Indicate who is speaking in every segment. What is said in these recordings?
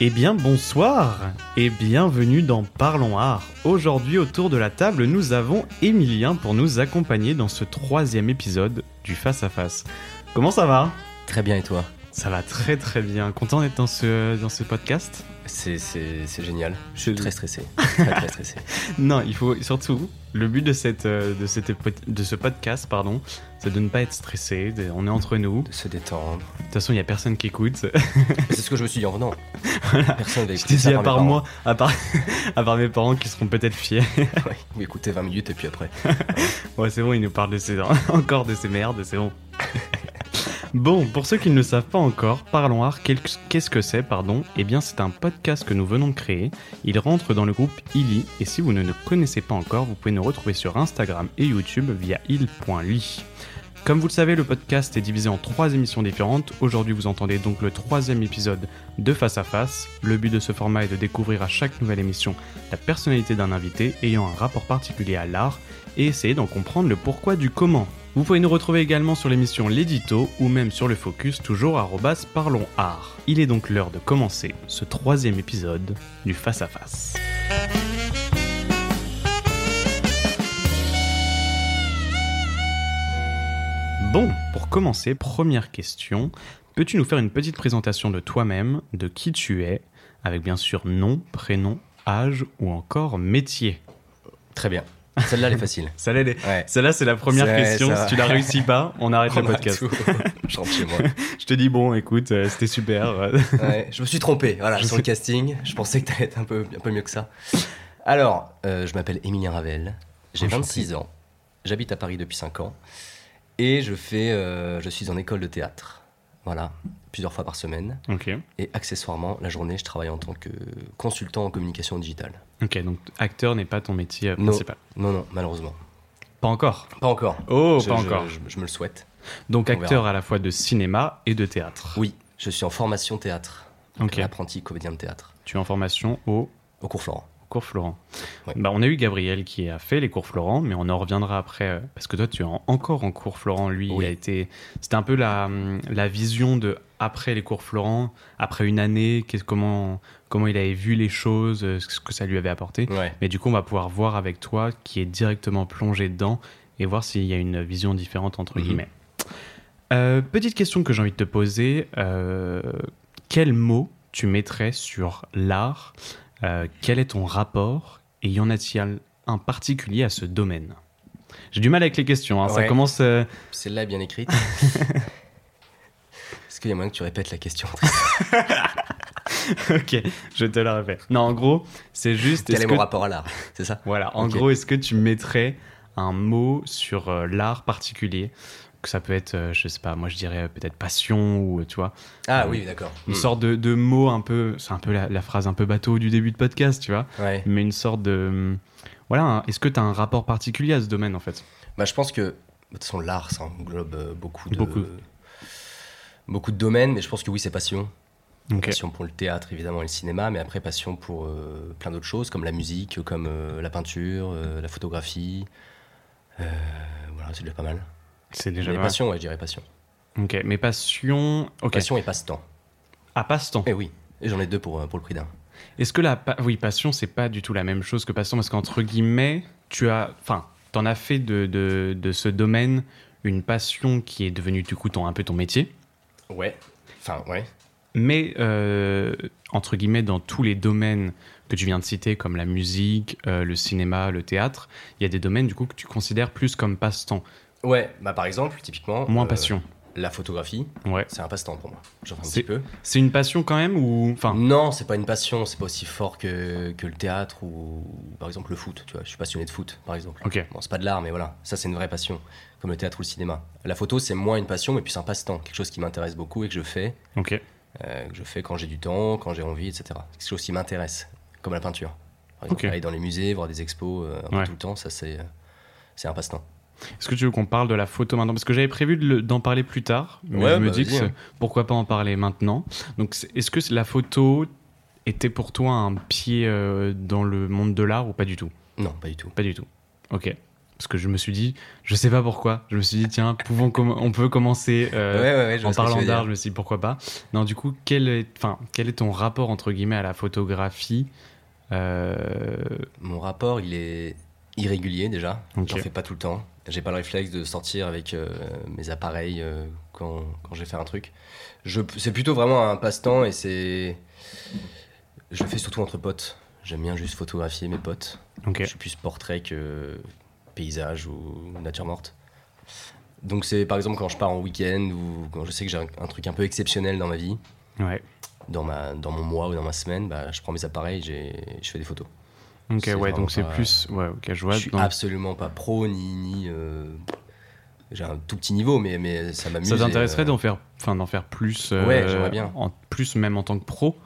Speaker 1: Eh bien bonsoir et bienvenue dans Parlons Art. Aujourd'hui autour de la table nous avons Emilien pour nous accompagner dans ce troisième épisode du Face à Face. Comment ça va
Speaker 2: Très bien, et toi
Speaker 1: Ça va très très bien. Content d'être dans ce, dans ce podcast
Speaker 2: C'est c'est- c'est génial. Je suis
Speaker 1: Je-
Speaker 2: très stressé. Très, très stressé.
Speaker 1: Non, il faut surtout, le but de, cette, euh, de, cette, épo- de ce podcast, pardon, c'est de ne pas être stressé, de- on est entre nous.
Speaker 2: De se détendre.
Speaker 1: De toute façon il n'y a personne qui écoute.
Speaker 2: C'est ce que je me suis dit en venant. Personne ne va
Speaker 1: Je
Speaker 2: écouter
Speaker 1: t'ai
Speaker 2: ça.
Speaker 1: dit à
Speaker 2: mes
Speaker 1: part
Speaker 2: parents.
Speaker 1: moi, à part, à part mes parents qui seront peut-être fiers.
Speaker 2: Ouais, Vous écoutez 20 minutes et puis après.
Speaker 1: Ouais, c'est bon, il nous parle de ses... encore de ses merdes, c'est bon. bon, pour ceux qui ne le savent pas encore, Parlons Art, quel- qu'est-ce que c'est, pardon Eh bien, c'est un podcast que nous venons de créer. Il rentre dans le groupe Illy, et si vous ne le connaissez pas encore, vous pouvez nous retrouver sur Instagram et YouTube via il.ly. Comme vous le savez, le podcast est divisé en trois émissions différentes. Aujourd'hui, vous entendez donc le troisième épisode de Face à Face. Le but de ce format est de découvrir à chaque nouvelle émission la personnalité d'un invité ayant un rapport particulier à l'art et essayer d'en comprendre le pourquoi du comment. Vous pouvez nous retrouver également sur l'émission L'Édito ou même sur le focus toujours arrobas parlons art. Il est donc l'heure de commencer ce troisième épisode du Face à Face. Bon, pour commencer, première question. Peux-tu nous faire une petite présentation de toi-même, de qui tu es, avec bien sûr nom, prénom, âge ou encore métier
Speaker 2: Très bien. Celle-là, elle est facile.
Speaker 1: Ça l'est, les-
Speaker 2: Ouais.
Speaker 1: Celle-là, c'est la première
Speaker 2: C'est-
Speaker 1: question.
Speaker 2: ça va.
Speaker 1: Si tu la réussis pas, on arrête le
Speaker 2: On arrête
Speaker 1: podcast.
Speaker 2: tout. Je rentre chez moi.
Speaker 1: Je te dis, bon, écoute, euh, c'était super. euh,
Speaker 2: Ouais, je me suis trompé. Voilà,
Speaker 1: Je
Speaker 2: sur
Speaker 1: sais.
Speaker 2: le casting, je pensais que t'allais être un peu, un peu mieux que ça. Alors, euh, je m'appelle Émilien Ravel. J'ai
Speaker 1: Enchanté.
Speaker 2: 26 ans. J'habite à Paris depuis 5 ans. Et je, fais, euh, je suis en école de théâtre. Voilà, plusieurs fois par semaine.
Speaker 1: ok.
Speaker 2: Et accessoirement, la journée, je travaille en tant que consultant en communication digitale.
Speaker 1: Ok, donc acteur n'est pas ton métier euh,
Speaker 2: Non.
Speaker 1: principal.
Speaker 2: Non, non, malheureusement.
Speaker 1: Pas encore.
Speaker 2: Pas encore.
Speaker 1: Oh,
Speaker 2: Je-
Speaker 1: pas
Speaker 2: je-
Speaker 1: encore.
Speaker 2: Je, je me le souhaite.
Speaker 1: Donc
Speaker 2: on
Speaker 1: acteur à la fois de cinéma et de théâtre.
Speaker 2: Oui, je suis en formation théâtre.
Speaker 1: Ok.
Speaker 2: Apprenti comédien de théâtre.
Speaker 1: Tu es en formation au
Speaker 2: Au cours Florent.
Speaker 1: cours Florent.
Speaker 2: Ouais.
Speaker 1: Bah, on a eu Gabriel qui a fait les cours Florent, mais on en reviendra après. euh, Parce que toi, tu es en- encore en cours Florent. Lui,
Speaker 2: Oui.
Speaker 1: il a été. C'était un peu la, hum, la vision de après les cours Florent, après une année, qu'est- comment, comment il avait vu les choses, euh, ce que ça lui avait apporté.
Speaker 2: Ouais.
Speaker 1: Mais du coup, on va pouvoir voir avec toi qui est directement plongé dedans et voir s'il y a une vision différente entre
Speaker 2: Mhm.
Speaker 1: guillemets. Euh, petite question que j'ai envie de te poser. euh, quel mot tu mettrais sur l'art Euh, Quel est ton rapport Et y en a-t-il un particulier à ce domaine J'ai du mal avec les questions. hein, Ça
Speaker 2: Ouais.
Speaker 1: commence. euh,
Speaker 2: Celle-là est bien écrite. Est-ce qu'il y a moyen que tu répètes la question
Speaker 1: ok, je te la répète. Non, en gros, c'est juste.
Speaker 2: Quel
Speaker 1: est-ce
Speaker 2: est
Speaker 1: que-
Speaker 2: mon rapport à l'art C'est ça
Speaker 1: Voilà, en
Speaker 2: Ok.
Speaker 1: gros, est-ce que tu mettrais un mot sur euh, l'art particulier Que ça peut être, euh, je sais pas, moi je dirais euh, peut-être passion ou euh, tu vois,
Speaker 2: Ah
Speaker 1: Euh,
Speaker 2: oui, d'accord.
Speaker 1: une
Speaker 2: Hmm.
Speaker 1: sorte de, de mot un peu, c'est un peu la, la phrase un peu bateau du début de podcast, tu vois,
Speaker 2: Ouais.
Speaker 1: mais une sorte de. hum, Voilà, un- est-ce que tu as un rapport particulier à ce domaine en fait
Speaker 2: Bah, je pense que, de toute façon, l'art, ça englobe euh, beaucoup de,
Speaker 1: Beaucoup.
Speaker 2: beaucoup de domaines, mais je pense que oui, c'est passion.
Speaker 1: Ok,
Speaker 2: Passion pour le théâtre, évidemment, et le cinéma, mais après, passion pour euh, plein d'autres choses, comme la musique, comme euh, la peinture, euh, la photographie. Euh, voilà, c'est déjà pas mal.
Speaker 1: c'est déjà
Speaker 2: Mais
Speaker 1: pas mal.
Speaker 2: passion, ouais, je dirais passion.
Speaker 1: Ok, mais passion. Ok,
Speaker 2: Passion et passe-temps.
Speaker 1: à passe-temps.
Speaker 2: Eh oui, et j'en ai deux pour, euh, pour le prix d'un.
Speaker 1: Est-ce que la pa- oui passion c'est pas du tout la même chose que passion parce qu'entre guillemets tu as enfin t'en as fait de, de, de ce domaine une passion qui est devenue du coup ton, un peu ton métier
Speaker 2: Ouais. Enfin, ouais.
Speaker 1: mais euh, entre guillemets dans tous les domaines que tu viens de citer comme la musique euh, le cinéma le théâtre il y a des domaines du coup que tu considères plus comme passe-temps
Speaker 2: Ouais, bah par exemple, typiquement.
Speaker 1: moins
Speaker 2: euh,
Speaker 1: passion
Speaker 2: La photographie,
Speaker 1: ouais
Speaker 2: c'est un passe-temps pour moi. J'en fais un
Speaker 1: C'est-
Speaker 2: petit peu.
Speaker 1: c'est une passion quand même ou enfin
Speaker 2: Non, c'est pas une passion, c'est pas aussi fort que, que le théâtre ou, ou par exemple le foot. Tu vois, je suis passionné de foot, par exemple.
Speaker 1: ok
Speaker 2: Bon, c'est pas de l'art, mais voilà, ça c'est une vraie passion, comme le théâtre ou le cinéma. La photo, c'est moins une passion, mais puis c'est un passe-temps, quelque chose qui m'intéresse beaucoup et que je fais,
Speaker 1: ok
Speaker 2: euh, que je fais quand j'ai du temps, quand j'ai envie, etc. Quelque chose qui m'intéresse, comme la peinture. Par exemple,
Speaker 1: Ok.
Speaker 2: aller dans les musées, voir des expos euh, un peu
Speaker 1: Ouais.
Speaker 2: tout le temps, ça c'est euh, c'est un passe-temps.
Speaker 1: Est-ce que tu veux qu'on parle de la photo maintenant Parce que j'avais prévu de le- d'en parler plus tard, mais
Speaker 2: Ouais,
Speaker 1: je me
Speaker 2: bah,
Speaker 1: dis que
Speaker 2: vas-y,
Speaker 1: c'est-
Speaker 2: hein.
Speaker 1: pourquoi pas en parler maintenant. Donc, c'est- est-ce que c'est- la photo était pour toi un pied euh, dans le monde de l'art ou pas du tout
Speaker 2: Non, pas du tout.
Speaker 1: Pas du tout. Ok. Parce que je me suis dit, je sais pas pourquoi, je me suis dit, tiens, pouvons comm- on peut commencer euh,
Speaker 2: ouais, ouais, ouais, je
Speaker 1: en
Speaker 2: vois ce que tu
Speaker 1: parlant
Speaker 2: veux
Speaker 1: d'art,
Speaker 2: dire.
Speaker 1: je me suis dit pourquoi pas. Non, du coup, quel est, enfin, quel est ton rapport entre guillemets à la photographie euh,
Speaker 2: Mon rapport, il est irrégulier déjà.
Speaker 1: Ok.
Speaker 2: J'en fais pas tout le temps. J'ai pas le réflexe de sortir avec euh, mes appareils euh, quand, quand je vais faire un truc. Je- C'est plutôt vraiment un passe-temps et c'est. Je le fais surtout entre potes. J'aime bien juste photographier mes potes.
Speaker 1: Ok.
Speaker 2: Je suis plus portrait que paysage ou nature morte. Donc c'est par exemple quand je pars en week-end ou quand je sais que j'ai un, un truc un peu exceptionnel dans ma vie,
Speaker 1: Ouais.
Speaker 2: dans, ma, dans mon mois ou dans ma semaine, bah, je prends mes appareils, j'ai- je fais des photos.
Speaker 1: Ok.
Speaker 2: C'est
Speaker 1: Ouais.
Speaker 2: vraiment
Speaker 1: Donc c'est
Speaker 2: pas-
Speaker 1: plus. Ouais. Ok. Je vois.
Speaker 2: je suis
Speaker 1: donc,
Speaker 2: absolument pas pro ni... ni, euh, J'ai un tout petit niveau mais, mais ça m'amuse.
Speaker 1: ça
Speaker 2: et,
Speaker 1: t'intéresserait
Speaker 2: euh,
Speaker 1: d'en faire, enfin d'en faire plus. euh,
Speaker 2: Ouais, j'aimerais bien.
Speaker 1: En plus, même en tant que pro.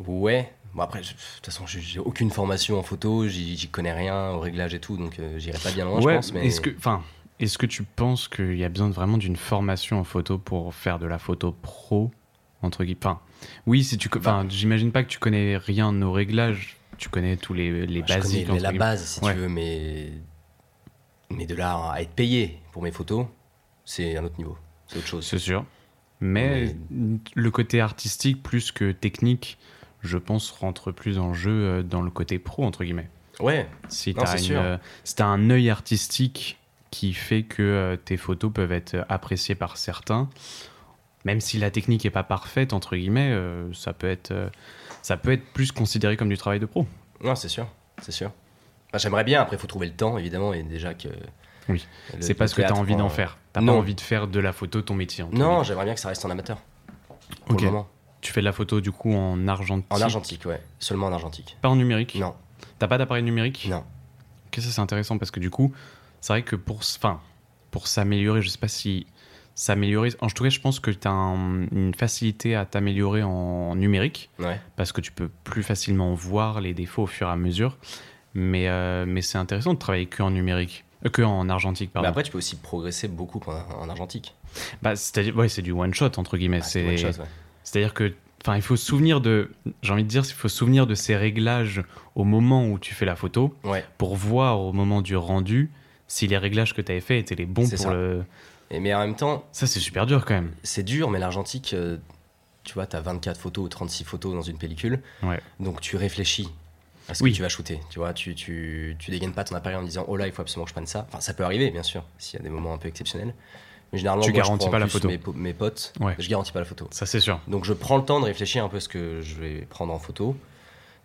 Speaker 2: euh, Ouais. Bon après, je- de toute façon, j'ai- j'ai aucune formation en photo, j'y j'y connais rien au réglage et tout, donc euh, j'irai pas bien loin,
Speaker 1: ouais.
Speaker 2: je pense. Mais...
Speaker 1: Est-ce que, enfin, est-ce que tu penses qu'il y a besoin de- vraiment d'une formation en photo pour faire de la photo pro entre guillemets. Enfin, oui, si tu, co-
Speaker 2: Bah.
Speaker 1: enfin, j'imagine pas que tu connais rien aux réglages. Tu connais tous les, les
Speaker 2: Bah, Je connais
Speaker 1: basiques. entre
Speaker 2: la
Speaker 1: guillemets.
Speaker 2: base, si
Speaker 1: Ouais.
Speaker 2: tu veux, mais... mais de là à être payé pour mes photos, c'est un autre niveau. C'est autre chose.
Speaker 1: C'est sûr. Mais le côté artistique plus que technique, je pense, rentre plus en jeu euh, dans le côté pro, entre guillemets.
Speaker 2: Ouais,
Speaker 1: Si
Speaker 2: Non,
Speaker 1: t'as
Speaker 2: c'est
Speaker 1: une,
Speaker 2: sûr.
Speaker 1: euh, si t'as un œil artistique qui fait que euh, tes photos peuvent être appréciées par certains, même si la technique est pas parfaite, entre guillemets, euh, ça, peut être, euh, ça peut être plus considéré comme du travail de pro.
Speaker 2: non, c'est sûr. C'est sûr. Enfin, J'aimerais bien, après, il faut trouver le temps, évidemment, et déjà que.
Speaker 1: Oui.
Speaker 2: le-
Speaker 1: C'est pas
Speaker 2: le
Speaker 1: ce que t'as
Speaker 2: théâtre,
Speaker 1: envie d'en
Speaker 2: en-
Speaker 1: faire. T'as pas
Speaker 2: non.
Speaker 1: envie de faire de la photo ton métier. entre
Speaker 2: Non,
Speaker 1: guillemets.
Speaker 2: j'aimerais bien que ça reste en amateur. Pour
Speaker 1: Ok.
Speaker 2: le moment.
Speaker 1: Tu fais de la photo, du coup, en argentique.
Speaker 2: En argentique, ouais. Seulement en argentique.
Speaker 1: Pas en numérique.
Speaker 2: Non,
Speaker 1: T'as pas d'appareil numérique
Speaker 2: non.
Speaker 1: Ok, ça c'est intéressant parce que du coup, c'est vrai que pour, s- enfin, pour s'améliorer, je sais pas si s'améliorer. En tout cas, je pense que tu as une facilité à t'améliorer en numérique
Speaker 2: Ouais.
Speaker 1: parce que tu peux plus facilement voir les défauts au fur et à mesure. Mais, euh, mais c'est intéressant de travailler que en numérique, euh, que en argentique,
Speaker 2: Mais
Speaker 1: pardon.
Speaker 2: après, tu peux aussi progresser beaucoup en, en argentique.
Speaker 1: Bah, c'est-à-dire, ouais, c'est Bah, du one shot entre guillemets.
Speaker 2: Ah, c'est une bonne chose, ouais.
Speaker 1: C'est-à-dire que, enfin, il faut se souvenir de, j'ai envie de dire, il faut se souvenir de ces réglages au moment où tu fais la photo
Speaker 2: Ouais.
Speaker 1: pour voir au moment du rendu si les réglages que tu avais faits étaient les bons
Speaker 2: C'est
Speaker 1: pour
Speaker 2: ça.
Speaker 1: le.
Speaker 2: Et, mais en même temps,
Speaker 1: Ça, c'est super dur quand même.
Speaker 2: c'est dur, mais l'argentique, euh, tu vois, t'as 24 photos ou 36 photos dans une pellicule.
Speaker 1: Ouais.
Speaker 2: Donc tu réfléchis à ce
Speaker 1: Oui.
Speaker 2: que tu vas shooter. Tu vois, tu, tu, tu dégaines pas ton appareil en disant oh là, il faut absolument que je prenne ça. Enfin, ça peut arriver, bien sûr, s'il y a des moments un peu exceptionnels. Mais généralement,
Speaker 1: Tu
Speaker 2: moi,
Speaker 1: garantis
Speaker 2: je prends en
Speaker 1: pas la
Speaker 2: plus
Speaker 1: photo.
Speaker 2: Mes, po- mes potes,
Speaker 1: Ouais.
Speaker 2: je garantis pas la photo.
Speaker 1: Ça, c'est sûr.
Speaker 2: Donc je prends le temps de réfléchir un peu ce que je vais prendre en photo.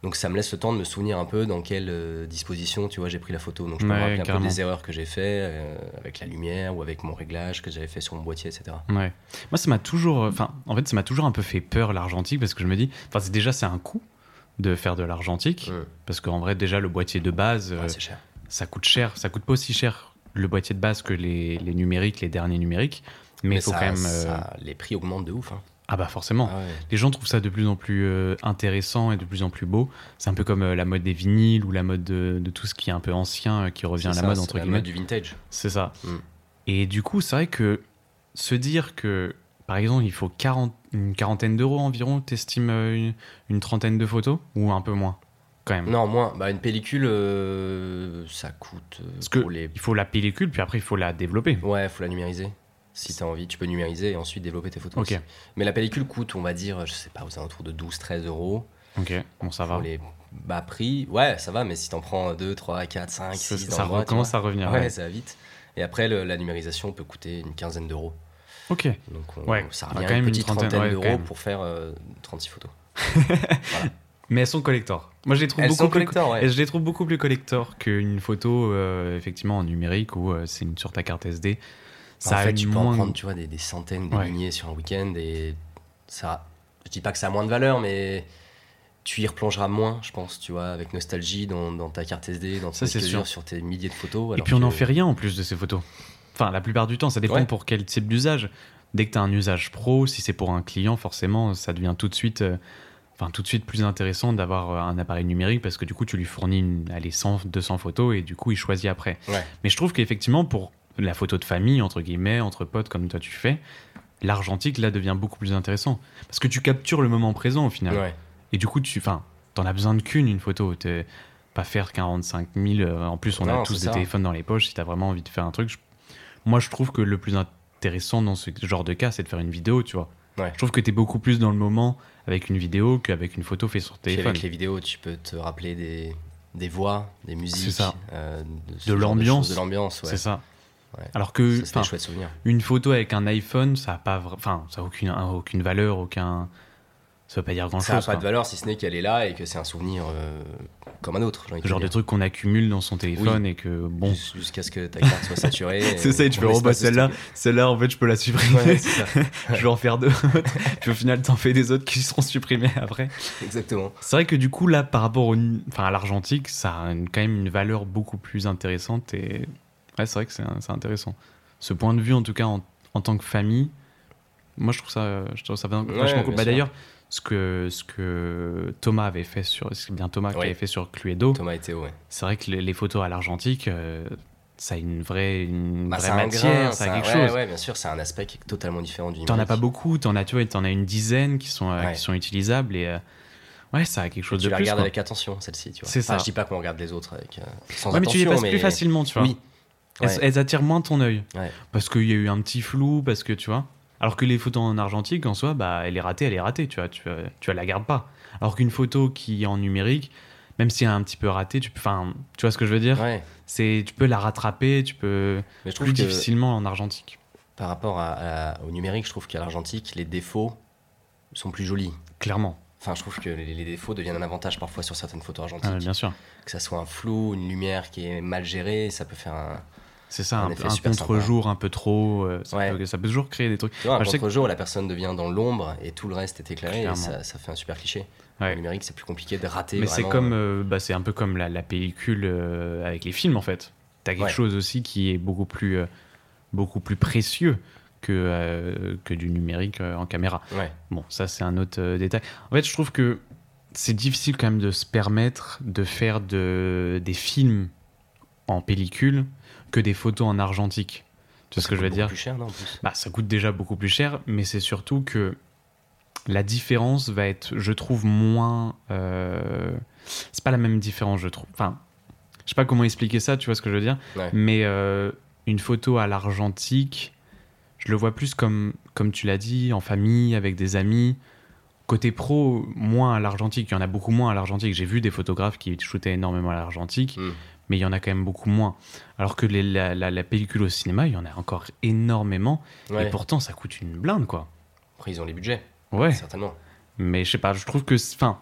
Speaker 2: Donc ça me laisse le temps de me souvenir un peu dans quelle euh, disposition, tu vois, j'ai pris la photo. Donc je peux
Speaker 1: Ouais,
Speaker 2: me rappeler un peu
Speaker 1: carrément.
Speaker 2: des erreurs que j'ai fait euh, avec la lumière ou avec mon réglage que j'avais fait sur mon boîtier, etc.
Speaker 1: Ouais. Moi, ça m'a toujours. euh, Enfin, en fait, ça m'a toujours un peu fait peur l'argentique parce que je me dis. Enfin, c'est- déjà, c'est un coût de faire de l'argentique
Speaker 2: Mm.
Speaker 1: parce qu'en vrai, déjà, le boîtier de base, euh,
Speaker 2: Ouais, c'est cher.
Speaker 1: ça coûte cher. Ça coûte pas aussi cher le boîtier de base que les, les numériques, les derniers numériques. Mais il faut
Speaker 2: ça-
Speaker 1: quand même. euh,
Speaker 2: ça- les prix augmentent de ouf. hein.
Speaker 1: Ah, bah, forcément.
Speaker 2: Ah ouais.
Speaker 1: Les gens trouvent ça de plus en plus euh, intéressant et de plus en plus beau. C'est un peu comme euh, la mode des vinyles ou la mode de, de tout ce qui est un peu ancien euh, qui revient à la
Speaker 2: C'est ça,
Speaker 1: mode,
Speaker 2: c'est
Speaker 1: entre
Speaker 2: la
Speaker 1: guillemets.
Speaker 2: mode du vintage.
Speaker 1: C'est ça.
Speaker 2: Mm.
Speaker 1: Et du coup, c'est vrai que se dire que, par exemple, il faut 40 une quarantaine d'euros environ, t'estimes euh, une, une trentaine de photos Ou un peu moins, quand même
Speaker 2: Non, moins. Bah, une pellicule, euh, ça coûte. euh,
Speaker 1: Parce que
Speaker 2: pour les...
Speaker 1: il faut la pellicule, puis après, il faut la développer.
Speaker 2: Ouais, faut la numériser. Si t'as envie, tu peux numériser et ensuite développer tes photos.
Speaker 1: Ok.
Speaker 2: aussi. Mais la pellicule coûte, on va dire, je sais pas, aux alentours de 12-13 euros.
Speaker 1: Ok, bon, ça va.
Speaker 2: Pour les bas prix, ouais, ça va, mais si t'en prends 2, 3, 4, 5,
Speaker 1: Ça,
Speaker 2: 6,
Speaker 1: ça recommence à revenir.
Speaker 2: Ouais,
Speaker 1: ouais.
Speaker 2: ça va vite. Et après, le- la numérisation peut coûter une quinzaine d'euros.
Speaker 1: Ok.
Speaker 2: Donc, on-
Speaker 1: Ouais,
Speaker 2: ça
Speaker 1: bah,
Speaker 2: revient
Speaker 1: quand
Speaker 2: à
Speaker 1: même
Speaker 2: une
Speaker 1: une
Speaker 2: petite
Speaker 1: trentaine,
Speaker 2: trentaine
Speaker 1: ouais, quand
Speaker 2: d'euros
Speaker 1: même.
Speaker 2: pour faire euh, 36 photos.
Speaker 1: Mais elles sont collector. Moi, je les trouve
Speaker 2: Elles
Speaker 1: beaucoup
Speaker 2: sont
Speaker 1: plus-
Speaker 2: collector, ouais.
Speaker 1: Et je les trouve beaucoup plus collector qu'une photo, euh, effectivement, en numérique où euh, c'est une sur ta carte SD. Ça
Speaker 2: Bah, en
Speaker 1: a
Speaker 2: fait,
Speaker 1: une
Speaker 2: tu peux
Speaker 1: moins-
Speaker 2: en prendre, tu vois, des, des centaines, des
Speaker 1: Ouais.
Speaker 2: milliers sur un week-end et ça. Je dis pas que ça a moins de valeur, mais tu y replongeras moins, je pense, tu vois, avec nostalgie dans, dans ta carte SD, dans
Speaker 1: Ça,
Speaker 2: tes
Speaker 1: c'est
Speaker 2: disques
Speaker 1: sûr.
Speaker 2: durs, sur tes milliers de photos.
Speaker 1: Et
Speaker 2: alors
Speaker 1: puis on
Speaker 2: que-
Speaker 1: n'en fait rien en plus de ces photos. Enfin, la plupart du temps, ça dépend
Speaker 2: Ouais.
Speaker 1: pour quel type d'usage. Dès que tu as un usage pro, si c'est pour un client, forcément, ça devient tout de suite, euh, enfin, tout de suite plus intéressant d'avoir euh, un appareil numérique parce que du coup, tu lui fournis une, allez, 100, 200 photos et du coup, il choisit après.
Speaker 2: Ouais.
Speaker 1: Mais je trouve qu'effectivement, pour la photo de famille, entre guillemets, entre potes, comme toi tu fais, l'argentique, là, devient beaucoup plus intéressant. Parce que tu captures le moment présent, au final.
Speaker 2: Ouais.
Speaker 1: Et du coup, tu, enfin, t'en as besoin de qu'une, une photo. T'es- Pas faire 45 000. euh, En plus, on
Speaker 2: Non,
Speaker 1: a tous
Speaker 2: c'est
Speaker 1: des
Speaker 2: ça.
Speaker 1: téléphones dans les poches. Si t'as vraiment envie de faire un truc, je- moi, je trouve que le plus intéressant dans ce genre de cas, c'est de faire une vidéo, tu vois.
Speaker 2: Ouais.
Speaker 1: Je trouve que t'es beaucoup plus dans le moment avec une vidéo qu'avec une photo faite sur
Speaker 2: Puis
Speaker 1: téléphone.
Speaker 2: avec les vidéos, tu peux te rappeler des, des voix, des musiques,
Speaker 1: C'est ça.
Speaker 2: euh, de, ce
Speaker 1: De
Speaker 2: genre
Speaker 1: l'ambiance.
Speaker 2: choses, De l'ambiance, ouais.
Speaker 1: C'est ça.
Speaker 2: Ouais.
Speaker 1: Alors que,
Speaker 2: Ça, c'est
Speaker 1: enfin,
Speaker 2: des chouettes souvenirs.
Speaker 1: une photo avec un iPhone, ça a pas, vra- enfin, ça a aucune, aucune valeur, aucun, ça veut pas dire grand
Speaker 2: Ça n'a
Speaker 1: chose.
Speaker 2: pas de valeur si ce n'est qu'elle est là et que c'est un souvenir euh, comme un autre. j'ai envie de
Speaker 1: genre
Speaker 2: te
Speaker 1: de
Speaker 2: dire.
Speaker 1: trucs qu'on accumule dans son téléphone et que bon.
Speaker 2: Jus- Jusqu'à ce que ta carte soit saturée. et
Speaker 1: C'est ça, et tu
Speaker 2: on
Speaker 1: fais, oh
Speaker 2: laisse
Speaker 1: bah
Speaker 2: pas ce
Speaker 1: celle-là,
Speaker 2: stocker.
Speaker 1: celle-là en fait je peux la supprimer,
Speaker 2: Ouais, c'est ça.
Speaker 1: je vais en faire deux autres, puis au final t'en fais des autres qui seront supprimés après.
Speaker 2: Exactement.
Speaker 1: C'est vrai que du coup là par rapport au, enfin, à l'argentique, ça a une- quand même une valeur beaucoup plus intéressante et ouais c'est vrai que c'est un- c'est intéressant. Ce point de vue en tout cas en, en tant que famille, moi je trouve ça, euh, je trouve ça vachement
Speaker 2: Ouais,
Speaker 1: vachement cool.
Speaker 2: bien
Speaker 1: Bah
Speaker 2: sûr.
Speaker 1: d'ailleurs ce que ce que Thomas avait fait sur, c'est bien Thomas qui
Speaker 2: Ouais.
Speaker 1: avait fait sur Cluedo,
Speaker 2: Thomas et Théo, ouais.
Speaker 1: c'est vrai que les, les photos à l'argentique, euh, ça a une vraie, une
Speaker 2: Bah,
Speaker 1: vraie
Speaker 2: ça a un
Speaker 1: matière,
Speaker 2: grain,
Speaker 1: ça
Speaker 2: ça-
Speaker 1: a quelque
Speaker 2: ouais,
Speaker 1: chose.
Speaker 2: Ouais, bien sûr, c'est un aspect qui est totalement différent du
Speaker 1: T'en as
Speaker 2: numérique.
Speaker 1: pas beaucoup, t'en as, tu vois, t'en as une dizaine qui sont, euh,
Speaker 2: Ouais.
Speaker 1: qui sont utilisables et euh, ouais, ça a quelque chose
Speaker 2: Tu
Speaker 1: de
Speaker 2: la
Speaker 1: plus.
Speaker 2: regardes
Speaker 1: quoi.
Speaker 2: avec attention, celle-ci, tu vois.
Speaker 1: C'est
Speaker 2: Enfin,
Speaker 1: ça.
Speaker 2: Je dis pas qu'on regarde les autres avec, euh, sans
Speaker 1: Ouais, mais tu les
Speaker 2: attention,
Speaker 1: passes
Speaker 2: mais-
Speaker 1: plus facilement, tu vois.
Speaker 2: Oui.
Speaker 1: Elles,
Speaker 2: Ouais.
Speaker 1: elles attirent moins ton œil.
Speaker 2: Ouais.
Speaker 1: Parce qu'il y a eu un petit flou, parce que tu vois. Alors que les photos en argentique, en soi, bah, elle est ratée, elle est ratée, tu vois. Tu, euh, tu la gardes pas. Alors qu'une photo qui est en numérique, même si elle est un petit peu ratée, tu, peux- enfin, tu vois ce que je veux dire
Speaker 2: Ouais.
Speaker 1: C'est, Tu peux la rattraper, tu peux.
Speaker 2: Mais je trouve
Speaker 1: Plus
Speaker 2: que
Speaker 1: difficilement en argentique.
Speaker 2: par rapport à- à- au numérique, je trouve qu'à l'argentique, les défauts sont plus jolis.
Speaker 1: Clairement,
Speaker 2: Enfin, je trouve que les, les défauts deviennent un avantage parfois sur certaines photos argentiques.
Speaker 1: Ah, bien sûr.
Speaker 2: Que ça soit un flou, une lumière qui est mal gérée, ça peut faire un,
Speaker 1: C'est ça,
Speaker 2: Un
Speaker 1: un,
Speaker 2: effet
Speaker 1: un
Speaker 2: super
Speaker 1: contre-jour un peu trop. euh, ça,
Speaker 2: Ouais.
Speaker 1: peut, ça peut toujours créer des trucs.
Speaker 2: Tu vois, un
Speaker 1: Enfin, Ah, je sais que-
Speaker 2: contre-jour, la personne devient dans l'ombre et tout le reste est éclairé
Speaker 1: Clairement.
Speaker 2: et ça, ça fait un super cliché.
Speaker 1: Ouais.
Speaker 2: Le numérique, c'est plus compliqué de rater.
Speaker 1: Mais c'est
Speaker 2: vraiment,
Speaker 1: comme,
Speaker 2: euh,
Speaker 1: euh, bah, c'est un peu comme la, la pellicule euh, avec les films en fait. T'as quelque
Speaker 2: Ouais.
Speaker 1: chose aussi qui est beaucoup plus, euh, beaucoup plus précieux que euh, que du numérique euh, en caméra.
Speaker 2: Ouais,
Speaker 1: Bon, ça c'est un autre euh, détail. En fait, je trouve que c'est difficile quand même de se permettre de faire de, des films en pellicule que des photos en argentique. Tu vois ce que je veux
Speaker 2: beaucoup
Speaker 1: dire
Speaker 2: Plus cher, non en plus.
Speaker 1: Bah, ça coûte déjà beaucoup plus cher, mais c'est surtout que la différence va être, je trouve, moins. euh, C'est pas la même différence, je trouve. Enfin, je sais pas comment expliquer ça, tu vois ce que je veux dire.
Speaker 2: Ouais.
Speaker 1: Mais euh, une photo à l'argentique, je le vois plus comme, comme tu l'as dit, en famille, avec des amis. Côté pro, moins à l'argentique. Il y en a beaucoup moins à l'argentique. J'ai vu des photographes qui shootaient énormément à l'argentique
Speaker 2: Mm.
Speaker 1: mais il y en a quand même beaucoup moins. Alors que les- la, la- la pellicule au cinéma, il y en a encore énormément,
Speaker 2: Ouais.
Speaker 1: et pourtant ça coûte une blinde, quoi.
Speaker 2: Après, ils ont les budgets,
Speaker 1: Ouais,
Speaker 2: certainement.
Speaker 1: mais je sais pas, je trouve que. c'est- Enfin.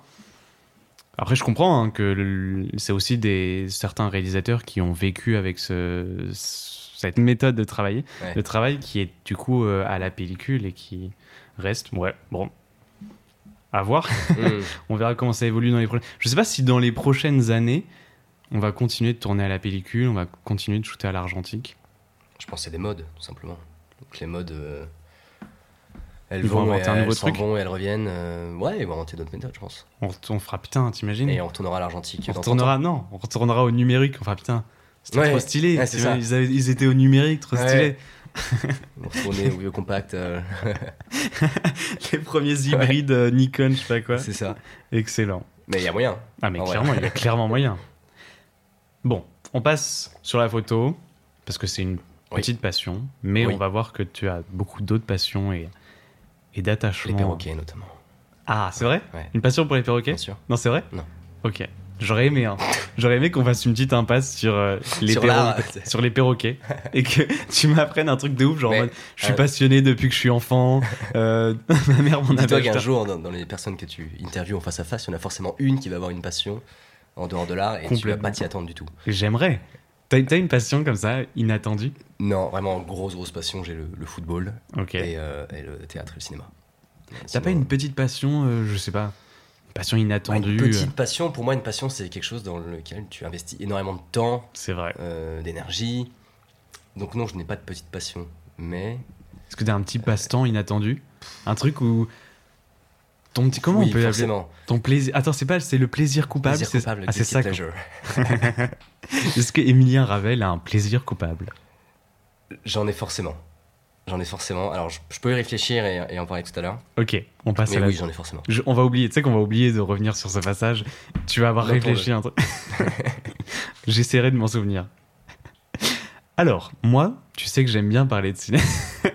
Speaker 1: Après, je comprends hein, que le- c'est aussi des, certains réalisateurs qui ont vécu avec ce, cette méthode de travailler,
Speaker 2: Ouais.
Speaker 1: le travail qui est du coup euh, à la pellicule et qui reste. Ouais, bon. À voir.
Speaker 2: Mm.
Speaker 1: On verra comment ça évolue dans les prochaines. Je sais pas si dans les prochaines années, on va continuer de tourner à la pellicule, on va continuer de shooter à l'argentique.
Speaker 2: Je pense que c'est des modes, tout simplement. Donc, les modes. euh, Elles
Speaker 1: Ils vont
Speaker 2: vont, et
Speaker 1: inventer un
Speaker 2: elles
Speaker 1: nouveau
Speaker 2: s'en
Speaker 1: truc.
Speaker 2: vont et elles reviennent. euh, Ouais, ils vont inventer d'autres méthodes, je pense.
Speaker 1: On, ret- on fera putain, t'imagines
Speaker 2: Et on retournera à l'argentique.
Speaker 1: Mmh. On
Speaker 2: dans
Speaker 1: retournera, non, on retournera au numérique. Enfin putain, c'était
Speaker 2: Ouais,
Speaker 1: trop stylé.
Speaker 2: ouais, c'est
Speaker 1: t'imagines,
Speaker 2: ça.
Speaker 1: ils, avaient- ils étaient au numérique, trop
Speaker 2: Ouais.
Speaker 1: stylé.
Speaker 2: 30 ans. On retournait au vieux compact. euh,
Speaker 1: Les premiers hybrides euh, Nikon, je sais pas quoi.
Speaker 2: C'est ça.
Speaker 1: Excellent.
Speaker 2: Mais il y a moyen.
Speaker 1: Ah mais
Speaker 2: Ah ouais.
Speaker 1: clairement, il y a clairement moyen. Bon, on passe sur la photo parce que c'est une
Speaker 2: Oui.
Speaker 1: petite passion, mais
Speaker 2: Oui.
Speaker 1: on va voir que tu as beaucoup d'autres passions et et
Speaker 2: Les
Speaker 1: d'attachement.
Speaker 2: perroquets, notamment.
Speaker 1: Ah, c'est vrai
Speaker 2: Ouais.
Speaker 1: Une passion pour les perroquets
Speaker 2: Bien sûr.
Speaker 1: Non, c'est vrai
Speaker 2: Non.
Speaker 1: Ok. J'aurais aimé, hein. J'aurais aimé qu'on fasse une petite impasse sur, euh, les,
Speaker 2: Sur
Speaker 1: perro-
Speaker 2: l'art.
Speaker 1: sur les perroquets et que tu m'apprennes un truc de ouf, genre en
Speaker 2: Mais,
Speaker 1: mode, je suis
Speaker 2: euh,
Speaker 1: passionné depuis que je suis enfant, euh, ma mère m'en
Speaker 2: Dis-toi
Speaker 1: avait
Speaker 2: qu'un
Speaker 1: acheté.
Speaker 2: jour, dans, dans les personnes que tu interviews en face à face, il y en a forcément une qui va avoir une passion en dehors de l'art et tu vas
Speaker 1: Complètement.
Speaker 2: pas t'y attendre du tout.
Speaker 1: J'aimerais. T'as t'as une passion comme ça, inattendue
Speaker 2: Non, vraiment, grosse, grosse passion, j'ai le, le football
Speaker 1: Ok.
Speaker 2: et, euh, et le théâtre et le cinéma.
Speaker 1: T'as
Speaker 2: Sinon,
Speaker 1: pas une petite passion, euh, je sais pas, une passion
Speaker 2: ouais, une
Speaker 1: inattendue euh,
Speaker 2: petite passion, pour moi, une passion, c'est quelque chose dans lequel tu investis énormément de temps,
Speaker 1: C'est vrai.
Speaker 2: euh, d'énergie. Donc, non, je n'ai pas de petite passion. Mais
Speaker 1: Est-ce que t'as un petit passe-temps inattendu Un truc où. Ton petit. Comment
Speaker 2: oui,
Speaker 1: on peut l'appeler
Speaker 2: forcément.
Speaker 1: Ton plaisir. Attends, c'est pas, c'est le plaisir coupable.
Speaker 2: plaisir
Speaker 1: c'est-
Speaker 2: coupable,
Speaker 1: ah, c'est
Speaker 2: guilty
Speaker 1: ça.
Speaker 2: pleasure.
Speaker 1: Est-ce que Emilien Ravel a un plaisir coupable
Speaker 2: J'en ai forcément. J'en ai forcément. Alors, je, je peux y réfléchir et, et en parler tout à l'heure.
Speaker 1: Ok, on passe
Speaker 2: Mais
Speaker 1: à la.
Speaker 2: oui, j'en ai forcément.
Speaker 1: Je- on va oublier, tu sais qu'on va oublier de revenir sur ce passage. Tu vas avoir
Speaker 2: Non,
Speaker 1: réfléchi un truc. J'essaierai de m'en souvenir. Alors, moi, tu sais que j'aime bien parler de ciné.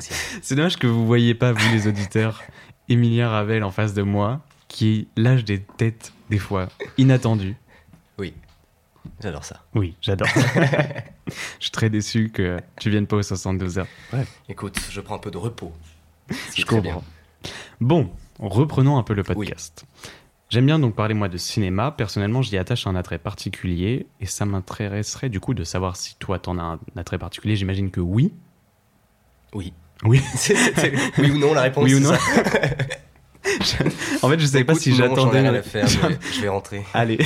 Speaker 2: Si.
Speaker 1: C'est dommage que vous voyez pas, vous les auditeurs, Emilia Ravel en face de moi, qui lâche des têtes, des fois, inattendues.
Speaker 2: Oui. J'adore ça.
Speaker 1: Oui, j'adore. Je suis très déçu que tu viennes pas aux 72 heures.
Speaker 2: Écoute, je prends un peu de repos. C'est
Speaker 1: Je
Speaker 2: très
Speaker 1: comprends.
Speaker 2: bien.
Speaker 1: Bon, reprenons un peu le podcast. J'aime bien donc parler moi de cinéma. Personnellement, j'y attache un attrait particulier et ça m'intéresserait du coup de savoir si toi t'en as un attrait particulier. J'imagine que oui.
Speaker 2: Oui.
Speaker 1: Oui.
Speaker 2: C'est- c'est- oui ou non, la réponse
Speaker 1: oui ou
Speaker 2: c'est
Speaker 1: non
Speaker 2: ça.
Speaker 1: Je- En fait, je savais pas
Speaker 2: Écoute,
Speaker 1: si
Speaker 2: non, j'en ai
Speaker 1: j'attendais.
Speaker 2: rien à faire, je vais, je vais rentrer.
Speaker 1: Allez.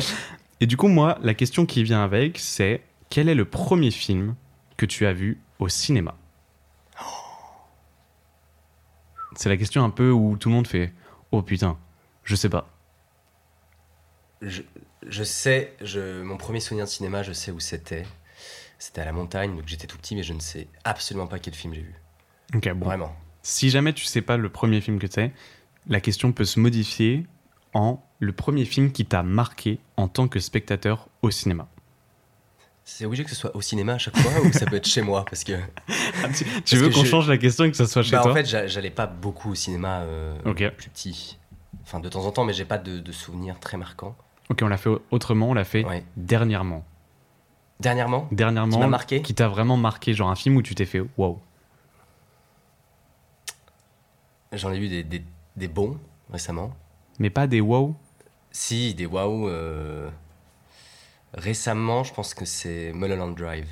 Speaker 1: et du coup, moi, la question qui vient avec, c'est quel est le premier film que tu as vu au cinéma C'est la question un peu où tout le monde fait Oh putain, je sais pas.
Speaker 2: Je, je sais, je, mon premier souvenir de cinéma, je sais où c'était. C'était à la montagne, donc j'étais tout petit, mais je ne sais absolument pas quel film j'ai vu.
Speaker 1: Ok, bon.
Speaker 2: Vraiment.
Speaker 1: Si jamais tu sais pas le premier film que c'est, la question peut se modifier en le premier film qui t'a marqué en tant que spectateur au cinéma.
Speaker 2: C'est obligé que ce soit au cinéma à chaque fois ou ça peut être chez moi parce que
Speaker 1: tu
Speaker 2: Ah, Parce
Speaker 1: veux
Speaker 2: que
Speaker 1: qu'on
Speaker 2: je-
Speaker 1: change la question et que ça soit chez
Speaker 2: Bah,
Speaker 1: toi
Speaker 2: en fait j'a- j'allais pas beaucoup au cinéma euh,
Speaker 1: Ok.
Speaker 2: plus petit. Enfin de temps en temps mais j'ai pas de, de souvenirs très marquants.
Speaker 1: Ok, on l'a fait au- autrement, on l'a fait
Speaker 2: Ouais.
Speaker 1: dernièrement.
Speaker 2: Dernièrement,
Speaker 1: Dernièrement,
Speaker 2: Qui m'a marqué
Speaker 1: qui t'a vraiment marqué, genre un film où tu t'es fait waouh.
Speaker 2: j'en ai vu des, des- des bons récemment.
Speaker 1: Mais pas des waouh.
Speaker 2: Si, des waouh. euh, Récemment, je pense que c'est Mulholland Drive.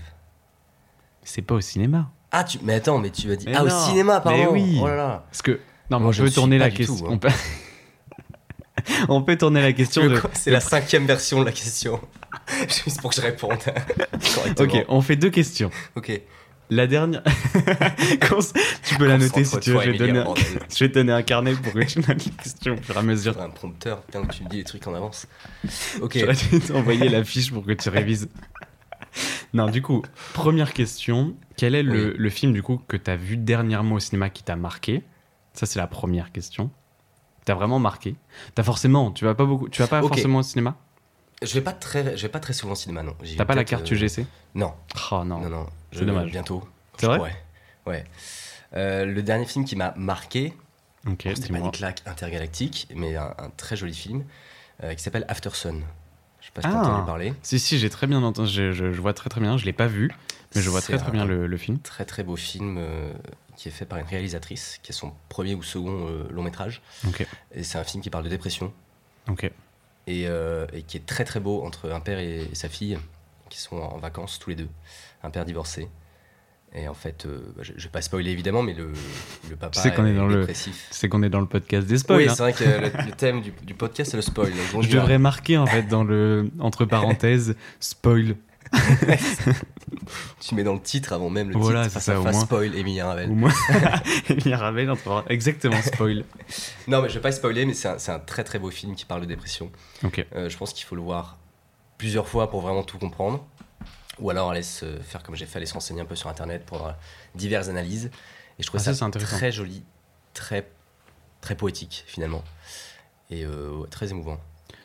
Speaker 1: C'est pas au cinéma.
Speaker 2: Ah, tu... mais attends, mais tu m'as dit.
Speaker 1: Mais
Speaker 2: ah,
Speaker 1: non,
Speaker 2: au cinéma, pardon.
Speaker 1: mais oui.
Speaker 2: Oh là là.
Speaker 1: Parce que non, mais
Speaker 2: Moi,
Speaker 1: on
Speaker 2: je
Speaker 1: peut
Speaker 2: ne suis
Speaker 1: tourner
Speaker 2: pas
Speaker 1: la
Speaker 2: du
Speaker 1: question.
Speaker 2: tout, hein.
Speaker 1: on, peut... on peut tourner la question de.
Speaker 2: Le quoi C'est la cinquième version de la question. Juste pour que je réponde. correctement.
Speaker 1: Ok, on fait deux questions.
Speaker 2: Ok.
Speaker 1: La dernière. Qu'on s- tu peux la noter si tu veux. Je vais, donner...
Speaker 2: un...
Speaker 1: je vais te donner un carnet pour que tu notes les questions au fur et à mesure.
Speaker 2: un prompteur. Putain, tu me dis les trucs en avance. Ok.
Speaker 1: J'aurais dû t'envoyer la fiche pour que tu révises. Non, du coup, première question. Quel est le, le film du coup que tu as vu dernièrement au cinéma qui t'a marqué Ça, c'est la première question. T'as vraiment marqué T'as forcément, tu vas pas beaucoup, tu vas pas
Speaker 2: Ok.
Speaker 1: forcément au cinéma
Speaker 2: Je vais pas très, je vais pas très souvent au cinéma, non. J'y
Speaker 1: T'as
Speaker 2: vais
Speaker 1: pas la
Speaker 2: peut-être,
Speaker 1: carte
Speaker 2: euh,
Speaker 1: UGC
Speaker 2: Non,
Speaker 1: Oh non.
Speaker 2: non, non.
Speaker 1: C'est
Speaker 2: Je-
Speaker 1: dommage.
Speaker 2: Bientôt. quand
Speaker 1: C'est
Speaker 2: je
Speaker 1: vrai
Speaker 2: pourrai. Ouais. Euh, le dernier film qui m'a marqué,
Speaker 1: Ok,
Speaker 2: c'était pas
Speaker 1: dis-moi.
Speaker 2: une claque intergalactique, mais un, un très joli film euh, qui s'appelle After Sun. Je sais pas si t'as
Speaker 1: Ah.
Speaker 2: entendu parler.
Speaker 1: Si, si, j'ai très bien entendu, je, je- je vois très très bien, je l'ai pas vu, mais je vois
Speaker 2: C'est
Speaker 1: très très
Speaker 2: un-
Speaker 1: bien le, le film.
Speaker 2: très très beau film euh, qui est fait par une réalisatrice, qui est son premier ou second euh, long métrage.
Speaker 1: Ok.
Speaker 2: Et c'est un film qui parle de dépression
Speaker 1: Ok.
Speaker 2: et, euh, et qui est très très beau entre un père et, et sa fille, qui sont en vacances tous les deux, un père divorcé. Et en fait, euh, bah, je, je vais pas spoiler évidemment, mais le, le papa
Speaker 1: Tu sais qu'on est dans le
Speaker 2: dépressif.
Speaker 1: C'est qu'on est dans le podcast des spoils.
Speaker 2: oui,
Speaker 1: hein.
Speaker 2: c'est vrai que le, le thème du, du podcast c'est le spoil. donc bon,
Speaker 1: Je
Speaker 2: j'y vais.
Speaker 1: devrais marquer en fait dans le entre parenthèses spoil.
Speaker 2: Tu mets dans le titre avant même le
Speaker 1: Voilà,
Speaker 2: titre,
Speaker 1: c'est ça, au
Speaker 2: fasse
Speaker 1: moins.
Speaker 2: spoil Emilia Ravel.
Speaker 1: Au moins, il y a Ravel entre parenthèses. exactement spoil.
Speaker 2: Non, mais je vais pas spoiler, mais c'est un- c'est un très très beau film qui parle de dépression.
Speaker 1: Ok.
Speaker 2: Euh, je pense qu'il faut le voir plusieurs fois pour vraiment tout comprendre. Ou alors aller se faire comme j'ai fait, aller se renseigner un peu sur internet pour avoir diverses analyses. Et je trouve
Speaker 1: Ah, ça,
Speaker 2: ça,
Speaker 1: c'est intéressant.
Speaker 2: très joli, très, très poétique finalement. Et euh, ouais, très émouvant.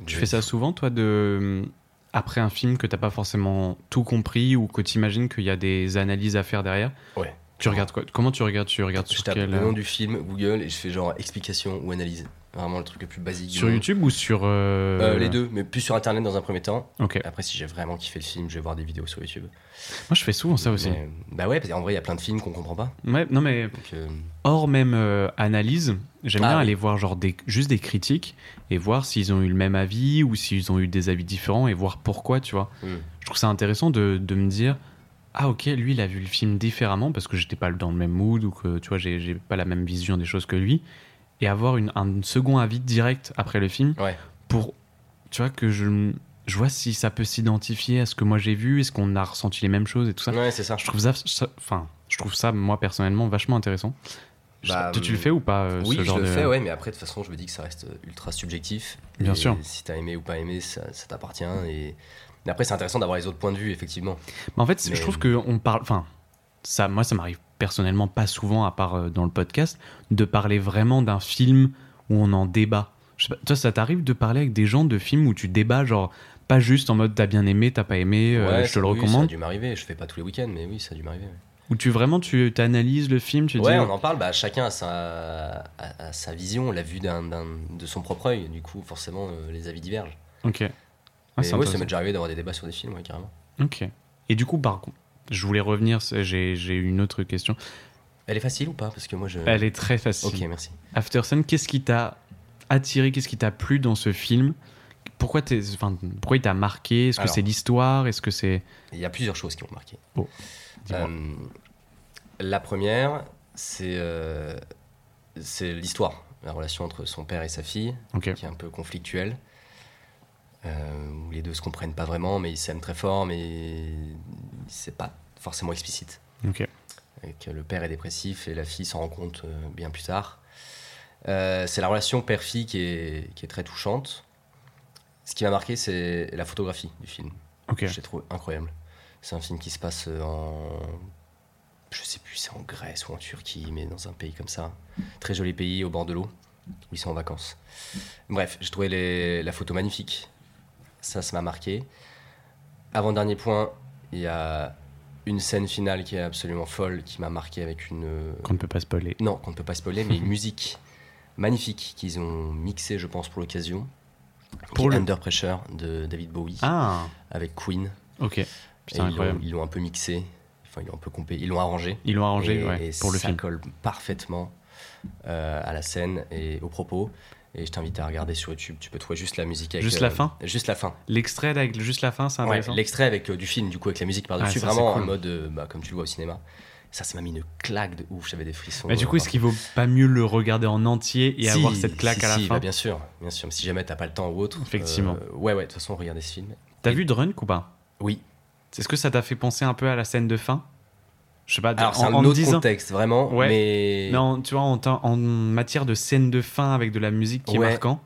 Speaker 1: Tu fais ça souvent toi de hum, après un film que t'as pas forcément tout compris ou que t'imagines qu'il y a des analyses à faire derrière.
Speaker 2: Ouais.
Speaker 1: Tu regardes quoi Comment tu regardes Tu regardes
Speaker 2: Je
Speaker 1: sur
Speaker 2: tape
Speaker 1: quel euh,
Speaker 2: le nom du film, Google, et je fais genre explication ou analyse. Vraiment le truc le plus basique. du
Speaker 1: sur
Speaker 2: monde.
Speaker 1: YouTube ou sur euh,
Speaker 2: Euh, Les deux, mais plus sur internet dans un premier temps.
Speaker 1: Ok.
Speaker 2: Après, si j'ai vraiment kiffé le film, je vais voir des vidéos sur YouTube.
Speaker 1: Moi je fais souvent ça aussi.
Speaker 2: Mais- bah ouais, parce qu'en vrai, il y a plein de films qu'on comprend pas.
Speaker 1: Ouais. Non mais
Speaker 2: Donc, euh,
Speaker 1: hors même euh, analyse, j'aime
Speaker 2: Ah
Speaker 1: bien
Speaker 2: oui.
Speaker 1: aller voir genre des, juste des critiques et voir s'ils ont eu le même avis ou s'ils ont eu des avis différents et voir pourquoi, tu vois.
Speaker 2: hmm.
Speaker 1: Je trouve ça intéressant de, de me dire ah ok, lui il a vu le film différemment parce que j'étais pas dans le même mood ou que tu vois j'ai j'ai pas la même vision des choses que lui et avoir une, un second avis direct après le film
Speaker 2: Ouais.
Speaker 1: pour tu vois que je je vois si ça peut s'identifier à ce que moi j'ai vu, est-ce qu'on a ressenti les mêmes choses et tout ça.
Speaker 2: Ouais, c'est ça.
Speaker 1: Ah, Je trouve ça, ça- enfin, je trouve ça moi personnellement vachement intéressant. Je-
Speaker 2: Bah,
Speaker 1: tu, tu le fais ou pas euh,
Speaker 2: Oui,
Speaker 1: ce
Speaker 2: je
Speaker 1: genre
Speaker 2: le
Speaker 1: de...
Speaker 2: fais, ouais, mais après, de toute façon, je me dis que ça reste euh, ultra subjectif.
Speaker 1: Bien
Speaker 2: Et
Speaker 1: sûr.
Speaker 2: Si t'as aimé ou pas aimé, ça, ça t'appartient. Et... Mais après, c'est intéressant d'avoir les autres points de vue, effectivement.
Speaker 1: Mais en fait, c'est-
Speaker 2: Mais-
Speaker 1: je trouve que on parle, enfin, ça, moi, ça m'arrive personnellement pas souvent, à part euh, dans le podcast, de parler vraiment d'un film où on en débat. Je sais pas, toi, ça t'arrive de parler avec des gens de films où tu débats, genre, pas juste en mode t'as bien aimé, t'as pas aimé, euh,
Speaker 2: Ouais,
Speaker 1: je te le
Speaker 2: oui, Ça a
Speaker 1: recommande.
Speaker 2: dû m'arriver. Je fais pas tous les week-ends, mais oui, ça a dû m'arriver. ouais.
Speaker 1: Où tu vraiment, tu analyses le film, tu
Speaker 2: Ouais,
Speaker 1: dis.
Speaker 2: on en parle. Bah, chacun a sa, a- a sa vision, la vue d'un, d'un- de son propre œil. Du coup, forcément, euh, les avis divergent.
Speaker 1: Ok. Ah,
Speaker 2: Mais
Speaker 1: c'est
Speaker 2: ouais, ça
Speaker 1: intéressant.
Speaker 2: m'est déjà arrivé d'avoir des débats sur des films, ouais, carrément.
Speaker 1: Ok. Et du coup, par contre, je voulais revenir, c'est- j'ai j'ai une autre question.
Speaker 2: Elle est facile ou pas Parce que moi, je.
Speaker 1: Elle est très facile.
Speaker 2: Ok, merci.
Speaker 1: Euh, After Sun, qu'est-ce qui t'a attiré, qu'est-ce qui t'a plu dans ce film pourquoi, t'es- enfin, pourquoi il t'a marqué Est-ce que
Speaker 2: Alors.
Speaker 1: c'est l'histoire Est-ce que c'est.
Speaker 2: Il y a plusieurs choses qui m'ont marqué.
Speaker 1: Dis-moi.
Speaker 2: Euh, la première, c'est euh, c'est l'histoire, la relation entre son père et sa fille,
Speaker 1: Ok.
Speaker 2: qui est un peu conflictuelle, euh, où les deux se comprennent pas vraiment, mais ils s'aiment très fort, mais c'est pas forcément explicite.
Speaker 1: Ok.
Speaker 2: Et que le père est dépressif et la fille s'en rend compte euh, bien plus tard. Euh, c'est la relation père-fille qui est, qui est très touchante. Ce qui m'a marqué, c'est la photographie du film.
Speaker 1: Ok.
Speaker 2: Je l'ai trouvé incroyable. C'est un film qui se passe euh, en. Je sais plus, c'est en Grèce ou en Turquie, mais dans un pays comme ça. Très joli pays au bord de l'eau, où ils sont en vacances. Bref, j'ai trouvé les- la photo magnifique. Ça, ça m'a marqué. Avant-dernier point, il y a une scène finale qui est absolument folle, qui m'a marqué avec une. euh,
Speaker 1: Qu'on ne peut pas spoiler.
Speaker 2: Non, qu'on ne peut pas spoiler, mais une musique magnifique qu'ils ont mixée, je pense, pour l'occasion.
Speaker 1: Pour
Speaker 2: Pour
Speaker 1: le-
Speaker 2: Under Pressure de David Bowie
Speaker 1: Ah
Speaker 2: avec Queen.
Speaker 1: Ok.
Speaker 2: Et
Speaker 1: Putain,
Speaker 2: ils l'ont-
Speaker 1: incroyable.
Speaker 2: ils l'ont un peu mixé, enfin ils l'ont un peu compé, ils l'ont arrangé.
Speaker 1: Ils l'ont arrangé
Speaker 2: et,
Speaker 1: ouais,
Speaker 2: et
Speaker 1: pour le
Speaker 2: ça
Speaker 1: film.
Speaker 2: colle parfaitement euh, à la scène et aux propos. Et je t'invite à regarder sur YouTube, tu peux trouver juste la musique. Avec, euh,
Speaker 1: Juste la fin
Speaker 2: Juste la fin.
Speaker 1: L'extrait avec juste la fin, c'est
Speaker 2: Ouais,
Speaker 1: intéressant.
Speaker 2: L'extrait avec euh, du film, du coup, avec la musique
Speaker 1: Ah,
Speaker 2: par-dessus,
Speaker 1: ça,
Speaker 2: vraiment
Speaker 1: c'est cool.
Speaker 2: en mode, euh, bah, comme tu le vois au cinéma. Ça, ça m'a mis une claque de ouf, j'avais des frissons.
Speaker 1: Mais Bah, du
Speaker 2: euh,
Speaker 1: coup, est-ce qu'il vaut pas mieux le regarder en entier et
Speaker 2: Si,
Speaker 1: avoir cette claque
Speaker 2: si,
Speaker 1: à la
Speaker 2: si,
Speaker 1: fin
Speaker 2: bah, Bien sûr, bien sûr. Si jamais t'as pas le temps ou autre.
Speaker 1: Effectivement.
Speaker 2: euh, ouais, ouais, de toute façon, regardez ce film.
Speaker 1: T'as vu Drunk ou pas
Speaker 2: Oui.
Speaker 1: Est-ce que ça t'a fait penser un peu à la scène de fin Je sais pas,
Speaker 2: Alors, c'est
Speaker 1: Bah, en,
Speaker 2: un
Speaker 1: en
Speaker 2: autre
Speaker 1: disant.
Speaker 2: contexte, vraiment.
Speaker 1: Ouais.
Speaker 2: Mais.
Speaker 1: Mais en- tu vois, en, teint- en matière de scène de fin avec de la musique qui est
Speaker 2: Ouais.
Speaker 1: marquant,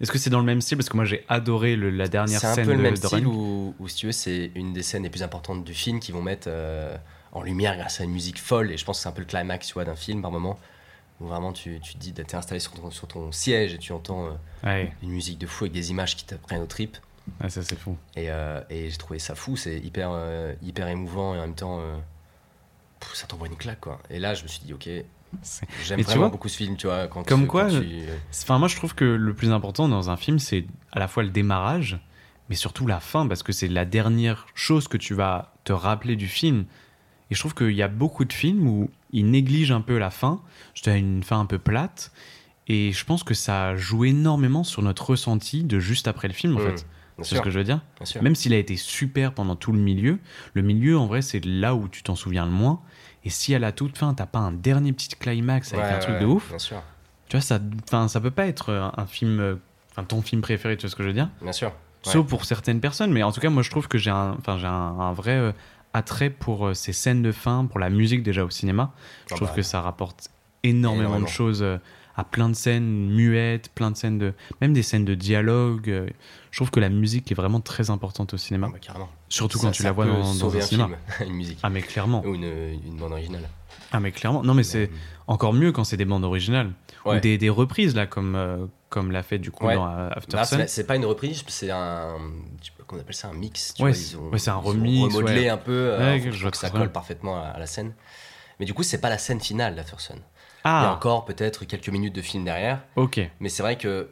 Speaker 1: est-ce que c'est dans le même style Parce que moi j'ai adoré le- la dernière
Speaker 2: C'est un
Speaker 1: scène
Speaker 2: peu le
Speaker 1: de
Speaker 2: même
Speaker 1: de
Speaker 2: style
Speaker 1: Run.
Speaker 2: où, où, si tu veux, c'est une des scènes les plus importantes du film qui vont mettre euh, en lumière grâce à une musique folle. Et je pense que c'est un peu le climax tu vois, d'un film par moment où vraiment tu, tu te dis, bah, t'es installé sur ton, sur ton siège et tu entends euh,
Speaker 1: Ouais,
Speaker 2: une musique de fou avec des images qui te prennent aux tripes.
Speaker 1: ouais, ça c'est fou.
Speaker 2: Et, euh, et j'ai trouvé ça fou, c'est hyper, euh, hyper émouvant et en même temps, euh, pff, ça t'envoie une claque quoi. Et là, je me suis dit, ok,
Speaker 1: C'est-
Speaker 2: j'aime
Speaker 1: Mais tu
Speaker 2: vraiment
Speaker 1: vois,
Speaker 2: beaucoup ce film, tu vois. Quand
Speaker 1: comme
Speaker 2: tu-
Speaker 1: quoi,
Speaker 2: quand tu- euh,
Speaker 1: Enfin, moi je trouve que le plus important dans un film, c'est à la fois le démarrage, mais surtout la fin, parce que c'est la dernière chose que tu vas te rappeler du film. Et je trouve qu'il y a beaucoup de films où ils négligent un peu la fin, c'est une fin un peu plate, et je pense que ça joue énormément sur notre ressenti de juste après le film en
Speaker 2: Mmh,
Speaker 1: fait.
Speaker 2: Bien
Speaker 1: C'est ce
Speaker 2: sûr,
Speaker 1: que je veux dire.
Speaker 2: bien sûr.
Speaker 1: Même s'il a été super pendant tout le milieu, le milieu en vrai c'est là où tu t'en souviens le moins. Et si à la toute fin t'as pas un dernier petit climax avec
Speaker 2: Ouais,
Speaker 1: un
Speaker 2: ouais,
Speaker 1: truc
Speaker 2: ouais,
Speaker 1: de ouf,
Speaker 2: Bien sûr,
Speaker 1: tu vois ça, enfin ça peut pas être un, un film, euh, enfin ton film préféré, tu vois ce que je veux dire
Speaker 2: bien sûr. Ouais.
Speaker 1: Sauf pour certaines personnes, mais en tout cas moi je trouve que j'ai un, enfin j'ai un, un vrai euh, attrait pour euh, ces scènes de fin, pour la musique déjà au cinéma. Je
Speaker 2: Ah
Speaker 1: trouve
Speaker 2: bah,
Speaker 1: que ça rapporte énormément,
Speaker 2: énormément.
Speaker 1: de choses euh, à plein de scènes muettes, plein de scènes de, même des scènes de dialogue. euh, Je trouve que la musique est vraiment très importante au cinéma.
Speaker 2: ah bah, carrément.
Speaker 1: Surtout
Speaker 2: Ça-
Speaker 1: quand tu
Speaker 2: ça
Speaker 1: la vois
Speaker 2: peut
Speaker 1: dans, dans
Speaker 2: sauver
Speaker 1: un
Speaker 2: un
Speaker 1: cinéma.
Speaker 2: film, une musique
Speaker 1: Ah mais clairement.
Speaker 2: ou une, une bande originale.
Speaker 1: Ah mais clairement. Non mais c'est encore mieux quand c'est des bandes originales ou
Speaker 2: Ouais.
Speaker 1: des, des reprises là comme euh, comme l'a fait du coup
Speaker 2: Ouais.
Speaker 1: dans euh, After
Speaker 2: Bah,
Speaker 1: Sun.
Speaker 2: c'est c'est pas une reprise, c'est un tu sais, qu'on appelle ça un mix. Tu
Speaker 1: Ouais,
Speaker 2: vois,
Speaker 1: c'est-
Speaker 2: ils ont,
Speaker 1: ouais, c'est un
Speaker 2: ils ont
Speaker 1: remix,
Speaker 2: remodelé
Speaker 1: ouais.
Speaker 2: un peu. euh,
Speaker 1: Ouais,
Speaker 2: en
Speaker 1: je
Speaker 2: fait, pour
Speaker 1: vois
Speaker 2: que
Speaker 1: très
Speaker 2: ça
Speaker 1: bien.
Speaker 2: colle parfaitement à, à la scène. Mais du coup, c'est pas la scène finale d'Afterson. Il y a
Speaker 1: Ah
Speaker 2: encore peut-être quelques minutes de film derrière.
Speaker 1: ok
Speaker 2: Mais c'est vrai que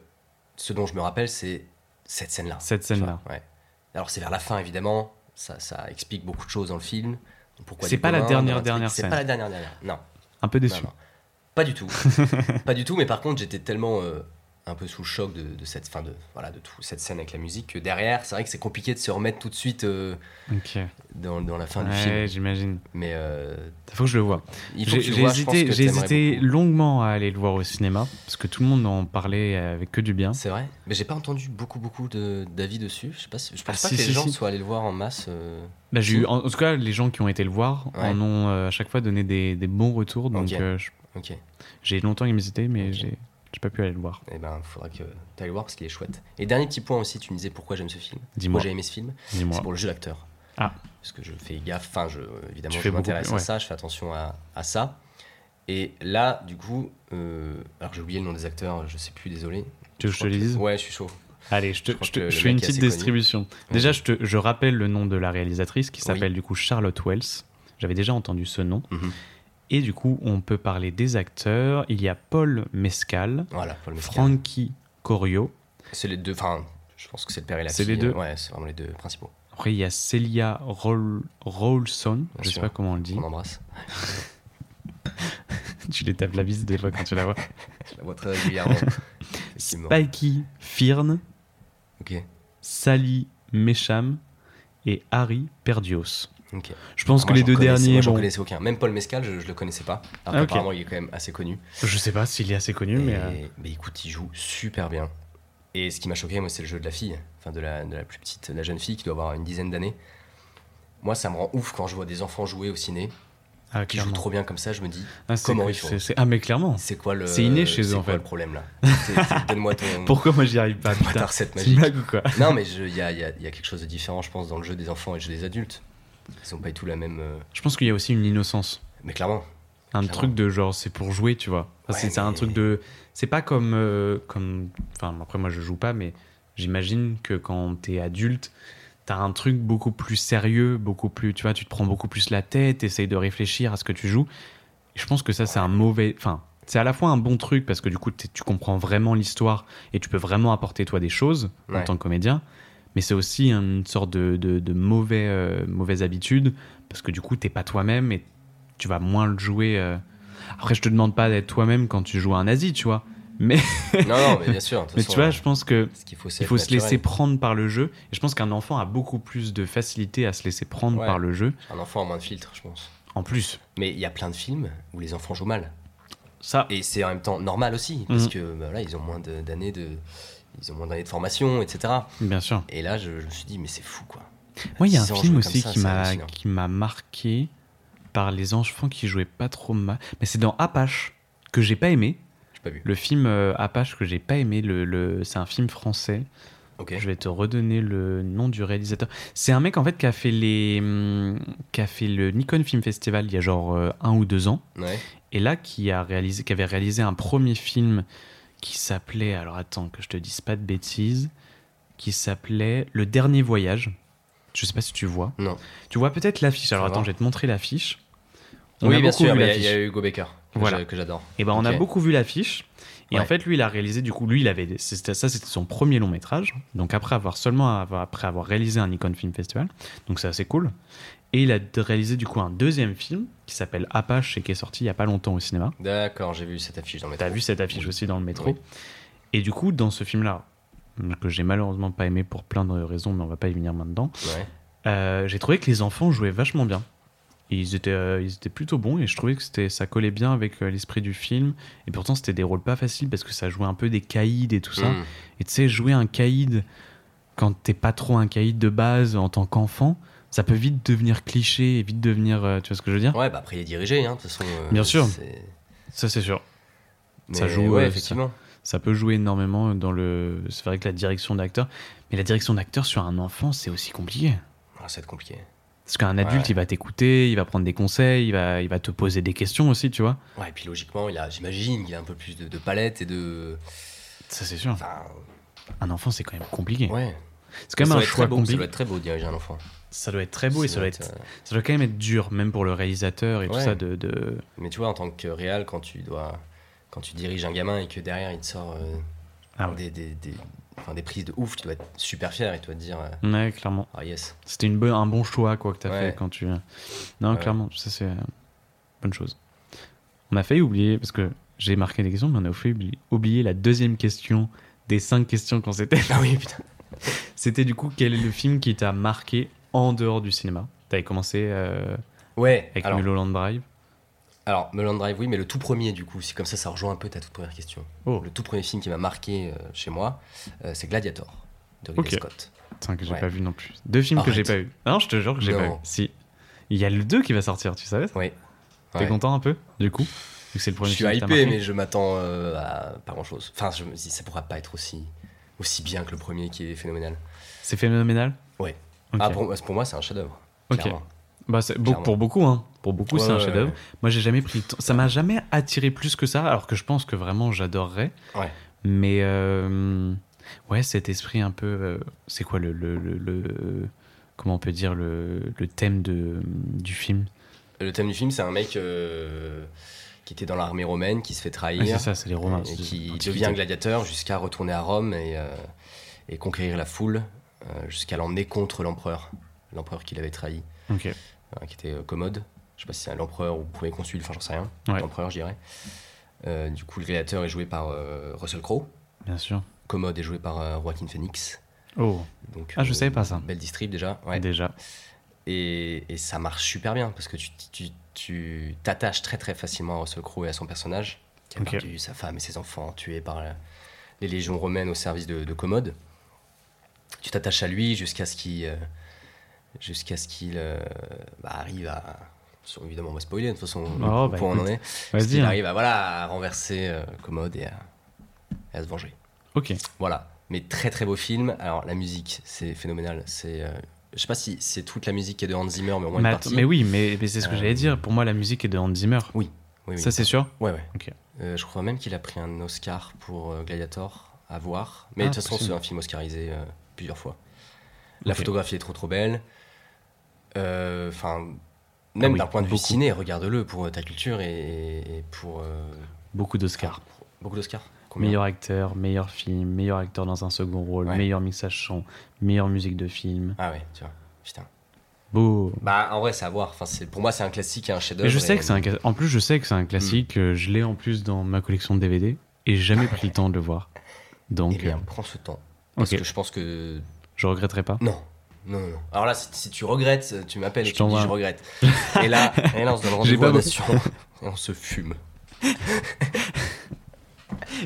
Speaker 2: ce dont je me rappelle, c'est cette scène-là.
Speaker 1: cette
Speaker 2: tu
Speaker 1: scène là.
Speaker 2: vois, ouais. Alors c'est vers la fin évidemment. Ça, ça explique beaucoup de choses dans le film. Pourquoi
Speaker 1: C'est
Speaker 2: des
Speaker 1: pas la
Speaker 2: communs,
Speaker 1: dernière,
Speaker 2: dans un truc.
Speaker 1: dernière
Speaker 2: C'est
Speaker 1: scène.
Speaker 2: pas la dernière dernière. Non.
Speaker 1: Un peu déçu.
Speaker 2: Non, non. Bah, Pas du tout. pas du tout, mais par contre, j'étais tellement euh, un peu sous le choc de, de cette fin de voilà de tout cette scène avec la musique que derrière, c'est vrai que c'est compliqué de se remettre tout de suite euh,
Speaker 1: Ok.
Speaker 2: dans, dans la fin du
Speaker 1: Ouais
Speaker 2: film.
Speaker 1: j'imagine.
Speaker 2: Mais euh,
Speaker 1: Faut que je le vois.
Speaker 2: il faut
Speaker 1: J'ai
Speaker 2: que tu le
Speaker 1: j'ai
Speaker 2: vois, je pense
Speaker 1: hésité,
Speaker 2: que
Speaker 1: j'ai
Speaker 2: t'aimerais
Speaker 1: hésité
Speaker 2: beaucoup.
Speaker 1: longuement à aller le voir au cinéma parce que tout le monde en parlait avec que du bien.
Speaker 2: C'est vrai, mais j'ai pas entendu beaucoup beaucoup de- d'avis dessus. Je sais pas, si- je pense
Speaker 1: Ah,
Speaker 2: pas
Speaker 1: si,
Speaker 2: que les
Speaker 1: si,
Speaker 2: gens
Speaker 1: si.
Speaker 2: soient allés le voir en masse. euh,
Speaker 1: Bah, j'ai
Speaker 2: Si.
Speaker 1: eu, en, en tout cas les gens qui ont été le voir
Speaker 2: Ouais.
Speaker 1: en ont euh, à chaque fois donné des, des bons retours donc
Speaker 2: Ok.
Speaker 1: euh, je-
Speaker 2: Ok,
Speaker 1: j'ai longtemps hésité mais
Speaker 2: Ok.
Speaker 1: j'ai j'ai pas pu aller le voir.
Speaker 2: et ben faudra que t'ailles le voir parce qu'il est chouette. Et dernier petit point aussi, tu me disais pourquoi j'aime ce film.
Speaker 1: Dis-moi.
Speaker 2: Moi j'ai aimé ce film,
Speaker 1: Dis-moi.
Speaker 2: c'est pour le jeu d'acteur.
Speaker 1: Ah.
Speaker 2: parce que je fais gaffe, enfin, je, évidemment,
Speaker 1: Tu fais
Speaker 2: je
Speaker 1: beaucoup
Speaker 2: m'intéresse
Speaker 1: plus,
Speaker 2: à
Speaker 1: ouais.
Speaker 2: ça, je fais attention à, à ça. Et là, du coup, euh, alors j'ai oublié le nom des acteurs, je sais plus, désolé.
Speaker 1: Tu veux que je te les dise
Speaker 2: Ouais, je suis chaud.
Speaker 1: Allez, je, te,
Speaker 2: Je crois
Speaker 1: je, te-
Speaker 2: que
Speaker 1: je
Speaker 2: le
Speaker 1: fais une
Speaker 2: mec est
Speaker 1: petite
Speaker 2: assez connu. Mhm.
Speaker 1: distribution. Déjà, je, te, je rappelle le nom de la réalisatrice qui
Speaker 2: Oui.
Speaker 1: s'appelle du coup Charlotte Wells. J'avais déjà entendu ce nom.
Speaker 2: Mhm.
Speaker 1: Et du coup, on peut parler des acteurs. Il y a Paul Mescal,
Speaker 2: Voilà, Paul Mescal.
Speaker 1: Frankie Corio.
Speaker 2: C'est les deux, enfin, je pense que c'est le père et la
Speaker 1: C'est
Speaker 2: fille.
Speaker 1: les deux.
Speaker 2: euh, Ouais, c'est vraiment les deux principaux.
Speaker 1: Après, il y a Celia Roll- Rawlson. Je sais
Speaker 2: sûr.
Speaker 1: pas comment on le dit.
Speaker 2: On embrasse.
Speaker 1: tu les tapes la bise des fois quand tu la vois.
Speaker 2: Je la vois très régulièrement. Effectivement.
Speaker 1: Spikey Firn,
Speaker 2: Ok,
Speaker 1: Sally Mesham et Harry Perdios.
Speaker 2: ok.
Speaker 1: Je pense que
Speaker 2: Alors Ah, moi,
Speaker 1: les
Speaker 2: j'en
Speaker 1: deux
Speaker 2: connaissais-
Speaker 1: derniers,
Speaker 2: moi, j'en
Speaker 1: bon,
Speaker 2: connaissais aucun. Même Paul Mescal, je, je le connaissais pas. Après,
Speaker 1: Ah, ok.
Speaker 2: Apparemment, il est quand même assez connu.
Speaker 1: je sais pas s'il est assez connu,
Speaker 2: Et-
Speaker 1: mais
Speaker 2: mais,
Speaker 1: euh,
Speaker 2: écoute, il joue super bien. Et ce qui m'a choqué, moi, c'est le jeu de la fille, enfin de la, de la plus petite, de la jeune fille qui doit avoir une dizaine d'années. Moi, ça me rend ouf quand je vois des enfants jouer au ciné
Speaker 1: ah,
Speaker 2: qui jouent
Speaker 1: clairement.
Speaker 2: trop bien comme ça. Je me dis,
Speaker 1: Ah, c'est-
Speaker 2: comment ils
Speaker 1: c'est-
Speaker 2: font
Speaker 1: c'est- ah, mais clairement.
Speaker 2: c'est quoi le,
Speaker 1: C'est inné chez eux,
Speaker 2: c'est
Speaker 1: en
Speaker 2: quoi
Speaker 1: fait.
Speaker 2: le problème là C'est- c'est- Donne-moi ton,
Speaker 1: Pourquoi moi j'y arrive pas
Speaker 2: donne-moi ta
Speaker 1: putain
Speaker 2: recette
Speaker 1: C'est une
Speaker 2: magique.
Speaker 1: blague ou quoi
Speaker 2: Non, mais il y a, y a- y a quelque chose de différent, je pense, dans le jeu des enfants et le jeu des adultes. Ils ont pas du tout la même. euh,
Speaker 1: Je pense qu'il y a aussi une innocence.
Speaker 2: Mais clairement,
Speaker 1: Un
Speaker 2: Clairement.
Speaker 1: truc de genre, c'est pour jouer, tu vois. Enfin,
Speaker 2: Ouais,
Speaker 1: c'est c'est un
Speaker 2: mais-
Speaker 1: truc de. C'est pas comme. euh, comme... Enfin, après, moi je joue pas, mais j'imagine que quand t'es adulte, t'as un truc beaucoup plus sérieux, beaucoup plus. Tu vois, tu te prends beaucoup plus la tête, t'essayes de réfléchir à ce que tu joues. Et je pense que ça, c'est un mauvais. Enfin, c'est à la fois un bon truc parce que du coup, t'es- tu comprends vraiment l'histoire et tu peux vraiment apporter toi des choses en
Speaker 2: Ouais.
Speaker 1: tant que comédien. Mais c'est aussi une sorte de, de, de mauvais, euh, mauvaise habitude parce que du coup, t'es pas toi-même et tu vas moins le jouer. euh. Après, je te demande pas d'être toi-même quand tu joues à un nazi, tu vois.
Speaker 2: non, non, mais bien sûr. de toute
Speaker 1: Mais
Speaker 2: façon,
Speaker 1: tu vois, je pense que
Speaker 2: ce qu'il faut, c'est
Speaker 1: il faut
Speaker 2: être
Speaker 1: se laisser
Speaker 2: naturel.
Speaker 1: prendre par le jeu. Et je pense qu'un enfant a beaucoup plus de facilité à se laisser prendre
Speaker 2: Ouais.
Speaker 1: par le jeu.
Speaker 2: Un enfant a moins de filtre, je pense.
Speaker 1: En plus,
Speaker 2: Mais il y a plein de films où les enfants jouent mal.
Speaker 1: ça,
Speaker 2: Et c'est en même temps normal aussi, parce
Speaker 1: Mhm.
Speaker 2: que bah, voilà, ils ont moins de- d'années de, ils ont moins d'années de formation, etc.
Speaker 1: bien sûr.
Speaker 2: Et là, je, je me suis dit, mais c'est fou quoi.
Speaker 1: Moi, il y a un
Speaker 2: 10 ans,
Speaker 1: film
Speaker 2: jouer comme
Speaker 1: aussi
Speaker 2: ça,
Speaker 1: qui
Speaker 2: c'est
Speaker 1: m'a
Speaker 2: hallucinant.
Speaker 1: qui m'a marqué par les enfants qui jouaient pas trop mal. Mais c'est dans Apache que j'ai pas aimé.
Speaker 2: J'ai pas vu.
Speaker 1: Le film euh, Apache que j'ai pas aimé. Le, le- c'est un film français.
Speaker 2: Ok.
Speaker 1: Je vais te redonner le nom du réalisateur. C'est un mec en fait qui a fait les hum, qui a fait le Nikon Film Festival il y a genre euh, un ou deux ans.
Speaker 2: Ouais.
Speaker 1: Et là qui a réalisé qui avait réalisé un premier film qui s'appelait alors attends que je te dise pas de bêtises qui s'appelait Le dernier voyage. Je sais pas si tu vois.
Speaker 2: Non.
Speaker 1: Tu vois peut-être l'affiche. Alors
Speaker 2: Ça va.
Speaker 1: attends, je vais te montrer l'affiche. On
Speaker 2: oui,
Speaker 1: a
Speaker 2: bien
Speaker 1: beaucoup
Speaker 2: sûr.
Speaker 1: vu
Speaker 2: mais Il y a- il
Speaker 1: l'affiche.
Speaker 2: y, a Hugo Baker que
Speaker 1: Voilà.
Speaker 2: j'a- que j'adore.
Speaker 1: Et ben on a
Speaker 2: Ok.
Speaker 1: beaucoup vu l'affiche. Et
Speaker 2: Ouais.
Speaker 1: en fait, lui, il a réalisé, du coup, lui, il avait, c'était- ça, c'était son premier long métrage. Donc, après avoir seulement, avoir- après avoir réalisé un Icon Film Festival. Donc, c'est assez cool. Et il a d- réalisé, du coup, un deuxième film qui s'appelle Apache et qui est sorti il y a pas longtemps au cinéma.
Speaker 2: D'accord, j'ai vu cette affiche dans le
Speaker 1: T'as
Speaker 2: métro.
Speaker 1: vu cette affiche
Speaker 2: Oui.
Speaker 1: aussi dans le métro.
Speaker 2: Oui.
Speaker 1: Et du coup, dans ce film-là, que j'ai malheureusement pas aimé pour plein de raisons, mais on va pas y venir maintenant,
Speaker 2: Ouais.
Speaker 1: euh, j'ai trouvé que les enfants jouaient vachement bien. Et ils étaient, euh, ils étaient plutôt bons et je trouvais que c'était, ça collait bien avec euh, l'esprit du film. Et pourtant, c'était des rôles pas faciles parce que ça jouait un peu des caïds et tout ça.
Speaker 2: Mhm.
Speaker 1: Et tu sais, jouer un caïd quand t'es pas trop un caïd de base en tant qu'enfant, ça peut vite devenir cliché et vite devenir. euh, tu vois ce que je veux dire
Speaker 2: Ouais, bah après il est dirigé, hein, de toute façon. euh,
Speaker 1: Bien sûr.
Speaker 2: c'est-
Speaker 1: Ça, c'est sûr. Ça
Speaker 2: Mais
Speaker 1: joue, euh,
Speaker 2: Ouais,
Speaker 1: ça-
Speaker 2: effectivement.
Speaker 1: Ça peut jouer énormément dans le. C'est vrai que la direction d'acteur. Mais la direction d'acteur sur un enfant, c'est aussi compliqué.
Speaker 2: Ah, ça va être compliqué.
Speaker 1: Parce qu'un
Speaker 2: Ouais,
Speaker 1: adulte,
Speaker 2: ouais.
Speaker 1: il va t'écouter, il va prendre des conseils, il va, il va te poser des questions aussi, tu vois.
Speaker 2: Ouais, et puis logiquement, il a, j'imagine, qu'il a un peu plus de, de palette et de.
Speaker 1: Ça, c'est sûr.
Speaker 2: Enfin,
Speaker 1: Un enfant, c'est quand même compliqué.
Speaker 2: ouais.
Speaker 1: C'est quand même
Speaker 2: ça doit
Speaker 1: un
Speaker 2: être très
Speaker 1: choix
Speaker 2: beau, ça
Speaker 1: compliqué.
Speaker 2: doit être très beau de diriger un enfant.
Speaker 1: Ça doit être très beau et ça doit, être,
Speaker 2: euh,
Speaker 1: ça doit quand même être dur, même pour le réalisateur et tout
Speaker 2: Ouais.
Speaker 1: ça. De, de-
Speaker 2: Mais tu vois, en tant que réal, quand tu dois, quand tu diriges un gamin et que derrière il te sort euh,
Speaker 1: Ah ouais.
Speaker 2: des, des, des, enfin, des prises de ouf, tu dois être super fier et tu dois te dire euh,
Speaker 1: Ouais, clairement.
Speaker 2: ah yes.
Speaker 1: C'était une bonne, un bon choix, quoi, que t'as
Speaker 2: Ouais.
Speaker 1: fait quand tu. Non,
Speaker 2: Ouais.
Speaker 1: clairement, ça, c'est euh, bonne chose. On a failli oublier, parce que j'ai marqué des questions, mais on a failli oublier, oublier la deuxième question des cinq questions qu'on s'était.
Speaker 2: Ah oui putain.
Speaker 1: C'était du coup, quel est le film qui t'a marqué en dehors du cinéma T'avais commencé euh,
Speaker 2: Ouais.
Speaker 1: avec
Speaker 2: alors,
Speaker 1: Mulholland Drive.
Speaker 2: alors Mulholland Drive, oui, mais le tout premier du coup, c'est comme ça, ça rejoint un peu ta toute première question.
Speaker 1: Oh,
Speaker 2: Le tout premier film qui m'a marqué euh, chez moi, euh, c'est Gladiator de Ridley
Speaker 1: Ok.
Speaker 2: Scott.
Speaker 1: Putain, que j'ai
Speaker 2: Ouais.
Speaker 1: pas vu non plus. Deux films que j'ai
Speaker 2: Arrête.
Speaker 1: pas eu. Non, je te jure que j'ai pas eu.
Speaker 2: Non.
Speaker 1: Si. Il y a le 2 qui va sortir, tu savais ça
Speaker 2: Oui.
Speaker 1: T'es
Speaker 2: Ouais.
Speaker 1: content un peu, du coup Vu que c'est le
Speaker 2: Je
Speaker 1: premier
Speaker 2: suis
Speaker 1: film qui t'a
Speaker 2: hypé,
Speaker 1: marqué.
Speaker 2: mais je m'attends euh, à pas grand chose. Enfin, je me dis, ça pourra pas être aussi, aussi bien que le premier qui est phénoménal.
Speaker 1: C'est phénoménal
Speaker 2: Ouais.
Speaker 1: Ok.
Speaker 2: Ah, pour, pour moi, c'est un chef-d'œuvre.
Speaker 1: Ok.
Speaker 2: clairement.
Speaker 1: Bah, c'est-
Speaker 2: Clairement.
Speaker 1: pour beaucoup, hein. Pour beaucoup,
Speaker 2: Ouais,
Speaker 1: c'est un
Speaker 2: ouais,
Speaker 1: chef-d'œuvre. Moi, j'ai jamais pris. le temps- Ça m'a jamais attiré plus que ça, alors que je pense que vraiment j'adorerais.
Speaker 2: Ouais.
Speaker 1: Mais euh, ouais, cet esprit un peu. euh, c'est quoi le, le, le- le- comment on peut dire le, le thème de, du film
Speaker 2: Le thème du film, c'est un mec euh, qui était dans l'armée romaine, qui se fait trahir,
Speaker 1: Ouais, Ah, C'est ça, c'est les Romains.
Speaker 2: et
Speaker 1: c'est-
Speaker 2: Euh, qui
Speaker 1: l'Antiquité.
Speaker 2: devient gladiateur jusqu'à retourner à Rome et, euh, et conquérir la foule, euh, jusqu'à l'emmener contre l'empereur, l'empereur qu'il avait trahi,
Speaker 1: Ok.
Speaker 2: euh, qui était euh, commode. Je sais pas si c'est l'empereur ou le premier consul, enfin j'en sais rien.
Speaker 1: Ouais.
Speaker 2: L'empereur, je dirais. Euh, du coup, le gladiateur est joué par euh, Russell Crowe.
Speaker 1: Bien sûr.
Speaker 2: Commode est joué par euh, Joaquin Phoenix.
Speaker 1: Oh,
Speaker 2: Donc,
Speaker 1: Ah, je savais pas ça.
Speaker 2: Belle distrib déjà. Euh, Ouais.
Speaker 1: déjà.
Speaker 2: Et, et ça marche super bien parce que tu tu- tu t'attaches très très facilement à Russell Crowe et à son personnage qui a
Speaker 1: Ok.
Speaker 2: perdu sa femme et ses enfants tués par la- les légions romaines au service de, de Commode. Tu t'attaches à lui jusqu'à ce qu'il euh, jusqu'à ce qu'il euh, bah, arrive à sur- évidemment on va spoiler de toute façon le
Speaker 1: Oh, bah,
Speaker 2: point on en est Parce
Speaker 1: Vas-y.
Speaker 2: qu'il
Speaker 1: hein.
Speaker 2: arrive à voilà à renverser euh, Commode et à- et à se venger.
Speaker 1: Ok.
Speaker 2: Voilà. Mais très très beau film. Alors la musique, c'est phénoménal. C'est, euh, je sais pas si c'est toute la musique qui est de Hans Zimmer, mais au moins
Speaker 1: Mais,
Speaker 2: une
Speaker 1: att-
Speaker 2: partie.
Speaker 1: mais oui, mais, mais c'est ce que
Speaker 2: Euh,
Speaker 1: j'allais dire. Pour moi, la musique est de Hans Zimmer.
Speaker 2: Oui, oui.
Speaker 1: Ça, c'est sûr
Speaker 2: Ouais, ouais.
Speaker 1: Ok.
Speaker 2: Euh, je crois même qu'il a pris un Oscar pour euh, Gladiator à voir. Mais
Speaker 1: Ah,
Speaker 2: de toute façon,
Speaker 1: possible.
Speaker 2: c'est un film oscarisé euh, plusieurs fois. La
Speaker 1: Ok.
Speaker 2: photographie est trop trop belle. Euh, Enfin, même
Speaker 1: Ah oui,
Speaker 2: d'un point de vue
Speaker 1: beaucoup.
Speaker 2: ciné, regarde-le pour euh, ta culture et, et pour. euh,
Speaker 1: Beaucoup d'Oscars.
Speaker 2: enfin, pour- beaucoup d'Oscars. Combien
Speaker 1: Meilleur acteur, meilleur film, meilleur acteur dans un second rôle,
Speaker 2: Ouais.
Speaker 1: meilleur mixage son, meilleure musique de film.
Speaker 2: Ah ouais, tu vois. Putain.
Speaker 1: Beau.
Speaker 2: Bah en vrai, c'est à voir. Enfin, c'est- pour moi, c'est un classique et un chef-d'œuvre.
Speaker 1: Mais je sais
Speaker 2: et-
Speaker 1: que c'est un cla- en plus je sais que c'est un
Speaker 2: Hmm.
Speaker 1: classique, euh, je l'ai en plus dans ma collection de DVD et j'ai jamais pris le temps de le voir.
Speaker 2: Eh
Speaker 1: Donc
Speaker 2: bien, prends ce temps.
Speaker 1: euh,
Speaker 2: Parce
Speaker 1: OK,
Speaker 2: que je pense que.
Speaker 1: je regretterai pas.
Speaker 2: Non. Non, non, non. Alors là, si, si tu regrettes, tu m'appelles
Speaker 1: Je
Speaker 2: et tu me dis
Speaker 1: t'envoie
Speaker 2: je
Speaker 1: un-
Speaker 2: regrette. et, là, et là, on se donne rendez-vous
Speaker 1: pas
Speaker 2: à
Speaker 1: beau-
Speaker 2: Nation. Et on se fume.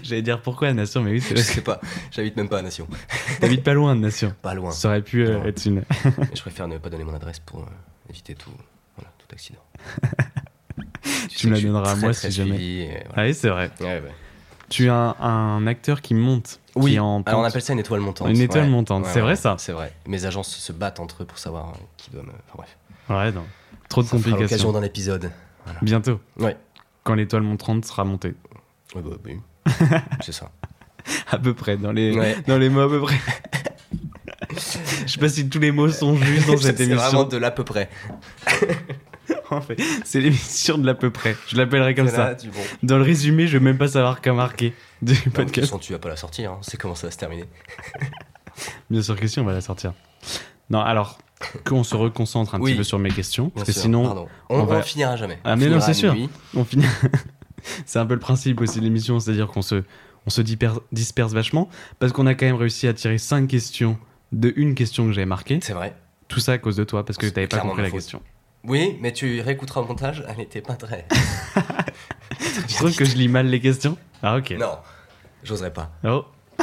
Speaker 1: J'allais dire pourquoi Nation mais oui, c'est
Speaker 2: Je sais pas. J'habite même pas à Nation.
Speaker 1: t'habites pas loin de Nation.
Speaker 2: Pas loin.
Speaker 1: Ça aurait pu euh,
Speaker 2: Non.
Speaker 1: être une
Speaker 2: Mais je préfère ne pas donner mon adresse pour euh, éviter tout, voilà, tout accident.
Speaker 1: Tu
Speaker 2: sais
Speaker 1: me la
Speaker 2: que je suis
Speaker 1: donneras à
Speaker 2: très,
Speaker 1: moi
Speaker 2: très
Speaker 1: si jamais.
Speaker 2: suivi, et voilà.
Speaker 1: Ah oui, c'est vrai.
Speaker 2: Ouais, ouais.
Speaker 1: Tu as un, un acteur qui monte qui est en
Speaker 2: Alors on
Speaker 1: pente.
Speaker 2: appelle ça une étoile montante.
Speaker 1: Une étoile
Speaker 2: Ouais.
Speaker 1: montante,
Speaker 2: Ouais,
Speaker 1: c'est
Speaker 2: ouais,
Speaker 1: vrai
Speaker 2: ouais.
Speaker 1: ça
Speaker 2: C'est vrai. Mes agences se battent entre eux pour savoir euh, qui doit me. Enfin bref.
Speaker 1: Ouais, non. Trop de
Speaker 2: Ça fera
Speaker 1: complications.
Speaker 2: l'occasion d'un épisode.
Speaker 1: Bientôt.
Speaker 2: Ouais.
Speaker 1: Quand l'étoile montante sera montée.
Speaker 2: Ouais, bah, oui. C'est ça.
Speaker 1: À peu près, dans les,
Speaker 2: Ouais.
Speaker 1: dans les mots à peu près. Je sais pas si tous les mots sont justes dans cette
Speaker 2: C'est
Speaker 1: émission.
Speaker 2: vraiment de l'à peu près.
Speaker 1: En fait, c'est l'émission de l'à peu près. Je l'appellerai comme ça.
Speaker 2: Là, tu- bon.
Speaker 1: Dans le résumé, je vais même pas savoir qu'à marquer du
Speaker 2: Non, mais de toute
Speaker 1: podcast.
Speaker 2: façon, tu vas pas la sortir, hein. c'est comment ça va se terminer.
Speaker 1: Bien sûr que si, on va la sortir. Non, alors, qu'on se reconcentre un
Speaker 2: Oui.
Speaker 1: petit peu sur mes questions. Parce que
Speaker 2: Bien sûr,
Speaker 1: sinon,
Speaker 2: pardon. on,
Speaker 1: on
Speaker 2: on
Speaker 1: va-
Speaker 2: en finira jamais.
Speaker 1: Ah,
Speaker 2: On
Speaker 1: mais non,
Speaker 2: finira
Speaker 1: c'est
Speaker 2: à
Speaker 1: sûr.
Speaker 2: minuit.
Speaker 1: on finit. c'est un peu le principe aussi de l'émission, c'est-à-dire qu'on se, on se diper- disperse vachement. Parce qu'on a quand même réussi à tirer 5 questions de une question que j'avais marquée.
Speaker 2: C'est vrai.
Speaker 1: Tout ça à cause de toi, parce que
Speaker 2: C'est
Speaker 1: t'avais pas
Speaker 2: clairement
Speaker 1: compris
Speaker 2: ma
Speaker 1: la
Speaker 2: faute.
Speaker 1: question.
Speaker 2: Oui, mais tu réécouteras au montage, elle n'était pas très.
Speaker 1: Tu trouves que je lis mal les questions Ah, ok.
Speaker 2: Non, j'oserais pas.
Speaker 1: Oh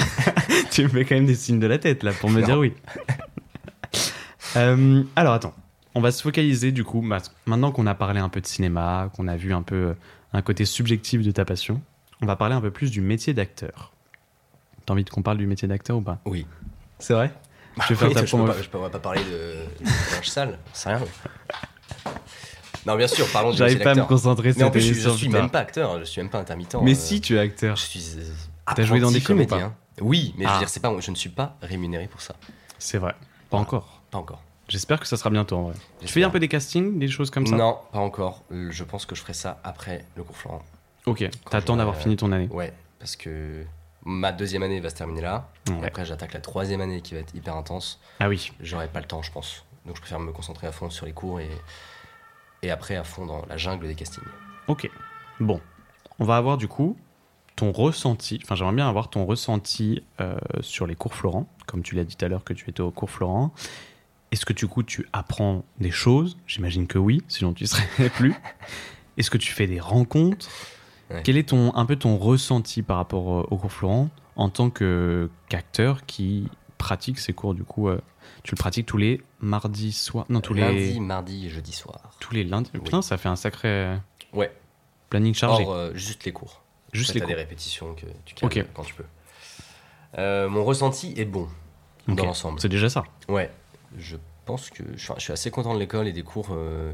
Speaker 1: Tu me fais quand même des signes de la tête là pour me
Speaker 2: Non.
Speaker 1: dire oui. Euh, alors attends, on va se focaliser du coup, ma- maintenant qu'on a parlé un peu de cinéma, qu'on a vu un peu euh, un côté subjectif de ta passion, on va parler un peu plus du métier d'acteur. T'as envie de qu'on parle du métier d'acteur ou pas
Speaker 2: Oui.
Speaker 1: C'est vrai Je vais
Speaker 2: Oui,
Speaker 1: faire ta
Speaker 2: je peux
Speaker 1: promo.
Speaker 2: pas, je peux on va pas parler de de linge sale, c'est rien. Non, bien sûr, parlons du
Speaker 1: J'arrive
Speaker 2: métier
Speaker 1: pas à me
Speaker 2: d'acteur.
Speaker 1: concentrer
Speaker 2: Mais en
Speaker 1: cette
Speaker 2: plus, je, je
Speaker 1: émission.
Speaker 2: suis
Speaker 1: putain.
Speaker 2: même pas acteur, je suis même pas intermittent.
Speaker 1: Mais
Speaker 2: euh,
Speaker 1: si tu es acteur,
Speaker 2: je suis. euh,
Speaker 1: T'as joué dans des
Speaker 2: apprenti
Speaker 1: films ou pas
Speaker 2: comédien. Oui, mais je
Speaker 1: Ah.
Speaker 2: veux dire, c'est pas, je ne suis pas rémunéré pour ça.
Speaker 1: c'est vrai. Pas encore.
Speaker 2: Pas encore.
Speaker 1: J'espère que ça sera bientôt en vrai. Tu fais
Speaker 2: J'espère.
Speaker 1: un peu des castings, des choses comme ça
Speaker 2: Non, pas encore. Euh, Je pense que je ferai ça après le cours Florent.
Speaker 1: Ok, t'attends
Speaker 2: j'aurai,
Speaker 1: d'avoir
Speaker 2: euh,
Speaker 1: fini ton année.
Speaker 2: Ouais, parce que ma deuxième année va se terminer là. Et
Speaker 1: Ouais.
Speaker 2: après, j'attaque la troisième année qui va être hyper intense.
Speaker 1: Ah oui,
Speaker 2: J'aurai pas le temps, je pense. Donc, je préfère me concentrer à fond sur les cours et, et après à fond dans la jungle des castings.
Speaker 1: Ok. Bon. On va avoir du coup ton ressenti. Enfin, j'aimerais bien avoir ton ressenti euh, sur les cours Florent. Comme tu l'as dit tout à l'heure que tu étais au cours Florent. Est-ce que du coup tu apprends des choses J'imagine que oui, sinon tu ne serais plus. Est-ce que tu fais des rencontres
Speaker 2: Ouais.
Speaker 1: Quel est ton, un peu ton ressenti par rapport euh, au cours Florent en tant que- qu'acteur qui pratique ces cours du coup euh, Tu le pratiques tous les mardis soirs Non, tous
Speaker 2: Lundi,
Speaker 1: les,
Speaker 2: mardi et jeudi soir.
Speaker 1: tous les lundis. Putain, ça fait un sacré euh,
Speaker 2: Ouais,
Speaker 1: planning chargé.
Speaker 2: hors euh, juste les cours.
Speaker 1: Juste
Speaker 2: Après,
Speaker 1: les
Speaker 2: bah, t'as
Speaker 1: cours.
Speaker 2: des répétitions que tu calmes
Speaker 1: Ok.
Speaker 2: quand tu peux. Euh, mon ressenti est bon
Speaker 1: Ok.
Speaker 2: dans l'ensemble.
Speaker 1: C'est déjà ça.
Speaker 2: Ouais, je pense que je suis- je suis assez content de l'école et des cours euh,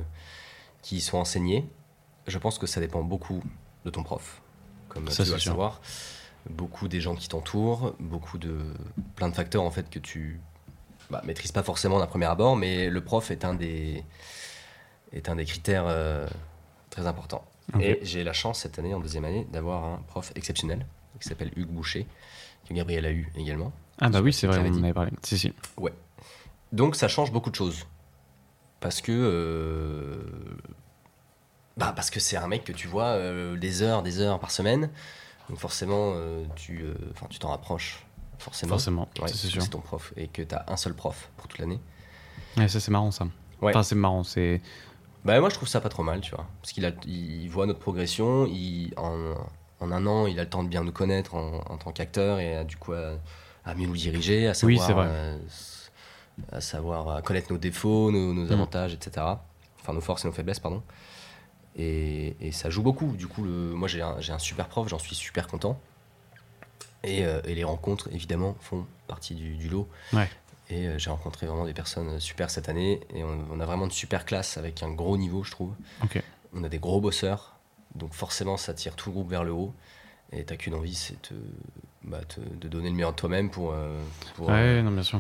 Speaker 2: qui y sont enseignés. Je pense que ça dépend beaucoup de ton prof,
Speaker 1: Ça,
Speaker 2: comme tu
Speaker 1: c'est
Speaker 2: dois le
Speaker 1: sûr.
Speaker 2: savoir. Beaucoup des gens qui t'entourent, beaucoup de plein de facteurs en fait que tu bah, maîtrises pas forcément d'un premier abord, mais le prof est un des est un des critères euh, très importants.
Speaker 1: Ok.
Speaker 2: Et j'ai la chance cette année en deuxième année d'avoir un prof exceptionnel qui s'appelle Hugues Boucher, que Gabriel a eu également.
Speaker 1: Ah bah
Speaker 2: Je
Speaker 1: oui,
Speaker 2: sais
Speaker 1: c'est
Speaker 2: pas
Speaker 1: vrai,
Speaker 2: si
Speaker 1: on
Speaker 2: j'avais
Speaker 1: en avait parlé. Si, si.
Speaker 2: Donc ça change beaucoup de choses. Parce que. euh, Bah, parce que c'est un mec que tu vois euh, des heures, des heures par semaine. Donc forcément, euh, tu euh, enfin, tu t'en rapproches. Forcément.
Speaker 1: Forcément, ça,
Speaker 2: Ouais,
Speaker 1: c'est
Speaker 2: parce que
Speaker 1: sûr.
Speaker 2: c'est ton prof. Et que tu as un seul prof pour toute l'année.
Speaker 1: Ouais, ça c'est marrant ça.
Speaker 2: Ouais.
Speaker 1: Enfin c'est marrant, c'est...
Speaker 2: Bah, moi, je trouve ça pas trop mal, tu vois. Parce qu'il a, il voit notre progression. Il, en, en un an, il a le temps de bien nous connaître en, en tant qu'acteur et euh, du coup à, à mieux nous diriger, à
Speaker 1: Oui,
Speaker 2: savoir,
Speaker 1: c'est vrai.
Speaker 2: euh, s- à savoir euh, connaître nos défauts, nos, nos
Speaker 1: Mm.
Speaker 2: avantages, etc. Enfin, nos forces et nos faiblesses, pardon. Et, et ça joue beaucoup. Du coup, le, moi, j'ai un, j'ai un super prof, j'en suis super content. Et, euh, et les rencontres, évidemment, font partie du, du lot.
Speaker 1: Ouais.
Speaker 2: Et euh, j'ai rencontré vraiment des personnes super cette année. Et on, on a vraiment de super classes avec un gros niveau, je trouve.
Speaker 1: Ok.
Speaker 2: On a des gros bosseurs. Donc forcément, ça tire tout le groupe vers le haut. Et t'as qu'une envie, c'est te- bah, te- de donner le meilleur de toi-même pour, euh, pour,
Speaker 1: Ouais,
Speaker 2: euh,
Speaker 1: non, bien sûr.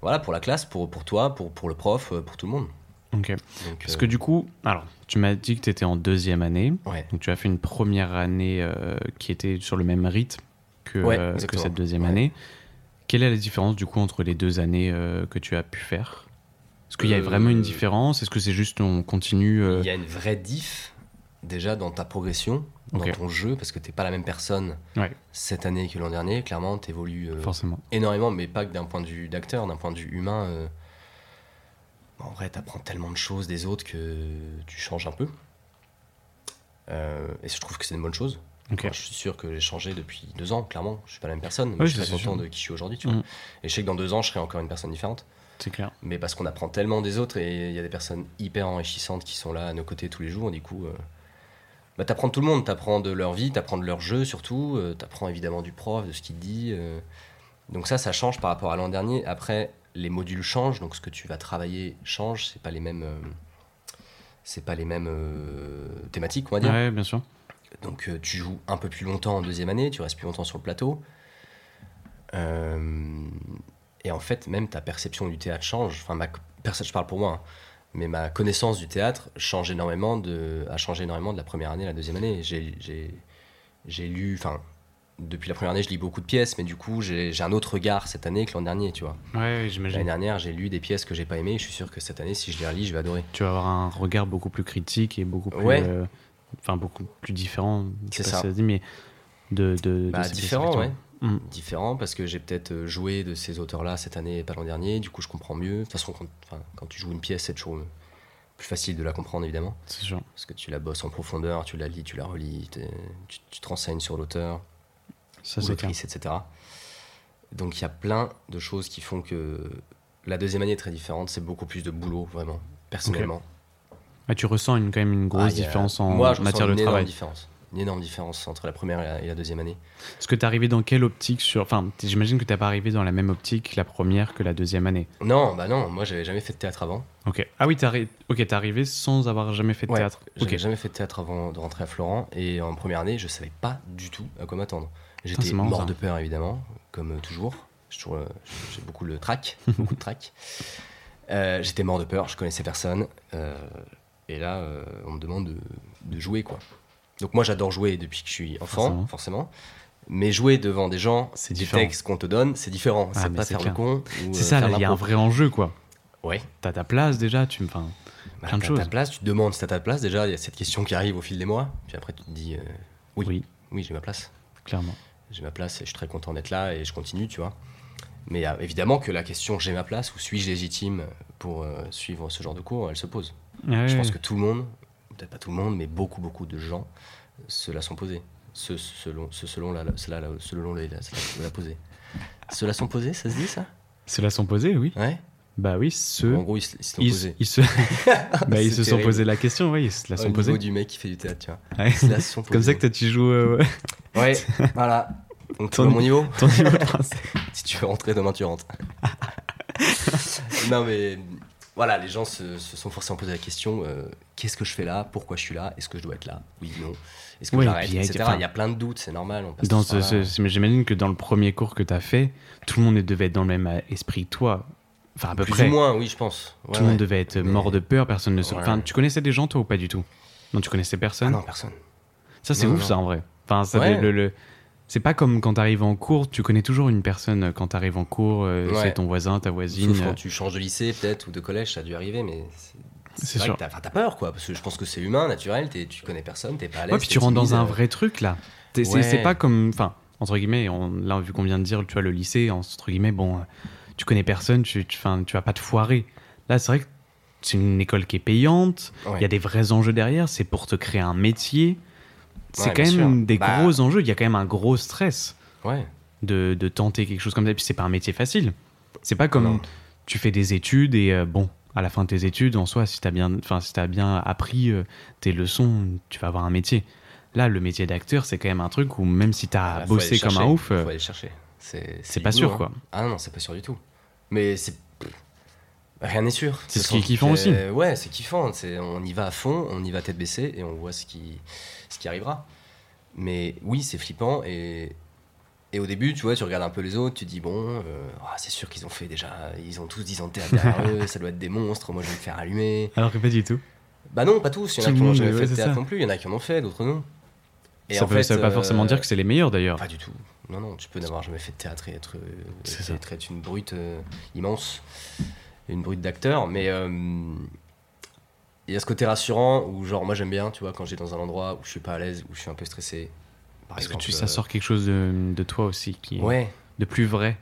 Speaker 2: voilà, pour la classe, pour, pour toi, pour, pour le prof, euh, pour tout le monde.
Speaker 1: Ok.
Speaker 2: Donc,
Speaker 1: Parce
Speaker 2: euh,
Speaker 1: que du coup, alors, tu m'as dit que tu étais en deuxième année.
Speaker 2: ouais.
Speaker 1: Donc tu as fait une première année euh, qui était sur le même rythme que,
Speaker 2: Ouais,
Speaker 1: euh, que
Speaker 2: exactement.
Speaker 1: cette deuxième
Speaker 2: Ouais.
Speaker 1: année. Quelle est la différence du coup entre les deux années euh, que tu as pu faire Est-ce qu'il y a
Speaker 2: Euh,
Speaker 1: vraiment une différence Est-ce que c'est juste on continue euh,
Speaker 2: Il y a une vraie diff déjà dans ta progression, dans
Speaker 1: Ok.
Speaker 2: ton jeu, parce que t'es pas la même personne
Speaker 1: Ouais.
Speaker 2: cette année que l'an dernier. Clairement, t'évolues euh,
Speaker 1: Forcément.
Speaker 2: énormément, mais pas que d'un point de vue d'acteur, d'un point de vue humain. euh, En vrai, t'apprends tellement de choses des autres que tu changes un peu. Euh, et je trouve que c'est une bonne chose.
Speaker 1: Ok.
Speaker 2: Enfin, je suis sûr que j'ai changé depuis deux ans, clairement. Je suis pas la même personne. mais
Speaker 1: Oui,
Speaker 2: je suis
Speaker 1: ça,
Speaker 2: très
Speaker 1: c'est
Speaker 2: content
Speaker 1: sûr.
Speaker 2: de qui je suis aujourd'hui. tu vois.
Speaker 1: Mm.
Speaker 2: Et je sais que dans deux ans, je serai encore une personne différente.
Speaker 1: C'est clair.
Speaker 2: Mais parce qu'on apprend tellement des autres et il y a des personnes hyper enrichissantes qui sont là à nos côtés tous les jours, du coup, euh, bah, t'apprends de tout le monde, t'apprends de leur vie, t'apprends de leur jeu surtout, euh, t'apprends évidemment du prof, de ce qu'il dit. euh. Donc ça, ça change par rapport à l'an dernier. Après, les modules changent, donc ce que tu vas travailler change, c'est pas les mêmes, euh, c'est pas les mêmes euh, thématiques, on va dire.
Speaker 1: Ouais, bien sûr.
Speaker 2: Donc euh, tu joues un peu plus longtemps en deuxième année, tu restes plus longtemps sur le plateau. Euh, et en fait, même ta perception du théâtre change. Enfin, ma perce- je parle pour moi, hein. mais ma connaissance du théâtre change énormément de, a changé énormément de la première année à la deuxième année. J'ai- J'ai j'ai lu, enfin, depuis la première année, je lis beaucoup de pièces, mais du coup, j'ai j'ai un autre regard cette année que l'an dernier, tu vois.
Speaker 1: Ouais, ouais,
Speaker 2: L'année
Speaker 1: j'imagine.
Speaker 2: dernière, j'ai lu des pièces que j'ai pas aimées, et je suis sûr que cette année, si je les relis, je vais adorer.
Speaker 1: Tu vas avoir un regard beaucoup plus critique et beaucoup plus.
Speaker 2: Ouais.
Speaker 1: euh, Enfin, beaucoup plus différent. je sais
Speaker 2: C'est
Speaker 1: pas
Speaker 2: ça.
Speaker 1: si se dit, mais. De, de,
Speaker 2: Bah,
Speaker 1: de ces pièces
Speaker 2: différent, ouais.
Speaker 1: avec toi. Mm.
Speaker 2: différent parce que j'ai peut-être euh, joué de ces auteurs-là cette année et pas l'an dernier, du coup je comprends mieux. De toute façon, quand, enfin, quand tu joues une pièce, c'est toujours euh, plus facile de la comprendre évidemment,
Speaker 1: C'est sûr.
Speaker 2: parce que tu la bosses en profondeur, tu la lis, tu la relis, t'es- tu, tu te renseignes sur l'auteur
Speaker 1: Ça,
Speaker 2: ou
Speaker 1: c'est clair.
Speaker 2: l'autrice, etc. Donc il y a plein de choses qui font que la deuxième année est très différente, c'est beaucoup plus de boulot vraiment, personnellement.
Speaker 1: Ouais, Bah, tu ressens une, quand même une grosse
Speaker 2: Ah, il y a-
Speaker 1: différence en
Speaker 2: Moi, je ressens
Speaker 1: matière de
Speaker 2: une énorme
Speaker 1: travail.
Speaker 2: différence. Une énorme différence entre la première et la, et la deuxième année.
Speaker 1: Est-ce que t'es arrivé dans quelle optique sur... Enfin, t- j'imagine que t'es pas arrivé dans la même optique la première que la deuxième année.
Speaker 2: Non, bah non, moi j'avais jamais fait de théâtre avant.
Speaker 1: Ok. Ah oui, t'es arri- ok, t'es arrivé sans avoir jamais fait de
Speaker 2: Ouais,
Speaker 1: théâtre.
Speaker 2: J'avais
Speaker 1: Ok.
Speaker 2: jamais fait de théâtre avant de rentrer à Florent et en première année, je savais pas du tout à quoi m'attendre. J'étais
Speaker 1: Ah, c'est marrant,
Speaker 2: mort
Speaker 1: ça.
Speaker 2: de peur évidemment, comme euh, toujours. J'ai toujours, euh, J'ai beaucoup le trac, beaucoup de trac. Euh, J'étais mort de peur, je connaissais personne. euh, et là, euh, on me demande de, de jouer quoi. Donc moi, j'adore jouer depuis que je suis
Speaker 1: Forcément.
Speaker 2: enfant, forcément. Mais jouer devant des gens,
Speaker 1: C'est
Speaker 2: des
Speaker 1: différent.
Speaker 2: textes qu'on te donne, c'est différent.
Speaker 1: Ah,
Speaker 2: c'est
Speaker 1: mais
Speaker 2: pas
Speaker 1: c'est
Speaker 2: faire
Speaker 1: clair.
Speaker 2: le con. ou, euh,
Speaker 1: C'est ça,
Speaker 2: faire
Speaker 1: là, il y a un
Speaker 2: l'impro.
Speaker 1: vrai enjeu, quoi.
Speaker 2: Ouais.
Speaker 1: T'as ta place déjà, tu me... Enfin,
Speaker 2: Bah,
Speaker 1: Plein de
Speaker 2: t'as
Speaker 1: choses.
Speaker 2: ta place, tu te demandes si t'as ta place. Déjà, il y a cette question qui arrive au fil des mois. Puis après, tu te dis, euh,
Speaker 1: oui.
Speaker 2: Oui. oui, j'ai ma place.
Speaker 1: clairement.
Speaker 2: J'ai ma place et je suis très content d'être là et je continue, tu vois. Mais euh, évidemment que la question j'ai ma place ou suis-je légitime pour euh, suivre ce genre de cours, elle se pose.
Speaker 1: Ouais,
Speaker 2: Je pense que tout le monde, peut-être pas tout le monde, mais beaucoup, beaucoup de gens se la sont posées. Ce, selon, ce selon la, la- cela, la- selon la, la, la- la posée. Cela sont posés, ça se dit ça
Speaker 1: Ceux-là sont posés, oui.
Speaker 2: Ouais.
Speaker 1: Bah oui, ceux...
Speaker 2: en gros, ils, se- ils se sont
Speaker 1: Ils,
Speaker 2: posés.
Speaker 1: ils se... bah, ils
Speaker 2: C'est
Speaker 1: se sont
Speaker 2: terrible.
Speaker 1: posé la question, oui, ils se la
Speaker 2: Au
Speaker 1: sont
Speaker 2: niveau
Speaker 1: posée.
Speaker 2: du mec qui fait du théâtre, tu vois.
Speaker 1: Ouais.
Speaker 2: Ils se la sont
Speaker 1: C'est comme ça
Speaker 2: posées.
Speaker 1: que toi, tu joues euh, ouais,
Speaker 2: Ouais, voilà. Donc, tu
Speaker 1: Ton-
Speaker 2: vois mon niveau
Speaker 1: ton niveau de principe.
Speaker 2: Si tu veux rentrer demain, tu rentres. non, mais voilà, les gens se, se sont forcément posé la question euh, qu'est-ce que je fais là Pourquoi je suis là Est-ce que je dois être là Oui, non. Est-ce que
Speaker 1: Ouais,
Speaker 2: j'arrête
Speaker 1: et puis,
Speaker 2: etc.
Speaker 1: enfin,
Speaker 2: Il y a plein de doutes, c'est normal. On passe
Speaker 1: Dans
Speaker 2: tous par
Speaker 1: ce,
Speaker 2: là.
Speaker 1: ce- ce- mais J'imagine que dans le premier cours que tu as fait, tout le monde devait être dans le même euh, esprit que toi. Enfin, à peu
Speaker 2: Plus
Speaker 1: près.
Speaker 2: ou moins, oui, je pense. Ouais,
Speaker 1: tout le monde
Speaker 2: ouais.
Speaker 1: devait être
Speaker 2: mais-
Speaker 1: mort de peur, personne ne se.
Speaker 2: Ouais.
Speaker 1: Enfin, tu connaissais des gens, toi, ou pas du tout Non, tu connaissais
Speaker 2: Ah
Speaker 1: personne
Speaker 2: non, personne.
Speaker 1: Ça, c'est
Speaker 2: Non,
Speaker 1: ouf,
Speaker 2: non.
Speaker 1: ça, en vrai. Enfin, ça,
Speaker 2: Ouais.
Speaker 1: le, le- le- c'est pas comme quand t'arrives en cours, tu connais toujours une personne euh, quand t'arrives en cours, euh,
Speaker 2: Ouais.
Speaker 1: c'est ton voisin, ta voisine.
Speaker 2: Sauf
Speaker 1: euh,
Speaker 2: quand tu changes de lycée, peut-être, ou de collège, ça a dû arriver, mais c'est-
Speaker 1: C'est
Speaker 2: c'est vrai
Speaker 1: sûr.
Speaker 2: que t'as enfin, t'as peur, quoi. Parce que je pense que c'est humain, naturel, t'es- tu connais personne, t'es pas à l'aise.
Speaker 1: Ouais, puis
Speaker 2: t'es
Speaker 1: tu rentres dans
Speaker 2: timide,
Speaker 1: un
Speaker 2: euh,
Speaker 1: vrai truc là. T'es- C'est
Speaker 2: Ouais.
Speaker 1: c'est pas comme. Enfin, entre guillemets, on, là, vu qu'on vient de dire, tu vois, le lycée, entre guillemets, bon, euh, tu connais personne, tu, tu, 'fin, tu vas pas te foirer. Là, c'est vrai que c'est une école qui est payante, il
Speaker 2: ouais.
Speaker 1: y a des vrais enjeux derrière, c'est pour te créer un métier. C'est
Speaker 2: Ouais,
Speaker 1: quand même
Speaker 2: bien sûr.
Speaker 1: des
Speaker 2: Bah.
Speaker 1: gros enjeux, il y a quand même un gros stress
Speaker 2: Ouais.
Speaker 1: de, de tenter quelque chose comme ça. Et puis c'est pas un métier facile. C'est pas comme
Speaker 2: Non.
Speaker 1: tu fais des études et euh, bon, à la fin de tes études, en soi, si t'as bien, enfin, si t'as bien appris euh, tes leçons, tu vas avoir un métier. Là, le métier d'acteur, c'est quand même un truc où même si t'as
Speaker 2: Voilà, Ah, faut
Speaker 1: bossé
Speaker 2: aller
Speaker 1: Ah, comme un
Speaker 2: chercher,
Speaker 1: ouf, euh,
Speaker 2: Faut aller chercher. C'est
Speaker 1: c'est
Speaker 2: c'est
Speaker 1: pas
Speaker 2: du
Speaker 1: sûr
Speaker 2: boulot,
Speaker 1: quoi.
Speaker 2: hein. Ah non, non, c'est pas sûr du tout. Mais c'est. Rien n'est sûr.
Speaker 1: C'est
Speaker 2: De
Speaker 1: ce hein, qui est
Speaker 2: toute
Speaker 1: kiffant
Speaker 2: façon, euh, Ouais, c'est kiffant. C'est- On y va à fond, on y va tête baissée et on voit ce qui, ce qui arrivera. Mais oui, c'est flippant et. Et au début, tu vois, tu regardes un peu les autres, tu te dis, bon, euh, ah, c'est sûr qu'ils ont fait déjà, ils ont tous 10 ans de théâtre derrière eux, ça doit être des monstres, moi je vais me faire allumer.
Speaker 1: Alors que pas du tout.
Speaker 2: Bah non, pas tous, il y en
Speaker 1: Tout
Speaker 2: a qui
Speaker 1: le
Speaker 2: n'ont
Speaker 1: monde,
Speaker 2: jamais
Speaker 1: ouais,
Speaker 2: fait de
Speaker 1: c'est
Speaker 2: théâtre
Speaker 1: ça.
Speaker 2: non plus, il y en a qui en ont fait, d'autres non.
Speaker 1: ça, veut, ça veut pas forcément
Speaker 2: euh,
Speaker 1: dire que c'est les meilleurs d'ailleurs.
Speaker 2: pas du tout. Non, non, tu peux n'avoir jamais fait de théâtre et être, euh,
Speaker 1: C'est
Speaker 2: et
Speaker 1: ça.
Speaker 2: être, être une brute euh, immense, une brute d'acteur. Mais euh, il y a ce côté rassurant où, genre, moi j'aime bien, tu vois, quand j'ai dans un endroit où je suis pas à l'aise, où je suis un peu stressé. Par
Speaker 1: Parce que
Speaker 2: exemple,
Speaker 1: tu, hein.
Speaker 2: euh,
Speaker 1: ça sort quelque chose de, de toi aussi qui est
Speaker 2: Ouais,
Speaker 1: de plus vrai.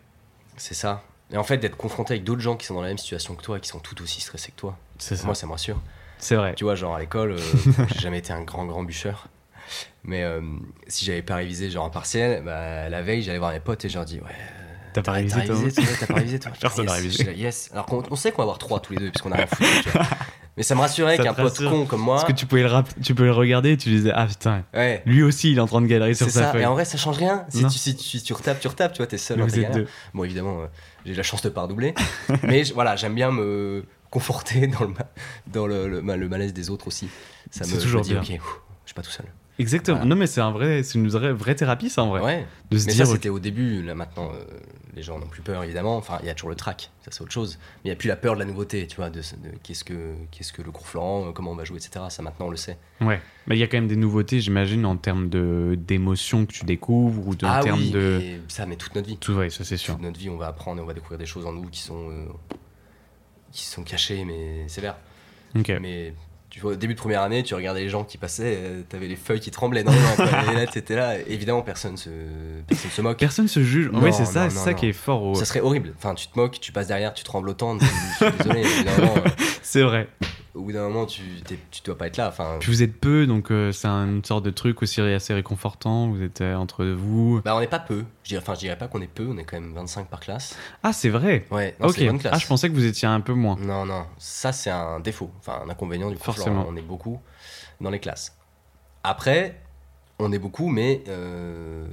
Speaker 2: c'est ça. Et en fait, d'être confronté avec d'autres gens qui sont dans la même situation que toi et qui sont tout aussi stressés que toi,
Speaker 1: C'est ça.
Speaker 2: moi ça me rassure.
Speaker 1: C'est vrai.
Speaker 2: Tu vois, genre à l'école, euh, j'ai jamais été un grand, grand bûcheur. Mais euh, si j'avais pas révisé, genre un partiel, bah, la veille, j'allais voir mes potes et je leur dis, ouais,
Speaker 1: T'as pas révisé toi.
Speaker 2: toi, hein ouais, T'as pas révisé, toi.
Speaker 1: Personne n'a
Speaker 2: Yes,
Speaker 1: révisé.
Speaker 2: je suis là, Yes. Alors qu'on on sait qu'on va avoir trois tous les deux, puisqu'on a rien foutu. tu vois. Mais ça me rassurait
Speaker 1: Ça
Speaker 2: qu'un
Speaker 1: te
Speaker 2: pote
Speaker 1: rassure.
Speaker 2: con comme moi.
Speaker 1: Parce que tu pouvais, le rap- tu pouvais le regarder et tu disais Ah putain,
Speaker 2: Ouais.
Speaker 1: lui aussi il est en train de galérer sur
Speaker 2: C'est
Speaker 1: sa
Speaker 2: ça.
Speaker 1: feuille.
Speaker 2: Et en vrai, ça change rien. Si
Speaker 1: Non.
Speaker 2: tu, si tu, tu retapes, tu retapes, tu vois, t'es seul.
Speaker 1: Mais
Speaker 2: dans
Speaker 1: vous
Speaker 2: tes
Speaker 1: êtes
Speaker 2: galères.
Speaker 1: deux.
Speaker 2: Bon, évidemment, euh, j'ai eu la chance de pas redoubler. mais je- voilà, j'aime bien me conforter dans le, ma- dans le, le ma- le malaise des autres aussi. Ça
Speaker 1: C'est
Speaker 2: me, je me
Speaker 1: toujours
Speaker 2: dis,
Speaker 1: bien.
Speaker 2: ok, ouf, je suis pas tout seul.
Speaker 1: Exactement.
Speaker 2: Voilà.
Speaker 1: Non mais c'est un vrai, c'est une vraie, vraie thérapie ça en vrai.
Speaker 2: ouais.
Speaker 1: De se
Speaker 2: Mais
Speaker 1: dire
Speaker 2: ça, c'était au début. Là, maintenant, euh, les gens n'ont plus peur, évidemment. Enfin, il y a toujours le trac, ça, c'est autre chose. Mais il n'y a plus la peur de la nouveauté, tu vois, de, de qu'est-ce que qu'est-ce que le cours Florent, euh, comment on va jouer, etc. Ça, maintenant, on le sait.
Speaker 1: Ouais, mais il y a quand même des nouveautés, j'imagine, en termes de d'émotions que tu découvres ou de, en
Speaker 2: ah
Speaker 1: termes
Speaker 2: oui,
Speaker 1: de.
Speaker 2: mais ça, mais toute notre vie.
Speaker 1: Tout vrai, ça c'est sûr.
Speaker 2: Toute notre vie, on va apprendre et on va découvrir des choses en nous qui sont, euh, qui sont cachées, mais sévères.
Speaker 1: Ok.
Speaker 2: Mais tu vois, au début de première année, tu regardais les gens qui passaient, euh, t'avais les feuilles qui tremblaient. Non, non, quoi. et là, t'étais là. Évidemment, personne se, personne se moque.
Speaker 1: Personne se juge.
Speaker 2: Non,
Speaker 1: ouais, c'est ça,
Speaker 2: non,
Speaker 1: c'est
Speaker 2: non,
Speaker 1: ça
Speaker 2: non.
Speaker 1: qui est fort. au-
Speaker 2: Ça serait horrible. Enfin, tu te moques, tu passes derrière, tu trembles autant. Je suis désolé, évidemment. euh,
Speaker 1: C'est vrai.
Speaker 2: au bout d'un moment, tu, t'es- tu dois pas être là. Enfin,
Speaker 1: Puis vous êtes peu, donc euh, c'est une sorte de truc aussi assez réconfortant. Vous êtes euh, entre vous.
Speaker 2: bah, on n'est pas peu. Je dirais, enfin, je dirais pas qu'on est peu, on est quand même 25 par classe.
Speaker 1: Ah, c'est vrai.
Speaker 2: Ouais, non,
Speaker 1: ok.
Speaker 2: c'est une bonne classe.
Speaker 1: Ah, je pensais que vous étiez un peu moins.
Speaker 2: Non, non, ça c'est un défaut, enfin un inconvénient du cours
Speaker 1: Forcément.
Speaker 2: Florent. On est beaucoup dans les classes. Après, on est beaucoup, mais. euh,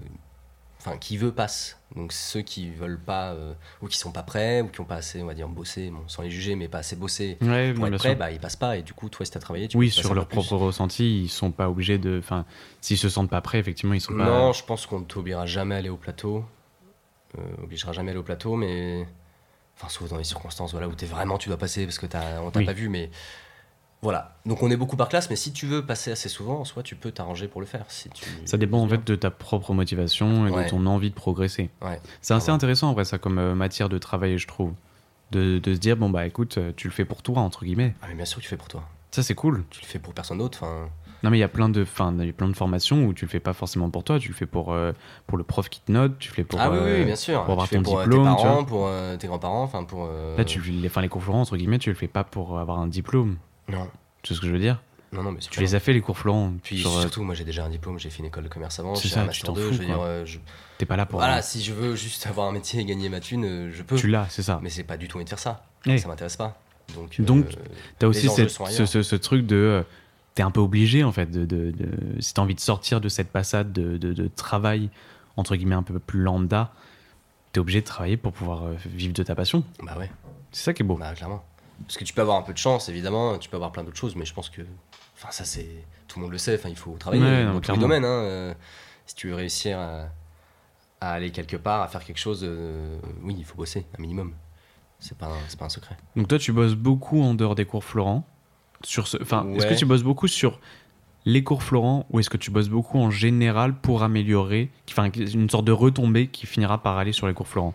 Speaker 2: Enfin, qui veut passe. Donc ceux qui veulent pas, euh, ou qui sont pas prêts, ou qui ont pas assez, on va dire, bossé, bon, sans les juger, mais pas assez bossé
Speaker 1: Ouais,
Speaker 2: pour
Speaker 1: bon, bien
Speaker 2: être prêts,
Speaker 1: sûr.
Speaker 2: bah ils passent pas. Et du coup, toi, si t'as travaillé, tu
Speaker 1: oui,
Speaker 2: peux passer
Speaker 1: sur
Speaker 2: un
Speaker 1: leur
Speaker 2: peu plus.
Speaker 1: propre ressenti, ils sont pas obligés de. Enfin, s'ils se sentent pas prêts, effectivement, ils sont pas.
Speaker 2: Non, je pense qu'on ne t'obligera jamais à aller au plateau. Euh, obligera jamais à aller au plateau, mais. Enfin, sauf dans les circonstances voilà, où t'es vraiment, tu dois passer parce que t'as, on t'a
Speaker 1: Oui.
Speaker 2: pas vu, mais. Voilà. Donc on est beaucoup par classe, mais si tu veux passer assez souvent, en soi, tu peux t'arranger pour le faire. Si tu...
Speaker 1: Ça dépend en fait de ta propre motivation et
Speaker 2: Ouais.
Speaker 1: de ton envie de progresser.
Speaker 2: Ouais.
Speaker 1: C'est assez
Speaker 2: Ah ouais.
Speaker 1: intéressant en vrai ça comme euh, matière de travail je trouve. De, de se dire bon bah écoute euh, tu le fais pour toi entre guillemets.
Speaker 2: Ah, mais bien sûr que tu le fais pour toi.
Speaker 1: Ça c'est cool.
Speaker 2: Tu le fais pour personne d'autre. Enfin,
Speaker 1: Non mais il y a plein de enfin, il y a plein de formations où tu le fais pas forcément pour toi, tu le fais pour euh, pour le prof qui te note, tu le fais pour
Speaker 2: ah oui,
Speaker 1: euh,
Speaker 2: oui, oui, bien sûr.
Speaker 1: pour avoir
Speaker 2: tu le
Speaker 1: ton
Speaker 2: fais pour euh,
Speaker 1: diplôme,
Speaker 2: tes
Speaker 1: tu vois.
Speaker 2: parents, pour euh, tes grands-parents, enfin pour. euh,
Speaker 1: Là tu les enfin les conférences entre guillemets, tu le fais pas pour avoir un diplôme.
Speaker 2: Non,
Speaker 1: Tu vois ce que je veux dire
Speaker 2: non, non, mais c'est
Speaker 1: Tu les as fait les cours Florent,
Speaker 2: Puis
Speaker 1: sur, euh,
Speaker 2: surtout, moi j'ai déjà un diplôme, j'ai fait une école de commerce avant,
Speaker 1: C'est
Speaker 2: j'ai
Speaker 1: ça, tu
Speaker 2: un master
Speaker 1: t'en
Speaker 2: 2,
Speaker 1: fous,
Speaker 2: je veux dire,
Speaker 1: quoi.
Speaker 2: euh, je-
Speaker 1: t'es pas là pour
Speaker 2: Voilà, si je veux juste avoir un métier et gagner ma thune, euh, je peux.
Speaker 1: tu l'as, c'est ça.
Speaker 2: Mais c'est pas du tout envie de faire ça.
Speaker 1: Ouais.
Speaker 2: Ça m'intéresse pas. Donc,
Speaker 1: Donc,
Speaker 2: euh,
Speaker 1: T'as
Speaker 2: Les
Speaker 1: aussi
Speaker 2: enjeux
Speaker 1: cette-
Speaker 2: sont
Speaker 1: ce,
Speaker 2: ailleurs.
Speaker 1: ce- ce truc de. euh, T'es un peu obligé, en fait, de, de- de- si t'as envie de sortir de cette passade de, de- de travail, entre guillemets, un peu plus lambda, t'es obligé de travailler pour pouvoir euh, vivre de ta passion.
Speaker 2: bah ouais.
Speaker 1: C'est ça qui est beau.
Speaker 2: Bah, clairement. Parce que tu peux avoir un peu de chance, évidemment, tu peux avoir plein d'autres choses, mais je pense que. Enfin, ça, c'est. Tout le monde le sait, enfin, il faut travailler
Speaker 1: Ouais, non,
Speaker 2: dans tous les
Speaker 1: clairement.
Speaker 2: domaines. hein, euh, si tu veux réussir à, à aller quelque part, à faire quelque chose, euh, oui, il faut bosser, un minimum. C'est pas, un- c'est pas un secret.
Speaker 1: Donc toi, tu bosses beaucoup en dehors des cours Florent. Sur ce, enfin, est-ce que
Speaker 2: Ouais.
Speaker 1: tu bosses beaucoup sur les cours Florent ou est-ce que tu bosses beaucoup en général pour améliorer, qui- enfin, une sorte de retombée qui finira par aller sur les cours Florent.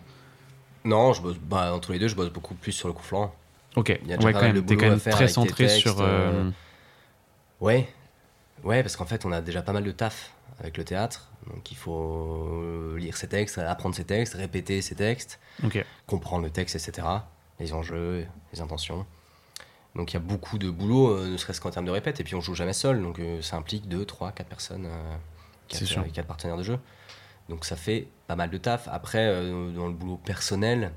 Speaker 2: Non, je bosse, bah, entre les deux, je bosse beaucoup plus sur le coup flanc.
Speaker 1: Ok,
Speaker 2: Il y
Speaker 1: ouais,
Speaker 2: a déjà
Speaker 1: quand
Speaker 2: pas mal de
Speaker 1: même, t'es
Speaker 2: boulot
Speaker 1: quand
Speaker 2: à
Speaker 1: même
Speaker 2: faire
Speaker 1: très
Speaker 2: avec tes
Speaker 1: centré
Speaker 2: textes,
Speaker 1: sur.
Speaker 2: euh, Ouais, ouais, parce qu'en fait, on a déjà pas mal de taf avec le théâtre. Donc, il faut lire ses textes, apprendre ses textes, répéter ses textes,
Speaker 1: euh, Ok,
Speaker 2: comprendre le texte, etc. Les enjeux, les intentions. Donc, il y a beaucoup de boulot, euh, ne serait-ce qu'en termes de répète. Et puis, on joue jamais seul, donc euh, ça implique 2, 3, 4 personnes, euh,
Speaker 1: C'est sûr.
Speaker 2: 4, partenaires de jeu. Donc, ça fait pas mal de taf. Après, euh, dans le boulot personnel,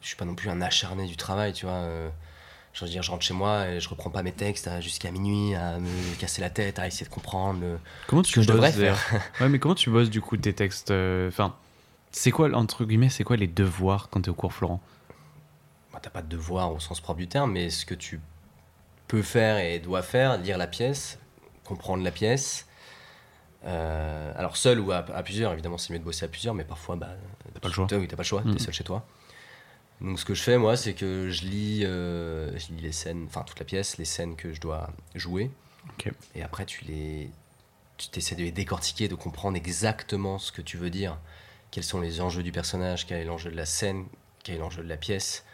Speaker 2: je suis pas non plus un acharné du travail, tu vois. euh, je veux dire, je rentre chez moi et je reprends pas mes textes à- jusqu'à minuit à me casser la tête, à essayer de comprendre euh,
Speaker 1: comment
Speaker 2: ce
Speaker 1: tu
Speaker 2: que je
Speaker 1: bosses,
Speaker 2: devrais
Speaker 1: euh,
Speaker 2: faire.
Speaker 1: Ouais, mais comment tu bosses du coup tes textes euh, Enfin, c'est quoi entre guillemets, c'est quoi les devoirs quand t'es au cours Florent
Speaker 2: Bah, T'as pas de devoir au sens propre du terme, mais ce que tu peux faire et dois faire, lire la pièce, comprendre la pièce. Euh, alors seul ou à, à plusieurs, évidemment c'est mieux de bosser à plusieurs, mais parfois bah, t'as
Speaker 1: pas le choix.
Speaker 2: T'as, oui, t'as pas le choix,
Speaker 1: Mm.
Speaker 2: t'es seul chez toi. Donc ce que je fais moi, c'est que je lis, euh, je lis les scènes, enfin toute la pièce, les scènes que je dois jouer.
Speaker 1: Ok.
Speaker 2: Et après tu les, tu t'essaies de les décortiquer, de comprendre exactement ce que tu veux dire, quels sont les enjeux du personnage, quel est l'enjeu de la scène, quel est l'enjeu de la pièce,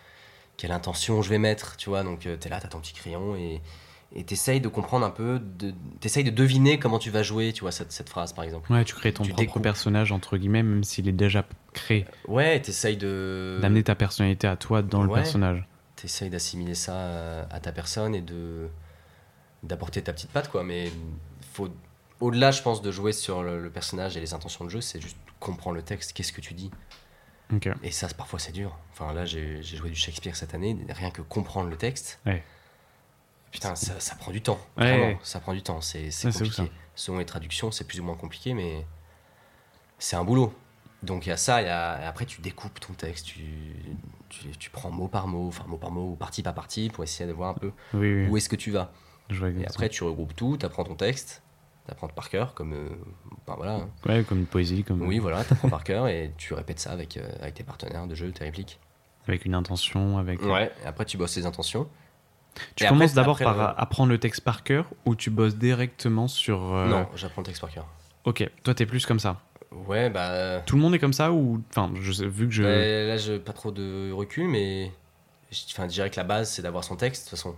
Speaker 2: quelle intention je vais mettre, tu vois. Donc euh, t'es là, t'as ton petit crayon et et t'essayes de comprendre un peu, de, t'essayes de deviner comment tu vas jouer, tu vois cette, cette phrase par exemple.
Speaker 1: Ouais, tu crées ton
Speaker 2: Tu
Speaker 1: propre
Speaker 2: découpes.
Speaker 1: personnage entre guillemets, même s'il est déjà créé,
Speaker 2: Ouais, t'essayes de
Speaker 1: d'amener ta personnalité à toi dans le
Speaker 2: ouais.
Speaker 1: personnage.
Speaker 2: t'essayes d'assimiler ça euh, à ta personne et de d'apporter ta petite patte quoi mais faut au-delà je pense de jouer sur le, le personnage et les intentions de jeu c'est juste comprendre le texte qu'est-ce que tu dis
Speaker 1: Ok.
Speaker 2: et ça c'est- parfois c'est dur enfin là j'ai j'ai joué du Shakespeare cette année rien que comprendre le texte
Speaker 1: Ouais.
Speaker 2: putain ça, ça prend du temps
Speaker 1: Ouais,
Speaker 2: Vraiment,
Speaker 1: ouais.
Speaker 2: ça prend du temps c'est c'est
Speaker 1: Ouais, c'est ouf,
Speaker 2: compliqué selon les traductions c'est plus ou moins compliqué mais c'est un boulot donc il y a ça, il y a- et après tu découpes ton texte, tu, tu, tu prends mot par mot, enfin mot par mot, ou partie par partie, pour essayer de voir un peu
Speaker 1: Oui, oui.
Speaker 2: où est-ce que tu vas.
Speaker 1: Je vois
Speaker 2: Et
Speaker 1: exactement.
Speaker 2: après tu regroupes tout, tu apprends ton texte, tu apprends par cœur, comme... euh, ben voilà. hein.
Speaker 1: Ouais, comme une poésie, comme
Speaker 2: Oui, voilà, tu apprends par cœur et tu répètes ça avec, euh, avec tes partenaires de jeu, tes répliques.
Speaker 1: avec une intention, avec. euh,
Speaker 2: Ouais, et après tu bosses les intentions.
Speaker 1: Tu
Speaker 2: Et après,
Speaker 1: commences d'abord
Speaker 2: après,
Speaker 1: par
Speaker 2: euh, apprendre
Speaker 1: apprendre le texte par cœur ou tu bosses directement sur. euh,
Speaker 2: Non, j'apprends le texte par cœur.
Speaker 1: Ok, toi t'es plus comme ça.
Speaker 2: Ouais, bah...
Speaker 1: Tout le monde est comme ça ou enfin, je sais, vu que je.
Speaker 2: bah, là, j'ai pas trop de recul, mais... je- Enfin, je dirais que la base, c'est d'avoir son texte, de toute façon.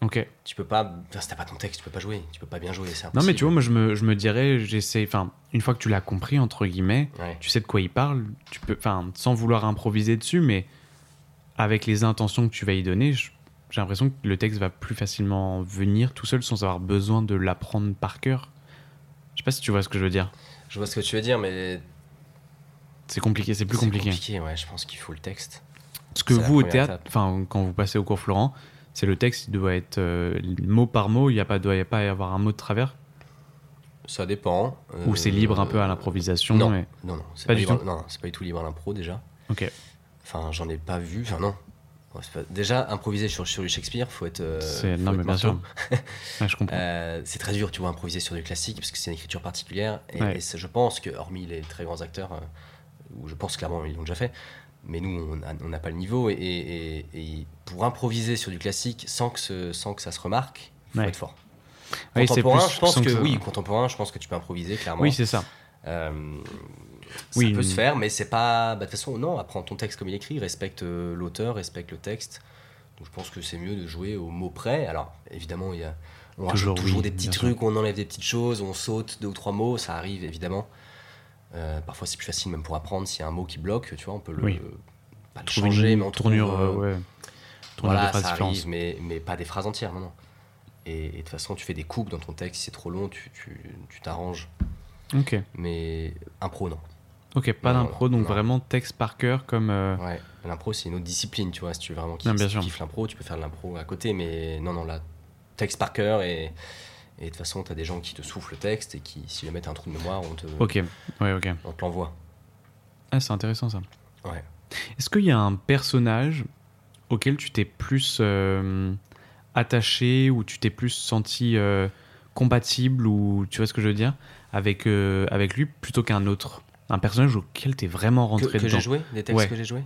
Speaker 1: Ok.
Speaker 2: Tu peux pas... Enfin, si t'as pas ton texte, tu peux pas jouer. Tu peux pas bien jouer, c'est
Speaker 1: Non mais
Speaker 2: impossible.
Speaker 1: tu vois, moi je me, je me dirais, j'essaie. Enfin, une fois que tu l'as compris entre guillemets,
Speaker 2: Ouais.
Speaker 1: tu sais de quoi il parle. Tu peux, enfin, sans vouloir improviser dessus, mais avec les intentions que tu vas y donner, je- j'ai l'impression que le texte va plus facilement venir tout seul sans avoir besoin de l'apprendre par cœur. Je sais pas si tu vois ce que je veux dire.
Speaker 2: Je vois ce que tu veux dire, mais
Speaker 1: C'est compliqué, c'est plus
Speaker 2: C'est
Speaker 1: compliqué.
Speaker 2: ouais, je pense qu'il faut le texte.
Speaker 1: Ce que
Speaker 2: C'est la
Speaker 1: vous au
Speaker 2: première
Speaker 1: théâtre,
Speaker 2: étape.
Speaker 1: enfin quand vous passez au cours Florent, c'est le texte, il doit être euh, mot par mot, il n'y a pas doit y a pas y avoir un mot de travers
Speaker 2: Ça dépend. euh,
Speaker 1: ou c'est libre un peu à l'improvisation.
Speaker 2: non. Euh,
Speaker 1: et-
Speaker 2: Non, non, c'est
Speaker 1: Pas
Speaker 2: pas,
Speaker 1: du
Speaker 2: libre-
Speaker 1: tout.
Speaker 2: non, non, c'est pas du tout libre à l'impro déjà.
Speaker 1: Ok.
Speaker 2: Enfin, j'en ai pas vu. Enfin, non. Ouais, c'est pas- Déjà, improviser sur, sur du Shakespeare, faut être. euh,
Speaker 1: C'est-
Speaker 2: faut
Speaker 1: non
Speaker 2: être
Speaker 1: mais bien
Speaker 2: marteau.
Speaker 1: sûr. Ouais, je comprends.
Speaker 2: Euh, c'est très dur, tu vois, improviser sur du classique parce que c'est une écriture particulière. Et,
Speaker 1: Ouais.
Speaker 2: et ça, je pense que, hormis les très grands acteurs, euh, où je pense clairement ils l'ont déjà fait, mais nous, on a- on n'a pas le niveau. Et, et- et pour improviser sur du classique sans que, ce- sans que ça se remarque, faut
Speaker 1: Ouais.
Speaker 2: être fort.
Speaker 1: Oui, c'est
Speaker 2: Contemporain,
Speaker 1: plus
Speaker 2: je pense
Speaker 1: sans
Speaker 2: que,
Speaker 1: que ça-
Speaker 2: oui, contemporain, je pense que tu peux improviser clairement.
Speaker 1: Oui, c'est ça.
Speaker 2: Euh, ça
Speaker 1: Oui,
Speaker 2: peut se
Speaker 1: une-
Speaker 2: faire, mais c'est pas. bah, De toute façon, non, apprends ton texte comme il est écrit, respecte euh, l'auteur, respecte le texte. Donc je pense que c'est mieux de jouer au mot près. Alors, évidemment, il y a. On
Speaker 1: Toujours,
Speaker 2: rajoute toujours
Speaker 1: oui,
Speaker 2: des petits
Speaker 1: bien
Speaker 2: trucs, on enlève des petites choses, on saute deux ou trois mots, ça arrive évidemment. Euh, parfois, c'est plus facile même pour apprendre. S'il y a un mot qui bloque, tu vois, on peut le.
Speaker 1: Oui.
Speaker 2: Pas le
Speaker 1: Trouver
Speaker 2: changer,
Speaker 1: une
Speaker 2: mais on trouve,
Speaker 1: tournure,
Speaker 2: euh,
Speaker 1: euh, ouais. Tournure
Speaker 2: voilà,
Speaker 1: de phrases
Speaker 2: ça
Speaker 1: différentes.
Speaker 2: arrive, mais, mais pas des phrases entières, non, non. Et et de toute façon, tu fais des coupes dans ton texte, si c'est trop long, tu- tu tu t'arranges.
Speaker 1: Ok,
Speaker 2: mais impro non.
Speaker 1: ok, pas
Speaker 2: Non,
Speaker 1: d'impro, donc
Speaker 2: non.
Speaker 1: vraiment texte par cœur comme. euh,
Speaker 2: Ouais, l'impro c'est une autre discipline, tu vois, si tu veux vraiment kiff-
Speaker 1: Non, bien
Speaker 2: si tu
Speaker 1: sûr.
Speaker 2: kiffes l'impro, tu peux faire de l'impro à côté, mais non, non, là, texte par cœur et et de toute façon, t'as des gens qui te soufflent le texte et qui, si jamais t'as un trou de mémoire, on te,
Speaker 1: Ok, ouais, ok.
Speaker 2: on te l'envoie.
Speaker 1: Ah, c'est intéressant ça.
Speaker 2: Ouais.
Speaker 1: Est-ce qu'il y a un personnage auquel tu t'es plus euh, attaché ou tu t'es plus senti euh, compatible ou tu vois ce que je veux dire avec, euh, avec lui plutôt qu'un autre Un personnage auquel t'es vraiment
Speaker 2: Que,
Speaker 1: rentré
Speaker 2: que
Speaker 1: dedans
Speaker 2: j'ai joué Des textes
Speaker 1: Ouais.
Speaker 2: que j'ai joué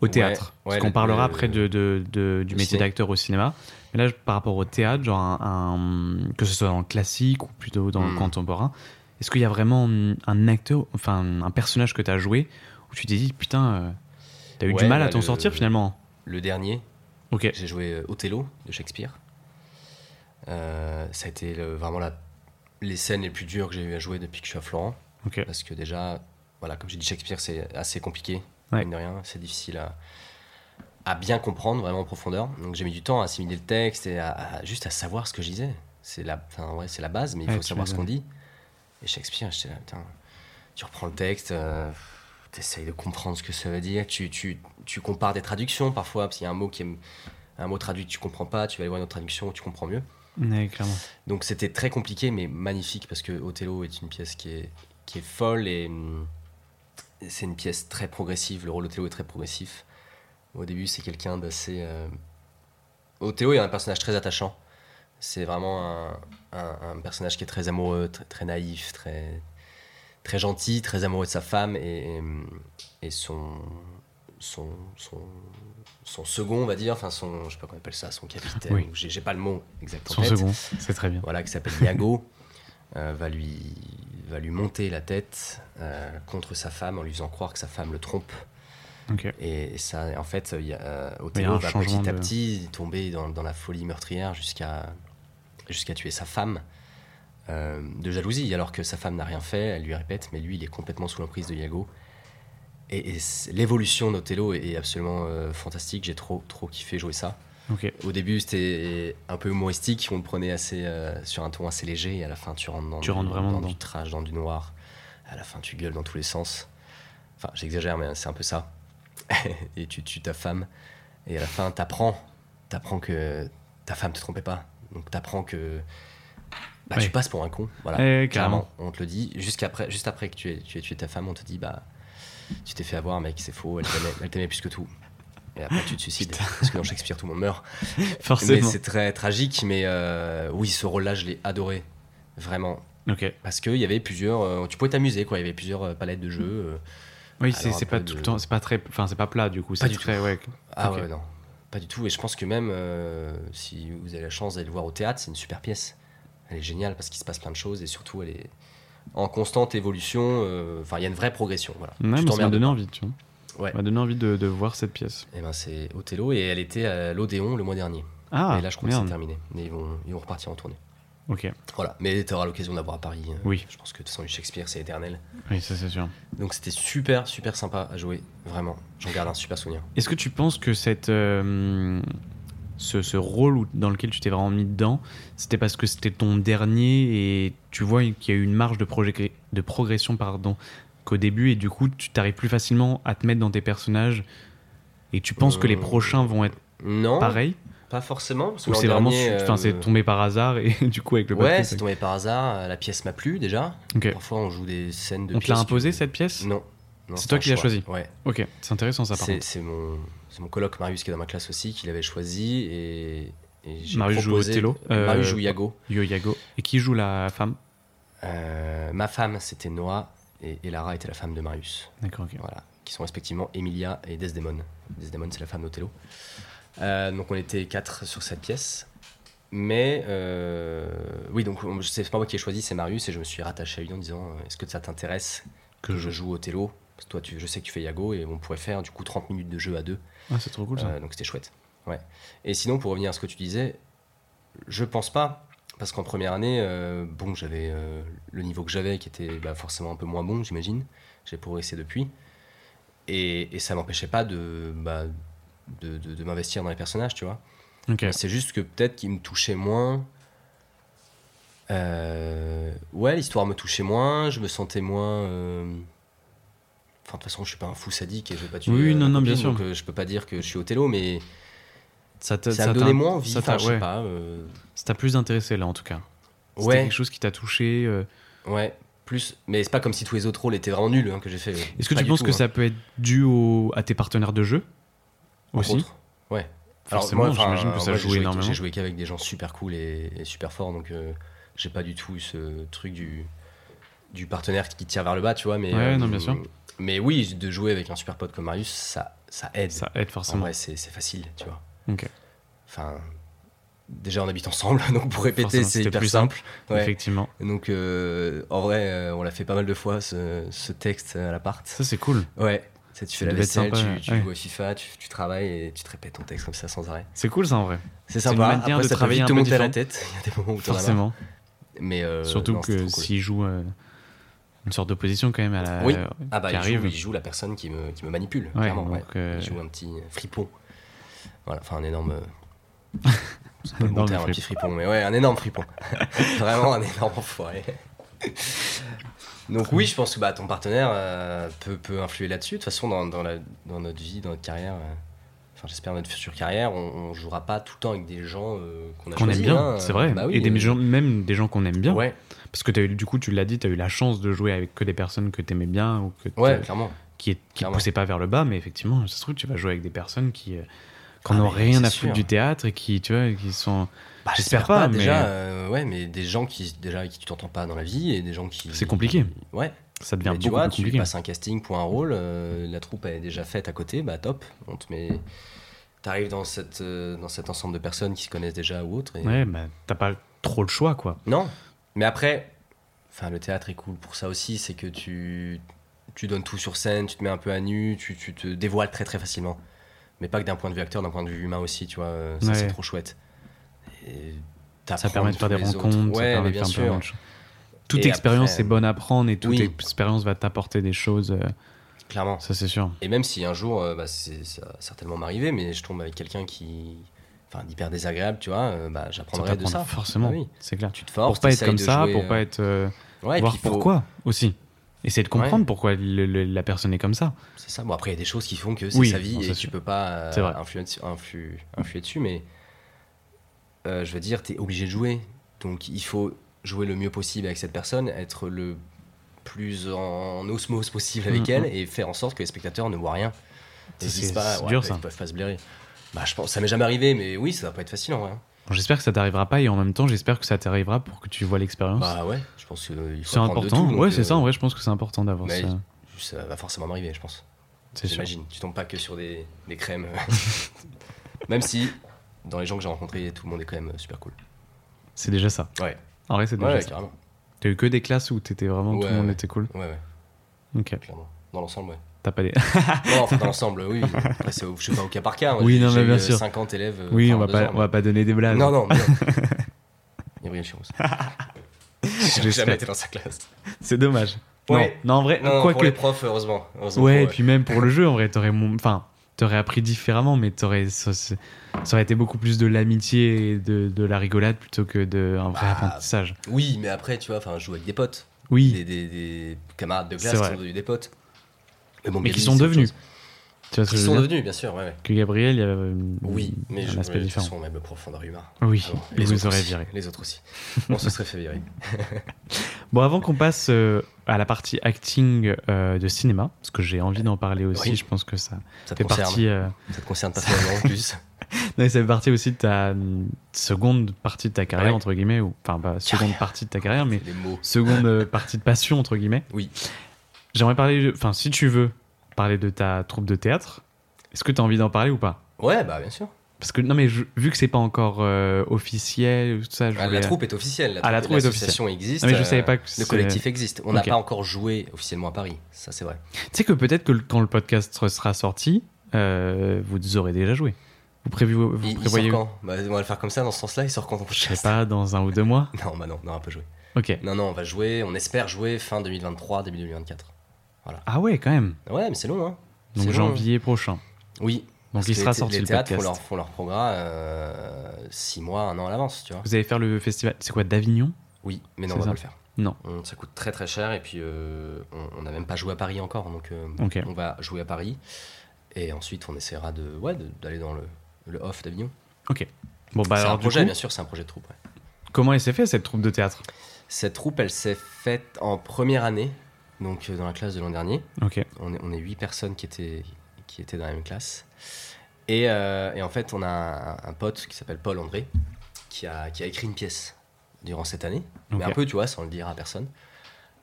Speaker 1: au
Speaker 2: Ouais,
Speaker 1: théâtre.
Speaker 2: ouais,
Speaker 1: parce qu'on
Speaker 2: le-
Speaker 1: parlera
Speaker 2: le-
Speaker 1: après de, de- de- du
Speaker 2: le
Speaker 1: métier
Speaker 2: ciné.
Speaker 1: d'acteur au cinéma. Mais là, je- par rapport au théâtre, genre un- un- que ce soit dans le classique ou plutôt dans le
Speaker 2: Hmm.
Speaker 1: contemporain, est-ce qu'il y a vraiment un, un acteur, enfin un personnage que tu as joué où tu t'es dit putain, euh, t'as eu du
Speaker 2: Ouais,
Speaker 1: mal à
Speaker 2: bah,
Speaker 1: t'en
Speaker 2: le-
Speaker 1: sortir finalement
Speaker 2: Le dernier,
Speaker 1: Ok.
Speaker 2: j'ai joué euh, Othello de Shakespeare. Euh, ça a été le- vraiment la, les scènes les plus dures que j'ai eu à jouer depuis que je suis à Florent.
Speaker 1: Ok.
Speaker 2: Parce que déjà, voilà, comme j'ai dit, Shakespeare, c'est assez compliqué,
Speaker 1: Ouais.
Speaker 2: mine de rien. C'est difficile à, à bien comprendre vraiment en profondeur. Donc j'ai mis du temps à assimiler le texte et à, à- juste à savoir ce que je disais. C'est la, enfin, ouais, c'est la base, mais il
Speaker 1: Ouais,
Speaker 2: faut
Speaker 1: tu
Speaker 2: savoir
Speaker 1: l'as
Speaker 2: ce qu'on dit. Et Shakespeare, j'étais là, putain, tu reprends le texte, euh, t'essayes de comprendre ce que ça veut dire, tu, tu, tu compares des traductions parfois, parce qu'il y a un mot qui est un mot traduit que tu comprends pas, tu vas aller voir une autre traduction où tu comprends mieux.
Speaker 1: Ouais, clairement.
Speaker 2: Donc c'était très compliqué, mais magnifique, parce que Othello est une pièce qui est, qui est folle et hum, c'est une pièce très progressive. Le rôle d'Othello est très progressif. Au début, c'est quelqu'un d'assez. euh, Othello est un personnage très attachant. C'est vraiment un, un- un personnage qui est très amoureux, très, très naïf, très, très gentil, très amoureux de sa femme et, et, hum, et son. Son, son, son second, on va dire, enfin son, je sais pas comment on appelle ça, son capitaine,
Speaker 1: Oui.
Speaker 2: ou j'ai j'ai pas le mot exact en
Speaker 1: Son
Speaker 2: tête
Speaker 1: second, c'est très bien.
Speaker 2: voilà, qui s'appelle Iago, euh, va, lui, va lui monter la tête euh, contre sa femme en lui faisant croire que sa femme le trompe.
Speaker 1: Ok.
Speaker 2: Et ça, en fait, il y a, euh,
Speaker 1: Il y a
Speaker 2: Othello
Speaker 1: un
Speaker 2: va
Speaker 1: changement
Speaker 2: petit à
Speaker 1: de-
Speaker 2: petit tomber dans, dans la folie meurtrière jusqu'à jusqu'à tuer sa femme euh, de jalousie, alors que sa femme n'a rien fait, elle lui répète, mais lui, il est complètement sous l'emprise de Iago. Et, et c'est- l'évolution d'Othello est, est absolument euh, fantastique, j'ai trop, trop kiffé jouer ça.
Speaker 1: Ok.
Speaker 2: Au début, c'était un peu humoristique, on le prenait assez, euh, sur un ton assez léger, et à la fin, tu rentres dans,
Speaker 1: Tu rentres vraiment
Speaker 2: dans
Speaker 1: dedans.
Speaker 2: du trash, dans du noir. À la fin, tu gueules dans tous les sens. Enfin, j'exagère, mais c'est un peu ça. et tu tues ta femme. Et à la fin, t'apprends. T'apprends que ta femme te trompait pas. Donc, t'apprends que. Bah,
Speaker 1: Ouais.
Speaker 2: tu passes pour un con. Voilà.
Speaker 1: Eh,
Speaker 2: Clairement,
Speaker 1: carrément.
Speaker 2: on te le dit. Jusqu'après, juste après que tu aies, tu aies tué ta femme, on te dit, bah, tu t'es fait avoir, mec, c'est faux, elle t'aimait- elle t'aimait plus que tout. Et après, tu te suicides. parce que dans Shakespeare, tout le monde meurt. Mais
Speaker 1: Forcément.
Speaker 2: Eh ben, c'est très tragique, mais euh, oui, ce rôle-là, je l'ai adoré. Vraiment.
Speaker 1: Ok.
Speaker 2: Parce qu'il y avait plusieurs. euh, tu pouvais t'amuser, quoi. Il y avait plusieurs euh, palettes de jeux. euh.
Speaker 1: Oui, c'est
Speaker 2: Alors,
Speaker 1: c'est
Speaker 2: un
Speaker 1: pas
Speaker 2: peu
Speaker 1: tout le
Speaker 2: de-
Speaker 1: temps, c'est pas très, enfin c'est pas plat du coup, c'est
Speaker 2: du
Speaker 1: très ouais.
Speaker 2: Ah
Speaker 1: Ok.
Speaker 2: ouais, non. Pas du tout. Et je pense que même euh, si vous avez la chance d'aller le voir au théâtre, c'est une super pièce. Elle est géniale parce qu'il se passe plein de choses et surtout, elle est en constante évolution. euh, Enfin, il y a une vraie progression. Voilà.
Speaker 1: Ouais, mais ça m'a
Speaker 2: t'emmerdes
Speaker 1: donné envie, tu vois.
Speaker 2: Ouais.
Speaker 1: Ça m'a donné envie de, de voir cette pièce.
Speaker 2: Et ben, c'est Othello et elle était à l'Odéon le mois dernier.
Speaker 1: Ah,
Speaker 2: et là, je crois que c'est
Speaker 1: merde.
Speaker 2: terminé. Mais ils vont, ils vont repartir en tournée.
Speaker 1: Ok.
Speaker 2: Voilà. Mais tu auras l'occasion d'avoir à Paris. euh,
Speaker 1: Oui.
Speaker 2: Je pense que de toute façon, Shakespeare, c'est éternel.
Speaker 1: Oui, ça c'est sûr.
Speaker 2: Donc c'était super, super sympa à jouer, vraiment. J'en garde un super souvenir.
Speaker 1: Est-ce que tu penses que cette, euh, ce, ce rôle où- dans lequel tu t'es vraiment mis dedans, c'était parce que c'était ton dernier et tu vois qu'il y a eu une marge de, proje- de progression pardon, qu'au début et du coup tu t'arrives plus facilement à te mettre dans tes personnages et tu penses que les
Speaker 2: Euh,
Speaker 1: prochains vont être
Speaker 2: Non,
Speaker 1: pareils
Speaker 2: pas forcément. Parce que
Speaker 1: Ou
Speaker 2: l'an
Speaker 1: c'est vraiment
Speaker 2: dernier,
Speaker 1: su- enfin,
Speaker 2: euh,
Speaker 1: c'est tombé par hasard et du coup avec le
Speaker 2: Ouais,
Speaker 1: podcast,
Speaker 2: c'est tombé par hasard. euh, La pièce m'a plu déjà.
Speaker 1: ok.
Speaker 2: Parfois on joue des scènes de.
Speaker 1: On te l'a
Speaker 2: pièces
Speaker 1: imposé
Speaker 2: que-
Speaker 1: cette pièce
Speaker 2: Non. non,
Speaker 1: C'est toi
Speaker 2: un
Speaker 1: qui l'as
Speaker 2: choix.
Speaker 1: choisi.
Speaker 2: Ouais.
Speaker 1: Ok, c'est intéressant ça par
Speaker 2: C'est
Speaker 1: contre.
Speaker 2: c'est mon, c'est mon coloc Marius qui est dans ma classe aussi qui l'avait choisi et. et j'ai
Speaker 1: Marius joue
Speaker 2: proposé-
Speaker 1: Othello, euh,
Speaker 2: Marius joue Iago.
Speaker 1: Yo Yago. Et qui joue la femme
Speaker 2: Euh, ma femme c'était Noah et, et Lara était la femme de Marius.
Speaker 1: D'accord, ok.
Speaker 2: voilà, qui sont respectivement Emilia et Desdemone. Desdemone, c'est la femme d'Othello. Euh, donc on était quatre sur cette pièce. Mais euh, oui, donc on- c'est pas moi qui ai choisi, c'est Marius, et je me suis rattaché à lui en disant euh, Est-ce que ça t'intéresse que je joue Othello Parce que toi, tu, je sais que tu fais Iago, et on pourrait faire du coup 30 minutes de jeu à deux.
Speaker 1: Ah, c'est trop cool ça.
Speaker 2: Euh, donc c'était chouette. Ouais. Et sinon, pour revenir à ce que tu disais, je pense pas. Parce qu'en première année, euh, bon, j'avais euh, le niveau que j'avais qui était bah, forcément un peu moins bon, j'imagine. J'ai progressé depuis. Et, et ça m'empêchait pas de, bah, de, de- de m'investir dans les personnages, tu vois.
Speaker 1: ok.
Speaker 2: C'est juste que peut-être qu'il me touchait moins. Euh, ouais, l'histoire me touchait moins, je me sentais moins. euh, Enfin, de toute façon, je suis pas un fou sadique et je vais pas tuer.
Speaker 1: Oui,
Speaker 2: euh,
Speaker 1: non,
Speaker 2: ma
Speaker 1: non, bien
Speaker 2: copine,
Speaker 1: sûr.
Speaker 2: Donc, euh, je peux pas dire que je suis Othello, mais
Speaker 1: Ça t'a
Speaker 2: ça
Speaker 1: ça
Speaker 2: me
Speaker 1: t'a-
Speaker 2: donnait moins envie.
Speaker 1: ça t'a-
Speaker 2: Enfin, je sais
Speaker 1: ouais.
Speaker 2: pas. euh,
Speaker 1: Ça t'a plus intéressé là en tout cas. C'était
Speaker 2: Ouais,
Speaker 1: quelque chose qui t'a touché. euh.
Speaker 2: ouais, plus. Mais c'est pas comme si tous les autres rôles étaient vraiment nuls hein, que j'ai fait.
Speaker 1: Est-ce que
Speaker 2: Pas
Speaker 1: tu
Speaker 2: du
Speaker 1: penses
Speaker 2: tout,
Speaker 1: que
Speaker 2: hein,
Speaker 1: ça peut être dû au- à tes partenaires de jeu
Speaker 2: par
Speaker 1: aussi
Speaker 2: contre. Ouais.
Speaker 1: Forcément,
Speaker 2: enfin,
Speaker 1: j'imagine que ça
Speaker 2: moi,
Speaker 1: joue
Speaker 2: j'ai joué-
Speaker 1: énormément.
Speaker 2: J'ai joué qu'avec des gens super cool et, et super forts, donc euh, j'ai pas du tout eu ce truc du, du partenaire qui tire vers le bas, tu vois. Mais, euh,
Speaker 1: Ouais, non, bien sûr.
Speaker 2: Mais oui, de jouer avec un super pote comme Marius, ça, ça aide.
Speaker 1: Ça aide
Speaker 2: en
Speaker 1: forcément.
Speaker 2: vrai, c'est c'est facile, tu vois.
Speaker 1: Ok.
Speaker 2: Enfin, déjà, on habite ensemble, donc pour répéter,
Speaker 1: Forcément,
Speaker 2: c'est
Speaker 1: c'était
Speaker 2: hyper
Speaker 1: plus
Speaker 2: simple. Ouais.
Speaker 1: Effectivement.
Speaker 2: Donc, euh, en vrai, euh, on l'a fait pas mal de fois, ce, ce texte à l'appart.
Speaker 1: Ça, c'est cool.
Speaker 2: Ouais. Tu, sais, tu fais la
Speaker 1: Ça devait être
Speaker 2: vaisselle,
Speaker 1: sympa,
Speaker 2: tu, tu
Speaker 1: ouais.
Speaker 2: joues à FIFA, tu, tu travailles et tu te répètes ton texte comme ça sans arrêt.
Speaker 1: C'est cool, ça, en vrai.
Speaker 2: C'est
Speaker 1: une
Speaker 2: sympa.
Speaker 1: manière
Speaker 2: Après,
Speaker 1: de
Speaker 2: ça peut
Speaker 1: travailler
Speaker 2: vite
Speaker 1: un
Speaker 2: te
Speaker 1: peu
Speaker 2: monter à la
Speaker 1: différent.
Speaker 2: tête. Il y a des moments où t'en as marre.
Speaker 1: Forcément.
Speaker 2: Mais euh,
Speaker 1: Surtout
Speaker 2: non, c'est
Speaker 1: que
Speaker 2: trop cool.
Speaker 1: s'il joue euh, une sorte de position quand même à la.
Speaker 2: Oui.
Speaker 1: euh,
Speaker 2: ah bah,
Speaker 1: qui
Speaker 2: il joue,
Speaker 1: arrive.
Speaker 2: il joue la personne qui me, qui me manipule.
Speaker 1: Ouais,
Speaker 2: clairement, ouais.
Speaker 1: donc, euh,
Speaker 2: Il joue un petit fripon. Voilà, enfin un énorme. C'est pas
Speaker 1: Un
Speaker 2: le bon
Speaker 1: énorme
Speaker 2: terme, un petit fripon, mais ouais, un énorme fripon. Vraiment un énorme enfoiré. Donc oui, je pense que bah, ton partenaire euh, peut, peut influer là-dessus. De toute façon, dans, dans la- dans notre vie, dans notre carrière, euh, enfin j'espère notre future carrière, on, on jouera pas tout le temps avec des gens euh, qu'on a
Speaker 1: qu'on aime
Speaker 2: choisis,
Speaker 1: bien,
Speaker 2: hein.
Speaker 1: c'est vrai.
Speaker 2: Bah oui,
Speaker 1: et des
Speaker 2: euh,
Speaker 1: gens, même des gens qu'on aime bien.
Speaker 2: Ouais,
Speaker 1: Parce que t'as eu- du coup, tu l'as dit, tu as eu la chance de jouer avec que des personnes que t'aimais bien ou que t-
Speaker 2: ouais, clairement.
Speaker 1: qui ne
Speaker 2: clairement.
Speaker 1: poussaient pas vers le bas. Mais effectivement, ça se trouve, tu vas jouer avec des personnes qui euh, qui
Speaker 2: Ah,
Speaker 1: n'ont
Speaker 2: mais
Speaker 1: rien
Speaker 2: c'est
Speaker 1: à foutre
Speaker 2: sûr.
Speaker 1: du théâtre et qui, tu vois, qui sont.
Speaker 2: Bah,
Speaker 1: J'espère pas, mais-
Speaker 2: déjà, euh, ouais, mais des gens qui déjà avec qui tu t'entends pas dans la vie et des gens qui.
Speaker 1: C'est compliqué.
Speaker 2: Ouais.
Speaker 1: Ça devient
Speaker 2: Mais
Speaker 1: beaucoup
Speaker 2: tu vois,
Speaker 1: plus
Speaker 2: tu
Speaker 1: compliqué.
Speaker 2: passes un casting pour un rôle, euh, la troupe elle est déjà faite à côté, bah top, on te met. T'arrives dans cette euh, dans cet ensemble de personnes qui se connaissent déjà ou autre. Et...
Speaker 1: Ouais, bah, t'as pas trop le choix, quoi.
Speaker 2: Non, mais après, enfin le théâtre est cool pour ça aussi, c'est que tu tu donnes tout sur scène, tu te mets un peu à nu, tu, tu te dévoiles très très facilement. Mais pas que d'un point de vue acteur, d'un point de vue humain aussi, tu vois, euh, ça
Speaker 1: Ouais.
Speaker 2: c'est trop chouette. Et
Speaker 1: Ça
Speaker 2: t'apprends
Speaker 1: permet de faire des
Speaker 2: tous les autres.
Speaker 1: rencontres, ça
Speaker 2: ouais,
Speaker 1: permet
Speaker 2: mais
Speaker 1: de faire
Speaker 2: bien
Speaker 1: plein
Speaker 2: sûr.
Speaker 1: d'autres choses. Toute
Speaker 2: Et
Speaker 1: expérience
Speaker 2: après,
Speaker 1: est bonne à prendre et toute
Speaker 2: oui.
Speaker 1: expérience va t'apporter des choses, euh,
Speaker 2: Clairement.
Speaker 1: ça c'est sûr.
Speaker 2: Et même si un jour, euh, bah, c'est- ça va certainement m'arriver, mais je tombe avec quelqu'un qui. Enfin, d'hyper désagréable, tu vois, euh, bah,
Speaker 1: Ça
Speaker 2: j'apprendrai de
Speaker 1: t'apprend
Speaker 2: ça.
Speaker 1: forcément,
Speaker 2: Ah oui.
Speaker 1: c'est clair.
Speaker 2: Tu te forces.
Speaker 1: Pour pas être
Speaker 2: t'essayes
Speaker 1: comme
Speaker 2: de
Speaker 1: ça,
Speaker 2: jouer,
Speaker 1: pour
Speaker 2: euh,
Speaker 1: pas être... euh,
Speaker 2: Ouais, et
Speaker 1: voir
Speaker 2: puis il faut-
Speaker 1: pourquoi aussi. Essayer de comprendre
Speaker 2: Ouais.
Speaker 1: pourquoi le- le- la personne est comme ça.
Speaker 2: C'est ça. Bon, après, il y a des choses qui font que c'est
Speaker 1: Oui,
Speaker 2: sa vie
Speaker 1: non,
Speaker 2: et
Speaker 1: c'est
Speaker 2: tu
Speaker 1: sûr.
Speaker 2: peux pas euh,
Speaker 1: C'est vrai.
Speaker 2: influer, dessus- influ- influer dessus, mais euh, je veux dire, tu es obligé de jouer. Donc, il faut jouer le mieux possible avec cette personne, être le plus en osmose possible avec
Speaker 1: Mhm.
Speaker 2: elle et faire en sorte que les spectateurs ne voient rien.
Speaker 1: Ça,
Speaker 2: Ils se
Speaker 1: c'est-
Speaker 2: disent pas,
Speaker 1: c'est
Speaker 2: ouais,
Speaker 1: dur,
Speaker 2: bah,
Speaker 1: ça.
Speaker 2: Ils peuvent pas se blairer. Bah, je pense, ça m'est jamais arrivé, mais oui, ça va pas être facile en vrai. hein.
Speaker 1: Bon, J'espère que ça t'arrivera pas et en même temps j'espère que ça t'arrivera pour que tu vois l'expérience.
Speaker 2: Bah ouais, je pense qu'il faut
Speaker 1: c'est
Speaker 2: apprendre de
Speaker 1: important.
Speaker 2: tout, donc,
Speaker 1: ouais,
Speaker 2: euh,
Speaker 1: c'est ça en vrai, je pense que c'est important d'avoir
Speaker 2: mais-
Speaker 1: ça.
Speaker 2: Ça va forcément m'arriver, je pense.
Speaker 1: C'est sûr.
Speaker 2: J'imagine. Tu tombes pas que sur des, des crèmes. Même si, dans les gens que j'ai rencontrés, tout le monde est quand même super cool.
Speaker 1: C'est déjà ça.
Speaker 2: Ouais,
Speaker 1: En vrai, c'est déjà
Speaker 2: ouais,
Speaker 1: ça.
Speaker 2: carrément.
Speaker 1: T'as eu que des classes où t'étais vraiment tout
Speaker 2: Ouais,
Speaker 1: le monde
Speaker 2: ouais.
Speaker 1: était cool.
Speaker 2: Ouais, ouais,
Speaker 1: Ok.
Speaker 2: clairement. Dans l'ensemble, ouais.
Speaker 1: T'as
Speaker 2: Euh,
Speaker 1: pas des.
Speaker 2: Non, enfin, dans l'ensemble, oui. Après, c'est au- je sais pas, au cas par cas. Moi,
Speaker 1: Oui,
Speaker 2: j'ai-
Speaker 1: non, mais
Speaker 2: j'ai
Speaker 1: bien
Speaker 2: eu
Speaker 1: sûr.
Speaker 2: 50 élèves. euh,
Speaker 1: oui, on
Speaker 2: pendant
Speaker 1: va
Speaker 2: deux
Speaker 1: pas,
Speaker 2: ans,
Speaker 1: on va pas donner des
Speaker 2: mais-
Speaker 1: blagues.
Speaker 2: Non, non, mais non. Gabriel Chirous. J'ai
Speaker 1: J'espère.
Speaker 2: jamais été dans sa classe.
Speaker 1: C'est dommage.
Speaker 2: Ouais.
Speaker 1: Non, non, en vrai,
Speaker 2: Non, non,
Speaker 1: quoi
Speaker 2: pour
Speaker 1: que.
Speaker 2: les profs, heureusement. Heureusement
Speaker 1: Ouais, et
Speaker 2: pour eux.
Speaker 1: puis même pour le jeu, en vrai, t'aurais, mon- enfin, t'aurais appris différemment, mais t'aurais, ça, c'est- ça aurait été beaucoup plus de l'amitié et de, de la rigolade plutôt que de un vrai
Speaker 2: Bah,
Speaker 1: apprentissage.
Speaker 2: Oui, mais après, tu vois, enfin, je joue avec des potes.
Speaker 1: Oui,
Speaker 2: Des, des- des camarades de
Speaker 1: C'est
Speaker 2: classe qui
Speaker 1: vrai.
Speaker 2: sont devenus des potes. Mais, bon,
Speaker 1: mais
Speaker 2: Gabi,
Speaker 1: qui sont
Speaker 2: c'est autre
Speaker 1: devenus.
Speaker 2: chose.
Speaker 1: Tu vois ce que
Speaker 2: Qui
Speaker 1: je veux
Speaker 2: sont
Speaker 1: dire
Speaker 2: devenus, bien sûr, ouais, ouais.
Speaker 1: Que Gabriel, il y avait euh,
Speaker 2: Oui, mais je
Speaker 1: un aspect
Speaker 2: mais de toute
Speaker 1: différent.
Speaker 2: façon, même le profondeur humain.
Speaker 1: Oui,
Speaker 2: Ah bon,
Speaker 1: il vous
Speaker 2: autres
Speaker 1: aurait
Speaker 2: aussi,
Speaker 1: viré.
Speaker 2: Les autres aussi. On se serait fait virer.
Speaker 1: Bon, avant qu'on passe euh, à la partie acting euh, de cinéma, parce que j'ai envie d'en parler aussi,
Speaker 2: Oui.
Speaker 1: je pense que ça
Speaker 2: Ça te
Speaker 1: fait
Speaker 2: concerne.
Speaker 1: partie. euh,
Speaker 2: Ça te concerne personnellement en plus.
Speaker 1: Non, mais ça fait partie aussi de ta hum, seconde partie de ta carrière,
Speaker 2: Ouais.
Speaker 1: entre guillemets, ou enfin, pas seconde
Speaker 2: Carrière.
Speaker 1: partie de ta carrière, mais
Speaker 2: Les mots.
Speaker 1: seconde euh, partie de passion, entre guillemets.
Speaker 2: Oui.
Speaker 1: J'aimerais parler, de- enfin, si tu veux, parler de ta troupe de théâtre. Est-ce que tu as envie d'en parler ou pas
Speaker 2: Ouais, bah bien sûr.
Speaker 1: Parce que, non, mais je- vu que c'est pas encore euh, officiel, tout ça, je
Speaker 2: Ah,
Speaker 1: voulais-
Speaker 2: La troupe est officielle.
Speaker 1: Ah, la troupe est
Speaker 2: L'association existe.
Speaker 1: Non, Ah, mais je
Speaker 2: euh,
Speaker 1: savais pas que
Speaker 2: Le
Speaker 1: c'est-
Speaker 2: collectif existe. On n'a
Speaker 1: Ok.
Speaker 2: pas encore joué officiellement à Paris. Ça, c'est vrai.
Speaker 1: Tu sais que peut-être que le- quand le podcast sera sorti, euh, vous aurez déjà joué. Vous, prévu- vous
Speaker 2: Il, il sort
Speaker 1: prévoyez.
Speaker 2: quand Bah, On va le faire comme ça dans ce sens-là. Il sort quand on
Speaker 1: Je sais pas, dans un ou deux mois
Speaker 2: Non, bah non, non, on peut jouer.
Speaker 1: Ok.
Speaker 2: Non, non, on va jouer. On espère jouer fin 2023, début 2024.
Speaker 1: Ah ouais, quand même.
Speaker 2: Ouais, mais c'est long, hein. C'est
Speaker 1: Donc
Speaker 2: long,
Speaker 1: janvier prochain.
Speaker 2: hein. Oui.
Speaker 1: Donc
Speaker 2: Parce
Speaker 1: il
Speaker 2: que
Speaker 1: sera
Speaker 2: les thé-
Speaker 1: sorti
Speaker 2: les
Speaker 1: le
Speaker 2: théâtres font
Speaker 1: podcast.
Speaker 2: leur, font leur programme 6 mois, un an à l'avance, tu vois.
Speaker 1: Vous allez faire le festival, c'est quoi, d'Avignon
Speaker 2: Oui, mais non,
Speaker 1: C'est
Speaker 2: on va
Speaker 1: ça.
Speaker 2: pas le faire.
Speaker 1: Non.
Speaker 2: On- ça coûte très très cher et puis euh, on- on n'a même pas joué à Paris encore, donc euh,
Speaker 1: Ok.
Speaker 2: on va jouer à Paris et ensuite on essaiera de ouais, de- d'aller dans le, le off d'Avignon.
Speaker 1: Bon, bah
Speaker 2: c'est
Speaker 1: alors,
Speaker 2: un
Speaker 1: du
Speaker 2: projet,
Speaker 1: coup,
Speaker 2: bien sûr, c'est un projet de troupe. ouais.
Speaker 1: comment elle s'est fait cette troupe de théâtre
Speaker 2: Cette troupe, elle s'est faite en première année, donc euh, dans la classe de l'an dernier.
Speaker 1: Ok.
Speaker 2: On est, on est 8 personnes qui étaient, qui étaient dans la même classe. Et, euh, et en fait, on a un, un pote qui s'appelle Paul André qui a, qui a écrit une pièce durant cette année. Mais
Speaker 1: Ok.
Speaker 2: Bah, un peu, tu vois, sans le dire à personne.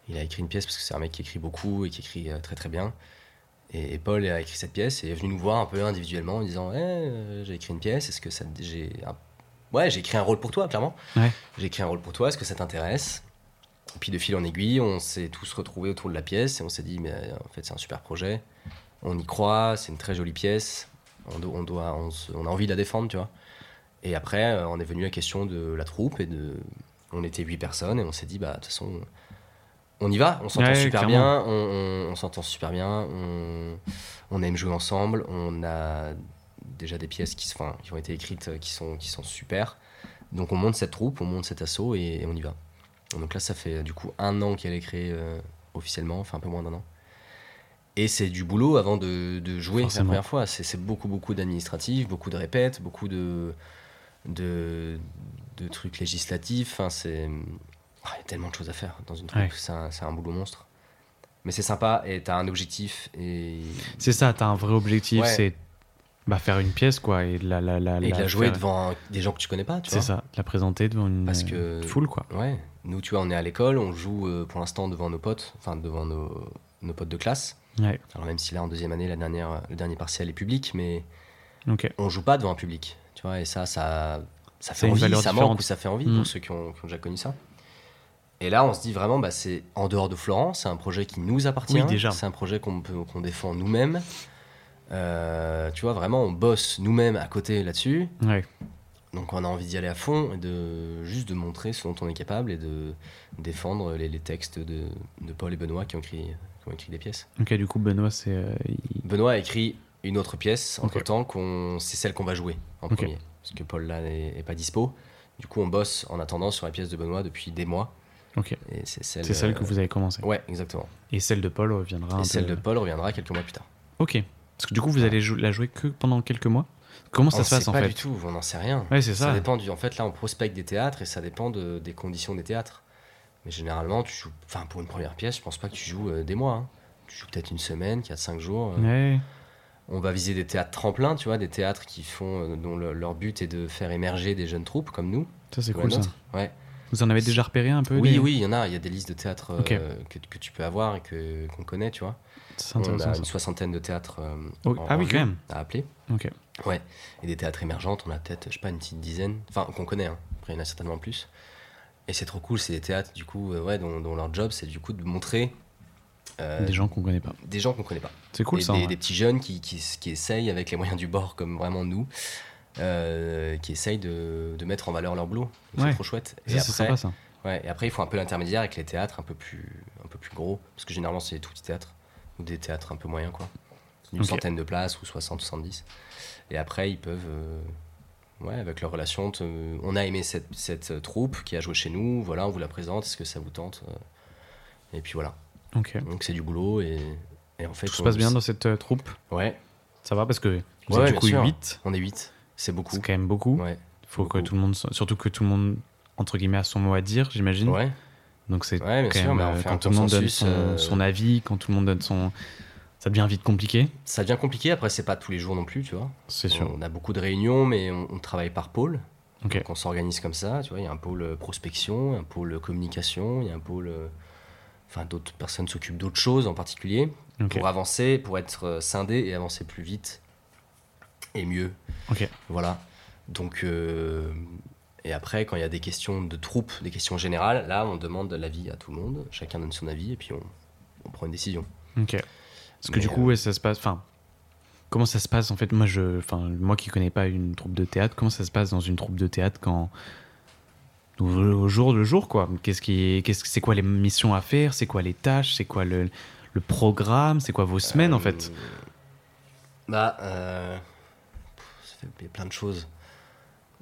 Speaker 2: Il a écrit une pièce parce que c'est un mec qui écrit beaucoup et qui écrit euh, très très bien. Et, et Paul a écrit cette pièce et est venu nous voir un peu individuellement en disant Eh, euh, J'ai écrit une pièce, est-ce que ça. te- J'ai un- Ouais, j'ai écrit un rôle pour toi, clairement.
Speaker 1: Ouais.
Speaker 2: J'ai écrit un rôle pour toi, est-ce que ça t'intéresse Et puis de fil en aiguille, on s'est tous retrouvés autour de la pièce et on s'est dit Mais euh, en fait, c'est un super projet. On y croit, c'est une très jolie pièce. On, do- on doit, on se- on a envie de la défendre, tu vois. Et après, euh, on est venu la question de la troupe et de. On était huit personnes et on s'est dit, bah, de toute façon, on y va, on s'entend
Speaker 1: Ouais,
Speaker 2: super
Speaker 1: clairement.
Speaker 2: bien, on, on- on s'entend super bien, on, on aime jouer ensemble, on a déjà des pièces qui, se- enfin, qui ont été écrites euh, qui sont, qui sont super. Donc on monte cette troupe, on monte cet assaut et, et on y va. Donc là, ça fait du coup un an qu'elle est créée euh, officiellement, enfin un peu moins d'un an. Et c'est du boulot avant de, de jouer la
Speaker 1: Forcément.
Speaker 2: première fois. C'est c'est beaucoup, beaucoup d'administratifs, beaucoup de répètes, beaucoup de, de, de trucs législatifs. Enfin, c'est ah, il y a tellement de choses à faire dans une troupe.
Speaker 1: Ouais.
Speaker 2: C'est un, c'est un boulot monstre. Mais c'est sympa et t'as un objectif et,
Speaker 1: C'est ça, t'as un vrai objectif,
Speaker 2: Ouais.
Speaker 1: c'est bah, faire une pièce, quoi, et de la, la, la,
Speaker 2: et de la jouer
Speaker 1: faire-
Speaker 2: devant un- des gens que tu connais pas. tu
Speaker 1: C'est
Speaker 2: vois.
Speaker 1: ça, de la présenter devant une
Speaker 2: Parce
Speaker 1: euh,
Speaker 2: que-
Speaker 1: foule, quoi.
Speaker 2: Ouais, nous tu vois, on est à l'école, on joue euh, pour l'instant devant nos potes, enfin devant nos, nos potes de classe.
Speaker 1: Ouais,
Speaker 2: Alors même si là en deuxième année, la dernière, le dernier partiel est public, mais
Speaker 1: ok.
Speaker 2: on joue pas devant un public, tu vois, et ça, ça, ça
Speaker 1: C'est
Speaker 2: fait
Speaker 1: une
Speaker 2: envie,
Speaker 1: valeur
Speaker 2: ça
Speaker 1: différente.
Speaker 2: manque ou ça fait envie
Speaker 1: Mm.
Speaker 2: pour ceux qui ont, qui ont déjà connu ça. Et là, on se dit vraiment, bah, c'est en dehors de Florent, c'est un projet qui nous appartient,
Speaker 1: Oui, déjà.
Speaker 2: c'est un projet qu'on peut- qu'on défend nous-mêmes. Euh, tu vois, vraiment, on bosse nous-mêmes à côté là-dessus.
Speaker 1: Ouais.
Speaker 2: Donc on a envie d'y aller à fond et de juste de montrer ce dont on est capable et de défendre les, les textes de, de Paul et Benoît qui ont écrit, qui ont écrit des pièces.
Speaker 1: Ok, du coup, Benoît, c'est. euh, il-
Speaker 2: Benoît a écrit une autre pièce
Speaker 1: Ok.
Speaker 2: entre temps qu'on c'est celle qu'on va jouer en
Speaker 1: Ok.
Speaker 2: premier parce que Paul là n'est n'est pas dispo. Du coup on bosse en attendant sur la pièce de Benoît depuis des mois
Speaker 1: Ok,
Speaker 2: et c'est celle.
Speaker 1: c'est celle que
Speaker 2: euh,
Speaker 1: vous avez commencé.
Speaker 2: Ouais exactement.
Speaker 1: Et celle de Paul reviendra un
Speaker 2: Et celle
Speaker 1: peu.
Speaker 2: de Paul reviendra quelques mois plus tard.
Speaker 1: Ok. Parce que du coup, vous allez jou- la jouer que pendant quelques mois Comment ça
Speaker 2: on
Speaker 1: se passe
Speaker 2: sait
Speaker 1: en
Speaker 2: Oh, pas
Speaker 1: fait
Speaker 2: du tout, on n'en sait rien.
Speaker 1: Ouais, c'est ça.
Speaker 2: Ça dépend du. En fait, là, on prospecte des théâtres et ça dépend de- des conditions des théâtres. Mais généralement, tu joues. Enfin, pour une première pièce, je pense pas que tu joues euh, des mois. hein. Tu joues peut-être une semaine, 4-5 jours. euh.
Speaker 1: Ouais.
Speaker 2: On va viser des théâtres tremplins, tu vois, des théâtres qui font. euh, dont le- leur but est de faire émerger des jeunes troupes comme nous.
Speaker 1: Ça, c'est
Speaker 2: ou la
Speaker 1: cool ça.
Speaker 2: nôtre. Ouais.
Speaker 1: Vous en avez déjà repéré un peu
Speaker 2: Oui,
Speaker 1: des-
Speaker 2: oui, il y en a. Il y a des listes de théâtres euh,
Speaker 1: Ok.
Speaker 2: que, que tu peux avoir et que- qu'on connaît, tu vois.
Speaker 1: C'est
Speaker 2: On
Speaker 1: intéressant
Speaker 2: a
Speaker 1: ça.
Speaker 2: une soixantaine de théâtres euh,
Speaker 1: Oh,
Speaker 2: en-
Speaker 1: Ah
Speaker 2: en
Speaker 1: oui,
Speaker 2: jeu
Speaker 1: quand même.
Speaker 2: à appeler.
Speaker 1: Ok.
Speaker 2: Ouais, et des théâtres émergentes, on a peut-être, je sais pas, une petite dizaine, enfin, qu'on connaît, hein. après il y en a certainement plus. Et c'est trop cool, c'est des théâtres, du coup, euh, ouais, dont, dont leur job, c'est du coup de montrer euh,
Speaker 1: Des gens qu'on connaît pas.
Speaker 2: des gens qu'on connaît pas.
Speaker 1: C'est cool
Speaker 2: des,
Speaker 1: ça. hein. en
Speaker 2: des-
Speaker 1: vrai.
Speaker 2: des petits jeunes qui, qui, qui essayent, avec les moyens du bord, comme vraiment nous, euh, qui essayent de, de mettre en valeur leur boulot. Donc,
Speaker 1: Ouais.
Speaker 2: C'est trop chouette.
Speaker 1: Ça, c'est sympa ça.
Speaker 2: Ouais, et après, ils font un peu l'intermédiaire avec les théâtres un peu plus, un peu plus gros, parce que généralement, c'est des tout petits théâtres, ou des théâtres un peu moyens, quoi. Une
Speaker 1: Ok.
Speaker 2: centaine de places, ou 60, 70. Et après, ils peuvent, euh, ouais, avec leurs relations, te- on a aimé cette, cette euh, troupe qui a joué chez nous, voilà, on vous la présente, est-ce que ça vous tente Euh, Et puis voilà.
Speaker 1: Ok.
Speaker 2: Donc, c'est du boulot, et, et en fait.
Speaker 1: Tout se
Speaker 2: on-
Speaker 1: passe bien dans cette euh, troupe
Speaker 2: Ouais,
Speaker 1: Ça va parce que vous
Speaker 2: Ouais,
Speaker 1: êtes du
Speaker 2: bien
Speaker 1: coup
Speaker 2: sûr.
Speaker 1: 8.
Speaker 2: on est 8, c'est beaucoup.
Speaker 1: C'est quand même beaucoup.
Speaker 2: Ouais,
Speaker 1: Faut que
Speaker 2: beaucoup.
Speaker 1: tout le monde. so- Surtout que tout le monde, entre guillemets, a son mot à dire, j'imagine.
Speaker 2: ouais,
Speaker 1: Donc c'est
Speaker 2: ouais, bien
Speaker 1: quand
Speaker 2: sûr,
Speaker 1: même,
Speaker 2: mais on
Speaker 1: euh,
Speaker 2: fait
Speaker 1: quand
Speaker 2: un
Speaker 1: tout le monde donne
Speaker 2: consensus.
Speaker 1: son,
Speaker 2: euh,
Speaker 1: son avis, quand tout le monde donne son. Ça devient vite compliqué,
Speaker 2: Ça devient compliqué, après, c'est pas tous les jours non plus, tu vois.
Speaker 1: c'est sûr.
Speaker 2: On a beaucoup de réunions, mais on, on travaille par pôle.
Speaker 1: Ok.
Speaker 2: Donc on s'organise comme ça. Tu vois, il y a un pôle euh, prospection, un pôle euh, communication, il y a un pôle. euh, Enfin, d'autres personnes s'occupent d'autres choses en particulier
Speaker 1: Ok.
Speaker 2: pour avancer, pour être euh, scindé et avancer plus vite et mieux.
Speaker 1: Ok.
Speaker 2: Voilà. Donc. euh, et après, quand il y a des questions de troupe, des questions générales, là, on demande l'avis à tout le monde. Chacun donne son avis et puis on, on prend une décision.
Speaker 1: Ok. Parce que
Speaker 2: Mais,
Speaker 1: du coup,
Speaker 2: euh,
Speaker 1: ouais, ça se passe. Enfin, comment ça se passe en fait Moi, je, enfin, moi qui connais pas une troupe de théâtre, comment ça se passe dans une troupe de théâtre quand au, au jour le jour quoi Qu'est-ce qui, qu'est-ce que- c'est quoi les missions à faire C'est quoi les tâches C'est quoi le, le programme C'est quoi vos semaines en fait
Speaker 2: Euh, Bah, euh, pff, ça fait plein de choses.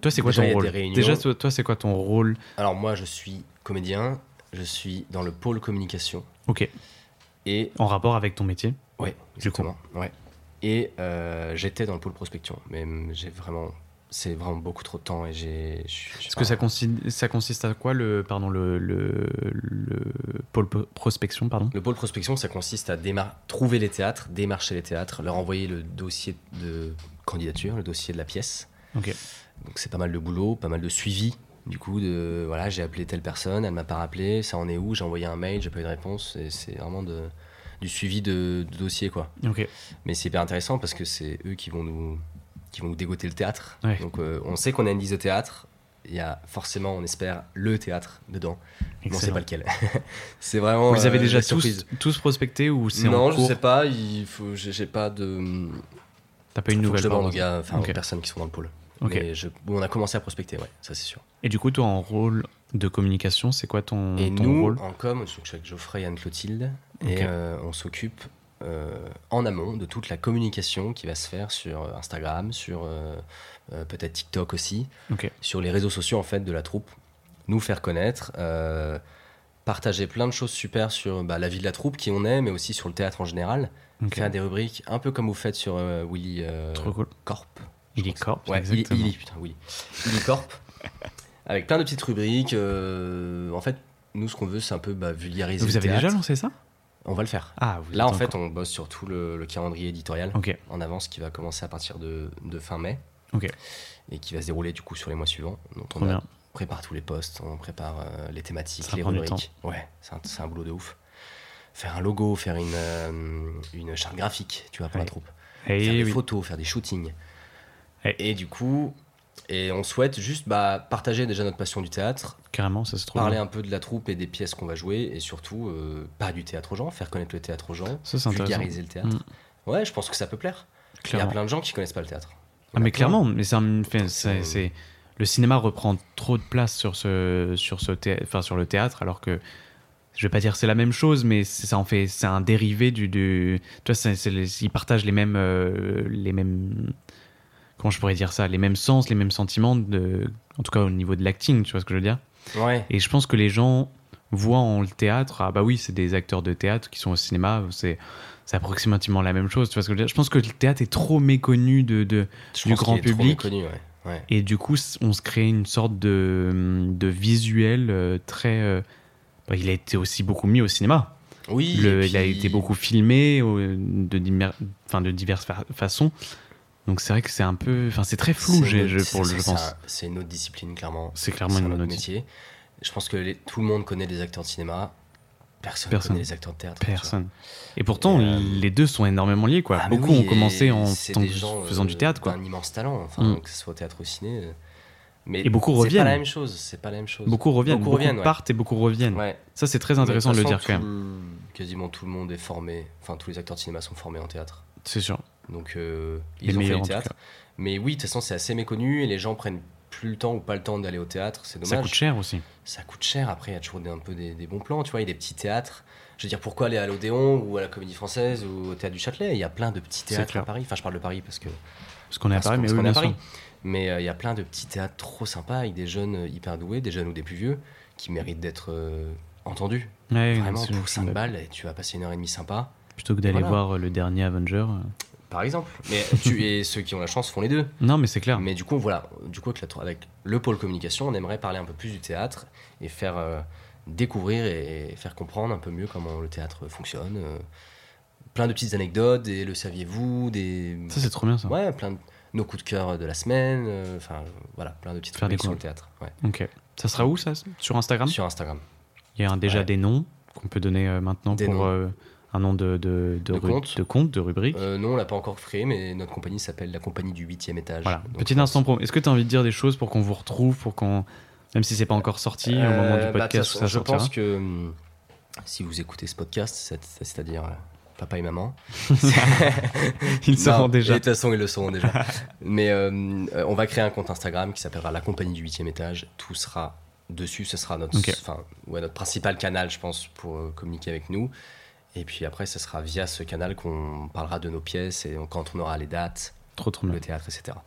Speaker 1: Toi, c'est quoi
Speaker 2: déjà, il y
Speaker 1: ton
Speaker 2: a des
Speaker 1: rôle
Speaker 2: réunions.
Speaker 1: Déjà, toi, toi, c'est quoi ton rôle
Speaker 2: Alors moi, je suis comédien, je suis dans le pôle communication
Speaker 1: Ok.
Speaker 2: et
Speaker 1: En rapport avec ton métier
Speaker 2: ouais, exactement, ouais. Et euh, j'étais dans le pôle prospection, mais mm, j'ai vraiment c'est vraiment beaucoup trop de temps et j'ai. je- je sais
Speaker 1: Est-ce
Speaker 2: pas.
Speaker 1: que ça consiste, ça consiste à quoi le, pardon, le, le, le pôle po- prospection pardon
Speaker 2: Le pôle prospection, ça consiste à démar- trouver les théâtres, démarcher les théâtres, leur envoyer le dossier de candidature, le dossier de la pièce.
Speaker 1: Ok.
Speaker 2: Donc c'est pas mal de boulot, pas mal de suivi. Du coup, de, voilà, j'ai appelé telle personne, elle m'a pas rappelé, ça en est où, j'ai envoyé un mail, j'ai pas eu de réponse. et C'est vraiment de, du suivi de, de dossier, quoi.
Speaker 1: Ok.
Speaker 2: Mais c'est hyper intéressant parce que c'est eux qui vont nous, qui vont nous dégoter le théâtre.
Speaker 1: Ouais.
Speaker 2: Donc euh, on sait qu'on a une liste de théâtre. Il y a forcément, on espère, le théâtre dedans. Mais on sait
Speaker 1: excellent.
Speaker 2: pas lequel. c'est vraiment.
Speaker 1: Vous avez
Speaker 2: euh,
Speaker 1: déjà
Speaker 2: la surprise.
Speaker 1: tous, tous prospecté ou c'est
Speaker 2: Non,
Speaker 1: en
Speaker 2: je
Speaker 1: cours
Speaker 2: sais pas, il faut j'ai j'ai pas de
Speaker 1: T'as pas une
Speaker 2: faut que
Speaker 1: nouvelle
Speaker 2: je demande aux
Speaker 1: pardon.
Speaker 2: gars, enfin aux
Speaker 1: Ok.
Speaker 2: personnes qui sont dans le pôle.
Speaker 1: Ok.
Speaker 2: Mais je- bon, on a commencé à prospecter, ouais, ça c'est sûr.
Speaker 1: Et du coup, toi, en rôle de communication, c'est quoi ton,
Speaker 2: et
Speaker 1: Mmh, ton
Speaker 2: nous
Speaker 1: rôle
Speaker 2: en com, donc je suis avec Geoffrey et Anne Clotilde
Speaker 1: Ok.
Speaker 2: et euh, on s'occupe euh, en amont de toute la communication qui va se faire sur euh, Instagram, sur euh, euh, peut-être TikTok aussi,
Speaker 1: Ok.
Speaker 2: sur les réseaux sociaux en fait de la troupe, nous faire connaître, euh, partager plein de choses super sur bah, la vie de la troupe qui on est, mais aussi sur le théâtre en général.
Speaker 1: Ok.
Speaker 2: Faire des rubriques un peu comme vous faites sur euh, Willy euh,
Speaker 1: Trop cool.
Speaker 2: Corp.
Speaker 1: Il est corps,
Speaker 2: Ouais, Willy,
Speaker 1: exactement.
Speaker 2: Willy, putain, Willy. Willy Corp. avec plein de petites rubriques. euh, en fait, nous, ce qu'on veut, c'est un peu bah, vulgariser.
Speaker 1: Vous
Speaker 2: le
Speaker 1: avez
Speaker 2: théâtre.
Speaker 1: déjà lancé ça
Speaker 2: On va le faire.
Speaker 1: Ah, vous
Speaker 2: Là,
Speaker 1: êtes
Speaker 2: en fait,
Speaker 1: encore- Oh.
Speaker 2: on bosse sur tout le, le calendrier éditorial
Speaker 1: Ok,
Speaker 2: en avance qui va commencer à partir de, de fin mai.
Speaker 1: Ok.
Speaker 2: Et qui va se dérouler du coup sur les mois suivants. Donc,
Speaker 1: trop
Speaker 2: on a-
Speaker 1: bien.
Speaker 2: prépare tous les postes, on prépare euh, les thématiques,
Speaker 1: Ça
Speaker 2: les
Speaker 1: prend du
Speaker 2: rubriques. Ouais, c'est un, c'est un boulot de ouf. Faire un logo, faire une, euh, une charte graphique, tu vois, pour
Speaker 1: Ouais.
Speaker 2: la troupe. faire
Speaker 1: Et
Speaker 2: des
Speaker 1: Eh oui.
Speaker 2: photos, faire des shootings.
Speaker 1: Ouais.
Speaker 2: Et du coup, et on souhaite juste bah, partager déjà notre passion du théâtre,
Speaker 1: Carrément, ça se trouve.
Speaker 2: parler un peu de la troupe et des pièces qu'on va jouer, et surtout euh, pas du théâtre aux gens, faire connaître le théâtre aux gens,
Speaker 1: Ça, c'est intéressant. Mhm.
Speaker 2: vulgariser le théâtre. Ouais, je pense que ça peut plaire. Il y a
Speaker 1: Clairement.
Speaker 2: plein de gens qui connaissent pas le théâtre.
Speaker 1: Ah, mais clairement, mais c'est un- enfin,
Speaker 2: C'est-
Speaker 1: c'est- c'est- le cinéma reprend trop de place sur ce sur ce thé- enfin sur le théâtre alors que je vais pas dire c'est la même chose mais c'est- ça en fait c'est un dérivé du, du- tu vois c'est- c'est les- ils partagent les mêmes euh, les mêmes comment je pourrais dire ça les mêmes sens les mêmes sentiments de en tout cas au niveau de l'acting tu vois ce que je veux dire
Speaker 2: Ouais.
Speaker 1: et je pense que les gens voient en le théâtre, ah bah oui, c'est des acteurs de théâtre qui sont au cinéma, c'est c'est approximativement la même chose. Tu vois ce que je veux dire Je pense que le théâtre est trop méconnu de, de
Speaker 2: Je
Speaker 1: Du
Speaker 2: pense
Speaker 1: grand
Speaker 2: qu'il est trop
Speaker 1: public.
Speaker 2: méconnu, ouais. Ouais.
Speaker 1: et du coup, s- on se crée une sorte de, de visuel euh, très. euh, bah, il a été aussi beaucoup mis au cinéma.
Speaker 2: Oui.
Speaker 1: Le-
Speaker 2: et
Speaker 1: Il a
Speaker 2: puis-
Speaker 1: été beaucoup filmé euh, de, dimer- enfin, de diverses fa- façons. Donc c'est vrai que c'est un peu, enfin c'est très flou,
Speaker 2: C'est
Speaker 1: j'ai-
Speaker 2: une
Speaker 1: je,
Speaker 2: autre-
Speaker 1: pour le-
Speaker 2: c'est-
Speaker 1: je
Speaker 2: c'est
Speaker 1: pense.
Speaker 2: un- C'est une autre discipline, clairement.
Speaker 1: C'est
Speaker 2: C'est
Speaker 1: clairement
Speaker 2: un
Speaker 1: une
Speaker 2: autre
Speaker 1: note.
Speaker 2: métier. Je pense que les- tout le monde connaît des acteurs de cinéma. Personne,
Speaker 1: Personne.
Speaker 2: connaît les acteurs de théâtre. tu vois.
Speaker 1: Personne. Et pourtant,
Speaker 2: Et, euh,
Speaker 1: les deux sont énormément liés, quoi.
Speaker 2: Ah, mais
Speaker 1: Beaucoup
Speaker 2: oui,
Speaker 1: ont commencé
Speaker 2: et
Speaker 1: en
Speaker 2: c'est
Speaker 1: tant-
Speaker 2: des gens, euh,
Speaker 1: faisant du théâtre, quoi.
Speaker 2: d'un immense talent, enfin,
Speaker 1: Mm.
Speaker 2: que ce soit au théâtre ou au ciné. euh, Mais
Speaker 1: Et beaucoup
Speaker 2: C'est
Speaker 1: reviennent.
Speaker 2: pas la même chose. C'est pas la même chose.
Speaker 1: Beaucoup reviennent,
Speaker 2: Beaucoup
Speaker 1: beaucoup,
Speaker 2: reviennent, ouais.
Speaker 1: partent et beaucoup reviennent.
Speaker 2: Ouais.
Speaker 1: Ça, c'est très intéressant de
Speaker 2: Mais
Speaker 1: le
Speaker 2: toute
Speaker 1: dire
Speaker 2: façon,
Speaker 1: quand même.
Speaker 2: tout- Quasiment tout le monde est formé. Enfin, tous les acteurs de cinéma sont formés en théâtre.
Speaker 1: C'est sûr.
Speaker 2: Donc, euh,
Speaker 1: Les
Speaker 2: ils ont fait
Speaker 1: meilleurs, en
Speaker 2: du
Speaker 1: tout
Speaker 2: théâtre. Mais oui, de toute façon, c'est assez méconnu et les gens prennent plus le temps ou pas le temps d'aller au théâtre. C'est
Speaker 1: Ça
Speaker 2: dommage.
Speaker 1: coûte cher aussi.
Speaker 2: ça coûte cher. Après, il y a toujours des- un peu des, des bons plans, tu vois. Il y a des petits théâtres. Je veux dire, pourquoi aller à l'Odéon ou à la Comédie Française ou au Théâtre du Châtelet Il y a plein de petits
Speaker 1: C'est
Speaker 2: théâtres
Speaker 1: clair.
Speaker 2: à Paris. Enfin, je parle de Paris parce que
Speaker 1: Parce qu'on est à
Speaker 2: parce
Speaker 1: Paris,
Speaker 2: qu'on-
Speaker 1: mais oui,
Speaker 2: parce qu'on est à
Speaker 1: bien sûr.
Speaker 2: Paris. Mais euh, il y a plein de petits théâtres trop sympas avec des jeunes euh, hyper doués, des jeunes ou des plus vieux, qui méritent d'être euh, entendus.
Speaker 1: Ouais, non,
Speaker 2: Vraiment,
Speaker 1: c'est-
Speaker 2: pour
Speaker 1: c'est
Speaker 2: 5
Speaker 1: vrai.
Speaker 2: balles, et tu vas passer une heure et demie sympa,
Speaker 1: Plutôt que d'aller
Speaker 2: Voilà.
Speaker 1: voir euh, le dernier Avenger. euh.
Speaker 2: par exemple. Mais tu et ceux qui ont la chance font les deux.
Speaker 1: Non, mais c'est clair.
Speaker 2: Mais du coup, voilà, du coup, avec, la- avec le pôle communication, on aimerait parler un peu plus du théâtre et faire euh, découvrir et, et faire comprendre un peu mieux comment le théâtre fonctionne. euh, plein de petites anecdotes, des le saviez-vous, des.
Speaker 1: Ça, c'est trop bien, ça.
Speaker 2: Ouais, plein de. Nos coups de cœur de la semaine, euh, enfin voilà, plein de petites
Speaker 1: Faire des
Speaker 2: rubriques sur
Speaker 1: coups. Hein
Speaker 2: le théâtre. ouais.
Speaker 1: Ok. Ça sera où, ça Sur Instagram
Speaker 2: Sur Instagram.
Speaker 1: Il y a un- déjà
Speaker 2: Ouais.
Speaker 1: des noms qu'on peut donner euh, maintenant
Speaker 2: Des
Speaker 1: pour
Speaker 2: noms.
Speaker 1: euh, un nom de, de, de,
Speaker 2: De
Speaker 1: ru-
Speaker 2: compte.
Speaker 1: de compte, de rubrique.
Speaker 2: Euh, non, on l'a pas encore créé, mais notre compagnie s'appelle la compagnie du 8 étage.
Speaker 1: Voilà.
Speaker 2: Donc,
Speaker 1: Petit instant promo. Est-ce que tu as envie de dire des choses pour qu'on vous retrouve, pour qu'on. Même si c'est pas encore sorti au
Speaker 2: Euh,
Speaker 1: moment du
Speaker 2: bah, de toute
Speaker 1: podcast,
Speaker 2: façon,
Speaker 1: ça
Speaker 2: je
Speaker 1: sortira.
Speaker 2: pense que hum, si vous écoutez ce podcast, c'est- c'est-à-dire euh, papa et maman,
Speaker 1: Ils
Speaker 2: Non,
Speaker 1: seront
Speaker 2: et
Speaker 1: déjà.
Speaker 2: De toute façon, ils le sauront déjà. mais euh, euh, on va créer un compte Instagram qui s'appellera la compagnie du 8 étage. Tout sera dessus. Ce sera notre,
Speaker 1: Ok.
Speaker 2: enfin, ouais, notre principal canal, je pense, pour euh, communiquer avec nous. Et puis après, ce sera via ce canal qu'on parlera de nos pièces et on- quand on aura les dates,
Speaker 1: Trop trop bien.
Speaker 2: le théâtre, etc.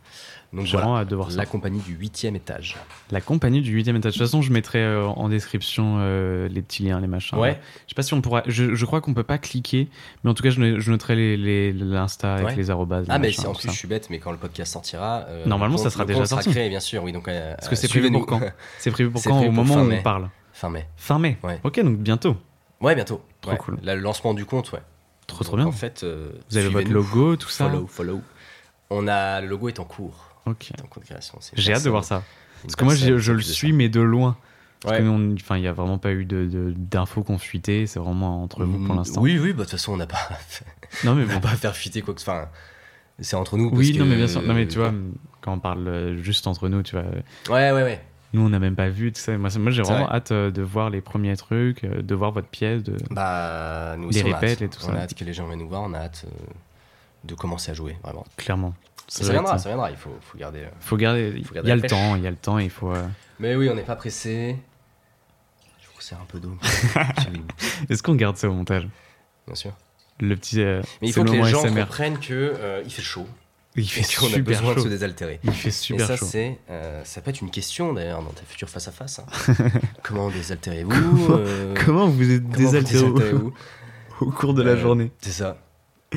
Speaker 2: Donc
Speaker 1: J'ai
Speaker 2: voilà,
Speaker 1: vraiment hâte de voir ça.
Speaker 2: la compagnie du huitième étage.
Speaker 1: La compagnie du 8ème étage. De toute façon, je mettrai euh, en description euh, les petits liens, les machins.
Speaker 2: Ouais.
Speaker 1: Je sais pas si on pourra. Je, je crois qu'on peut pas cliquer, mais en tout cas, je, ne- je noterai les- les- l'Insta avec
Speaker 2: Ouais.
Speaker 1: les arrobases. les
Speaker 2: Ah, mais
Speaker 1: machins,
Speaker 2: c'est- en
Speaker 1: tout
Speaker 2: plus,
Speaker 1: ça.
Speaker 2: je suis bête, mais quand le podcast sortira. euh,
Speaker 1: Normalement,
Speaker 2: le
Speaker 1: ça
Speaker 2: compte-
Speaker 1: sera
Speaker 2: le
Speaker 1: déjà
Speaker 2: compte sera
Speaker 1: sorti.
Speaker 2: créé, bien sûr, oui. Donc, euh,
Speaker 1: Parce que c'est prévu pour quand C'est prévu pour
Speaker 2: C'est
Speaker 1: quand
Speaker 2: prévu
Speaker 1: Au
Speaker 2: pour
Speaker 1: moment
Speaker 2: fin
Speaker 1: où on
Speaker 2: mai.
Speaker 1: parle
Speaker 2: Fin mai.
Speaker 1: Fin mai.
Speaker 2: Ouais.
Speaker 1: Ok, donc bientôt.
Speaker 2: Ouais, bientôt.
Speaker 1: Trop
Speaker 2: Ouais.
Speaker 1: cool.
Speaker 2: Là, le lancement du compte, ouais.
Speaker 1: Trop trop
Speaker 2: Donc,
Speaker 1: bien.
Speaker 2: En fait, euh,
Speaker 1: Vous avez votre
Speaker 2: suivez-nous.
Speaker 1: logo, tout ça.
Speaker 2: Follow, follow. On a, le logo est en cours.
Speaker 1: Ok.
Speaker 2: est en cours de création. C'est une
Speaker 1: J'ai hâte de
Speaker 2: personne-
Speaker 1: voir ça.
Speaker 2: une
Speaker 1: Parce que moi,
Speaker 2: personne
Speaker 1: je,
Speaker 2: qui
Speaker 1: je le
Speaker 2: s'occupe de
Speaker 1: suis, mais de loin.
Speaker 2: ça.
Speaker 1: Parce
Speaker 2: Ouais.
Speaker 1: que nous, on- enfin, il n'y a vraiment pas eu de- de- d'infos qu'on fuitait. C'est vraiment entre vous pour
Speaker 2: Mm,
Speaker 1: l'instant.
Speaker 2: Oui, oui, bah, de toute façon, on n'a pas,
Speaker 1: Non, mais
Speaker 2: on
Speaker 1: bon.
Speaker 2: va pas faire fuiter quoi que Enfin, c'est entre nous.
Speaker 1: Oui,
Speaker 2: parce
Speaker 1: non,
Speaker 2: que- euh,
Speaker 1: mais bien sûr. Non, mais tu vois, quand on parle euh, juste entre nous, tu vois, euh,
Speaker 2: Ouais, ouais, ouais.
Speaker 1: nous, on n'a même pas vu, tout ça. Moi, c'est- moi j'ai
Speaker 2: C'est
Speaker 1: vraiment hâte euh, de voir les premiers trucs, euh, de voir votre pièce. De...
Speaker 2: Bah, nous
Speaker 1: Des
Speaker 2: aussi, on a hâte.
Speaker 1: répètes et tout
Speaker 2: On a
Speaker 1: ça.
Speaker 2: hâte que les gens viennent nous voir, on a hâte euh, de commencer à jouer, vraiment.
Speaker 1: Clairement.
Speaker 2: Ça,
Speaker 1: doit être
Speaker 2: viendra,
Speaker 1: ça.
Speaker 2: ça viendra, il faut, faut garder. euh.
Speaker 1: Faut garder. Il
Speaker 2: Faut
Speaker 1: y
Speaker 2: garder
Speaker 1: a
Speaker 2: la
Speaker 1: le
Speaker 2: pêche.
Speaker 1: temps, il y a le temps, il faut. euh,
Speaker 2: Mais oui, on n'est pas pressé. Je vous sers un peu d'eau. monsieur Lynn,
Speaker 1: Est-ce qu'on garde ça au montage
Speaker 2: Bien sûr.
Speaker 1: Le petit. euh,
Speaker 2: Mais il
Speaker 1: c'est
Speaker 2: faut
Speaker 1: le
Speaker 2: que les
Speaker 1: moment
Speaker 2: gens
Speaker 1: SMR.
Speaker 2: comprennent que euh, il fait chaud.
Speaker 1: Il fait
Speaker 2: et qu'on a
Speaker 1: super
Speaker 2: besoin de se
Speaker 1: chaud.
Speaker 2: désaltérer.
Speaker 1: Il fait
Speaker 2: Et
Speaker 1: super
Speaker 2: ça,
Speaker 1: chaud.
Speaker 2: c'est, euh, ça peut être une question d'ailleurs dans ta future face à face. hein. Comment désaltérez-vous euh,
Speaker 1: Comment vous êtes
Speaker 2: comment vous
Speaker 1: désaltéré au,
Speaker 2: désaltérez-vous
Speaker 1: au cours de la
Speaker 2: Euh,
Speaker 1: journée
Speaker 2: C'est ça.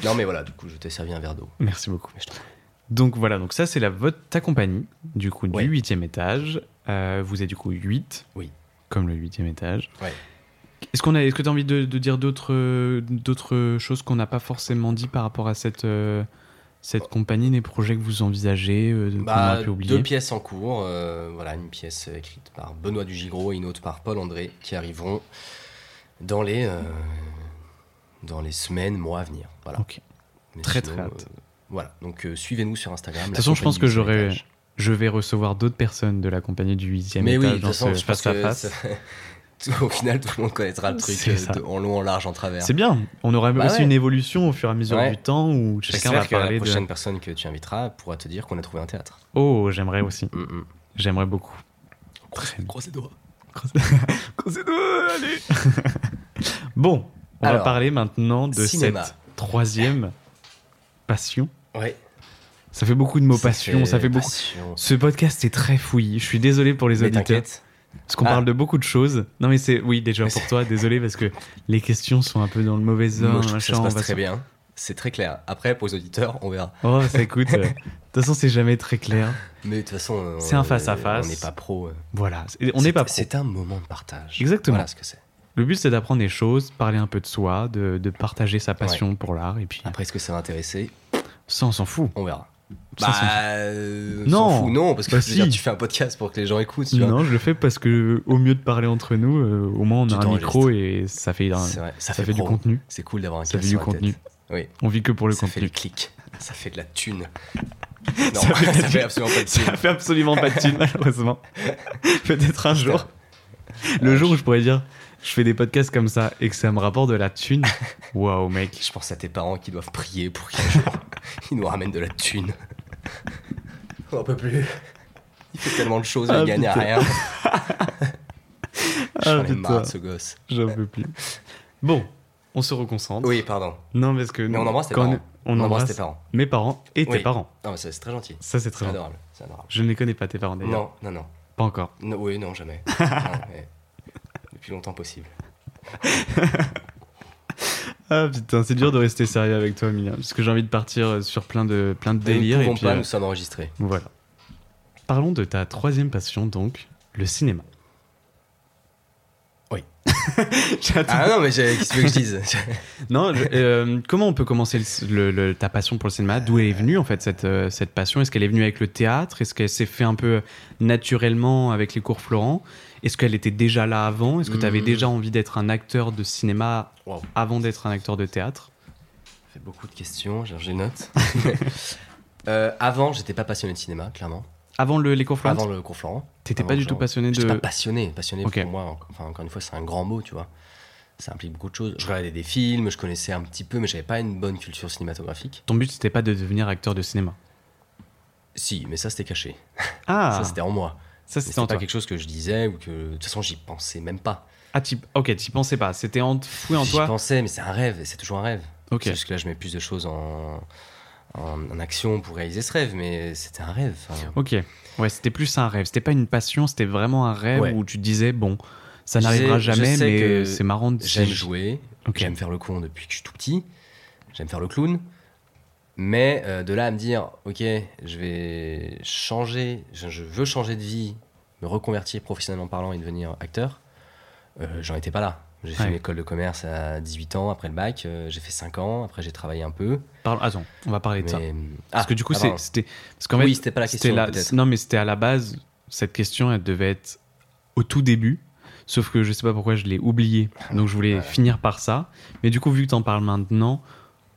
Speaker 2: Non, mais voilà, du coup, je t'ai servi un verre d'eau.
Speaker 1: Merci beaucoup.
Speaker 2: Mais je t'en prie.
Speaker 1: Donc voilà, donc ça c'est la vote ta compagnie, du coup
Speaker 2: Ouais.
Speaker 1: du huitième étage. Euh, vous êtes du coup 8.
Speaker 2: Oui.
Speaker 1: Comme le huitième étage.
Speaker 2: Ouais.
Speaker 1: Est-ce qu'on a, est-ce que tu as envie de, de dire d'autres, euh, d'autres choses qu'on n'a pas forcément dit par rapport à cette, euh, cette compagnie, les projets que vous envisagez, euh, qu'on
Speaker 2: Bah,
Speaker 1: a pu oublier
Speaker 2: deux pièces en cours. euh, voilà, une pièce écrite par Benoît Dugigro et une autre par Paul André qui arriveront dans les, euh, dans les semaines, mois à venir. Voilà.
Speaker 1: Ok. Oh,
Speaker 2: Mais
Speaker 1: Très, très hâte.
Speaker 2: euh, voilà, donc euh, suivez-nous sur Instagram.
Speaker 1: toute façon, je pense que j'aurais- Je vais recevoir d'autres personnes de la compagnie du huitième
Speaker 2: Mais
Speaker 1: étage
Speaker 2: oui, de toute
Speaker 1: dans
Speaker 2: façon,
Speaker 1: ce
Speaker 2: je pense
Speaker 1: face à
Speaker 2: que
Speaker 1: face.
Speaker 2: ça- tout- au final, tout le monde connaîtra le truc
Speaker 1: C'est
Speaker 2: euh,
Speaker 1: ça.
Speaker 2: de- en long, en large, en travers.
Speaker 1: C'est bien. On aura
Speaker 2: Bah
Speaker 1: aussi
Speaker 2: ouais.
Speaker 1: une évolution au fur et à mesure
Speaker 2: Ouais.
Speaker 1: du temps où chacun va
Speaker 2: J'espère que la
Speaker 1: parler de.
Speaker 2: prochaine personne que tu inviteras pourra te dire qu'on a trouvé un théâtre.
Speaker 1: Oh, j'aimerais aussi.
Speaker 2: Mm, mm.
Speaker 1: J'aimerais beaucoup.
Speaker 2: Croisez les doigts.
Speaker 1: bon, on va
Speaker 2: Alors,
Speaker 1: parler maintenant de
Speaker 2: cinéma.
Speaker 1: cette troisième passion.
Speaker 2: Ouais.
Speaker 1: Ça fait beaucoup de mots passion, ça fait beaucoup.
Speaker 2: passion.
Speaker 1: Ce podcast est très fouillis. Je suis désolé pour les
Speaker 2: Mais
Speaker 1: auditeurs,
Speaker 2: t'inquiète.
Speaker 1: parce qu'on
Speaker 2: Ah.
Speaker 1: parle de beaucoup de choses. Non, mais c'est oui déjà
Speaker 2: Mais
Speaker 1: pour
Speaker 2: c'est-
Speaker 1: toi. Désolé parce que les questions sont un peu dans le mauvais
Speaker 2: Moi,
Speaker 1: ordre.
Speaker 2: je trouve que
Speaker 1: machin,
Speaker 2: ça se
Speaker 1: on
Speaker 2: passe
Speaker 1: va
Speaker 2: très
Speaker 1: se-
Speaker 2: bien. C'est très clair. Après, pour les auditeurs, on verra.
Speaker 1: Oh, ça écoute. euh, De toute façon, c'est jamais très clair.
Speaker 2: Mais de toute façon, euh,
Speaker 1: C'est un
Speaker 2: On
Speaker 1: face-à-face.
Speaker 2: n'est pas pro. euh.
Speaker 1: Voilà, c'est- on
Speaker 2: C'est-
Speaker 1: n'est pas pro.
Speaker 2: C'est un moment de partage.
Speaker 1: Exactement.
Speaker 2: Voilà ce que c'est.
Speaker 1: Le but, c'est d'apprendre des choses, parler un peu de soi, de, de partager sa passion pour l'art, et puis
Speaker 2: Après, est-ce que ça va intéresser
Speaker 1: ça, on s'en fout.
Speaker 2: On verra.
Speaker 1: Ça,
Speaker 2: Bah,
Speaker 1: on s'en fout.
Speaker 2: euh,
Speaker 1: Non.
Speaker 2: s'en fout, non, parce que
Speaker 1: Bah,
Speaker 2: je veux dire,
Speaker 1: si.
Speaker 2: tu fais un podcast pour que les gens écoutent. Tu vois.
Speaker 1: Non, je le fais parce que au mieux de parler entre nous, euh, au moins on
Speaker 2: Tu
Speaker 1: a un
Speaker 2: t'enregistres.
Speaker 1: micro et ça fait, un-
Speaker 2: C'est
Speaker 1: ça
Speaker 2: vrai. Ça,
Speaker 1: fait,
Speaker 2: fait,
Speaker 1: du
Speaker 2: pro.
Speaker 1: contenu.
Speaker 2: C'est cool d'avoir un
Speaker 1: Ça
Speaker 2: casque
Speaker 1: fait du
Speaker 2: sur la tête.
Speaker 1: contenu.
Speaker 2: Oui,
Speaker 1: On vit que pour le
Speaker 2: ça fait
Speaker 1: contenu.
Speaker 2: du clic. Ça fait de la thune. Non,
Speaker 1: Ça
Speaker 2: ça
Speaker 1: fait de la
Speaker 2: fait,
Speaker 1: thune.
Speaker 2: absolument pas de thune.
Speaker 1: Ça fait absolument pas de thune, malheureusement. Peut-être un jour.
Speaker 2: Ah,
Speaker 1: Le jour où je pourrais dire, je fais des podcasts comme ça et que ça me rapporte de la thune. Waouh, mec.
Speaker 2: Je pense à tes parents qui doivent prier pour qu'un jour ils nous ramènent de la thune. On n'en peut plus. Il fait tellement de choses,
Speaker 1: Ah,
Speaker 2: il gagne à
Speaker 1: putain.
Speaker 2: rien.
Speaker 1: Ah
Speaker 2: J'en ai marre
Speaker 1: putain,
Speaker 2: de ce gosse.
Speaker 1: j'en peux plus. Bon, on se reconcentre.
Speaker 2: Oui, pardon.
Speaker 1: Non, parce que.
Speaker 2: Mais on embrasse tes
Speaker 1: quand
Speaker 2: parents.
Speaker 1: On, embrasse
Speaker 2: tes parents.
Speaker 1: mes parents et tes
Speaker 2: Oui.
Speaker 1: parents.
Speaker 2: Non, mais ça, c'est très gentil.
Speaker 1: Ça, c'est très
Speaker 2: C'est
Speaker 1: bien.
Speaker 2: adorable. C'est adorable.
Speaker 1: Je ne les connais pas, tes parents d'ailleurs.
Speaker 2: Non, non, non,
Speaker 1: Pas encore.
Speaker 2: Non, Oui, non, jamais. Non, mais Le plus longtemps possible.
Speaker 1: Ah putain, c'est dur de rester sérieux avec toi, Emilien, parce que j'ai envie de partir euh, sur plein de, plein de délires.
Speaker 2: nous ne
Speaker 1: Et
Speaker 2: pouvons
Speaker 1: puis,
Speaker 2: pas,
Speaker 1: euh,
Speaker 2: nous sommes enregistrés.
Speaker 1: voilà. Parlons de ta troisième passion, donc, le cinéma.
Speaker 2: Oui.
Speaker 1: J'attends.
Speaker 2: Ah non, mais j'ai- qu'est-ce que tu veux que je dise
Speaker 1: Non, je- euh, comment on peut commencer le- le- le- ta passion pour le cinéma D'où elle est venue, en fait, cette, euh, cette passion Est-ce qu'elle est venue avec le théâtre Est-ce qu'elle s'est fait un peu euh, naturellement avec les cours Florent Est-ce qu'elle était déjà là avant Est-ce que tu avais
Speaker 2: Mhm.
Speaker 1: déjà envie d'être un acteur de cinéma
Speaker 2: Wow.
Speaker 1: avant d'être un acteur de théâtre
Speaker 2: fait beaucoup de questions, j'ai j'ai note. Euh, avant, j'étais pas passionné de cinéma, clairement.
Speaker 1: Avant le, les cours Florent
Speaker 2: Avant le cours Florent.
Speaker 1: T'étais
Speaker 2: Avant
Speaker 1: pas du
Speaker 2: que
Speaker 1: tout
Speaker 2: j'en-
Speaker 1: passionné
Speaker 2: J'étais
Speaker 1: de.
Speaker 2: pas passionné. Passionné
Speaker 1: Ok.
Speaker 2: pour moi, en- enfin, encore une fois, c'est un grand mot, tu vois. Ça implique beaucoup de choses. Je regardais des films, je connaissais un petit peu, mais j'avais pas une bonne culture cinématographique.
Speaker 1: Ton but, c'était pas de devenir acteur de cinéma.
Speaker 2: Si, mais ça c'était caché.
Speaker 1: Ah,
Speaker 2: Ça c'était en moi.
Speaker 1: ça
Speaker 2: Mais
Speaker 1: c'était
Speaker 2: C'était
Speaker 1: en
Speaker 2: pas
Speaker 1: toi.
Speaker 2: quelque chose que je disais ou que. De toute façon, j'y pensais même pas.
Speaker 1: Ah, t'y- ok, t'y pensais pas. C'était enfoui en
Speaker 2: j'y
Speaker 1: toi.
Speaker 2: pensais, mais c'est un rêve, et c'est toujours un rêve.
Speaker 1: Ok.
Speaker 2: C'est juste que là, je mets plus de choses en, en, en action pour réaliser ce rêve, mais c'était un rêve. enfin,
Speaker 1: Ok. Ouais, c'était plus un rêve. C'était pas une passion, c'était vraiment un rêve
Speaker 2: Ouais.
Speaker 1: où tu disais, bon, ça
Speaker 2: Je
Speaker 1: n'arrivera
Speaker 2: sais- je
Speaker 1: jamais,
Speaker 2: sais
Speaker 1: mais
Speaker 2: que
Speaker 1: c'est marrant de
Speaker 2: J'aime
Speaker 1: si-
Speaker 2: jouer,
Speaker 1: Ok.
Speaker 2: j'aime faire le con depuis que je suis tout petit, j'aime faire le clown, mais euh, de là à me dire, ok, je vais changer, je, je veux changer de vie, me reconvertir professionnellement parlant et devenir acteur, euh, j'en étais pas là. J'ai fait
Speaker 1: Ouais.
Speaker 2: une école de commerce à 18 ans après le bac, euh, j'ai fait 5 ans, après j'ai travaillé un peu.
Speaker 1: Parle- Attends, on va parler de ça.
Speaker 2: mais-
Speaker 1: Parce
Speaker 2: Ah,
Speaker 1: que du coup,
Speaker 2: ah,
Speaker 1: c'est-
Speaker 2: pardon.
Speaker 1: c'était. Parce qu'en
Speaker 2: oui,
Speaker 1: fait,
Speaker 2: c'était pas la
Speaker 1: c'était
Speaker 2: question
Speaker 1: la-
Speaker 2: peut-être.
Speaker 1: non, mais c'était à la base, cette question, elle devait être au tout début. Sauf que je sais pas pourquoi je l'ai oubliée. Donc je voulais finir par ça. Mais du coup, vu que t'en parles maintenant,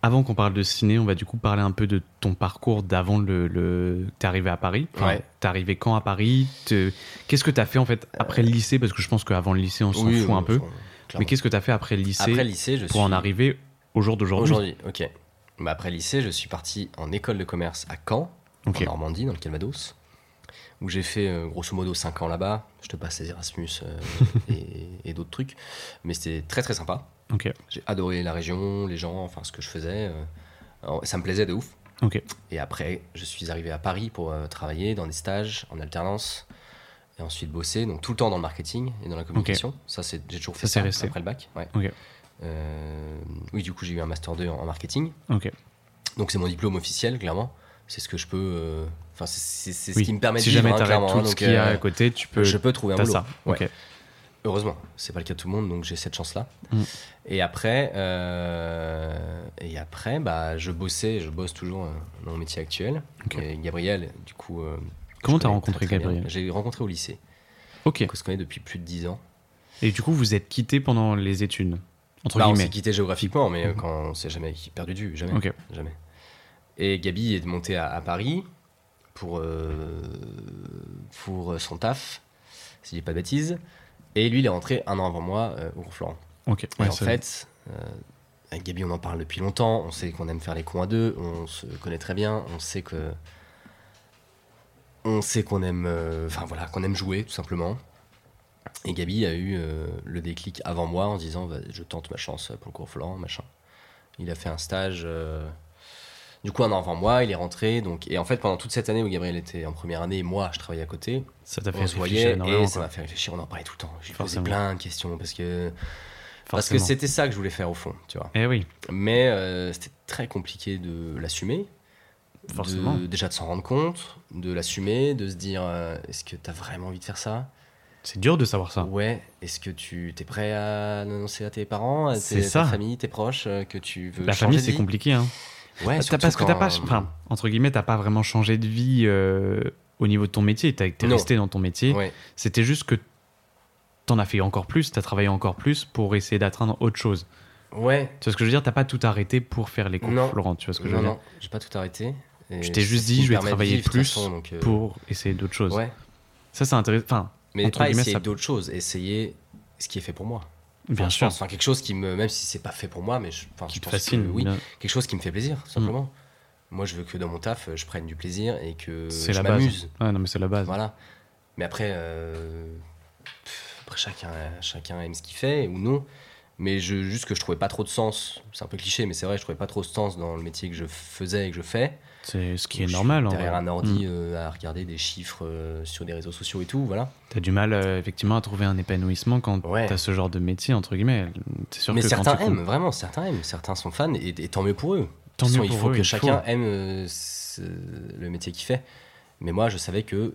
Speaker 1: avant qu'on parle de ciné, on va du coup parler un peu de ton parcours d'avant le. le... T'es arrivé à Paris.
Speaker 2: Ouais.
Speaker 1: T'es arrivé quand à Paris Te- Qu'est-ce que t'as fait en fait après le lycée Parce que je pense qu'avant le lycée, on s'en
Speaker 2: Oui,
Speaker 1: fout
Speaker 2: oui,
Speaker 1: un peu.
Speaker 2: enfin,
Speaker 1: Mais
Speaker 2: clairement.
Speaker 1: qu'est-ce que t'as fait après le lycée
Speaker 2: Après lycée, je
Speaker 1: pour en
Speaker 2: suis-
Speaker 1: arriver au jour d'aujourd'hui
Speaker 2: Aujourd'hui, ok. Bah, après lycée, je suis parti en école de commerce à Caen,
Speaker 1: Ok.
Speaker 2: en Normandie, dans le Calvados, où j'ai fait euh, grosso modo 5 ans là-bas. Je te passe les Erasmus euh, et, et d'autres trucs. Mais c'était très très sympa.
Speaker 1: Ok.
Speaker 2: J'ai adoré la région, les gens, enfin ce que je faisais. euh, alors, ça me plaisait de ouf.
Speaker 1: Ok.
Speaker 2: Et après, je suis arrivé à Paris pour euh, travailler dans des stages en alternance et ensuite bosser, donc tout le temps dans le marketing et dans la communication. Ça, c'est, j'ai toujours fait
Speaker 1: Ça, c'est
Speaker 2: ça,
Speaker 1: resté.
Speaker 2: après le bac. ouais.
Speaker 1: Ok.
Speaker 2: Euh, oui, du coup, j'ai eu un master 2 en en marketing.
Speaker 1: Ok.
Speaker 2: Donc c'est mon diplôme officiel, clairement. C'est ce que je peux. euh, Enfin, c'est- c'est c'est ce
Speaker 1: Oui.
Speaker 2: qui me permet
Speaker 1: si
Speaker 2: de vivre,
Speaker 1: jamais
Speaker 2: hein,
Speaker 1: t'arrêtes
Speaker 2: clairement.
Speaker 1: tout
Speaker 2: hein,
Speaker 1: ce
Speaker 2: donc,
Speaker 1: qu'il y a
Speaker 2: euh,
Speaker 1: à côté, tu peux.
Speaker 2: je peux trouver un
Speaker 1: T'as
Speaker 2: boulot.
Speaker 1: ça. Ok.
Speaker 2: Heureusement, c'est pas le cas de tout le monde, donc j'ai cette chance-là.
Speaker 1: Mm.
Speaker 2: Et après, euh, et après, bah, je bossais, je bosse toujours euh, dans mon métier actuel.
Speaker 1: Ok.
Speaker 2: Et Gabriel, du coup. euh,
Speaker 1: Comment
Speaker 2: je
Speaker 1: t'as
Speaker 2: connais
Speaker 1: rencontré
Speaker 2: très, très bien.
Speaker 1: Gabriel
Speaker 2: J'ai rencontré au lycée.
Speaker 1: Ok.
Speaker 2: Donc on se connaît depuis plus de 10 ans.
Speaker 1: Et du coup, vous êtes quitté pendant les études, entre
Speaker 2: Bah, on s'est
Speaker 1: guillemets.
Speaker 2: quitté géographiquement, mais euh,
Speaker 1: Mhm.
Speaker 2: quand on s'est jamais perdu de vue, jamais.
Speaker 1: Ok.
Speaker 2: Jamais. Et Gabi est montée à, à Paris pour, euh, pour son taf, si je dis pas de bêtises. Et lui, il est rentré un an avant moi euh, au cours Florent.
Speaker 1: Ok.
Speaker 2: Et
Speaker 1: Ouais,
Speaker 2: en
Speaker 1: ça-
Speaker 2: fait, euh, avec Gabi, on en parle depuis longtemps. On sait qu'on aime faire les cons à deux. On se connaît très bien. On sait que. On sait qu'on aime. euh, Enfin voilà, qu'on aime jouer, tout simplement. Et Gabi a eu euh, le déclic avant moi en disant Vas- Je tente ma chance pour le cours Florent, machin. Il a fait un stage. euh, du coup, un an avant moi, il est rentré. Donc, et en fait, pendant toute cette année où Gabriel était en première année, moi, je travaillais à côté,
Speaker 1: ça t'a fait
Speaker 2: on se
Speaker 1: réfléchir
Speaker 2: voyait
Speaker 1: énormément.
Speaker 2: et ça
Speaker 1: quoi.
Speaker 2: m'a fait réfléchir. On en parlait tout le temps. J'ai posé
Speaker 1: Forcément.
Speaker 2: plein de questions parce que parce que
Speaker 1: Forcément.
Speaker 2: c'était ça que je voulais faire au fond, tu vois.
Speaker 1: Eh oui,
Speaker 2: Mais euh, c'était très compliqué de l'assumer.
Speaker 1: forcément.
Speaker 2: De- déjà de s'en rendre compte, de l'assumer, de se dire euh, est-ce que t'as vraiment envie de faire ça
Speaker 1: C'est dur de savoir ça.
Speaker 2: Ouais. Est-ce que tu t'es prêt à l'annoncer à tes parents, à
Speaker 1: C'est
Speaker 2: tes,
Speaker 1: ça.
Speaker 2: ta famille, tes proches, euh, que tu veux
Speaker 1: La
Speaker 2: changer
Speaker 1: famille,
Speaker 2: de
Speaker 1: c'est
Speaker 2: vie
Speaker 1: compliqué. Hein.
Speaker 2: Ouais,
Speaker 1: T'as-
Speaker 2: surtout
Speaker 1: parce que t'as
Speaker 2: quand- euh,
Speaker 1: pas, enfin, entre guillemets, t'as pas vraiment changé de vie euh, au niveau de ton métier. T'as- T'es
Speaker 2: Non.
Speaker 1: resté dans ton métier.
Speaker 2: Ouais.
Speaker 1: C'était juste que t'en as fait encore plus, t'as travaillé encore plus pour essayer d'atteindre autre chose.
Speaker 2: Ouais.
Speaker 1: Tu vois ce que je veux dire T'as pas tout arrêté pour faire les cours
Speaker 2: Non.
Speaker 1: Florent. Tu vois ce que je
Speaker 2: Non,
Speaker 1: veux dire
Speaker 2: non, j'ai pas tout arrêté. Et
Speaker 1: Tu t'es
Speaker 2: c'est
Speaker 1: juste
Speaker 2: ce
Speaker 1: dit,
Speaker 2: qui me
Speaker 1: je vais
Speaker 2: permet de
Speaker 1: travailler
Speaker 2: vivre, de toute
Speaker 1: plus
Speaker 2: façon, donc, euh,
Speaker 1: Pour essayer d'autres choses.
Speaker 2: Ouais.
Speaker 1: Ça, c'est intéressant. Enfin,
Speaker 2: Mais
Speaker 1: Entre
Speaker 2: pas
Speaker 1: guillemets,
Speaker 2: essayer
Speaker 1: ça-
Speaker 2: d'autres choses, essayer ce qui est fait pour moi.
Speaker 1: bien
Speaker 2: Enfin, je
Speaker 1: sûr.
Speaker 2: pense, Enfin, quelque chose qui me. Même si c'est pas fait pour moi, mais je, enfin,
Speaker 1: Qui
Speaker 2: je
Speaker 1: te
Speaker 2: pense que
Speaker 1: fascine. Mm.
Speaker 2: oui. euh,
Speaker 1: bien-
Speaker 2: Quelque chose qui me fait plaisir, tout simplement. Moi, je veux que dans mon taf, je prenne du plaisir et que
Speaker 1: C'est
Speaker 2: je
Speaker 1: la base.
Speaker 2: m'amuse.
Speaker 1: Ouais, non, mais c'est la base.
Speaker 2: Voilà. Mais après, euh, pff, après chacun, chacun aime ce qu'il fait ou non. Mais je, juste que je trouvais pas trop de sens. C'est un peu cliché, mais c'est vrai, je trouvais pas trop de sens dans le métier que je faisais et que je fais.
Speaker 1: C'est ce qui
Speaker 2: Donc,
Speaker 1: est
Speaker 2: je suis
Speaker 1: normal. en
Speaker 2: Derrière
Speaker 1: vrai.
Speaker 2: un
Speaker 1: Mm.
Speaker 2: ordi euh, à regarder des chiffres euh, sur des réseaux sociaux et tout, voilà.
Speaker 1: T'as du mal, euh, effectivement, à trouver un épanouissement quand
Speaker 2: Ouais.
Speaker 1: t'as ce genre de métier, entre guillemets. T'es sûr
Speaker 2: mais
Speaker 1: que quand
Speaker 2: certains
Speaker 1: tu-
Speaker 2: aiment, vraiment, certains aiment, certains sont fans et, et tant mieux pour eux.
Speaker 1: Tant
Speaker 2: De toute
Speaker 1: mieux
Speaker 2: façon,
Speaker 1: pour
Speaker 2: il faut
Speaker 1: eux,
Speaker 2: que chacun aime euh, ce- le métier qu'il fait. Mais moi, je savais que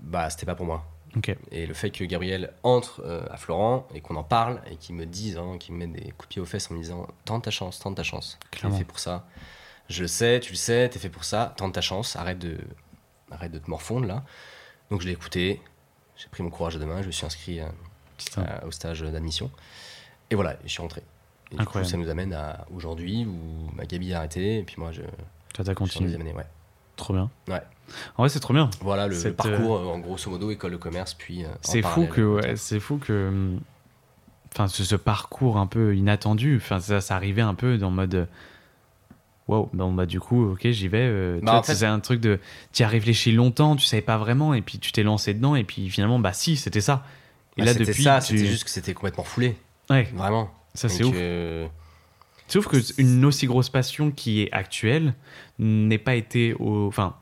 Speaker 2: bah, c'était pas pour moi.
Speaker 1: Ok.
Speaker 2: Et le fait que Gabriel entre euh, à Florent et qu'on en parle et qu'il me dise, hein, qu'il me mette des coups de pied aux fesses en me disant Tente ta chance, tente ta chance. T'es
Speaker 1: Clairement.
Speaker 2: fait pour ça. Je le sais, tu le sais, t'es fait pour ça. Tente ta chance, arrête de, arrête de te morfondre là. Donc je l'ai écouté, j'ai pris mon courage à deux mains, je me suis inscrit euh, à-
Speaker 1: Putain.
Speaker 2: à- au stage d'admission. Et voilà, je suis rentré. Et du coup,
Speaker 1: Incroyable.
Speaker 2: ça nous amène à aujourd'hui où ma Gabi a arrêté et puis moi je, je
Speaker 1: Toi, t'as
Speaker 2: suis en
Speaker 1: continué.
Speaker 2: deuxième année, ouais.
Speaker 1: Trop bien.
Speaker 2: Ouais.
Speaker 1: En vrai, c'est trop bien.
Speaker 2: Voilà le, le
Speaker 1: Cette,
Speaker 2: parcours euh, en grosso modo école de commerce puis. euh, en
Speaker 1: C'est fou
Speaker 2: parallèle,
Speaker 1: que,
Speaker 2: euh,
Speaker 1: ouais, c'est fou que, hum, enfin, ce, ce parcours un peu inattendu, enfin, ça, ça arrivait un peu dans le mode, euh, wow, bon, bah, du coup, ok, j'y vais. euh, tu
Speaker 2: Bah,
Speaker 1: vois,
Speaker 2: en fait-
Speaker 1: c'est un truc de, tu y as réfléchi longtemps, tu savais pas vraiment, et puis tu t'es lancé dedans, et puis finalement, bah, si, c'était ça. Et
Speaker 2: bah,
Speaker 1: là,
Speaker 2: c'était euh,
Speaker 1: depuis,
Speaker 2: ça,
Speaker 1: tu-
Speaker 2: c'était juste que c'était complètement foulé,
Speaker 1: ouais,
Speaker 2: vraiment.
Speaker 1: ça
Speaker 2: Et
Speaker 1: c'est ouf.
Speaker 2: que-
Speaker 1: Sauf que une aussi grosse passion qui est actuelle n'est pas été au. Enfin,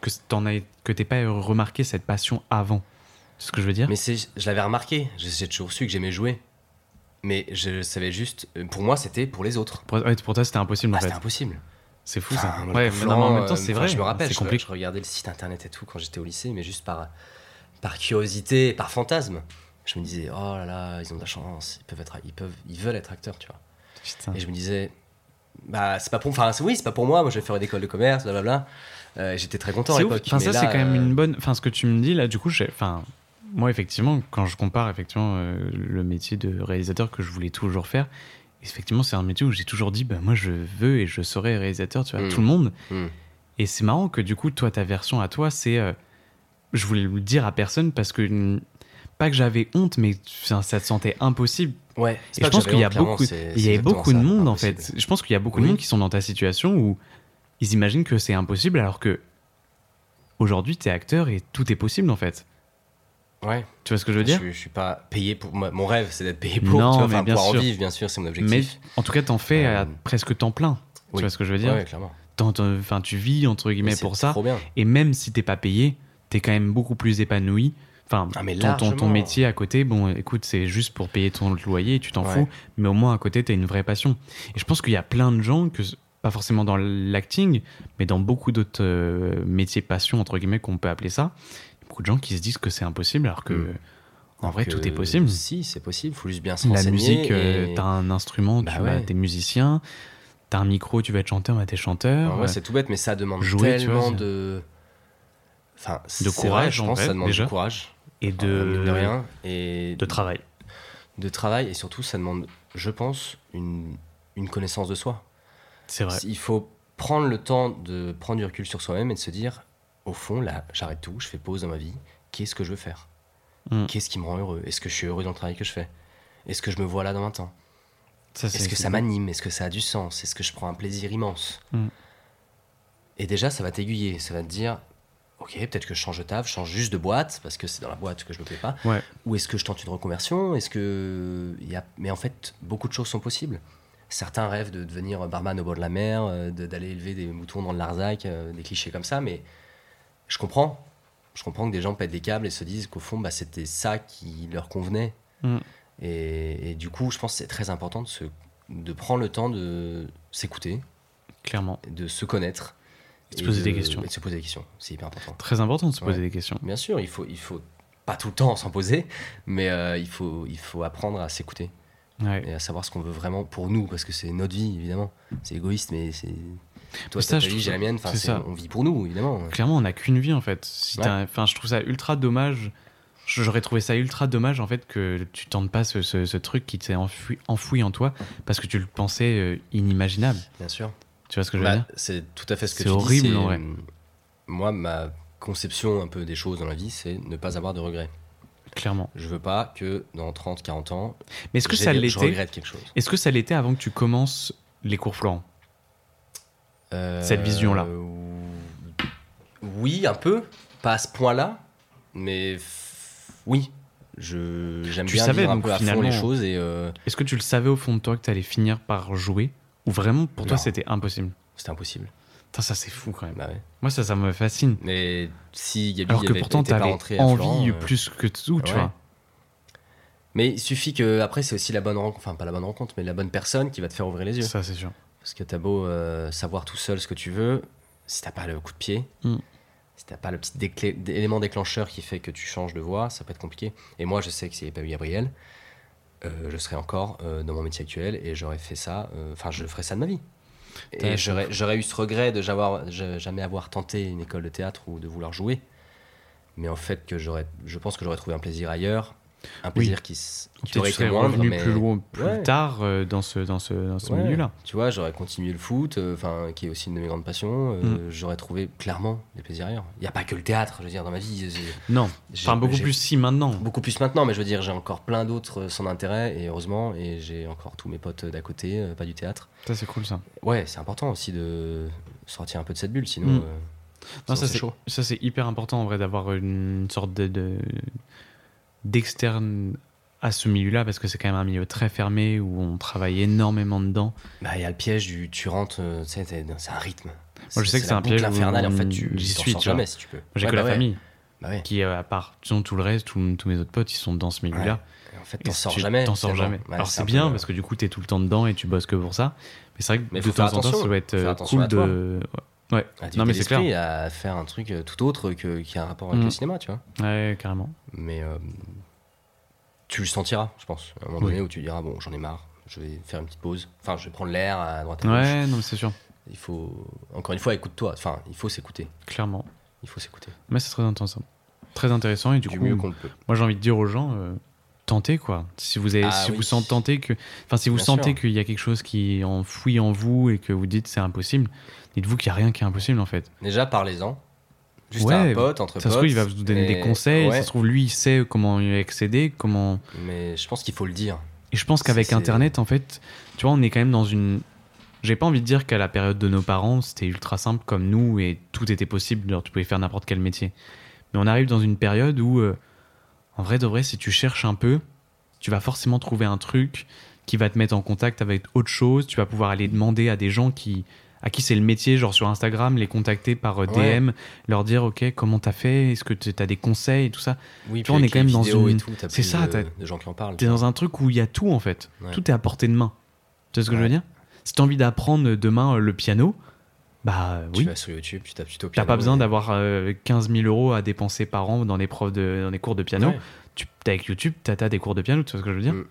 Speaker 1: que t'en as, que t'aies pas remarqué cette passion avant. C'est ce que je veux dire.
Speaker 2: Mais c'est, je l'avais remarqué, je- j'ai toujours su que j'aimais jouer. Mais je savais juste, euh, pour moi, c'était pour les autres.
Speaker 1: Pour, ouais, pour toi, c'était impossible
Speaker 2: Ah,
Speaker 1: en fait.
Speaker 2: c'était impossible.
Speaker 1: C'est fou ça.
Speaker 2: Enfin,
Speaker 1: Ouais, mais
Speaker 2: Flan,
Speaker 1: non, mais en même
Speaker 2: euh,
Speaker 1: temps, c'est
Speaker 2: enfin,
Speaker 1: vrai.
Speaker 2: Je me rappelle,
Speaker 1: c'est
Speaker 2: je,
Speaker 1: compliqué.
Speaker 2: je regardais le site internet et tout quand j'étais au lycée, mais juste par, par curiosité, et par fantasme. Je me disais, oh là là, ils ont de la chance, ils peuvent être, ils peuvent, ils veulent être acteurs, tu vois.
Speaker 1: Putain.
Speaker 2: Et je me disais, bah c'est pas pour, enfin c'est- oui, c'est pas pour moi. Moi, je vais faire une école de commerce, blablabla. Euh, J'étais très content à
Speaker 1: C'est ouf.
Speaker 2: l'époque.
Speaker 1: Enfin,
Speaker 2: mais
Speaker 1: ça,
Speaker 2: là,
Speaker 1: c'est quand même
Speaker 2: euh,
Speaker 1: une bonne. Enfin, ce que tu me dis là, du coup, j'ai. Enfin, moi, effectivement, quand je compare effectivement euh, le métier de réalisateur que je voulais toujours faire, effectivement, c'est un métier où j'ai toujours dit, bah, moi, je veux et je serai réalisateur, tu vois,
Speaker 2: Mm.
Speaker 1: tout le monde.
Speaker 2: Mm.
Speaker 1: Et c'est marrant que du coup, toi, ta version à toi, c'est. euh, je voulais le dire à personne parce que. mm, Pas que j'avais honte, mais enfin, ça te sentait impossible.
Speaker 2: euh, Ouais. c'est
Speaker 1: Et
Speaker 2: pas
Speaker 1: je
Speaker 2: que
Speaker 1: pense
Speaker 2: j'avais
Speaker 1: qu'il y a
Speaker 2: honte, clairement,
Speaker 1: beaucoup,
Speaker 2: c'est-
Speaker 1: il y
Speaker 2: c'est
Speaker 1: avait beaucoup de
Speaker 2: exactement ça,
Speaker 1: monde en
Speaker 2: impossible.
Speaker 1: fait. Je pense qu'il y a beaucoup de
Speaker 2: Oui.
Speaker 1: monde qui sont dans ta situation où ils imaginent que c'est impossible alors que aujourd'hui t'es acteur et tout est possible en fait.
Speaker 2: Ouais.
Speaker 1: Tu vois ce que je veux
Speaker 2: Je,
Speaker 1: dire
Speaker 2: suis- je suis pas payé pour. moi, Mon rêve, c'est d'être payé pour.
Speaker 1: Non,
Speaker 2: tu vois,
Speaker 1: mais
Speaker 2: enfin,
Speaker 1: bien
Speaker 2: pour
Speaker 1: sûr.
Speaker 2: en vivre, bien sûr, c'est mon objectif.
Speaker 1: Mais en tout cas t'en fais à
Speaker 2: Euh,
Speaker 1: presque temps plein. Tu
Speaker 2: oui.
Speaker 1: vois ce que je veux dire
Speaker 2: Ouais, clairement.
Speaker 1: T'en- t'en- Enfin tu vis entre guillemets
Speaker 2: c'est
Speaker 1: pour ça
Speaker 2: Trop bien.
Speaker 1: et même si t'es pas payé t'es quand même beaucoup plus épanoui. Enfin
Speaker 2: Ah, mais
Speaker 1: ton- ton, ton
Speaker 2: largement.
Speaker 1: métier à côté bon écoute c'est juste pour payer ton loyer et tu t'en
Speaker 2: Ouais.
Speaker 1: fous mais au moins à côté t'as une vraie passion. Et je pense qu'il y a plein de gens que pas forcément dans l'acting mais dans beaucoup d'autres euh, métiers passion entre guillemets qu'on peut appeler ça. il y a Beaucoup de gens qui se disent que c'est impossible alors que
Speaker 2: Mm.
Speaker 1: en vrai
Speaker 2: Donc,
Speaker 1: tout est
Speaker 2: euh,
Speaker 1: possible.
Speaker 2: Si, c'est possible, faut juste bien
Speaker 1: La
Speaker 2: s'enseigner.
Speaker 1: musique, euh,
Speaker 2: et-
Speaker 1: t'as un instrument,
Speaker 2: Bah
Speaker 1: tu vois,
Speaker 2: ouais.
Speaker 1: t'es musicien, t'as un micro, tu vas être chanteur, bah t'es chanteur.
Speaker 2: En vrai, c'est tout bête, mais ça demande
Speaker 1: jouer, tu vois,
Speaker 2: tellement
Speaker 1: c'est-
Speaker 2: de. Enfin, c'est
Speaker 1: De
Speaker 2: vrai,
Speaker 1: courage,
Speaker 2: je
Speaker 1: en
Speaker 2: pense,
Speaker 1: vrai,
Speaker 2: ça demande
Speaker 1: déjà.
Speaker 2: du courage. euh,
Speaker 1: et
Speaker 2: Ah, De...
Speaker 1: de,
Speaker 2: rien. Et
Speaker 1: de travail.
Speaker 2: de travail, et surtout, ça demande, je pense, une, une connaissance de soi.
Speaker 1: C'est vrai.
Speaker 2: Il faut prendre le temps de prendre du recul sur soi-même et de se dire, au fond, là, j'arrête tout, je fais pause dans ma vie. Qu'est-ce que je veux faire
Speaker 1: Mm.
Speaker 2: Qu'est-ce qui me rend heureux Est-ce que je suis heureux dans le travail que je fais Est-ce que je me vois là dans 20 ans
Speaker 1: c'est-
Speaker 2: Est-ce que
Speaker 1: c'est-
Speaker 2: ça m'anime Est-ce que ça a du sens Est-ce que je prends un plaisir immense
Speaker 1: Mm.
Speaker 2: Et déjà, ça va t'aiguiller. Ça va te dire Ok, peut-être que je change de taf, je change juste de boîte, parce que c'est dans la boîte que je me plais pas.
Speaker 1: Ouais.
Speaker 2: Ou est-ce que je tente une reconversion Est-ce que. il Y a... Mais en fait, beaucoup de choses sont possibles. Certains rêvent de devenir barman au bord de la mer, euh, de- d'aller élever des moutons dans le Larzac, euh, des clichés comme ça, mais je comprends. Je comprends que des gens pètent des câbles et se disent qu'au fond, bah, c'était ça qui leur convenait.
Speaker 1: Mm.
Speaker 2: Et, et du coup, je pense que c'est très important de, se, de prendre le temps de s'écouter,
Speaker 1: Clairement.
Speaker 2: de se connaître.
Speaker 1: Et de se poser
Speaker 2: de-
Speaker 1: des questions.
Speaker 2: Et de se poser des questions, c'est hyper important.
Speaker 1: Très important de se poser
Speaker 2: Ouais.
Speaker 1: des questions.
Speaker 2: Bien sûr, il faut, il faut pas tout le temps s'en poser, mais euh, il, faut, il faut apprendre à s'écouter
Speaker 1: Ouais.
Speaker 2: et à savoir ce qu'on veut vraiment pour nous, parce que c'est notre vie, évidemment. C'est égoïste, mais c'est. Toi,
Speaker 1: Mais ça,
Speaker 2: t'as ta
Speaker 1: je
Speaker 2: vie,
Speaker 1: trouve
Speaker 2: j'ai
Speaker 1: ça-
Speaker 2: la mienne, enfin,
Speaker 1: c'est
Speaker 2: c'est-
Speaker 1: ça.
Speaker 2: on vit pour nous, évidemment. hein,
Speaker 1: Clairement, on n'a qu'une vie en fait. Si
Speaker 2: Ouais.
Speaker 1: t'as- Enfin, je trouve ça ultra dommage. Je- J'aurais trouvé ça ultra dommage en fait que tu tentes pas ce, ce- ce truc qui t'est enfoui, enfoui en toi parce que tu le pensais euh, inimaginable.
Speaker 2: Bien sûr.
Speaker 1: Tu vois ce que je veux
Speaker 2: Bah,
Speaker 1: dire
Speaker 2: C'est tout à fait ce que
Speaker 1: C'est
Speaker 2: tu dis,
Speaker 1: horrible,
Speaker 2: c'est,
Speaker 1: en vrai.
Speaker 2: euh, Moi, ma conception un peu des choses dans la vie, c'est ne pas avoir de regrets.
Speaker 1: Clairement.
Speaker 2: Je veux pas que dans 30, 40 ans,
Speaker 1: Mais est-ce que
Speaker 2: j'ai
Speaker 1: ça
Speaker 2: des- je
Speaker 1: l'était
Speaker 2: regrette quelque chose.
Speaker 1: Est-ce que ça l'était avant que tu commences les cours Florent Cette
Speaker 2: Euh,
Speaker 1: vision-là.
Speaker 2: Oui, un peu. Pas à ce point-là, mais f- oui. Je j'aime
Speaker 1: Tu
Speaker 2: bien
Speaker 1: savais,
Speaker 2: vivre un
Speaker 1: donc,
Speaker 2: peu à fond
Speaker 1: finalement.
Speaker 2: les choses et euh,
Speaker 1: Est-ce que tu le savais au fond de toi que t'allais finir par jouer Ou vraiment, pour toi,
Speaker 2: Non.
Speaker 1: c'était impossible
Speaker 2: c'était impossible.
Speaker 1: Putain, ça c'est fou quand même.
Speaker 2: Bah ouais.
Speaker 1: Moi, ça, ça me fascine.
Speaker 2: Mais si Gabi
Speaker 1: Alors
Speaker 2: avait,
Speaker 1: que pourtant,
Speaker 2: n'était pas
Speaker 1: t'avais
Speaker 2: rentré à
Speaker 1: envie
Speaker 2: Florent, euh,
Speaker 1: plus que tout, tu
Speaker 2: ouais.
Speaker 1: vois.
Speaker 2: Mais il suffit que après c'est aussi la bonne rencontre, enfin pas la bonne rencontre, mais la bonne personne qui va te faire ouvrir les yeux.
Speaker 1: Ça, c'est sûr.
Speaker 2: Parce que t'as beau euh, savoir tout seul ce que tu veux, si t'as pas le coup de pied,
Speaker 1: Mm.
Speaker 2: si t'as pas le petit déclé- élément déclencheur qui fait que tu changes de voie, ça peut être compliqué. Et moi, je sais que s'il n'y avait pas eu Gabriel, euh, je serais encore euh, dans mon métier actuel et j'aurais fait ça, euh, enfin, je ferais ça de ma vie.
Speaker 1: T'as
Speaker 2: Et
Speaker 1: raison.
Speaker 2: j'aurais j'aurais eu ce regret de j'avoir- je- jamais avoir tenté une école de théâtre ou de vouloir jouer. Mais en fait, que j'aurais, je pense que j'aurais trouvé un plaisir ailleurs, un plaisir qui, s-
Speaker 1: Ou
Speaker 2: qui
Speaker 1: Peut-être
Speaker 2: aurait
Speaker 1: que tu
Speaker 2: été
Speaker 1: serais
Speaker 2: moindre,
Speaker 1: revenu
Speaker 2: mais-
Speaker 1: plus loin, plus
Speaker 2: Ouais.
Speaker 1: tard euh, dans ce, dans ce, dans ce
Speaker 2: Ouais.
Speaker 1: milieu-là.
Speaker 2: Tu vois, j'aurais continué le foot, euh, enfin, qui est aussi une de mes grandes passions.
Speaker 1: Mm.
Speaker 2: euh, J'aurais trouvé clairement des plaisirs ailleurs. Il n'y a pas que le théâtre, je veux dire, dans ma vie. j'ai-
Speaker 1: Non,
Speaker 2: j'ai-
Speaker 1: enfin beaucoup
Speaker 2: j'ai-
Speaker 1: plus si maintenant.
Speaker 2: Beaucoup plus maintenant, mais je veux dire, j'ai encore plein d'autres euh, sans intérêt, et heureusement, et j'ai encore tous mes potes d'à côté, euh, pas du théâtre.
Speaker 1: Ça, c'est cool ça.
Speaker 2: Ouais, c'est important aussi de sortir un peu de cette bulle, sinon,
Speaker 1: Mm.
Speaker 2: euh,
Speaker 1: Non, ça,
Speaker 2: sinon c'est
Speaker 1: c'est
Speaker 2: chaud.
Speaker 1: ça, c'est hyper important en vrai d'avoir une sorte de- de d'externe à ce milieu-là, parce que c'est quand même un milieu très fermé où on travaille énormément dedans.
Speaker 2: Bah, il y a le piège du tu rentres, euh, tu sais, t'es- c'est un rythme.
Speaker 1: Moi, je sais que c'est un piège où
Speaker 2: infernal, en
Speaker 1: on-
Speaker 2: fait, tu
Speaker 1: j'y
Speaker 2: t'en
Speaker 1: suis,
Speaker 2: sors
Speaker 1: tu vois.
Speaker 2: jamais si tu peux.
Speaker 1: J'ai
Speaker 2: Ouais,
Speaker 1: que
Speaker 2: bah
Speaker 1: la
Speaker 2: ouais.
Speaker 1: famille
Speaker 2: Bah ouais.
Speaker 1: qui, euh, à part sinon, tout le reste, tout, tous mes autres potes, ils sont dans ce milieu-là.
Speaker 2: Et En fait,
Speaker 1: Et
Speaker 2: t'en sors
Speaker 1: tu-
Speaker 2: jamais.
Speaker 1: T'en sors
Speaker 2: finalement.
Speaker 1: jamais.
Speaker 2: Ouais,
Speaker 1: Alors c'est
Speaker 2: un peu-
Speaker 1: bien parce que du coup t'es tout le temps dedans et tu bosses que pour ça. Mais c'est vrai que
Speaker 2: Mais
Speaker 1: de
Speaker 2: faut
Speaker 1: temps
Speaker 2: faire
Speaker 1: en temps ça
Speaker 2: attention.
Speaker 1: doit être
Speaker 2: Faut faire
Speaker 1: euh,
Speaker 2: attention
Speaker 1: cool
Speaker 2: à toi.
Speaker 1: de. Ouais. Ouais.
Speaker 2: Ah, tu
Speaker 1: Non mais
Speaker 2: t'as
Speaker 1: c'est clair.
Speaker 2: l'esprit à faire un truc euh, tout autre que, qui a un rapport avec
Speaker 1: Mm.
Speaker 2: le cinéma, tu vois.
Speaker 1: Ouais carrément.
Speaker 2: Mais euh, tu le sentiras, je pense, à un moment
Speaker 1: Oui.
Speaker 2: donné où tu diras bon, j'en ai marre, je vais faire une petite pause. Enfin, je vais prendre l'air à droite à gauche.
Speaker 1: Ouais non mais c'est sûr.
Speaker 2: Il faut encore une fois écoute-toi. Enfin, il faut s'écouter.
Speaker 1: Clairement.
Speaker 2: Il faut s'écouter
Speaker 1: Mais c'est très intéressant. Très intéressant et du,
Speaker 2: du,
Speaker 1: coup
Speaker 2: mieux qu'on le peut.
Speaker 1: moi j'ai envie de dire aux gens euh, tentez quoi. Si vous avez,
Speaker 2: Ah,
Speaker 1: si
Speaker 2: oui.
Speaker 1: vous sentez tentez que enfin si vous
Speaker 2: Bien
Speaker 1: sentez
Speaker 2: sûr.
Speaker 1: qu'il y a quelque chose qui est enfoui en vous et que vous dites c'est impossible, dites-vous qu'il y a rien qui est impossible en fait.
Speaker 2: Déjà parlez-en. Juste
Speaker 1: Ouais,
Speaker 2: à un pote, entre
Speaker 1: Ça se
Speaker 2: potes,
Speaker 1: trouve il va vous donner
Speaker 2: et-
Speaker 1: des conseils,
Speaker 2: ouais,
Speaker 1: ça se trouve lui il sait comment y accéder, comment
Speaker 2: mais je pense qu'il faut le dire.
Speaker 1: Et je pense qu'avec
Speaker 2: C'est-
Speaker 1: Internet, en fait, tu vois, on est quand même dans une. J'ai pas envie de dire qu'à la période de nos parents, c'était ultra simple comme nous et tout était possible, genre tu pouvais faire n'importe quel métier. Mais on arrive dans une période où, euh, en vrai de vrai, si tu cherches un peu, tu vas forcément trouver un truc qui va te mettre en contact avec autre chose. Tu vas pouvoir aller demander à des gens qui à qui c'est le métier, genre sur Instagram, les contacter par euh,
Speaker 2: Ouais.
Speaker 1: DM, leur dire ok comment t'as fait, est-ce que t'as des conseils et tout ça.
Speaker 2: Oui,
Speaker 1: Tu vois, on
Speaker 2: puis
Speaker 1: est quand
Speaker 2: avec les
Speaker 1: même dans
Speaker 2: vidéos
Speaker 1: une-
Speaker 2: et tout, t'as
Speaker 1: c'est
Speaker 2: plus
Speaker 1: ça,
Speaker 2: de,
Speaker 1: t'as-
Speaker 2: de gens qui en parlent.
Speaker 1: T'es dans un truc où il y a tout en fait.
Speaker 2: Ouais.
Speaker 1: Tout est à portée de main. Tu vois ce que je veux
Speaker 2: Ouais.
Speaker 1: dire Si t'as envie d'apprendre demain euh, le piano, bah euh,
Speaker 2: Tu
Speaker 1: oui.
Speaker 2: vas sur YouTube, tu tapes tuto
Speaker 1: T'as
Speaker 2: piano
Speaker 1: pas besoin
Speaker 2: et-
Speaker 1: d'avoir euh, 15 000 euros à dépenser par an dans les, profs de, dans les cours de piano.
Speaker 2: Ouais.
Speaker 1: Tu, t'as avec YouTube, t'as, t'as des cours de piano, tu vois ce que je veux dire
Speaker 2: Mm.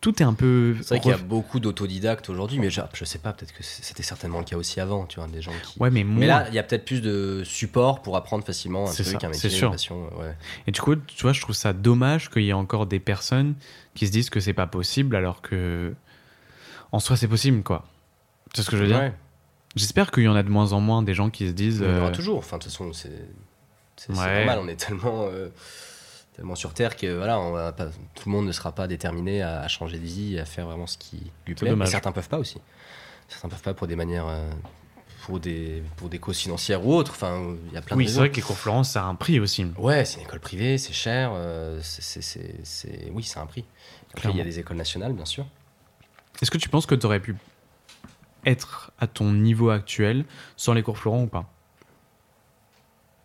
Speaker 1: Tout est un peu.
Speaker 2: C'est vrai qu'il y a
Speaker 1: ref-
Speaker 2: beaucoup d'autodidactes aujourd'hui, mais je, je sais pas, peut-être que c'est- c'était certainement le cas aussi avant, tu vois, des gens qui.
Speaker 1: Ouais, mais moi.
Speaker 2: Mais là, il y a peut-être plus de support pour apprendre facilement un
Speaker 1: C'est
Speaker 2: truc,
Speaker 1: ça,
Speaker 2: un
Speaker 1: c'est
Speaker 2: métier,
Speaker 1: sûr.
Speaker 2: une passion. Ouais.
Speaker 1: Et du coup, tu vois, je trouve ça dommage qu'il y ait encore des personnes qui se disent que c'est pas possible alors que. En soi, c'est possible, quoi. Tu vois ce que je veux dire
Speaker 2: Ouais.
Speaker 1: J'espère qu'il y en a de moins en moins des gens qui se disent.
Speaker 2: Il y en aura
Speaker 1: euh,
Speaker 2: toujours. Enfin, de toute façon, c'est c'est- c'est
Speaker 1: Ouais.
Speaker 2: normal. On est tellement, euh, tellement sur Terre que voilà, on va pas- tout le monde ne sera pas déterminé à, à changer de vie, et à faire vraiment ce qui lui plaît.
Speaker 1: dommage.
Speaker 2: Et certains peuvent pas aussi. Certains peuvent pas pour des manières, euh, pour des pour des causes financières ou autres. Enfin, il y a plein
Speaker 1: Oui,
Speaker 2: de
Speaker 1: c'est
Speaker 2: raisons.
Speaker 1: vrai que les cours Florence, ça a un prix aussi.
Speaker 2: Ouais, c'est une école privée, c'est cher, euh, c'est- c'est- c'est c'est- oui, c'est un prix. Après, il y
Speaker 1: Clairement.
Speaker 2: a des écoles nationales, bien sûr.
Speaker 1: Est-ce que tu penses que tu aurais pu être à ton niveau actuel sans les cours Florent ou pas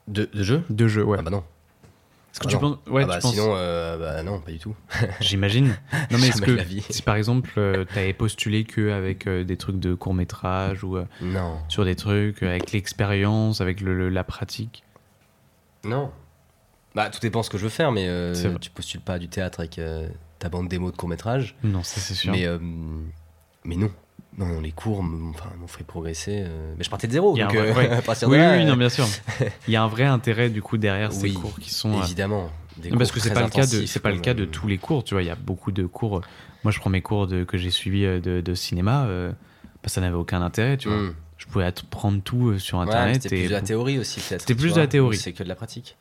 Speaker 2: De, jeu
Speaker 1: De jeu, ouais.
Speaker 2: Ah bah non.
Speaker 1: est-ce que
Speaker 2: ah
Speaker 1: tu
Speaker 2: non.
Speaker 1: penses Ouais,
Speaker 2: ah bah
Speaker 1: tu penses.
Speaker 2: sinon, euh, bah non, pas du tout.
Speaker 1: J'imagine. Non mais est-ce
Speaker 2: Jamais
Speaker 1: que
Speaker 2: de la vie.
Speaker 1: si par exemple tu avais postulé que avec euh, des trucs de court métrage ou euh,
Speaker 2: Non.
Speaker 1: sur des trucs euh, avec l'expérience, avec le- le- la pratique,
Speaker 2: Non. Bah tout dépend ce que je veux faire, mais euh,
Speaker 1: C'est vrai.
Speaker 2: tu postules pas à du théâtre avec euh, ta bande démo de court-métrage.
Speaker 1: non, ça c'est sûr.
Speaker 2: Mais, euh, mais non. Non, non, les cours m'ont enfin, m'ont fait progresser. euh, Mais je partais de zéro,
Speaker 1: Il y a
Speaker 2: donc
Speaker 1: un vrai-
Speaker 2: euh,
Speaker 1: ouais.
Speaker 2: à partir de
Speaker 1: Oui,
Speaker 2: là,
Speaker 1: oui, non,
Speaker 2: euh,
Speaker 1: bien sûr. Il y a un vrai intérêt du coup derrière ces
Speaker 2: Oui,
Speaker 1: cours qui sont euh,
Speaker 2: évidemment. des
Speaker 1: Non, parce
Speaker 2: cours
Speaker 1: que c'est
Speaker 2: très
Speaker 1: pas le cas de
Speaker 2: intensifs,
Speaker 1: c'est pas le
Speaker 2: comme,
Speaker 1: cas de
Speaker 2: euh,
Speaker 1: tous les cours tu vois il y a beaucoup de cours moi je prends mes cours de, que j'ai suivis euh, de, de cinéma euh, bah, ça n'avait aucun intérêt tu vois
Speaker 2: Mm.
Speaker 1: je pouvais apprendre tout euh, sur
Speaker 2: Ouais, mais
Speaker 1: internet
Speaker 2: c'était plus
Speaker 1: et
Speaker 2: de la théorie aussi, peut-être.
Speaker 1: C'était
Speaker 2: tu
Speaker 1: plus de
Speaker 2: vois,
Speaker 1: la théorie.
Speaker 2: C'est que de la pratique.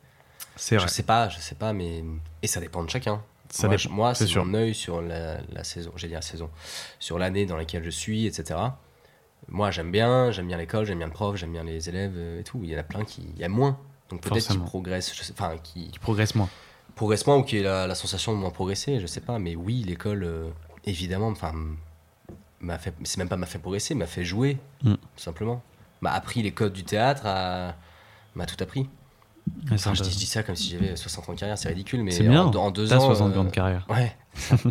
Speaker 1: c'est vrai
Speaker 2: Je sais pas, je sais pas, mais. Et ça dépend de chacun.
Speaker 1: ça
Speaker 2: moi,
Speaker 1: dépend,
Speaker 2: je- moi,
Speaker 1: c'est
Speaker 2: c'est
Speaker 1: sûr
Speaker 2: mon œil sur la, la saison, j'ai dit la saison, sur l'année dans laquelle je suis, etc. Moi, j'aime bien, j'aime bien l'école, j'aime bien le prof, j'aime bien les élèves euh, et tout. Il y en a plein qui. Il y a moins. Donc peut-être qu'ils
Speaker 1: Forcément.
Speaker 2: progressent, je sais- enfin, qui
Speaker 1: qui progresse moins
Speaker 2: progressent moins ou qui aient la, la sensation de moins progresser, je sais pas. Mais oui, l'école, euh, évidemment, enfin, m'a fait, c'est même pas m'a fait progresser, m'a fait jouer,
Speaker 1: Mm.
Speaker 2: tout simplement. M'a appris les codes du théâtre, à- m'a tout appris.
Speaker 1: Ouais, c'est
Speaker 2: Enfin, je, dis, je
Speaker 1: intéressant.
Speaker 2: dis ça comme si j'avais 60 ans de carrière, c'est ridicule, mais
Speaker 1: C'est bien,
Speaker 2: en, en deux
Speaker 1: t'as
Speaker 2: ans.
Speaker 1: 60
Speaker 2: euh,
Speaker 1: ans de carrière
Speaker 2: Ouais.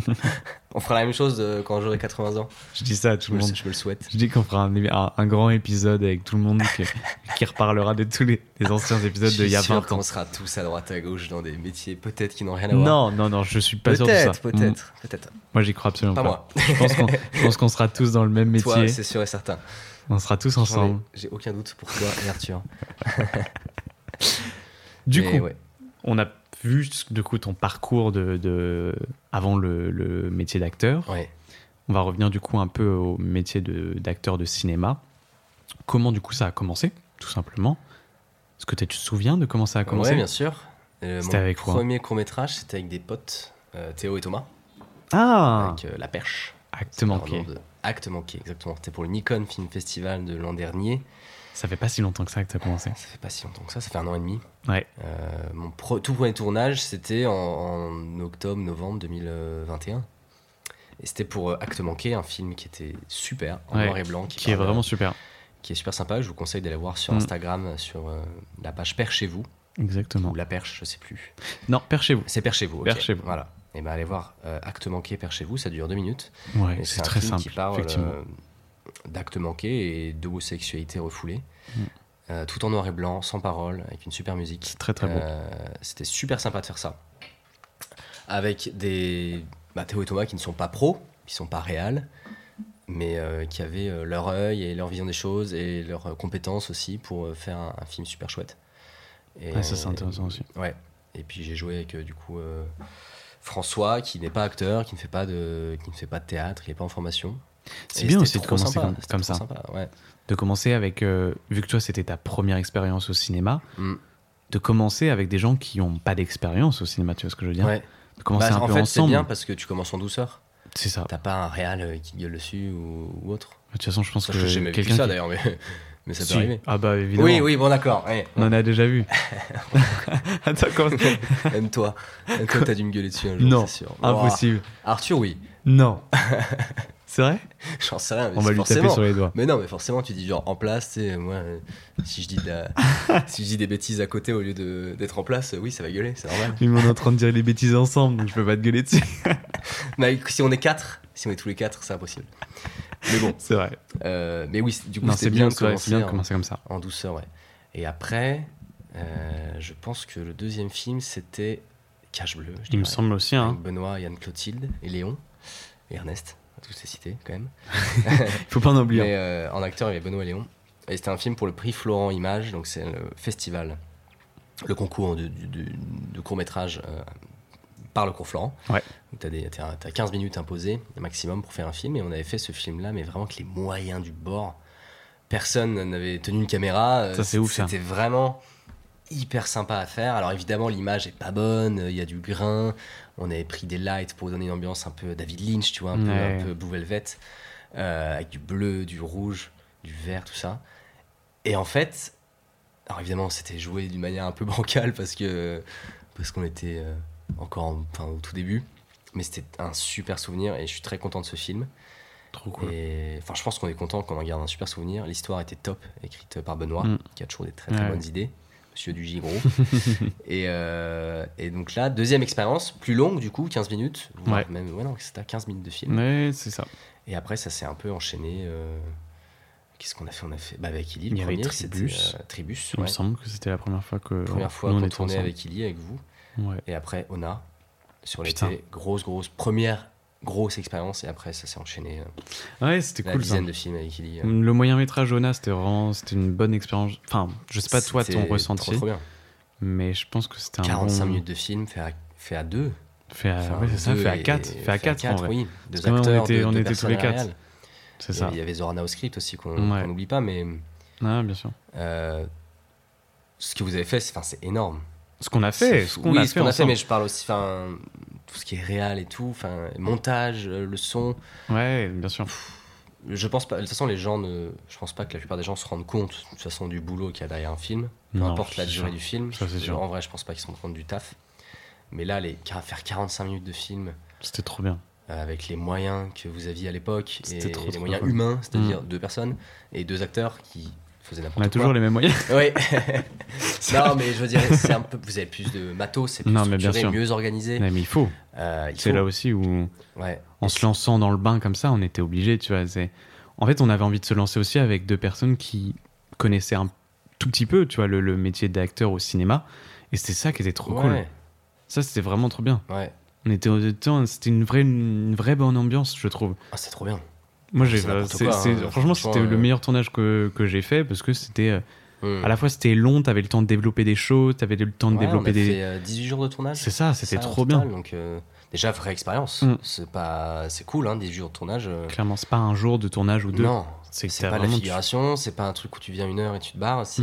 Speaker 2: on fera la même chose euh, quand j'aurai 80 ans.
Speaker 1: je dis ça à
Speaker 2: Je
Speaker 1: tout
Speaker 2: me,
Speaker 1: le
Speaker 2: le,
Speaker 1: monde
Speaker 2: je me le souhaite.
Speaker 1: je dis qu'on fera un, un- un grand épisode avec tout le monde que- qui reparlera de tous les, les anciens
Speaker 2: Je
Speaker 1: épisodes
Speaker 2: suis
Speaker 1: de il y a
Speaker 2: sûr
Speaker 1: 20 ans
Speaker 2: qu'on sera tous à droite à gauche dans des métiers peut-être qui n'ont rien à voir.
Speaker 1: non non non je suis pas sûr de ça Mm.
Speaker 2: peut-être, peut-être, peut-être.
Speaker 1: moi j'y crois absolument
Speaker 2: Pas
Speaker 1: pas,
Speaker 2: moi.
Speaker 1: je pense qu'on je pense qu'on sera tous dans le même métier
Speaker 2: Toi, c'est sûr et certain.
Speaker 1: on sera tous
Speaker 2: J'en ai-
Speaker 1: ensemble
Speaker 2: J'ai aucun doute pour toi et Arthur.
Speaker 1: Du
Speaker 2: Mais
Speaker 1: coup,
Speaker 2: ouais.
Speaker 1: on a vu du coup ton parcours de, de- avant le, le métier d'acteur.
Speaker 2: ouais.
Speaker 1: On va revenir du coup un peu au métier de- d'acteur de, cinéma. Comment du coup ça a commencé, tout simplement Est-ce que t'as- tu te souviens de comment ça a commencé
Speaker 2: Ouais, bien sûr. Euh,
Speaker 1: C'était
Speaker 2: mon
Speaker 1: avec quoi
Speaker 2: premier court-métrage, c'était avec des potes, euh, Théo et Thomas,
Speaker 1: Ah
Speaker 2: avec euh, La Perche.
Speaker 1: Acte manqué.
Speaker 2: Leur nom de- Acte manqué, exactement. C'était pour le Nikon Film Festival de l'an dernier.
Speaker 1: Ça fait pas si longtemps que ça que t'as commencé.
Speaker 2: Ça fait pas si longtemps que ça, ça fait un an et demi.
Speaker 1: Ouais.
Speaker 2: Euh, mon pro- tout premier tournage, c'était en, en octobre, novembre 2021. Et c'était pour euh, Acte Manqué, un film qui était super, en
Speaker 1: Ouais,
Speaker 2: noir et blanc.
Speaker 1: Qui est
Speaker 2: parle- euh,
Speaker 1: vraiment super.
Speaker 2: qui est super sympa. Je vous conseille d'aller voir sur
Speaker 1: Mm.
Speaker 2: Instagram, sur euh, la page Père chez vous,
Speaker 1: Exactement.
Speaker 2: ou La Perche, je sais plus.
Speaker 1: Non, père chez vous.
Speaker 2: C'est Père chez vous, ok.
Speaker 1: Père chez vous.
Speaker 2: Voilà. Et ben allez voir euh, Acte Manqué, Père chez vous, ça dure deux minutes.
Speaker 1: Ouais,
Speaker 2: Et
Speaker 1: c'est
Speaker 2: un
Speaker 1: très
Speaker 2: film
Speaker 1: simple.
Speaker 2: qui parle
Speaker 1: effectivement.
Speaker 2: euh, d'actes manqués et d'homosexualité refoulée,
Speaker 1: Mm.
Speaker 2: Euh, tout en noir et blanc, sans parole, avec une super musique.
Speaker 1: C'est très très beau.
Speaker 2: Euh, C'était super sympa de faire ça. Avec des bah, Théo et Thomas qui ne sont pas pros, qui sont pas réels, mais euh, qui avaient euh, leur œil et leur vision des choses et leurs euh, compétences aussi pour euh, faire un, un film super chouette. Et,
Speaker 1: Ah, ça c'est
Speaker 2: euh,
Speaker 1: intéressant aussi.
Speaker 2: Ouais. Et puis j'ai joué avec euh, du coup euh, François, qui n'est pas acteur, qui ne fait pas de, qui ne fait pas de théâtre, il n'est pas en formation.
Speaker 1: C'est
Speaker 2: Et
Speaker 1: bien
Speaker 2: c'était
Speaker 1: aussi de
Speaker 2: trop
Speaker 1: commencer
Speaker 2: sympa,
Speaker 1: comme,
Speaker 2: c'était
Speaker 1: comme
Speaker 2: trop
Speaker 1: ça.
Speaker 2: sympa, ouais.
Speaker 1: De commencer avec, euh, vu que toi c'était ta première expérience au cinéma,
Speaker 2: Mm.
Speaker 1: de commencer avec des gens qui n'ont pas d'expérience au cinéma, tu vois ce que je veux dire
Speaker 2: Ouais.
Speaker 1: De commencer
Speaker 2: Bah,
Speaker 1: un
Speaker 2: en
Speaker 1: peu
Speaker 2: fait, c'est bien
Speaker 1: ensemble.
Speaker 2: parce que tu commences en douceur.
Speaker 1: C'est ça.
Speaker 2: T'as pas un réal euh, qui gueule dessus ou, ou autre.
Speaker 1: De toute façon, je pense
Speaker 2: Ça,
Speaker 1: que
Speaker 2: je sais même plus
Speaker 1: quelqu'un.
Speaker 2: ça
Speaker 1: qui-
Speaker 2: d'ailleurs, mais, mais ça peut
Speaker 1: Si.
Speaker 2: arriver.
Speaker 1: Ah bah évidemment.
Speaker 2: Oui, oui, bon d'accord. ouais.
Speaker 1: On en a déjà vu. Attends, comment-
Speaker 2: Même toi, même toi, t'as dû me gueuler dessus un jour,
Speaker 1: Non,
Speaker 2: c'est sûr.
Speaker 1: Impossible.
Speaker 2: Ouah. Arthur, oui.
Speaker 1: Non. C'est vrai
Speaker 2: J'en sais rien, mais
Speaker 1: On va
Speaker 2: c'est
Speaker 1: lui
Speaker 2: forcément.
Speaker 1: taper sur les doigts.
Speaker 2: Mais non, mais forcément, tu dis genre en place, tu sais, moi, euh, si je dis, de la- si je dis des bêtises à côté au lieu de- d'être en place, euh, oui, ça va gueuler, c'est normal.
Speaker 1: Oui, mais on est en train de dire les bêtises ensemble, donc je peux pas te gueuler dessus.
Speaker 2: Mais si on est quatre, si on est tous les quatre, c'est impossible. Mais bon,
Speaker 1: C'est vrai.
Speaker 2: euh, mais oui, c- du coup,
Speaker 1: Non,
Speaker 2: c'était
Speaker 1: c'est bien,
Speaker 2: de hein.
Speaker 1: c'est vrai, c'est bien de
Speaker 2: en-
Speaker 1: commencer comme ça.
Speaker 2: en, douceur, ouais. Et après, euh, je pense que le deuxième film, c'était Cache Bleu. je
Speaker 1: Il me
Speaker 2: dirais,
Speaker 1: semble aussi, hein.
Speaker 2: avec Benoît, Yann Clotilde et Léon et Ernest, tous ces cités quand même.
Speaker 1: Faut pas en oublier. hein.
Speaker 2: Mais euh, en acteur, il y avait Benoît Léon. Et c'était un film pour le prix Florent Images, donc c'est le festival, le concours de, du- du- de court-métrage euh, par le cours Florent.
Speaker 1: Ouais.
Speaker 2: Donc T'as, des, t'as, t'as 15 minutes imposées maximum pour faire un film, et on avait fait ce film-là, mais vraiment avec les moyens du bord. Personne n'avait tenu une caméra. euh,
Speaker 1: Ça, c'est ouf, ça.
Speaker 2: C'était vraiment hyper sympa à faire. Alors évidemment, l'image est pas bonne, euh, il y a du grain. On avait pris des lights pour donner une ambiance un peu David Lynch, tu vois, un peu,
Speaker 1: Ouais.
Speaker 2: un peu Blue Velvet, euh, avec du bleu, du rouge, du vert, tout ça. Et en fait, alors évidemment, c'était joué d'une manière un peu bancale parce que parce qu'on était euh, encore en- enfin, au tout début. Mais c'était un super souvenir et je suis très content de ce film.
Speaker 1: Trop
Speaker 2: Et enfin, je pense qu'on est content qu'on en garde un super souvenir. L'histoire était top, écrite par Benoît,
Speaker 1: Mm.
Speaker 2: qui a toujours des très très
Speaker 1: Ouais.
Speaker 2: bonnes idées. Monsieur du Gigro. et, euh, et donc là, deuxième expérience, plus longue du coup, 15 minutes. voire
Speaker 1: Ouais.
Speaker 2: Même, ouais, non, c'était à 15 minutes de film.
Speaker 1: Ouais, c'est ça.
Speaker 2: Et après, ça s'est un peu enchaîné. euh, Qu'est-ce qu'on a fait On a fait bah, avec Illy,
Speaker 1: Il
Speaker 2: le
Speaker 1: y avait
Speaker 2: premier, c'était,
Speaker 1: Tribus.
Speaker 2: euh, Tribus.
Speaker 1: Il me
Speaker 2: ouais.
Speaker 1: semble que c'était la première fois que
Speaker 2: Première fois
Speaker 1: nous, on
Speaker 2: qu'on
Speaker 1: était
Speaker 2: tournait
Speaker 1: ensemble.
Speaker 2: avec Illy, avec vous.
Speaker 1: Ouais.
Speaker 2: Et après, Ona, sur
Speaker 1: Putain.
Speaker 2: l'été. Grosse, grosse, première grosse expérience. Et après, ça s'est enchaîné. euh,
Speaker 1: Ah Ouais, c'était
Speaker 2: la
Speaker 1: cool ça. Mm,
Speaker 2: dizaine de films avec Illy. euh,
Speaker 1: Le moyen métrage Jonas, c'était vraiment c'était une bonne expérience. Enfin, je sais pas toi
Speaker 2: C'était
Speaker 1: ton ressenti,
Speaker 2: trop, trop bien.
Speaker 1: mais je pense que c'était un
Speaker 2: 45
Speaker 1: bon...
Speaker 2: minutes de film fait à, fait à deux.
Speaker 1: Fait à,
Speaker 2: Enfin,
Speaker 1: ouais, c'est ça,
Speaker 2: deux
Speaker 1: fait à
Speaker 2: et-
Speaker 1: 4, fait à 4 en vrai.
Speaker 2: oui. Deux
Speaker 1: que ouais, on
Speaker 2: acteurs,
Speaker 1: était-
Speaker 2: deux-
Speaker 1: on
Speaker 2: deux
Speaker 1: était tous les
Speaker 2: personnes à
Speaker 1: quatre.
Speaker 2: réal.
Speaker 1: C'est
Speaker 2: Et
Speaker 1: ça.
Speaker 2: Il y avait Zorana au script aussi qu'on
Speaker 1: Ouais.
Speaker 2: qu'on n'oublie pas, mais
Speaker 1: Ah, bien sûr.
Speaker 2: euh, ce que vous avez fait, c'est enfin, c'est énorme.
Speaker 1: Ce qu'on a
Speaker 2: C'est
Speaker 1: fait, ce
Speaker 2: fou.
Speaker 1: qu'on
Speaker 2: oui,
Speaker 1: a,
Speaker 2: ce
Speaker 1: fait
Speaker 2: qu'on a fait,
Speaker 1: ensemble.
Speaker 2: mais je parle aussi, enfin, tout ce qui est réel et tout, enfin, montage, euh, le son.
Speaker 1: Ouais, bien sûr.
Speaker 2: Je pense pas. De toute façon, les gens ne, je pense pas que la plupart des gens se rendent compte, de toute façon, du boulot qu'il y a derrière un film. Peu
Speaker 1: Non,
Speaker 2: importe la
Speaker 1: c'est
Speaker 2: durée
Speaker 1: sûr.
Speaker 2: du film.
Speaker 1: Ça, c'est sûr.
Speaker 2: En vrai, je pense pas qu'ils se rendent compte du taf. Mais là, les, faire 45 minutes de film,
Speaker 1: C'était trop bien.
Speaker 2: euh, avec les moyens que vous aviez à l'époque et
Speaker 1: C'était trop,
Speaker 2: les
Speaker 1: trop
Speaker 2: moyens
Speaker 1: cool.
Speaker 2: humains, c'est-à-dire deux personnes et deux acteurs qui faisaient
Speaker 1: On a
Speaker 2: n'importe quoi.
Speaker 1: toujours les mêmes moyens.
Speaker 2: Ouais. non, mais je veux dire, c'est un peu, vous avez plus de matos, c'est plus
Speaker 1: Non, mais bien
Speaker 2: structuré,
Speaker 1: sûr.
Speaker 2: mieux organisé.
Speaker 1: Non, mais il faut.
Speaker 2: Euh, il
Speaker 1: C'est
Speaker 2: faut-
Speaker 1: là aussi où
Speaker 2: ouais.
Speaker 1: en se lançant dans le bain comme ça, on était obligé, tu vois. c'est- En fait, on avait envie de se lancer aussi avec deux personnes qui connaissaient un tout petit peu, tu vois, le, le métier d'acteur au cinéma. Et c'était ça qui était trop cool.
Speaker 2: Ouais,
Speaker 1: Ça, c'était vraiment trop bien.
Speaker 2: ouais.
Speaker 1: On était au temps, c'était une vraie, une vraie bonne ambiance, je trouve.
Speaker 2: Ah, c'est trop bien.
Speaker 1: Moi, j'ai
Speaker 2: C'est n'importe
Speaker 1: c'est-
Speaker 2: quoi,
Speaker 1: c'est-
Speaker 2: hein.
Speaker 1: franchement,
Speaker 2: Franchement,
Speaker 1: c'était
Speaker 2: euh,
Speaker 1: le meilleur tournage que, que j'ai fait parce que c'était euh,
Speaker 2: Hmm.
Speaker 1: à la fois c'était long, t'avais le temps de développer des choses, t'avais le temps de
Speaker 2: Ouais, on
Speaker 1: développer
Speaker 2: a
Speaker 1: des.
Speaker 2: fait euh, 18 jours de tournage.
Speaker 1: C'est ça, c'était
Speaker 2: ça, au
Speaker 1: trop
Speaker 2: total,
Speaker 1: bien.
Speaker 2: Donc, euh, déjà, vraie expérience.
Speaker 1: Hmm.
Speaker 2: C'est pas... c'est cool, hein, 18 jours de tournage. euh,
Speaker 1: Clairement, c'est pas un jour de tournage ou deux.
Speaker 2: Non,
Speaker 1: c'est que
Speaker 2: C'est
Speaker 1: t'as
Speaker 2: pas de la
Speaker 1: vraiment-
Speaker 2: figuration, c'est pas un truc où tu viens une heure et tu te barres, c'est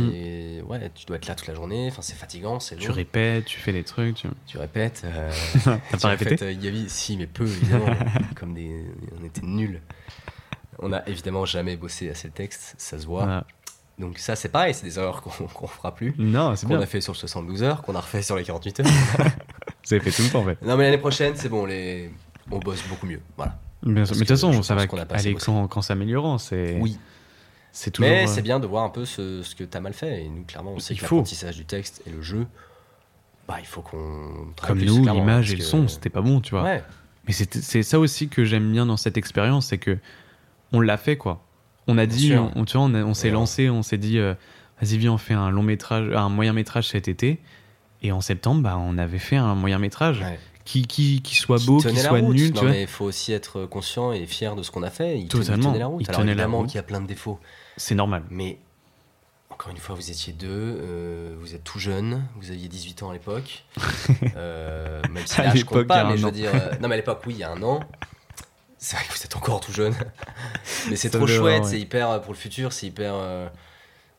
Speaker 2: ouais, tu dois être là toute la journée, enfin c'est fatigant, c'est
Speaker 1: Hmm. Tu
Speaker 2: long.
Speaker 1: répètes, tu fais des trucs. Tu...
Speaker 2: tu répètes. euh,
Speaker 1: T'as
Speaker 2: tu
Speaker 1: pas répété
Speaker 2: répètes, euh, Gavi- si mais peu évidemment, comme des on était nuls. On a évidemment jamais bossé assez le texte, ça se voit.
Speaker 1: Voilà.
Speaker 2: Donc ça, c'est pareil, c'est des erreurs qu'on qu'on fera plus.
Speaker 1: Non, c'est
Speaker 2: Qu'on
Speaker 1: bien.
Speaker 2: a fait sur le 72 heures, qu'on a refait sur les 48 heures.
Speaker 1: Vous avez fait tout le temps, en fait.
Speaker 2: non, mais l'année prochaine, c'est bon, les... on bosse beaucoup mieux. Voilà.
Speaker 1: Bien sûr.
Speaker 2: Parce
Speaker 1: Mais de toute
Speaker 2: que
Speaker 1: façon,
Speaker 2: je
Speaker 1: ça
Speaker 2: pense
Speaker 1: va
Speaker 2: qu'on a pas assez
Speaker 1: aller
Speaker 2: bossé.
Speaker 1: quand, quand s'améliorant. C'est
Speaker 2: Oui.
Speaker 1: c'est toujours.
Speaker 2: Mais
Speaker 1: euh,
Speaker 2: c'est bien de voir un peu ce, ce que t'as mal fait. Et nous, clairement, on sait
Speaker 1: Il
Speaker 2: que
Speaker 1: faut.
Speaker 2: l'apprentissage du texte et le jeu, bah, il faut qu'on.
Speaker 1: Comme
Speaker 2: travaille plus,
Speaker 1: nous,
Speaker 2: clairement,
Speaker 1: l'image et le
Speaker 2: parce
Speaker 1: son,
Speaker 2: que-
Speaker 1: c'était pas bon, tu vois.
Speaker 2: Ouais,
Speaker 1: Mais c'est c'est ça aussi que j'aime bien dans cette expérience, c'est que on l'a fait, quoi. On a
Speaker 2: Bien
Speaker 1: dit,
Speaker 2: sûr.
Speaker 1: on, on- tu vois, on, a- on s'est
Speaker 2: Ouais.
Speaker 1: lancé, on s'est dit, euh, vas-y, viens, on fait un long métrage, un moyen métrage cet été. Et en septembre, bah, on avait fait un moyen métrage
Speaker 2: ouais.
Speaker 1: qui, qui, qui soit
Speaker 2: Qui
Speaker 1: beau, qui
Speaker 2: tenait la
Speaker 1: soit
Speaker 2: route.
Speaker 1: nul,
Speaker 2: Non,
Speaker 1: tu vois.
Speaker 2: mais il faut aussi être conscient et fier de ce qu'on a fait. Il, tenait- il
Speaker 1: Totalement.
Speaker 2: tenait la route.
Speaker 1: Il
Speaker 2: Alors
Speaker 1: tenait la
Speaker 2: évidemment
Speaker 1: route.
Speaker 2: qu'il y a plein de défauts.
Speaker 1: C'est normal.
Speaker 2: Mais encore une fois, vous étiez deux, euh, vous êtes tout jeune, vous aviez 18 ans à l'époque. Euh, même si
Speaker 1: À
Speaker 2: là, je
Speaker 1: l'époque,
Speaker 2: compte
Speaker 1: il y a
Speaker 2: pas,
Speaker 1: un
Speaker 2: mais je
Speaker 1: an.
Speaker 2: veux dire. euh, non, mais à l'époque, oui, il y a un an. C'est vrai que vous êtes encore tout jeune. Mais c'est
Speaker 1: Ça
Speaker 2: trop
Speaker 1: doit avoir,
Speaker 2: chouette,
Speaker 1: ouais.
Speaker 2: c'est hyper euh, pour le futur, c'est hyper. euh,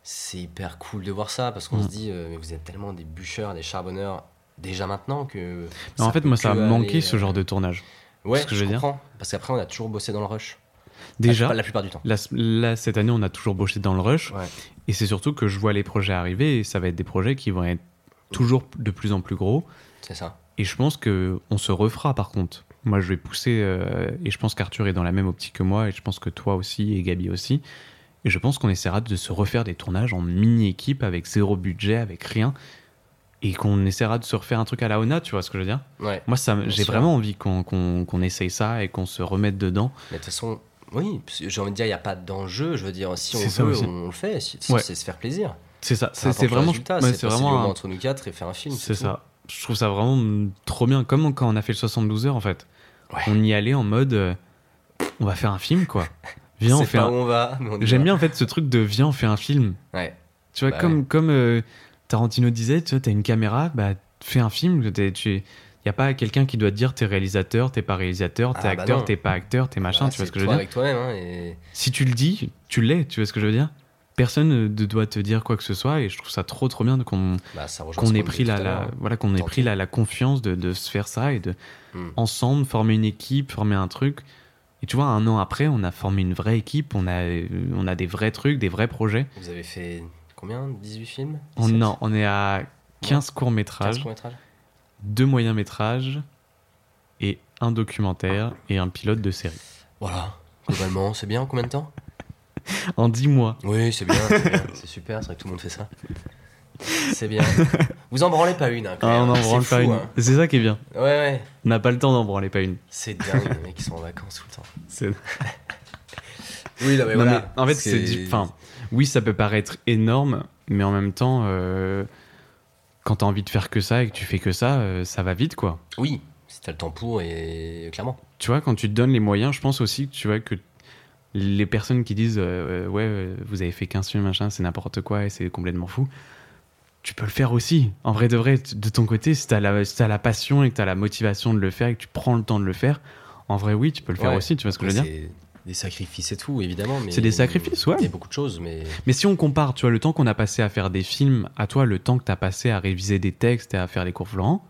Speaker 2: c'est hyper cool de voir ça parce qu'on
Speaker 1: Mm.
Speaker 2: se dit, euh, mais vous êtes tellement des bûcheurs, des charbonneurs déjà maintenant que.
Speaker 1: Mais en fait,
Speaker 2: peut
Speaker 1: moi, ça
Speaker 2: que
Speaker 1: m'a manqué
Speaker 2: aller,
Speaker 1: ce
Speaker 2: euh,
Speaker 1: genre de tournage.
Speaker 2: Ouais,
Speaker 1: ce que
Speaker 2: je,
Speaker 1: je veux dire.
Speaker 2: comprends. Parce qu'après, on a toujours bossé dans le rush.
Speaker 1: Déjà,
Speaker 2: Pas la plupart du temps.
Speaker 1: Là, là, cette année, on a toujours bossé dans le rush.
Speaker 2: Ouais.
Speaker 1: Et c'est surtout que je vois les projets arriver et ça va être des projets qui vont être toujours de plus en plus gros.
Speaker 2: C'est ça.
Speaker 1: Et je pense que on se refera par contre. Moi, je vais pousser euh, et je pense qu'Arthur est dans la même optique que moi et je pense que toi aussi et Gabi aussi. Et je pense qu'on essaiera de se refaire des tournages en mini-équipe avec zéro budget, avec rien. Et qu'on essaiera de se refaire un truc à la ONA, tu vois ce que je veux dire
Speaker 2: Ouais.
Speaker 1: Moi, ça, me- j'ai
Speaker 2: sûr.
Speaker 1: vraiment envie qu'on qu'on- qu'on essaye ça et qu'on se remette dedans.
Speaker 2: Mais de toute façon, oui, parce que j'ai envie de dire, il n'y a pas d'enjeu. Je veux dire, si on
Speaker 1: C'est ça
Speaker 2: veut,
Speaker 1: aussi.
Speaker 2: on le fait. Si-
Speaker 1: Ouais.
Speaker 2: C'est se faire plaisir.
Speaker 1: C'est ça,
Speaker 2: Peu
Speaker 1: c'est
Speaker 2: importe
Speaker 1: c'est
Speaker 2: le
Speaker 1: vraiment,
Speaker 2: résultat,
Speaker 1: ouais,
Speaker 2: c'est
Speaker 1: c'est
Speaker 2: passer du
Speaker 1: vraiment
Speaker 2: moment
Speaker 1: un-
Speaker 2: entre nous quatre et faire un film.
Speaker 1: C'est
Speaker 2: tout.
Speaker 1: ça. Je trouve ça vraiment mm, trop bien. Comme quand on a fait le 72 heures, en fait.
Speaker 2: Ouais.
Speaker 1: On y allait en mode. euh, on va faire un film, quoi.
Speaker 2: C'est
Speaker 1: Viens, on fait
Speaker 2: pas
Speaker 1: un.
Speaker 2: où on va. mais on y
Speaker 1: J'aime
Speaker 2: va.
Speaker 1: bien, en fait, ce truc de viens, on fait un film.
Speaker 2: Ouais.
Speaker 1: Tu vois,
Speaker 2: Bah
Speaker 1: comme, comme euh, Tarantino disait, tu vois, t'as une caméra, bah, fais un film. Il n'y a pas quelqu'un qui doit te dire t'es réalisateur, t'es pas réalisateur, t'es
Speaker 2: Ah, bah
Speaker 1: acteur,
Speaker 2: non.
Speaker 1: t'es pas acteur, t'es machin,
Speaker 2: Bah,
Speaker 1: tu vois ce
Speaker 2: c'est
Speaker 1: que je
Speaker 2: toi
Speaker 1: veux dire.
Speaker 2: Avec toi-même. hein, et...
Speaker 1: Si tu le dis, tu l'es, tu vois ce que je veux dire. Personne ne doit te dire quoi que ce soit et je trouve ça trop trop bien qu'on
Speaker 2: bah, ça rejoint ce
Speaker 1: qu'on ait
Speaker 2: qu'on
Speaker 1: pris
Speaker 2: disait
Speaker 1: la,
Speaker 2: tout à
Speaker 1: la-
Speaker 2: l'heure. hein.
Speaker 1: voilà qu'on ait
Speaker 2: Tenter.
Speaker 1: pris la, la confiance de, de se faire ça et de
Speaker 2: Hmm.
Speaker 1: ensemble former une équipe former un truc et tu vois un an après on a formé une vraie équipe on a euh, on a des vrais trucs des vrais projets
Speaker 2: Vous avez fait combien 18 films
Speaker 1: on
Speaker 2: 17?
Speaker 1: non, on est à 15 courts
Speaker 2: 15
Speaker 1: métrages
Speaker 2: courts-métrages
Speaker 1: deux moyens métrages et un documentaire et un pilote de série
Speaker 2: Voilà. Globalement, c'est bien. Combien de temps
Speaker 1: en 10 mois
Speaker 2: Oui, c'est bien. c'est bien, C'est super. C'est vrai que tout le monde fait ça. C'est bien. Vous en branlez pas une. hein, quand
Speaker 1: Ah, on
Speaker 2: même,
Speaker 1: n'en
Speaker 2: c'est
Speaker 1: branle pas
Speaker 2: fou,
Speaker 1: une
Speaker 2: hein.
Speaker 1: c'est ça qui est bien
Speaker 2: Ouais, ouais.
Speaker 1: on n'a pas le temps d'en branler pas une
Speaker 2: C'est dingue, les mecs qui sont en vacances tout le temps.
Speaker 1: C'est-
Speaker 2: Oui, non, mais
Speaker 1: Non,
Speaker 2: voilà.
Speaker 1: mais en fait, c'est. du- Enfin, oui, ça peut paraître énorme, mais en même temps, euh, quand t'as envie de faire que ça et que tu fais que ça, euh, ça va vite, quoi.
Speaker 2: Oui, si t'as le temps pour, et clairement.
Speaker 1: Tu vois, quand tu te donnes les moyens, je pense aussi que tu vois que les personnes qui disent euh, euh, ouais, euh, vous avez fait 15 films, machin, c'est n'importe quoi et c'est complètement fou. Tu peux le faire aussi. En vrai de vrai, t- de ton côté, si t'as la, si t'as la passion et que t'as la motivation de le faire et que tu prends le temps de le faire, en vrai, oui, tu peux le faire
Speaker 2: Ouais.
Speaker 1: aussi. Tu vois ce que je veux dire
Speaker 2: C'est des sacrifices et tout, évidemment. mais-
Speaker 1: C'est des sacrifices, ouais.
Speaker 2: Il y a beaucoup de choses, mais.
Speaker 1: Mais si on compare, tu vois, le temps qu'on a passé à faire des films, à toi, le temps que t'as passé à réviser des textes et à faire les cours Florent,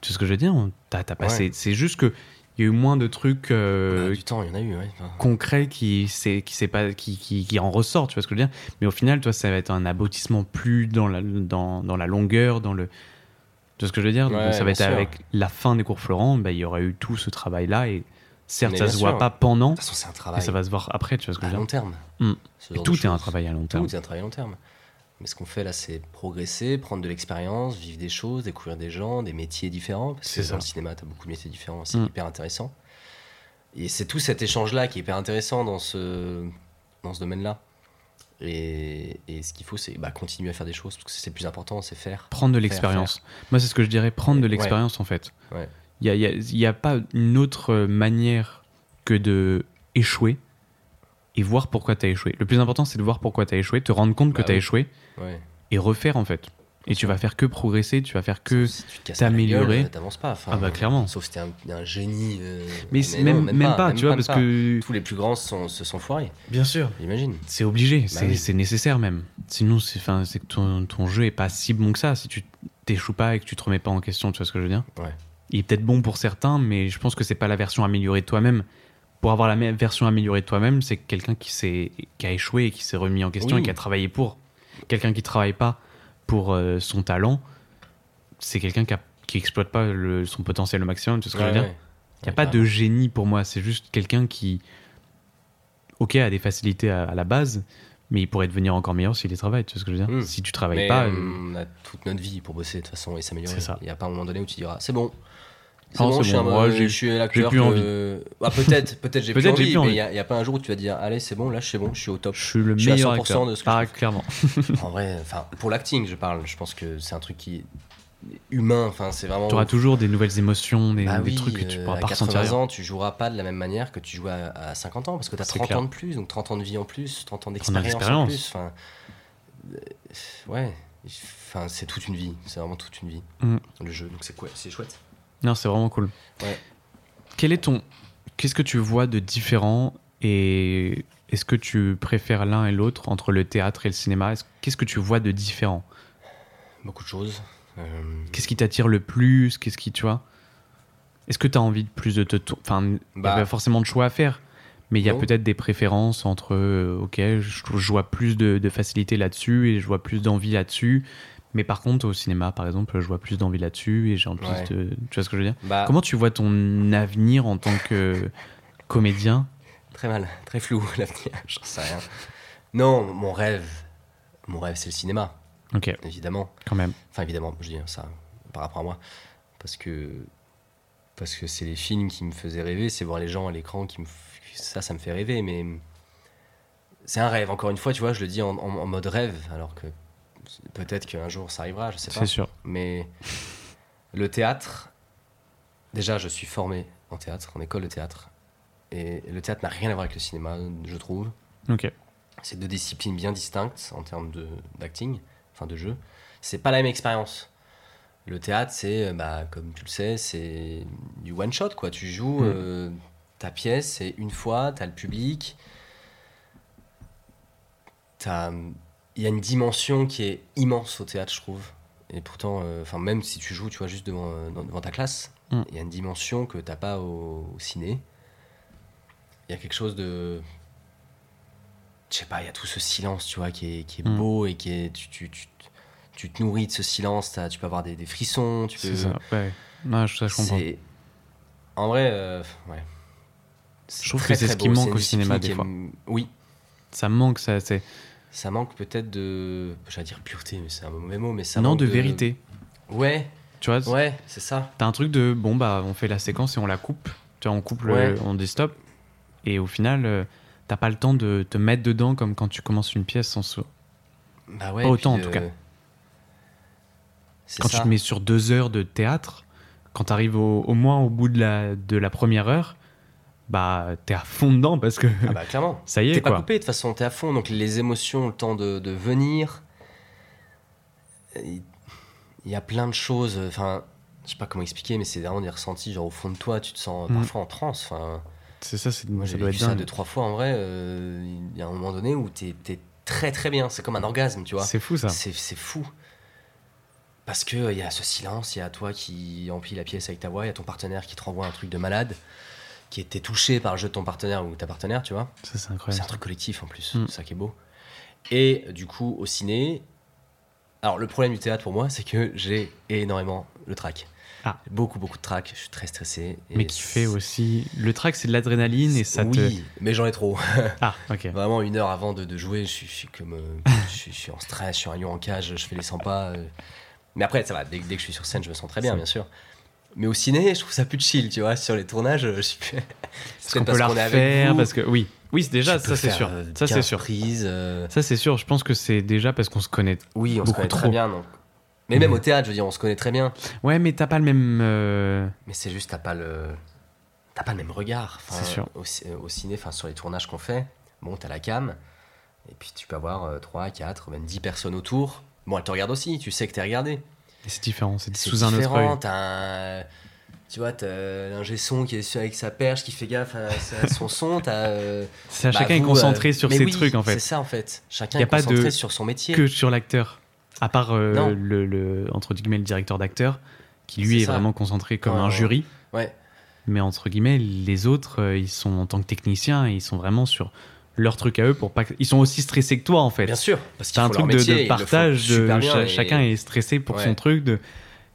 Speaker 1: tu sais ce que je veux dire on- t'as- t'as passé.
Speaker 2: Ouais.
Speaker 1: C'est juste que il y a eu moins de trucs euh,
Speaker 2: on a bah, du temps, il y en a eu, ouais. Enfin,
Speaker 1: concrets qui, s'est- qui, s'est pas, qui, qui, qui en ressort, tu vois ce que je veux dire Mais au final, toi, ça va être un aboutissement plus dans la, dans, dans la longueur, dans le. Tu vois ce que je veux dire Donc,
Speaker 2: Ouais,
Speaker 1: Ça va
Speaker 2: bien
Speaker 1: être
Speaker 2: sûr.
Speaker 1: avec la fin des cours Florent, bah, il y aurait eu tout ce travail-là et certes,
Speaker 2: Mais
Speaker 1: ça
Speaker 2: bien
Speaker 1: se voit
Speaker 2: sûr.
Speaker 1: pas pendant,
Speaker 2: De toute façon, c'est un
Speaker 1: mais
Speaker 2: travail
Speaker 1: ça va se voir après, tu vois ce que
Speaker 2: à
Speaker 1: je veux
Speaker 2: long
Speaker 1: dire
Speaker 2: terme.
Speaker 1: Mm.
Speaker 2: Ce genre de
Speaker 1: Tout est un
Speaker 2: choses.
Speaker 1: travail à long terme.
Speaker 2: Tout est un travail à long terme. Mais ce qu'on fait là, c'est progresser, prendre de l'expérience, vivre des choses, découvrir des gens, des métiers différents. Parce
Speaker 1: C'est
Speaker 2: que
Speaker 1: ça.
Speaker 2: dans le cinéma, tu as beaucoup de métiers différents, c'est
Speaker 1: Mm.
Speaker 2: hyper intéressant. Et c'est tout cet échange-là qui est hyper intéressant dans ce, dans ce domaine-là. Et, et ce qu'il faut, c'est bah, continuer à faire des choses, parce que c'est le plus important, c'est faire.
Speaker 1: prendre de l'expérience. Moi, c'est ce que je dirais, prendre de
Speaker 2: Ouais.
Speaker 1: l'expérience en fait. Il
Speaker 2: Ouais.
Speaker 1: n'y a, y a- y a pas une autre euh, manière que de échouer et voir pourquoi tu as échoué. Le plus important, c'est de voir pourquoi tu as échoué, te rendre compte
Speaker 2: Bah
Speaker 1: que tu as
Speaker 2: oui.
Speaker 1: échoué
Speaker 2: Ouais.
Speaker 1: et refaire en fait. Et tu vas faire que progresser, tu vas faire que.
Speaker 2: si tu te casses
Speaker 1: t'améliorer.
Speaker 2: la gueule, T'avances pas. enfin,
Speaker 1: Ah bah clairement.
Speaker 2: Sauf si t'es un, un génie. euh,
Speaker 1: Mais, c'est
Speaker 2: non,
Speaker 1: même, même, pas,
Speaker 2: même
Speaker 1: tu vois, parce
Speaker 2: pas.
Speaker 1: que.
Speaker 2: Tous les plus grands se sont, se sont foirés,
Speaker 1: Bien sûr.
Speaker 2: j'imagine.
Speaker 1: C'est obligé, c'est
Speaker 2: Bah oui.
Speaker 1: c'est nécessaire même. Sinon, c'est 'fin, c'est que ton, ton jeu est pas si bon que ça si tu t'échoues pas et que tu te remets pas en question, tu vois ce que je veux dire
Speaker 2: Ouais.
Speaker 1: Il est peut-être bon pour certains, mais je pense que c'est pas la version améliorée de toi-même. pour avoir la même version améliorée de toi-même, c'est quelqu'un qui, s'est- qui a échoué et qui s'est remis en question
Speaker 2: Oui.
Speaker 1: et qui a travaillé pour. Quelqu'un qui travaille pas pour euh, son talent, c'est quelqu'un qui, a- qui exploite pas le- son potentiel au maximum, tu vois ce que je veux dire Il n'y a pas de génie pour moi, c'est juste quelqu'un qui, ok, a des facilités à, à la base, mais il pourrait devenir encore meilleur s'il y travaille, tu vois ce que je veux dire
Speaker 2: Mm.
Speaker 1: Si tu travailles
Speaker 2: Mais
Speaker 1: pas,
Speaker 2: euh,
Speaker 1: euh,
Speaker 2: on a toute notre vie pour bosser de toute façon et s'améliorer.
Speaker 1: C'est ça.
Speaker 2: Il n'y a pas un moment donné où tu diras c'est bon. C'est
Speaker 1: Non,
Speaker 2: bon,
Speaker 1: c'est
Speaker 2: je suis,
Speaker 1: bon,
Speaker 2: un-
Speaker 1: moi,
Speaker 2: je
Speaker 1: j'ai-
Speaker 2: suis l'acteur.
Speaker 1: plus
Speaker 2: que- Ah, peut-être, peut-être j'ai plus
Speaker 1: Peut-être j'ai
Speaker 2: envie,
Speaker 1: plus
Speaker 2: mais
Speaker 1: envie.
Speaker 2: il n'y a, il y a pas un jour où tu vas dire allez, c'est bon, là, c'est bon, je suis au top.
Speaker 1: je suis le
Speaker 2: je suis à
Speaker 1: meilleur
Speaker 2: 100%
Speaker 1: acteur.
Speaker 2: de ce que je
Speaker 1: Ah, clairement.
Speaker 2: en vrai, enfin, pour l'acting, je parle. Je pense que c'est un truc qui est humain. Enfin, c'est vraiment.
Speaker 1: Tu auras toujours des nouvelles émotions, des,
Speaker 2: Bah
Speaker 1: des
Speaker 2: oui,
Speaker 1: trucs que tu
Speaker 2: euh,
Speaker 1: pourras
Speaker 2: à
Speaker 1: pas ressentir.
Speaker 2: 80
Speaker 1: ailleurs.
Speaker 2: ans, tu joueras pas de la même manière que tu jouais à, à 50 ans parce que tu as
Speaker 1: C'est
Speaker 2: 30
Speaker 1: clair.
Speaker 2: ans de plus, donc 30 ans de vie en plus, 30
Speaker 1: 30 ans
Speaker 2: ans d'expérience en
Speaker 1: d'expérience.
Speaker 2: plus. Enfin, euh, ouais, enfin, c'est toute une vie. C'est vraiment toute une vie.
Speaker 1: Mm.
Speaker 2: Le jeu, donc c'est quoi C'est chouette.
Speaker 1: Non, c'est vraiment cool.
Speaker 2: Ouais.
Speaker 1: Quel est ton. Qu'est-ce que tu vois de différent et est-ce que tu préfères l'un et l'autre entre le théâtre et le cinéma Est-ce- Qu'est-ce que tu vois de différent
Speaker 2: Beaucoup de choses. Euh,
Speaker 1: Qu'est-ce qui t'attire le plus Qu'est-ce qui, tu vois Est-ce que tu as envie de plus de te. tour- Enfin, il y a
Speaker 2: Bah.
Speaker 1: pas forcément de choix à faire, mais il y a
Speaker 2: Non.
Speaker 1: peut-être des préférences entre. euh, ok, je, je vois plus de, de facilité là-dessus et je vois plus d'envie là-dessus. Mais par contre, au cinéma, par exemple, je vois plus d'envie là-dessus et j'ai envie
Speaker 2: Ouais.
Speaker 1: de. Tu vois ce que je veux dire
Speaker 2: bah,
Speaker 1: Comment tu vois ton avenir en tant que comédien
Speaker 2: Très mal, très flou l'avenir, j'en sais rien. Non, mon rêve, mon rêve, c'est le cinéma,
Speaker 1: Ok,
Speaker 2: évidemment.
Speaker 1: quand même.
Speaker 2: Enfin, évidemment, je dis ça par rapport à moi. Parce que parce que c'est les films qui me faisaient rêver, c'est voir les gens à l'écran qui me. f- Ça, ça me fait rêver, mais. C'est un rêve, encore une fois, tu vois, je le dis en, en- en mode rêve, alors que peut-être qu'un jour ça arrivera, je sais pas.
Speaker 1: C'est sûr.
Speaker 2: Mais le théâtre, déjà, je suis formé en théâtre, en école de théâtre. Et le théâtre n'a rien à voir avec le cinéma, je trouve.
Speaker 1: Ok.
Speaker 2: C'est deux disciplines bien distinctes en termes de- d'acting, enfin de jeu. C'est pas la même expérience. Le théâtre, c'est, euh, bah, comme tu le sais, c'est du one shot, quoi. Tu joues
Speaker 1: Mhm.
Speaker 2: euh, ta pièce, c'est une fois, t'as le public. T'as- Il y a une dimension qui est immense au théâtre, je trouve. Et pourtant, euh, enfin, même si tu joues, tu vois, juste devant, euh, dans- devant ta classe, il
Speaker 1: Mhm.
Speaker 2: y a une dimension que t'as pas au, au ciné. Il y a quelque chose de je sais pas, il y a tout ce silence, tu vois, qui est, qui est
Speaker 1: Mm.
Speaker 2: beau et qui est. Tu, tu, tu, tu te nourris de ce silence, t'as- tu peux avoir des, des frissons, tu peux.
Speaker 1: C'est ça. Ouais. Non, je, ça, je comprends.
Speaker 2: C'est- En vrai, euh, ouais.
Speaker 1: Je trouve que c'est ce qui
Speaker 2: beau,
Speaker 1: manque
Speaker 2: une
Speaker 1: au cinéma,
Speaker 2: discipline qui est- Oui,
Speaker 1: Ça me manque, ça. C'est...
Speaker 2: ça manque peut-être de. J'allais dire pureté, mais c'est un mauvais mot, mais ça
Speaker 1: Non,
Speaker 2: manque
Speaker 1: de vérité.
Speaker 2: Ouais,
Speaker 1: Tu vois,
Speaker 2: ouais, c'est ça.
Speaker 1: t'as un truc de bon, bah, on fait la séquence et on la coupe. Tu vois, on coupe, le-
Speaker 2: Ouais.
Speaker 1: on dit stop. Et au final, euh, t'as pas le temps de te mettre dedans comme quand tu commences une pièce sans sou-
Speaker 2: Bah ouais.
Speaker 1: Pas
Speaker 2: et
Speaker 1: autant,
Speaker 2: puis
Speaker 1: en tout
Speaker 2: de-
Speaker 1: cas.
Speaker 2: C'est
Speaker 1: Quand
Speaker 2: ça.
Speaker 1: tu te mets sur deux heures de théâtre, quand t'arrives au, au moins au bout de la, de la première heure, bah, t'es à fond dedans parce que
Speaker 2: Ah bah clairement.
Speaker 1: ça y est,
Speaker 2: T'es pas
Speaker 1: quoi.
Speaker 2: coupé de toute façon, t'es à fond, donc les émotions ont le temps de, de venir. Il il y a plein de choses, enfin, je sais pas comment expliquer, mais c'est vraiment des ressentis, genre au fond de toi, tu te sens
Speaker 1: Mm.
Speaker 2: parfois en transe. Enfin,
Speaker 1: C'est ça, c'est,
Speaker 2: moi
Speaker 1: ça
Speaker 2: j'ai
Speaker 1: doit
Speaker 2: vécu
Speaker 1: être
Speaker 2: ça
Speaker 1: dingue.
Speaker 2: deux, trois fois en vrai, euh, il y a un moment donné où t'es t'es très très bien, c'est comme un orgasme, tu vois.
Speaker 1: C'est fou, ça.
Speaker 2: C'est c'est fou. Parce que euh, il y a ce silence, il y a toi qui emplis la pièce avec ta voix, il y a ton partenaire qui te renvoie un truc de malade, qui était touché par le jeu de ton partenaire ou ta partenaire, tu vois.
Speaker 1: Ça, c'est
Speaker 2: C'est
Speaker 1: incroyable.
Speaker 2: un truc collectif en plus,
Speaker 1: Mm.
Speaker 2: c'est ça qui est beau. Et du coup, au ciné. Alors, le problème du théâtre pour moi, c'est que j'ai énormément le track.
Speaker 1: Ah.
Speaker 2: Beaucoup, beaucoup de track, je suis très stressé. et
Speaker 1: Mais qui fait aussi. Le track, c'est de l'adrénaline et ça te.
Speaker 2: euh, Oui, mais j'en ai trop.
Speaker 1: Ah, ok.
Speaker 2: Vraiment, une heure avant de, de jouer, je suis, je suis comme. euh, je, suis, je suis en stress, je suis un lion en cage, je fais les 100 pas. euh. Mais après, ça va, dès, dès que je suis sur scène, je me sens très bien,
Speaker 1: Ça-
Speaker 2: bien sûr. Mais au ciné, je trouve ça plus chill, tu vois. Sur les tournages, euh, je suis. peut-être
Speaker 1: Parce qu'on peut la
Speaker 2: qu'on est avec
Speaker 1: refaire,
Speaker 2: vous,
Speaker 1: parce que. Oui, oui c'est déjà,
Speaker 2: tu peux
Speaker 1: ça, c'est
Speaker 2: faire,
Speaker 1: sûr.
Speaker 2: euh,
Speaker 1: Ça, c'est
Speaker 2: 15
Speaker 1: sûr.
Speaker 2: prises, euh,
Speaker 1: Ça, c'est sûr. Je pense que c'est déjà parce qu'on se connaît.
Speaker 2: Oui, on se
Speaker 1: Beaucoup
Speaker 2: connaît très
Speaker 1: trop.
Speaker 2: bien. Donc. Mais même au théâtre, je veux dire, on se connaît très bien.
Speaker 1: Ouais, mais t'as pas le même. euh,
Speaker 2: Mais c'est juste, t'as pas le, t'as pas le même regard. Enfin,
Speaker 1: C'est sûr.
Speaker 2: Au, ci- au ciné, enfin sur les tournages qu'on fait, bon, t'as la cam, et puis tu peux avoir euh, 3, 4, même 10 personnes autour. Bon, elles te regardent aussi, tu sais que t'es regardé.
Speaker 1: C'est différent, c'est
Speaker 2: C'est
Speaker 1: sous un autre
Speaker 2: différent,
Speaker 1: œil.
Speaker 2: t'as un- Tu vois, t'as l'ingé son qui est sur- avec sa perche, qui fait gaffe à sa- son son. T'as, euh,
Speaker 1: C'est à
Speaker 2: bah,
Speaker 1: chacun est
Speaker 2: vous,
Speaker 1: concentré
Speaker 2: euh,
Speaker 1: sur
Speaker 2: mais
Speaker 1: ses
Speaker 2: oui,
Speaker 1: trucs, en
Speaker 2: C'est
Speaker 1: fait,
Speaker 2: ça, en fait. Chacun
Speaker 1: Y a
Speaker 2: est
Speaker 1: pas de-
Speaker 2: concentré sur son métier.
Speaker 1: que sur l'acteur. À part euh,
Speaker 2: Non.
Speaker 1: le, le- entre guillemets, le directeur d'acteur, qui lui
Speaker 2: C'est
Speaker 1: est
Speaker 2: ça.
Speaker 1: vraiment concentré comme
Speaker 2: Ouais,
Speaker 1: un
Speaker 2: ouais.
Speaker 1: jury.
Speaker 2: Ouais.
Speaker 1: mais entre guillemets, les autres, euh, ils sont en tant que techniciens, ils sont vraiment sur leur truc à eux pour pas que- Ils sont aussi stressés que toi en fait.
Speaker 2: Bien sûr, parce
Speaker 1: C'est
Speaker 2: qu'il
Speaker 1: un
Speaker 2: faut
Speaker 1: truc
Speaker 2: leur
Speaker 1: de-
Speaker 2: métier,
Speaker 1: de,
Speaker 2: ils le font
Speaker 1: partage, de,
Speaker 2: super bien
Speaker 1: cha-
Speaker 2: et-
Speaker 1: chacun est stressé pour son
Speaker 2: Ouais.
Speaker 1: truc, de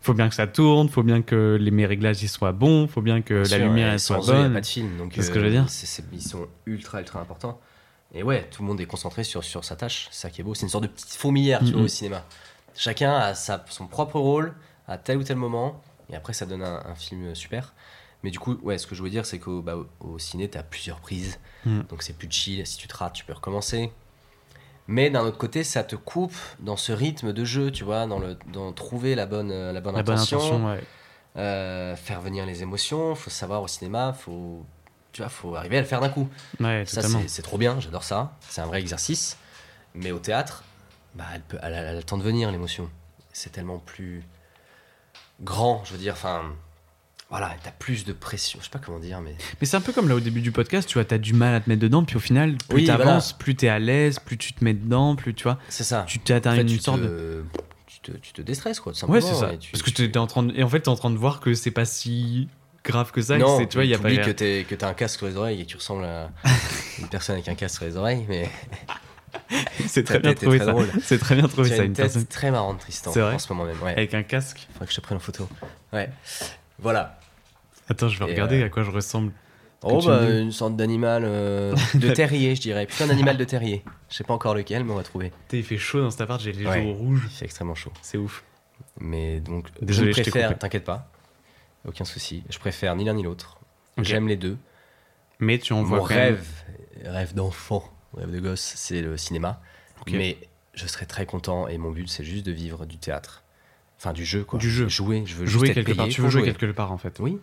Speaker 1: faut bien que ça tourne, faut bien que les mes réglages ils soient bons, faut bien que
Speaker 2: Bien
Speaker 1: la
Speaker 2: sûr,
Speaker 1: lumière
Speaker 2: et
Speaker 1: elle soit
Speaker 2: sans eux, il n'y a
Speaker 1: bonne.
Speaker 2: pas de film. Donc, euh,
Speaker 1: C'est ce que je veux dire.
Speaker 2: c'est- c'est- ils sont ultra, ultra importants. Et ouais, tout le monde est concentré sur, sur sa tâche. C'est ça qui est beau. C'est une sorte de petite fourmilière, tu
Speaker 1: Mhm.
Speaker 2: vois, au cinéma. Chacun a sa, son propre rôle à tel ou tel moment. Et après, ça donne un, un film euh, super. Mais du coup, ouais, ce que je voulais dire, c'est qu'au bah, au- au ciné, t'as plusieurs prises.
Speaker 1: Mhm.
Speaker 2: Donc, c'est plus chill. Si tu te rates, tu peux recommencer. Mais d'un autre côté, ça te coupe dans ce rythme de jeu, tu vois, dans, le, dans trouver la bonne, euh, la bonne
Speaker 1: La bonne
Speaker 2: intention.
Speaker 1: intention, ouais.
Speaker 2: Euh, faire venir les émotions, faut savoir au cinéma, faut tu vois, faut arriver à le faire d'un coup.
Speaker 1: Ouais,
Speaker 2: Ça
Speaker 1: totalement.
Speaker 2: c'est- c'est trop bien, j'adore ça, c'est un vrai exercice. Mais au théâtre, bah elle peut elle, a- elle a le temps de venir l'émotion. C'est tellement plus grand, je veux dire enfin voilà, t'as plus de pression, je sais pas comment dire mais
Speaker 1: Mais c'est un peu comme là au début du podcast, tu vois, t'as du mal à te mettre dedans, puis au final, plus
Speaker 2: Oui,
Speaker 1: t'avances, plus t'es à l'aise, plus tu te mets dedans, plus tu vois,
Speaker 2: c'est ça.
Speaker 1: tu t'atteins
Speaker 2: En fait,
Speaker 1: une
Speaker 2: tu,
Speaker 1: sorte de.
Speaker 2: te, tu te tu te déstresses quoi tout simplement.
Speaker 1: Ouais, c'est ça.
Speaker 2: et tu-
Speaker 1: Parce que t'es t'es en train de... et en fait, t'es en train de voir que c'est pas si grave que ça. que
Speaker 2: non,
Speaker 1: c'est- tu vois, il y a pas.
Speaker 2: t'oublies que t'es- que t'as un casque sur les oreilles et que tu ressembles à une personne avec un casque sur les oreilles, mais
Speaker 1: C'est
Speaker 2: ta
Speaker 1: très bien
Speaker 2: tête est
Speaker 1: trouvé
Speaker 2: très
Speaker 1: ça.
Speaker 2: drôle.
Speaker 1: C'est très bien trouvé
Speaker 2: tu as
Speaker 1: ça.
Speaker 2: une
Speaker 1: Une
Speaker 2: tête
Speaker 1: personne
Speaker 2: très marrante, Tristan,
Speaker 1: C'est vrai Eh.
Speaker 2: en ce moment même. Ouais.
Speaker 1: avec un casque.
Speaker 2: Faudrait que je te prenne en photo. Ouais. Voilà.
Speaker 1: Attends, je vais
Speaker 2: Et,
Speaker 1: regarder
Speaker 2: euh,
Speaker 1: à quoi je ressemble.
Speaker 2: Oh,
Speaker 1: tu
Speaker 2: bah,
Speaker 1: me dis.
Speaker 2: une sorte d'animal euh, de terrier, je dirais. Plutôt un animal de terrier. Je sais pas encore lequel, mais on va trouver.
Speaker 1: Putain, Il fait chaud dans cet appart, j'ai les
Speaker 2: Ouais.
Speaker 1: joues rouges.
Speaker 2: Il fait extrêmement chaud.
Speaker 1: C'est ouf.
Speaker 2: Mais donc,
Speaker 1: Désolé,
Speaker 2: je
Speaker 1: je t'ai
Speaker 2: préfère,
Speaker 1: coupé.
Speaker 2: t'inquiète pas. Aucun souci. Je préfère ni l'un ni l'autre.
Speaker 1: Ok.
Speaker 2: J'aime les deux.
Speaker 1: Mais tu en vois
Speaker 2: Mon
Speaker 1: quand même.
Speaker 2: rêve, rêve d'enfant, rêve de gosse, c'est le cinéma.
Speaker 1: Ok.
Speaker 2: Mais je serais très content et mon but, c'est juste de vivre du théâtre. Enfin, du jeu, quoi.
Speaker 1: Du jeu.
Speaker 2: Jouer, je veux
Speaker 1: jouer
Speaker 2: juste être
Speaker 1: quelque part.
Speaker 2: payé
Speaker 1: Tu veux
Speaker 2: pour
Speaker 1: jouer quelque part en fait.
Speaker 2: Oui,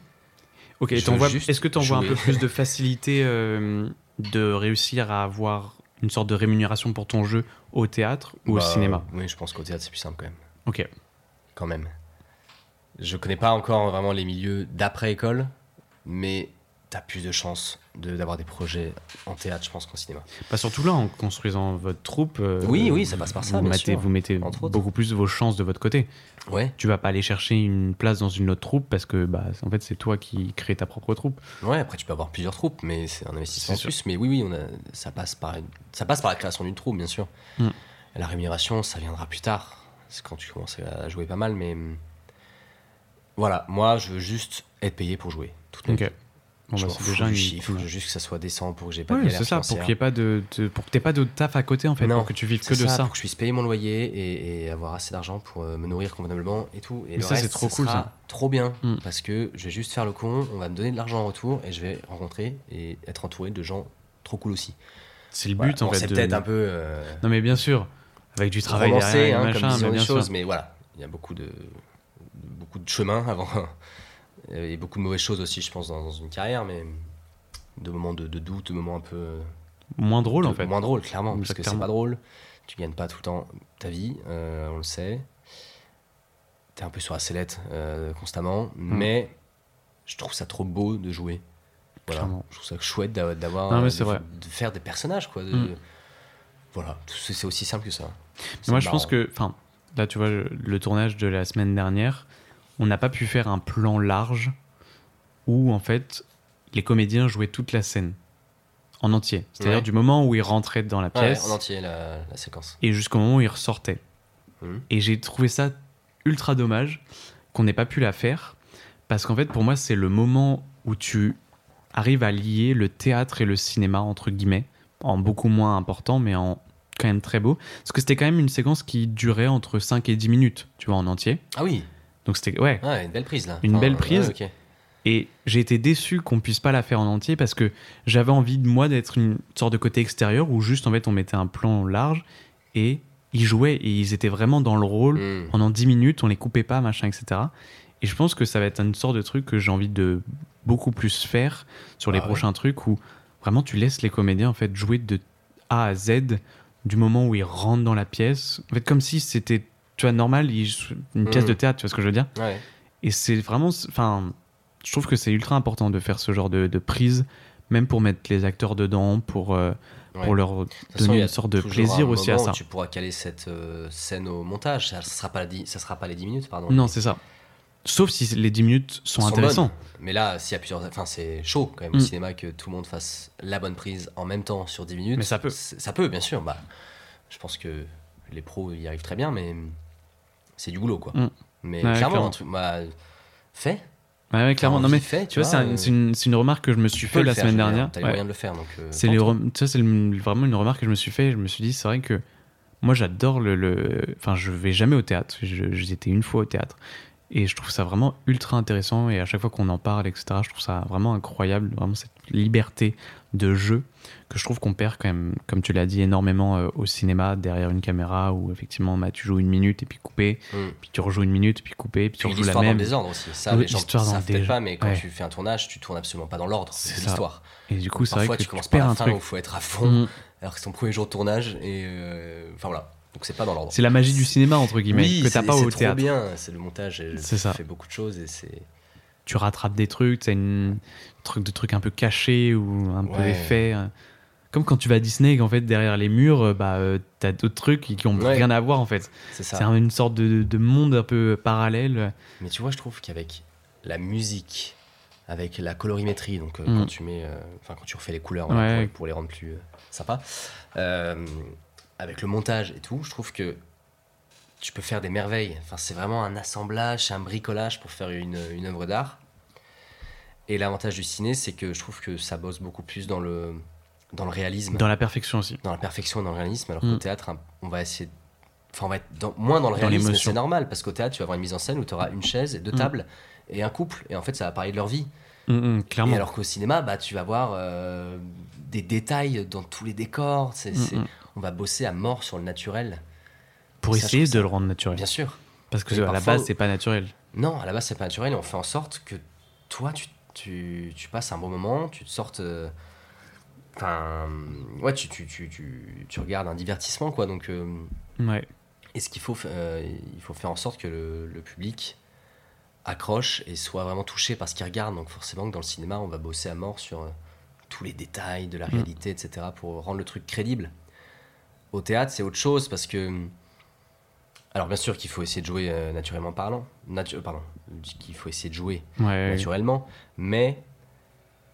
Speaker 1: Ok. et
Speaker 2: Je
Speaker 1: t'en
Speaker 2: veux
Speaker 1: vois-
Speaker 2: juste
Speaker 1: Est-ce que tu vois un
Speaker 2: jouer.
Speaker 1: peu plus de facilité euh, de réussir à avoir une sorte de rémunération pour ton jeu au théâtre ou au
Speaker 2: Bah, euh,
Speaker 1: cinéma
Speaker 2: Oui, je pense qu'au théâtre, c'est plus simple quand même.
Speaker 1: Ok.
Speaker 2: Quand même. Je connais pas encore vraiment les milieux d'après-école, mais t'as plus de chances de- d'avoir des projets en théâtre, je pense, qu'en cinéma.
Speaker 1: Pas surtout là en construisant votre troupe. euh,
Speaker 2: oui, oui, ça passe par ça,
Speaker 1: vous
Speaker 2: bien
Speaker 1: mettez,
Speaker 2: sûr.
Speaker 1: vous mettez
Speaker 2: Entre autres.
Speaker 1: beaucoup plus vos chances de votre côté.
Speaker 2: Ouais,
Speaker 1: Tu vas pas aller chercher une place dans une autre troupe parce que bah en fait c'est toi qui crée ta propre troupe.
Speaker 2: ouais, après tu peux avoir plusieurs troupes, mais c'est un investissement en
Speaker 1: C'est sûr.
Speaker 2: plus. Mais oui, oui, on a, ça, passe par, une- ça passe par la création d'une troupe, bien sûr.
Speaker 1: Hmm.
Speaker 2: La rémunération, ça viendra plus tard. C'est quand tu commences à jouer pas mal, mais. hum, Voilà, moi, je veux juste être payé pour jouer. Toute ma vie.
Speaker 1: Ok. Bon,
Speaker 2: Mmh. je
Speaker 1: bah,
Speaker 2: m'en
Speaker 1: c'est
Speaker 2: fous
Speaker 1: déjà
Speaker 2: du
Speaker 1: une-
Speaker 2: chiffre, je veux juste que ça soit décent pour que j'ai pas de
Speaker 1: Ouais,
Speaker 2: galère
Speaker 1: c'est ça, pour
Speaker 2: financière.
Speaker 1: qu'il n'y ait pas de, de- pour que t'aies pas de taf à côté en fait,
Speaker 2: Non,
Speaker 1: pour que tu vives
Speaker 2: C'est
Speaker 1: que de ça.
Speaker 2: pour que je puisse payer mon loyer et, et avoir assez d'argent pour euh, me nourrir convenablement et tout. Et
Speaker 1: Mais
Speaker 2: le
Speaker 1: ça, c'est
Speaker 2: reste,
Speaker 1: trop cool,
Speaker 2: sera
Speaker 1: ça.
Speaker 2: Trop bien,
Speaker 1: Mm.
Speaker 2: parce que je vais juste faire le con, on va me donner de l'argent en retour et je vais rencontrer et être entouré de gens trop cool aussi.
Speaker 1: C'est le but
Speaker 2: Voilà.
Speaker 1: en
Speaker 2: Bon,
Speaker 1: fait.
Speaker 2: c'est
Speaker 1: de-
Speaker 2: peut-être un peu euh,
Speaker 1: Non mais bien sûr, avec du travail
Speaker 2: romancé
Speaker 1: derrière,
Speaker 2: hein,
Speaker 1: et
Speaker 2: comme
Speaker 1: machin,
Speaker 2: vision
Speaker 1: mais
Speaker 2: des
Speaker 1: bien
Speaker 2: choses,
Speaker 1: sûr.
Speaker 2: mais voilà, il y a beaucoup de beaucoup de chemin avant et beaucoup de mauvaises choses aussi, je pense, dans, dans une carrière, mais de moments de, de doute, de moments un peu euh,
Speaker 1: Moins drôle en
Speaker 2: de-
Speaker 1: fait.
Speaker 2: Moins drôle, clairement, parce que c'est
Speaker 1: Exactement.
Speaker 2: pas drôle. Tu gagnes pas tout le temps ta vie, euh, on le sait. T'es un peu sur la sellette euh, constamment,
Speaker 1: Hmm.
Speaker 2: mais je trouve ça trop beau de jouer. Voilà.
Speaker 1: Clairement.
Speaker 2: Je trouve ça chouette d'a- d'avoir.
Speaker 1: Non, mais
Speaker 2: euh,
Speaker 1: c'est
Speaker 2: de,
Speaker 1: vrai.
Speaker 2: de faire des personnages, quoi. de-
Speaker 1: Mm.
Speaker 2: Voilà, Tout- c'est c'est aussi simple que ça. C'est
Speaker 1: Mais moi je pense
Speaker 2: marrant.
Speaker 1: que, enfin, là tu vois le- le tournage de la semaine dernière, on n'a pas pu faire un plan large où en fait les comédiens jouaient toute la scène en entier. C'est-à-dire
Speaker 2: Ouais.
Speaker 1: du moment où ils rentraient dans la
Speaker 2: Ah ouais,
Speaker 1: pièce
Speaker 2: en entier, la, la séquence.
Speaker 1: et jusqu'au moment où ils ressortaient.
Speaker 2: Mhm.
Speaker 1: Et j'ai trouvé ça ultra dommage qu'on n'ait pas pu la faire. Parce qu'en fait, pour moi, c'est le moment où tu arrives à lier le théâtre et le cinéma, entre guillemets, en beaucoup moins important, mais en quand même très beau. Parce que c'était quand même une séquence qui durait entre 5 et 10 minutes, tu vois, en entier.
Speaker 2: Ah oui,
Speaker 1: Donc c'était, ouais.
Speaker 2: ah, une belle prise là.
Speaker 1: Une belle
Speaker 2: ouais,
Speaker 1: prise.
Speaker 2: ok.
Speaker 1: Et j'ai été déçu qu'on puisse pas la faire en entier parce que j'avais envie de moi d'être une sorte de côté extérieur où juste en fait on mettait un plan large et ils jouaient et ils étaient vraiment dans le rôle
Speaker 2: Mm.
Speaker 1: pendant 10 minutes, on les coupait pas, machin, etc. Et je pense que ça va être une sorte de truc que j'ai envie de beaucoup plus faire sur les
Speaker 2: Ah ouais.
Speaker 1: prochains trucs où vraiment tu laisses les comédiens en fait jouer de A à Z du moment où ils rentrent dans la pièce. En fait, comme si c'était, tu vois, normal, ils- une pièce
Speaker 2: Mhm.
Speaker 1: de théâtre, tu vois ce que je veux dire
Speaker 2: Ouais.
Speaker 1: Et c'est vraiment, enfin, je trouve que c'est ultra important de faire ce genre de, de prise, même pour mettre les acteurs dedans, pour, euh,
Speaker 2: ouais.
Speaker 1: pour leur
Speaker 2: toute façon, il
Speaker 1: donner
Speaker 2: y a
Speaker 1: une sorte de
Speaker 2: toujours
Speaker 1: plaisir
Speaker 2: un
Speaker 1: aussi à
Speaker 2: moment où
Speaker 1: ça.
Speaker 2: Tu pourras caler cette euh, scène au montage. Ça ne sera, pas la dix- ça sera pas les 10 minutes, pardon.
Speaker 1: Non, c'est ça. Sauf si les 10 minutes sont,
Speaker 2: Sont
Speaker 1: intéressantes.
Speaker 2: Mais là, s'il y a plusieurs. Enfin, c'est chaud quand même
Speaker 1: Mm.
Speaker 2: au cinéma que tout le monde fasse la bonne prise en même temps sur 10 minutes.
Speaker 1: Mais ça peut.
Speaker 2: C'est- Ça peut, bien sûr. Bah, je pense que les pros y arrivent très bien, mais c'est du boulot, quoi.
Speaker 1: Mm.
Speaker 2: Mais
Speaker 1: Ouais,
Speaker 2: clairement,
Speaker 1: clairement.
Speaker 2: un truc. Bah, fait.
Speaker 1: Ouais, ouais, clairement. Non, mais
Speaker 2: fait,
Speaker 1: tu vois, c'est un-
Speaker 2: euh,
Speaker 1: c'est une, c'est une remarque que je me suis
Speaker 2: tu peux
Speaker 1: fait
Speaker 2: le
Speaker 1: la
Speaker 2: faire,
Speaker 1: semaine
Speaker 2: je veux dire,
Speaker 1: dernière.
Speaker 2: T'as
Speaker 1: Ouais.
Speaker 2: les moyens de le faire, donc. euh,
Speaker 1: C'est
Speaker 2: tente.
Speaker 1: les rem- ça, c'est le- vraiment une remarque que je me suis fait. Je me suis dit, c'est vrai que moi, j'adore le, le- Enfin, je vais jamais au théâtre. Je- J'étais une fois au théâtre. Et je trouve ça vraiment ultra intéressant. Et à chaque fois qu'on en parle, etc., je trouve ça vraiment incroyable. Vraiment, cette liberté de jeu que je trouve qu'on perd quand même, comme tu l'as dit, énormément euh, au cinéma, derrière une caméra où effectivement, bah, tu joues une minute et puis coupé,
Speaker 2: Mm.
Speaker 1: puis tu rejoues une minute, puis coupé, puis tu
Speaker 2: Puis
Speaker 1: rejoues la
Speaker 2: l'histoire dans
Speaker 1: même.
Speaker 2: le désordre aussi. Ça,
Speaker 1: Oui,
Speaker 2: les gens
Speaker 1: l'histoire dans le
Speaker 2: savent peut-être
Speaker 1: désordre.
Speaker 2: pas, mais quand
Speaker 1: Ouais.
Speaker 2: tu fais un tournage, tu tournes absolument pas dans l'ordre. C'est
Speaker 1: C'est
Speaker 2: de
Speaker 1: ça.
Speaker 2: l'histoire.
Speaker 1: Et du coup, c'est vrai
Speaker 2: Parfois,
Speaker 1: que
Speaker 2: tu
Speaker 1: tu,
Speaker 2: commences par
Speaker 1: perds
Speaker 2: la
Speaker 1: un
Speaker 2: fin où
Speaker 1: truc. Mm.
Speaker 2: il faut être à fond, alors que c'est ton premier jour de tournage. Et. euh, Enfin, voilà. Donc, c'est pas dans l'ordre.
Speaker 1: C'est la magie du cinéma, entre guillemets,
Speaker 2: oui,
Speaker 1: que t'as
Speaker 2: c'est-
Speaker 1: pas au
Speaker 2: C'est trop
Speaker 1: théâtre.
Speaker 2: bien, c'est le montage. et
Speaker 1: C'est ça.
Speaker 2: fait beaucoup de choses et c'est.
Speaker 1: tu rattrapes des trucs, t'as une truc de trucs un peu cachés ou un peu
Speaker 2: Ouais.
Speaker 1: effets. Comme quand tu vas à Disney et qu'en fait derrière les murs, euh, bah euh, t'as d'autres trucs qui qui ont
Speaker 2: Ouais.
Speaker 1: rien à voir en fait.
Speaker 2: C'est ça.
Speaker 1: C'est un- une sorte de, de monde un peu parallèle.
Speaker 2: Mais tu vois, je trouve qu'avec la musique, avec la colorimétrie, donc euh,
Speaker 1: Mm.
Speaker 2: quand tu mets, euh, enfin quand tu refais les couleurs voilà,
Speaker 1: Ouais.
Speaker 2: pour, pour les rendre plus euh, sympas, euh, avec le montage et tout, je trouve que tu peux faire des merveilles. Enfin, c'est vraiment un assemblage, c'est un bricolage pour faire une, une œuvre d'art. Et l'avantage du ciné, c'est que je trouve que ça bosse beaucoup plus dans le dans le réalisme,
Speaker 1: Dans la perfection aussi.
Speaker 2: dans la perfection et dans le réalisme, alors qu'au
Speaker 1: Mm.
Speaker 2: théâtre, un- on va essayer. Enfin, on va être dans- moins dans le
Speaker 1: Dans
Speaker 2: réalisme,
Speaker 1: l'émotion.
Speaker 2: c'est normal, parce qu'au théâtre, tu vas avoir une mise en scène où tu auras une chaise et deux
Speaker 1: Mm.
Speaker 2: tables et un couple, et en fait, ça va parler de leur vie.
Speaker 1: Mm, mm, clairement.
Speaker 2: Et alors qu'au cinéma, bah, tu vas voir euh, des détails dans tous les décors. c'est-
Speaker 1: Mm,
Speaker 2: c'est-
Speaker 1: mm.
Speaker 2: On va bosser à mort sur le naturel,
Speaker 1: Pour
Speaker 2: ça, je
Speaker 1: essayer de
Speaker 2: trouve ça-
Speaker 1: le rendre naturel.
Speaker 2: bien sûr.
Speaker 1: Parce que
Speaker 2: Et
Speaker 1: euh, à la
Speaker 2: parfois-
Speaker 1: base, c'est pas naturel.
Speaker 2: Non, à la base, c'est pas naturel, et on fait en sorte que toi, tu, tu, tu passes un bon moment, tu te sortes. euh, Enfin, ouais, tu, tu, tu, tu, tu regardes un divertissement, quoi. Donc. euh,
Speaker 1: Ouais.
Speaker 2: Et ce qu'il faut, fa- euh, il faut faire en sorte que le, le public accroche et soit vraiment touché par ce qu'il regarde. Donc forcément que dans le cinéma, on va bosser à mort sur euh, tous les détails de la réalité, etc., pour rendre le truc crédible. Au théâtre, c'est autre chose parce que... hum, Alors bien sûr qu'il faut essayer de jouer euh, naturellement parlant. Natu- euh, pardon, je dis qu'il faut essayer de jouer
Speaker 1: Ouais.
Speaker 2: naturellement, mais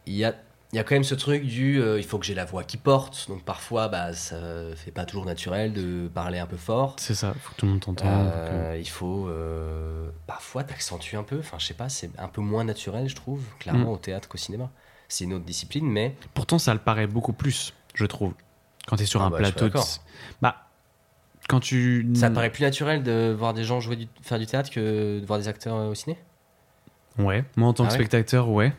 Speaker 2: il y a, il y a quand même ce truc du euh, il faut que j'ai la voix qui porte, donc parfois bah, ça fait pas toujours naturel de parler un peu fort.
Speaker 1: C'est ça. Faut que tout le monde t'entende. faut
Speaker 2: Euh, il faut euh, parfois t'accentuer un peu, enfin je sais pas, c'est un peu moins naturel je trouve, clairement
Speaker 1: Mm.
Speaker 2: au théâtre qu'au cinéma. C'est une autre discipline, mais
Speaker 1: que- Pourtant, ça le paraît beaucoup plus, je trouve. Quand t'es sur
Speaker 2: Ah
Speaker 1: un
Speaker 2: bah, je suis
Speaker 1: plateau. de-
Speaker 2: d'accord.
Speaker 1: Bah, quand tu.
Speaker 2: ça te paraît plus naturel de voir des gens jouer du, faire du théâtre que de voir des acteurs euh, au ciné
Speaker 1: Ouais. Moi, en tant
Speaker 2: Ah
Speaker 1: que
Speaker 2: ouais
Speaker 1: spectateur, ouais.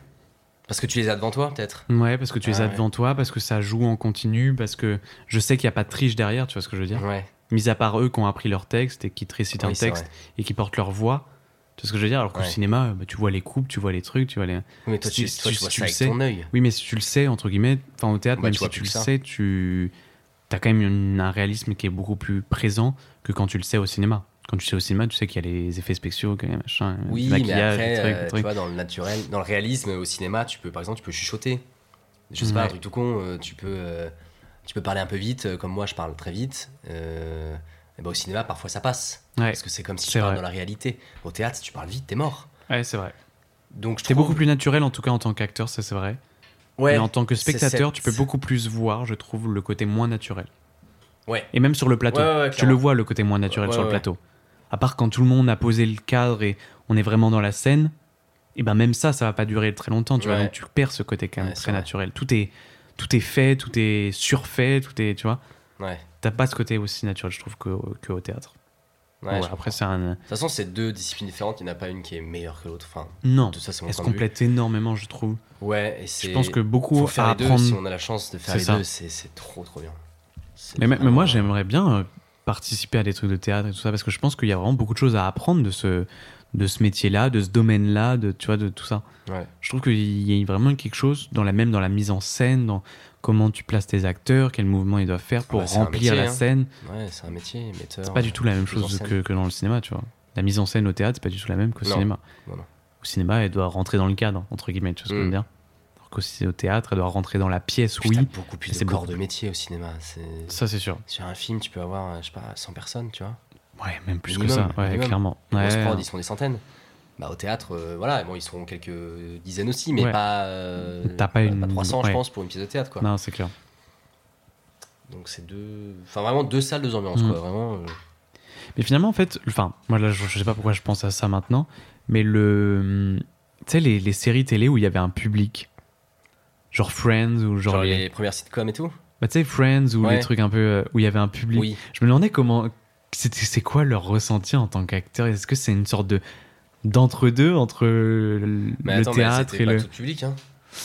Speaker 2: Parce que tu les as devant toi peut-être
Speaker 1: Ouais, parce que tu les
Speaker 2: Ah
Speaker 1: as
Speaker 2: ouais.
Speaker 1: devant toi, parce que ça joue en continu, parce que je sais qu'il n'y a pas de triche derrière, tu vois ce que je veux dire
Speaker 2: Ouais,
Speaker 1: Mis à part eux qui ont appris leur texte et qui te récitent un
Speaker 2: Oui, c'est
Speaker 1: texte
Speaker 2: vrai.
Speaker 1: et qui portent leur voix, tu vois ce que je veux dire Alors qu'au
Speaker 2: Ouais.
Speaker 1: cinéma, euh, bah, tu vois les coupes, tu vois les trucs, tu vois les...
Speaker 2: Oui, mais toi
Speaker 1: Si-
Speaker 2: tu, toi,
Speaker 1: si-
Speaker 2: tu vois
Speaker 1: si
Speaker 2: ça
Speaker 1: tu
Speaker 2: avec
Speaker 1: le sais.
Speaker 2: ton œil.
Speaker 1: Oui, mais si tu le sais, entre guillemets, enfin au théâtre,
Speaker 2: Bah,
Speaker 1: même
Speaker 2: tu
Speaker 1: si
Speaker 2: vois
Speaker 1: tu
Speaker 2: plus
Speaker 1: le
Speaker 2: ça.
Speaker 1: sais, tu as quand même une- un réalisme qui est beaucoup plus présent que quand tu le sais au cinéma. Quand tu sais au cinéma, tu sais qu'il y a les effets spéciaux, qu'il y a les machins,
Speaker 2: Oui,
Speaker 1: le
Speaker 2: mais
Speaker 1: maquillage,
Speaker 2: après,
Speaker 1: les trucs, les
Speaker 2: euh, tu
Speaker 1: trucs.
Speaker 2: vois, dans le naturel, dans le réalisme, au cinéma, tu peux, par exemple, tu peux chuchoter. Je sais pas,
Speaker 1: Ouais.
Speaker 2: un truc tout con, euh, tu peux, euh, tu peux parler un peu vite, euh, comme moi, je parle très vite. euh, et ben, au cinéma, parfois, ça passe.
Speaker 1: Ouais,
Speaker 2: Parce que c'est comme si
Speaker 1: C'est
Speaker 2: tu parles
Speaker 1: vrai.
Speaker 2: dans la réalité. Au théâtre, si tu parles vite, t'es mort.
Speaker 1: Ouais, c'est vrai.
Speaker 2: Donc, je
Speaker 1: C'est
Speaker 2: trouve-
Speaker 1: beaucoup plus naturel, en tout cas en tant qu'acteur, ça c'est vrai.
Speaker 2: Ouais,
Speaker 1: Mais en tant que
Speaker 2: c'est-
Speaker 1: spectateur,
Speaker 2: c'est-
Speaker 1: tu peux
Speaker 2: c'est-
Speaker 1: beaucoup plus voir, je trouve, le côté moins naturel.
Speaker 2: Ouais.
Speaker 1: Et même sur le plateau,
Speaker 2: Ouais, ouais, ouais,
Speaker 1: tu le
Speaker 2: clairement.
Speaker 1: vois le côté moins naturel
Speaker 2: Ouais,
Speaker 1: sur le
Speaker 2: ouais.
Speaker 1: plateau. À part quand tout le monde a posé le cadre et on est vraiment dans la scène, et ben même ça, ça va pas durer très longtemps. Tu vois,
Speaker 2: Ouais.
Speaker 1: donc tu perds ce côté quand même
Speaker 2: Ouais, c'est
Speaker 1: très
Speaker 2: vrai.
Speaker 1: naturel. Tout est, tout est fait, tout est surfait, tout est, tu vois.
Speaker 2: Ouais.
Speaker 1: T'as pas ce côté aussi naturel, je trouve, que, que au théâtre.
Speaker 2: Ouais,
Speaker 1: Bon,
Speaker 2: je
Speaker 1: voilà,
Speaker 2: comprends.
Speaker 1: après, c'est un,
Speaker 2: De toute façon, c'est deux disciplines différentes. Il n'y en a pas une qui est meilleure que l'autre. Enfin,
Speaker 1: non.
Speaker 2: tout ça, c'est mon
Speaker 1: Elle se
Speaker 2: point de vue.
Speaker 1: complète énormément, je trouve.
Speaker 2: Ouais, et c'est.
Speaker 1: Je pense que
Speaker 2: faut
Speaker 1: beaucoup
Speaker 2: faire
Speaker 1: à
Speaker 2: les deux.
Speaker 1: apprendre.
Speaker 2: Si on a la chance de faire
Speaker 1: C'est
Speaker 2: les
Speaker 1: ça.
Speaker 2: deux, c'est c'est trop, trop bien. C'est
Speaker 1: Mais, mais- mais moi,
Speaker 2: vraiment-
Speaker 1: j'aimerais bien euh, participer à des trucs de théâtre et tout ça, parce que je pense qu'il y a vraiment beaucoup de choses à apprendre de ce, de ce métier-là, de ce domaine-là, de, tu vois, de tout ça.
Speaker 2: Ouais.
Speaker 1: Je trouve qu'il y a vraiment quelque chose, dans la, même dans la mise en scène, dans comment tu places tes acteurs, quels mouvements ils doivent faire pour
Speaker 2: bah, c'est un
Speaker 1: remplir
Speaker 2: métier,
Speaker 1: la
Speaker 2: hein.
Speaker 1: scène.
Speaker 2: Ouais, c'est un métier, metteur.
Speaker 1: C'est pas du tout la même chose
Speaker 2: en
Speaker 1: que, que dans le cinéma, tu vois. La mise en scène au théâtre, c'est pas du tout la même qu'au
Speaker 2: Non.
Speaker 1: cinéma.
Speaker 2: Non, non.
Speaker 1: Au cinéma, elle doit rentrer dans le cadre, entre guillemets, tu vois ce que je veux
Speaker 2: Mm.
Speaker 1: dire. Alors qu'au au théâtre, elle doit rentrer dans la pièce,
Speaker 2: oui.
Speaker 1: oui.
Speaker 2: beaucoup plus
Speaker 1: mais
Speaker 2: de
Speaker 1: c'est
Speaker 2: corps
Speaker 1: beaucoup
Speaker 2: de métier au cinéma. c'est-
Speaker 1: Ça, c'est sûr.
Speaker 2: Sur un film, tu peux avoir, euh, je sais pas, 100 personnes, tu vois.
Speaker 1: Ouais, même plus que
Speaker 2: Minimum,
Speaker 1: ça. Ouais,
Speaker 2: minimum.
Speaker 1: clairement.
Speaker 2: On se
Speaker 1: Ouais.
Speaker 2: prend, ils sont des centaines. Bah, au théâtre, euh, voilà, bon, ils seront quelques dizaines aussi, mais
Speaker 1: Ouais.
Speaker 2: pas, euh,
Speaker 1: T'as pas une-
Speaker 2: 300,
Speaker 1: ouais.
Speaker 2: je pense, pour une pièce de théâtre. Quoi.
Speaker 1: Non, c'est clair.
Speaker 2: Donc c'est deux. Enfin, vraiment deux salles, deux ambiances,
Speaker 1: Mm.
Speaker 2: quoi. Vraiment. euh,
Speaker 1: Mais finalement, en fait, enfin, moi là, je, je sais pas pourquoi je pense à ça maintenant, mais le. Tu sais, les, les séries télé où il y avait un public, genre Friends ou genre.
Speaker 2: genre
Speaker 1: les-
Speaker 2: les premières sitcoms et tout
Speaker 1: Bah, tu sais, Friends ou
Speaker 2: Ouais.
Speaker 1: les trucs un peu. euh, où il y avait un public.
Speaker 2: Oui.
Speaker 1: Je me demandais comment. c'était- C'est quoi leur ressenti en tant qu'acteur Est-ce que c'est une sorte de. d'entre-deux entre le,
Speaker 2: Mais
Speaker 1: le
Speaker 2: attends, mais
Speaker 1: théâtre
Speaker 2: c'était
Speaker 1: et
Speaker 2: pas
Speaker 1: le.
Speaker 2: tout public. Hein.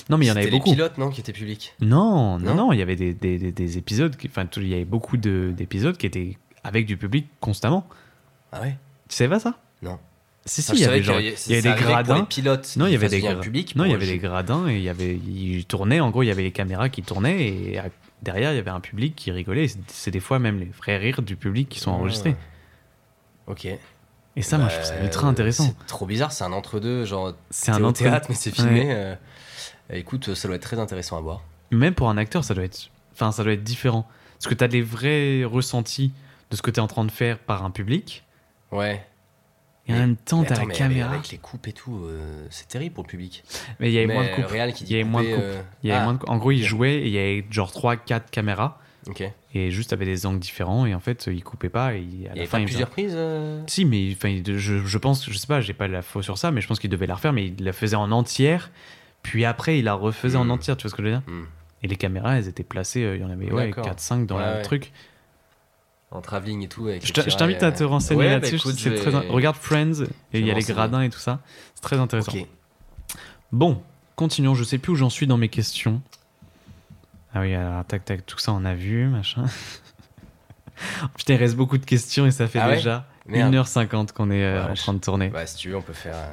Speaker 1: Non, mais il y en avait
Speaker 2: C'était les
Speaker 1: beaucoup.
Speaker 2: pilotes, non, qui étaient publics.
Speaker 1: Non, non,
Speaker 2: Non
Speaker 1: non, il y avait des, des, des- des épisodes, qui- enfin, tout- il y avait beaucoup de- d'épisodes qui étaient avec du public constamment.
Speaker 2: Ah ouais
Speaker 1: Tu savais pas ça
Speaker 2: Non.
Speaker 1: Si, si,
Speaker 2: Enfin,
Speaker 1: il y
Speaker 2: Ah, je savais
Speaker 1: avait,
Speaker 2: que
Speaker 1: genre-
Speaker 2: y-
Speaker 1: il y
Speaker 2: ça
Speaker 1: avait des
Speaker 2: arrivait que pour
Speaker 1: gradins.
Speaker 2: les pilotes.
Speaker 1: Non, il y
Speaker 2: qu'ils
Speaker 1: avait
Speaker 2: fassent
Speaker 1: des
Speaker 2: venir
Speaker 1: gra-
Speaker 2: le public.
Speaker 1: Non, il y
Speaker 2: pour-
Speaker 1: avait des gradins et il y avait, ils tournaient. En gros, il y avait les caméras qui tournaient et à- derrière, il y avait un public qui rigolait. Et c'est- C'est des fois même les vrais rires du public qui sont
Speaker 2: Ah.
Speaker 1: enregistrés.
Speaker 2: Ok. Euh,
Speaker 1: Et ça, moi, je trouve ça ultra intéressant.
Speaker 2: C'est trop bizarre, c'est un entre-deux. Genre,
Speaker 1: C'est
Speaker 2: c'est
Speaker 1: un
Speaker 2: un
Speaker 1: entre-
Speaker 2: théâtre, mais c'est filmé. euh, Écoute, ça doit être très intéressant à voir.
Speaker 1: Même pour un acteur, ça doit être, enfin, ça doit être différent. Parce que tu as des vrais ressentis de ce que tu es en train de faire par un public.
Speaker 2: Ouais.
Speaker 1: Et en
Speaker 2: Mais-
Speaker 1: même temps,
Speaker 2: Mais
Speaker 1: tu as
Speaker 2: attends,
Speaker 1: la
Speaker 2: mais
Speaker 1: caméra.
Speaker 2: Avec, avec les coupes et tout, euh, c'est terrible pour le public.
Speaker 1: Mais il y avait
Speaker 2: Mais
Speaker 1: moins de
Speaker 2: le
Speaker 1: coupes.
Speaker 2: Real qui dit
Speaker 1: Il y avait moins de
Speaker 2: couper,
Speaker 1: coupes.
Speaker 2: euh,
Speaker 1: Il y avait
Speaker 2: ah,
Speaker 1: moins de- En gros, ils
Speaker 2: ok.
Speaker 1: jouaient et il y avait genre 3-4 caméras.
Speaker 2: Ok. Il
Speaker 1: Et juste avec des angles différents. Et en fait, ils coupaient pas. Et à
Speaker 2: y
Speaker 1: la
Speaker 2: avait
Speaker 1: fin,
Speaker 2: pas
Speaker 1: ils
Speaker 2: plusieurs prises euh,
Speaker 1: Si, mais enfin, il- je, je pense, je sais pas, j'ai pas la faux sur ça, mais je pense qu'il devait la refaire, mais il la faisait en entière, puis après il la refaisait en
Speaker 2: Hmm.
Speaker 1: entière, tu vois ce que je veux dire
Speaker 2: Hmm.
Speaker 1: Et les caméras, elles étaient placées, euh, il y en avait ouais,
Speaker 2: D'accord.
Speaker 1: 4-5 dans
Speaker 2: Ouais,
Speaker 1: le
Speaker 2: ouais.
Speaker 1: truc.
Speaker 2: En travelling et tout. Avec
Speaker 1: Je
Speaker 2: les
Speaker 1: t'in-
Speaker 2: petits
Speaker 1: je t'invite
Speaker 2: rails,
Speaker 1: à te
Speaker 2: euh.
Speaker 1: renseigner
Speaker 2: Ouais, bah
Speaker 1: là-dessus,
Speaker 2: écoute,
Speaker 1: c'est
Speaker 2: je
Speaker 1: très
Speaker 2: vais-
Speaker 1: in- regarde Friends, et
Speaker 2: vais
Speaker 1: il y a les
Speaker 2: renseigner.
Speaker 1: gradins et tout ça, c'est très intéressant.
Speaker 2: Ok.
Speaker 1: Bon, continuons, je sais plus où j'en suis dans mes questions. Ah oui, alors tac tac, tout ça on a vu, machin. Putain, il reste beaucoup de questions et ça fait
Speaker 2: Ah ouais
Speaker 1: déjà
Speaker 2: Merde.
Speaker 1: 1h50 qu'on est euh, en
Speaker 2: Vache.
Speaker 1: train de tourner.
Speaker 2: Bah, si tu veux, on peut faire euh,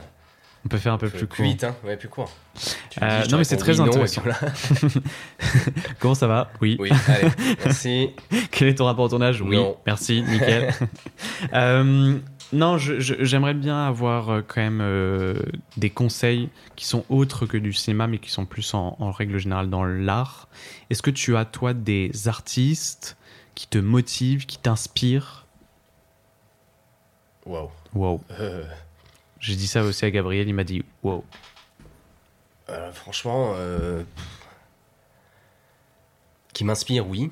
Speaker 1: On peut faire un peu
Speaker 2: plus,
Speaker 1: plus court.
Speaker 2: vite, hein. Ouais, plus court. Tu
Speaker 1: Euh,
Speaker 2: dis, je te
Speaker 1: non, mais c'est
Speaker 2: réponds
Speaker 1: très
Speaker 2: oui, non, et puis
Speaker 1: intéressant.
Speaker 2: voilà.
Speaker 1: Comment ça va Oui.
Speaker 2: Oui, allez, merci.
Speaker 1: Quel est ton rapport au tournage Oui.
Speaker 2: Non.
Speaker 1: Merci, nickel. Euh, non, je- je- j'aimerais bien avoir euh, quand même euh, des conseils qui sont autres que du cinéma, mais qui sont plus en, en règle générale dans l'art. Est-ce que tu as, toi, des artistes qui te motivent, qui t'inspirent
Speaker 2: Waouh.
Speaker 1: Wow.
Speaker 2: Euh,
Speaker 1: J'ai dit ça aussi à Gabriel, il m'a dit wow.
Speaker 2: euh, franchement, euh, pff. qui m'inspire, oui,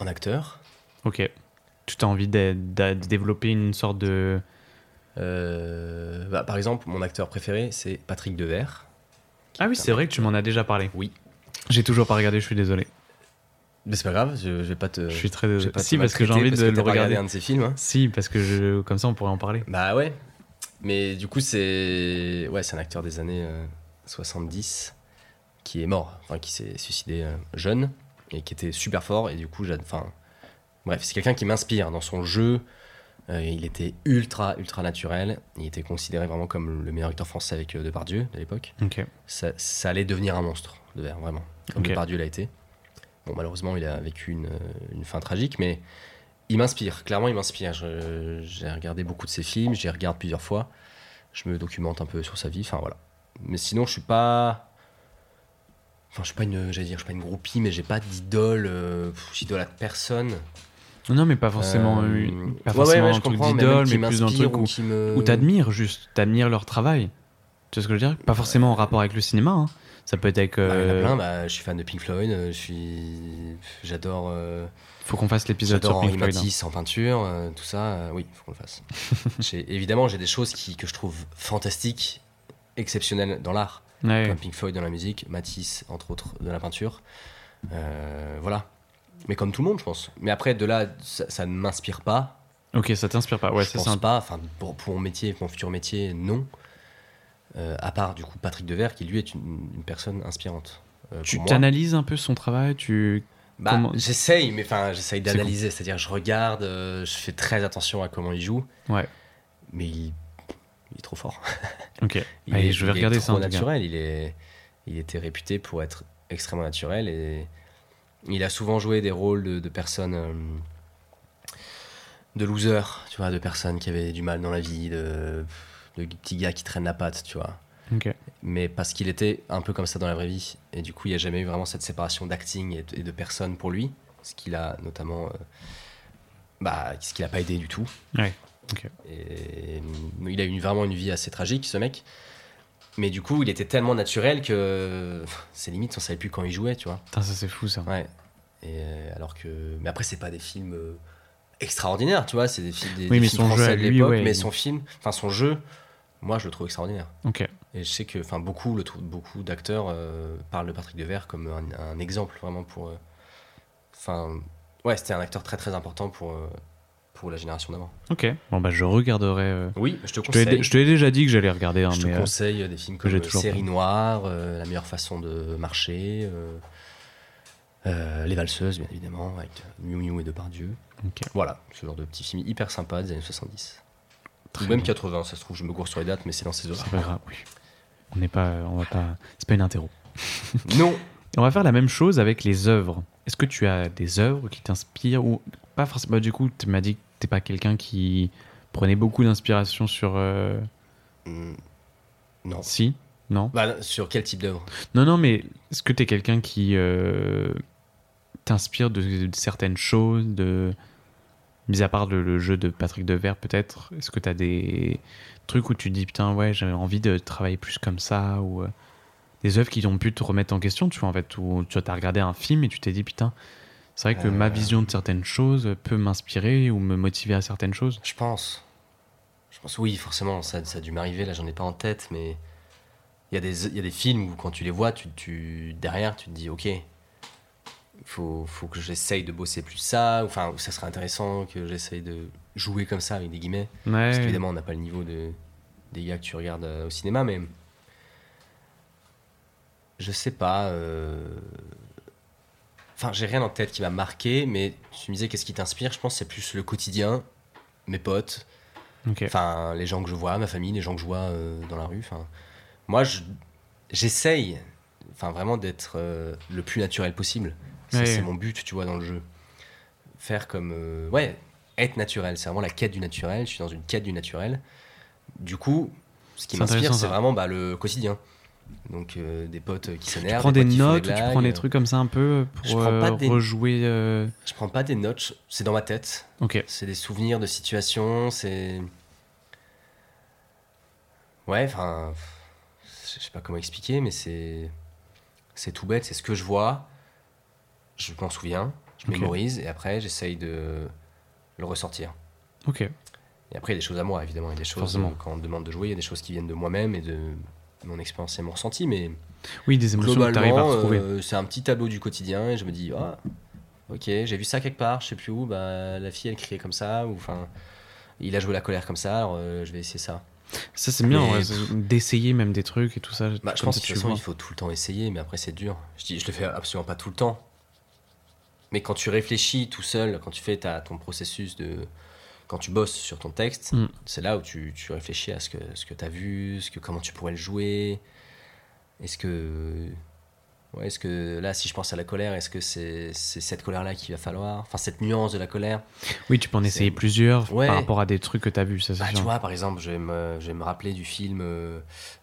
Speaker 2: en acteur.
Speaker 1: Ok. Tu as envie d'a- d'a- de développer une sorte de.
Speaker 2: Euh, bah, par exemple, mon acteur préféré, c'est Patrick Devers.
Speaker 1: Ah oui, c'est vrai que tu m'en as déjà parlé.
Speaker 2: Oui.
Speaker 1: J'ai toujours pas regardé, je suis désolé.
Speaker 2: Mais c'est pas grave, je, je vais pas te.
Speaker 1: Je suis très
Speaker 2: je vais
Speaker 1: désolé.
Speaker 2: Euh, pas te
Speaker 1: Si, parce que j'ai
Speaker 2: maltraiter
Speaker 1: envie de
Speaker 2: t'as
Speaker 1: le
Speaker 2: pas regardé
Speaker 1: regarder.
Speaker 2: un de ses films. hein.
Speaker 1: Si, parce que je- comme ça, on pourrait en parler.
Speaker 2: Bah ouais. Mais du coup, c'est. Ouais, c'est un acteur des années euh, 70 qui est mort, enfin qui s'est suicidé euh, jeune et qui était super fort. Et du coup, j'ad- enfin. Bref, c'est quelqu'un qui m'inspire dans son jeu. Euh, il était ultra, ultra naturel. Il était considéré vraiment comme le meilleur acteur français avec euh, Depardieu à l'époque
Speaker 1: Ok.
Speaker 2: ça, ça allait devenir un monstre, de verre, vraiment. Comme
Speaker 1: Ok.
Speaker 2: Depardieu l'a été. Bon, malheureusement, il a vécu une, une fin tragique, mais il m'inspire, clairement, il m'inspire. Je- J'ai regardé beaucoup de ses films, j'y regarde plusieurs fois. Je me documente un peu sur sa vie, enfin voilà. Mais sinon, je suis pas. Enfin, je suis pas une, j'allais dire, je suis pas une groupie, mais j'ai pas d'idole. euh, pff, J'idolâtre personne.
Speaker 1: Non, mais pas forcément,
Speaker 2: Euh,
Speaker 1: euh, pas
Speaker 2: ouais,
Speaker 1: forcément
Speaker 2: ouais, ouais, je
Speaker 1: un truc
Speaker 2: comprends, mais
Speaker 1: d'idole,
Speaker 2: même
Speaker 1: mais,
Speaker 2: qui
Speaker 1: plus un
Speaker 2: m'inspire
Speaker 1: truc
Speaker 2: ou
Speaker 1: où,
Speaker 2: qui me-
Speaker 1: où t'admires juste, t'admires leur travail. Tu vois ce que je veux dire Pas forcément en rapport avec le cinéma. hein. Ça peut être avec.
Speaker 2: Bah, il y en a
Speaker 1: euh,
Speaker 2: plein, bah, je suis fan de Pink Floyd, euh, je suis, j'adore. euh,
Speaker 1: faut qu'on fasse l'épisode sur
Speaker 2: J'adore
Speaker 1: Pink
Speaker 2: Henri
Speaker 1: Floyd. hein.
Speaker 2: Matisse en peinture, euh, tout ça, euh, oui, faut qu'on le fasse. J'ai- évidemment, j'ai des choses qui, que je trouve fantastiques, exceptionnelles dans l'art.
Speaker 1: hein. Ouais.
Speaker 2: Comme Pink Floyd dans la musique, Matisse, entre autres, dans la peinture. Euh, voilà. Mais comme tout le monde, je pense. Mais après, de là, ça, ça ne m'inspire pas.
Speaker 1: Ok, ça t'inspire pas. Ah Ouais,
Speaker 2: je
Speaker 1: ça,
Speaker 2: pense
Speaker 1: c'est un-
Speaker 2: pas. Enfin, pour, pour mon métier, pour mon futur métier, non. Euh, à part, du coup, Patrick Devers, qui, lui, est une, une personne inspirante. euh,
Speaker 1: Tu
Speaker 2: pour moi.
Speaker 1: t'analyses un peu son travail. Tu.
Speaker 2: Bah,
Speaker 1: Comment-
Speaker 2: j'essaye, mais enfin, j'essaye
Speaker 1: C'est
Speaker 2: d'analyser, c'est-à-dire je regarde, euh, je fais très attention à comment il joue.
Speaker 1: Ouais.
Speaker 2: Mais il, il est trop fort.
Speaker 1: Ok.
Speaker 2: Il
Speaker 1: Allez,
Speaker 2: est-
Speaker 1: je vais
Speaker 2: il est
Speaker 1: regarder ça
Speaker 2: trop
Speaker 1: en tout cas.
Speaker 2: naturel. Il est, il était réputé pour être extrêmement naturel et il a souvent joué des rôles de, de personnes, euh, de losers, tu vois, de personnes qui avaient du mal dans la vie, de, de petits gars qui traînent la patte, tu vois
Speaker 1: Ok.
Speaker 2: mais parce qu'il était un peu comme ça dans la vraie vie. Et du coup, il n'y a jamais eu vraiment cette séparation d'acting et de- et de personne pour lui, ce qu'il a notamment. euh, bah, ce qu'il n'a pas aidé du tout.
Speaker 1: Ouais. Ok.
Speaker 2: Et, euh, il a eu vraiment une vie assez tragique, ce mec. Mais du coup, il était tellement naturel que pff, c'est limite, on savait plus quand il jouait, tu vois.
Speaker 1: Putain, ça c'est fou ça.
Speaker 2: Ouais. Et euh, alors que, mais après, c'est pas des films euh, extraordinaires, tu vois. C'est des, films- des-
Speaker 1: Oui,
Speaker 2: des
Speaker 1: mais
Speaker 2: films
Speaker 1: son jeu
Speaker 2: français
Speaker 1: à
Speaker 2: de
Speaker 1: lui,
Speaker 2: l'époque,
Speaker 1: ouais,
Speaker 2: mais
Speaker 1: il-
Speaker 2: son film, enfin son jeu, moi, je le trouve extraordinaire.
Speaker 1: Ok.
Speaker 2: Et je sais que, enfin, beaucoup le trou- beaucoup d'acteurs euh, parlent de Patrick Devers comme un, un exemple vraiment pour, euh, enfin, ouais, c'était un acteur très très important pour euh, pour la génération d'avant.
Speaker 1: Ok. Bon bah je regarderai. euh,
Speaker 2: Oui, je te
Speaker 1: Je te l'ai-
Speaker 2: conseille.
Speaker 1: je te l'ai déjà dit que j'allais regarder, hein,
Speaker 2: Je te
Speaker 1: mais euh,
Speaker 2: conseille euh, des films
Speaker 1: que
Speaker 2: comme
Speaker 1: j'ai
Speaker 2: euh,
Speaker 1: toujours
Speaker 2: Série
Speaker 1: pas.
Speaker 2: Noire, euh, La meilleure façon de marcher, euh, euh, Les Valseuses, bien évidemment, avec Miu Miu et Depardieu.
Speaker 1: Ok.
Speaker 2: Voilà, ce genre de petits films hyper sympa des années 70.
Speaker 1: Très
Speaker 2: Ou même
Speaker 1: bien.
Speaker 2: 80, ça se trouve, je me cours sur les dates, mais c'est dans ces eaux
Speaker 1: c'est pas grave. Oui. On n'est pas, on va pas. C'est pas une interro.
Speaker 2: Non
Speaker 1: Et on va faire la même chose avec les œuvres. Est-ce que tu as des œuvres qui t'inspirent ou pas forcément bah, Du coup, tu m'as dit que t'es pas quelqu'un qui prenait beaucoup d'inspiration sur. euh,
Speaker 2: Hmm, Non.
Speaker 1: Si. Non.
Speaker 2: Bah, sur quel type d'œuvre
Speaker 1: Non, non, mais est-ce que t'es quelqu'un qui euh, t'inspire de, de certaines choses, de mis à part le, le jeu de Patrick Devers peut-être Est-ce que t'as des trucs où tu te dis putain ouais j'avais envie de travailler plus comme ça ou euh, des œuvres qui ont pu te remettre en question tu vois en fait où tu as regardé un film et tu t'es dit putain c'est vrai que ma
Speaker 2: Euh.
Speaker 1: vision de certaines choses peut m'inspirer ou me motiver à certaines choses.
Speaker 2: Je pense. Je pense, oui, forcément, ça, ça a dû m'arriver, là, j'en ai pas en tête, mais il y, a des- il y a des films où quand tu les vois, tu, tu- derrière, tu te dis, ok, faut, faut que j'essaye de bosser plus ça, ou, enfin, ça serait intéressant que j'essaye de jouer comme ça, avec des guillemets. Parce
Speaker 1: Ouais.
Speaker 2: qu'évidemment, on n'a pas le niveau de, des gars que tu regardes euh, au cinéma, mais. Je sais pas. euh, Enfin, j'ai rien en tête qui m'a marqué, mais tu me disais qu'est-ce qui t'inspire Je pense que c'est plus le quotidien, mes potes,
Speaker 1: Ok.
Speaker 2: Enfin, les gens que je vois, ma famille, les gens que je vois euh, dans la rue. Enfin, moi, je- j'essaye enfin, vraiment d'être euh, le plus naturel possible. Ça,
Speaker 1: Ouais.
Speaker 2: C'est mon but, tu vois, dans le jeu. Faire comme. euh, ouais, être naturel. C'est vraiment la quête du naturel. Je suis dans une quête du naturel. Du coup, ce qui
Speaker 1: C'est
Speaker 2: m'inspire,
Speaker 1: intéressant,
Speaker 2: c'est
Speaker 1: ça.
Speaker 2: vraiment bah, le quotidien. Donc, euh, des potes qui
Speaker 1: Tu
Speaker 2: s'énervent.
Speaker 1: prends des
Speaker 2: potes qui font
Speaker 1: notes, ou tu prends
Speaker 2: blagues.
Speaker 1: des trucs comme ça un peu
Speaker 2: Je
Speaker 1: pour
Speaker 2: prends pas
Speaker 1: euh,
Speaker 2: des-
Speaker 1: rejouer. euh,
Speaker 2: Je prends pas des notes, c'est dans ma tête.
Speaker 1: Ok.
Speaker 2: C'est des souvenirs de situations, c'est. Ouais, enfin. Je sais pas comment expliquer, mais c'est. C'est tout bête, c'est ce que je vois, je m'en souviens, je
Speaker 1: Ok.
Speaker 2: mémorise, et après j'essaye de le ressortir.
Speaker 1: Ok.
Speaker 2: Et après, il y a des choses à moi, évidemment, il y a des choses.
Speaker 1: Forcément.
Speaker 2: euh, Quand on me demande de jouer, il y a des choses qui viennent de moi-même et de mon expérience et mon ressenti, mais
Speaker 1: Oui, des émotions que t'arrives à
Speaker 2: globalement,
Speaker 1: retrouver.
Speaker 2: euh, c'est un petit tableau du quotidien, et je me dis, ah, ok, j'ai vu ça quelque part, je sais plus où, bah, la fille elle criait comme ça, ou enfin, il a joué la colère comme ça, alors euh, je vais essayer ça.
Speaker 1: ça, c'est bien,
Speaker 2: mais-
Speaker 1: ouais, c'est- d'essayer même des trucs et tout ça.
Speaker 2: Bah, je
Speaker 1: comme
Speaker 2: pense
Speaker 1: ça,
Speaker 2: que de
Speaker 1: tu
Speaker 2: toute façon,
Speaker 1: vois.
Speaker 2: il faut tout le temps essayer, mais après c'est dur. Je dis, je le fais absolument pas tout le temps. Mais quand tu réfléchis tout seul, quand tu fais ta, ton processus de. Quand tu bosses sur ton texte,
Speaker 1: Mm.
Speaker 2: c'est là où tu, tu réfléchis à ce que, ce que tu as vu, ce que, comment tu pourrais le jouer. Est-ce que. Ouais, est-ce que là, si je pense à la colère, est-ce que c'est c'est cette colère-là qu'il va falloir Enfin, cette nuance de la colère
Speaker 1: Oui, tu peux en essayer
Speaker 2: c'est-
Speaker 1: plusieurs
Speaker 2: Ouais.
Speaker 1: par rapport à des trucs que t'as vus, ça, c'est
Speaker 2: Bah, tu
Speaker 1: sûr.
Speaker 2: vois, par exemple, je vais me, je vais me rappeler du film euh,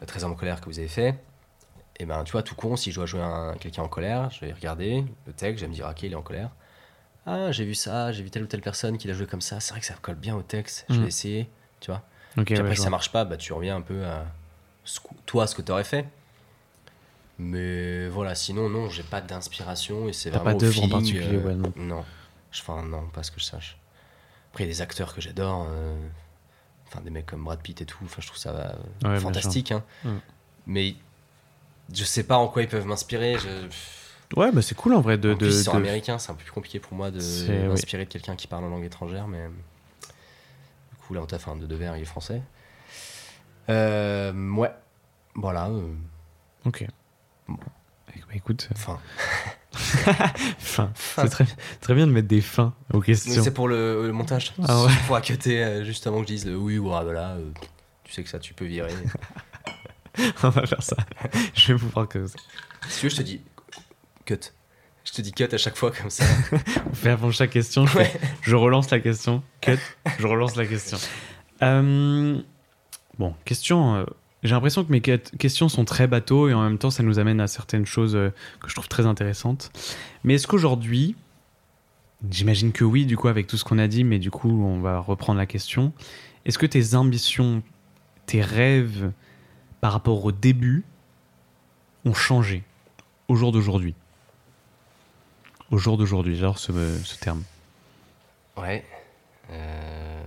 Speaker 2: Trésor en colère que vous avez fait. Et ben, tu vois, tout con, si je dois jouer un, quelqu'un en colère, je vais regarder le texte, je vais me dire, Ah, ok, il est en colère. Ah, j'ai vu ça, j'ai vu telle ou telle personne qui l'a joué comme ça, c'est vrai que ça colle bien au texte, je
Speaker 1: Mhm.
Speaker 2: vais essayer, tu vois.
Speaker 1: Ok,
Speaker 2: Puis
Speaker 1: ouais,
Speaker 2: après,
Speaker 1: je
Speaker 2: si
Speaker 1: vois.
Speaker 2: ça marche pas, bah, tu reviens un peu à ce que- toi, ce que tu aurais fait. Mais voilà, sinon, non, j'ai pas d'inspiration et c'est
Speaker 1: T'as
Speaker 2: vraiment.
Speaker 1: pas
Speaker 2: au
Speaker 1: d'œuvre en
Speaker 2: feeling,
Speaker 1: particulier,
Speaker 2: euh,
Speaker 1: ouais, non.
Speaker 2: non, je enfin non, pas ce que je sache. Après, il y a des acteurs que j'adore, euh, enfin des mecs comme Brad Pitt et tout. Enfin, je trouve ça euh,
Speaker 1: Ouais, bien
Speaker 2: fantastique. hein.
Speaker 1: Mm.
Speaker 2: Mais je sais pas en quoi ils peuvent m'inspirer. Je... pff,
Speaker 1: Ouais, bah c'est cool en vrai de.
Speaker 2: en plus,
Speaker 1: de-
Speaker 2: ils sont
Speaker 1: de-
Speaker 2: américains, c'est un peu plus compliqué pour moi de
Speaker 1: C'est-
Speaker 2: m'inspirer de quelqu'un qui parle en langue étrangère, mais euh, du coup là on t'a fait un de Devers, il est français. Euh, ouais, voilà. euh,
Speaker 1: Ok. Bah, écoute, euh,
Speaker 2: Enfin,
Speaker 1: fin. C'est très, très bien de mettre des fins aux
Speaker 2: Mais
Speaker 1: questions.
Speaker 2: c'est pour le, le montage.
Speaker 1: Ah ouais.
Speaker 2: Pour accuter euh, juste avant que je dise le oui ou ah bah là, euh, tu sais que ça tu peux virer.
Speaker 1: On va faire ça. je vais vous voir que ça.
Speaker 2: si tu veux, je te dis cut. Je te dis cut à chaque fois comme ça.
Speaker 1: On fait avant chaque question. Je, fais- je relance la question. Cut. Je relance la question. Euh, bon, question. euh, J'ai l'impression que mes quêtes- questions sont très bateaux et en même temps, ça nous amène à certaines choses euh, que je trouve très intéressantes. Mais est-ce qu'aujourd'hui, J'imagine que oui, du coup, avec tout ce qu'on a dit, mais du coup, on va reprendre la question. Est-ce que tes ambitions, tes rêves par rapport au début ont changé au jour d'aujourd'hui Au jour d'aujourd'hui, j'adore ce, euh, ce terme.
Speaker 2: Ouais. Euh,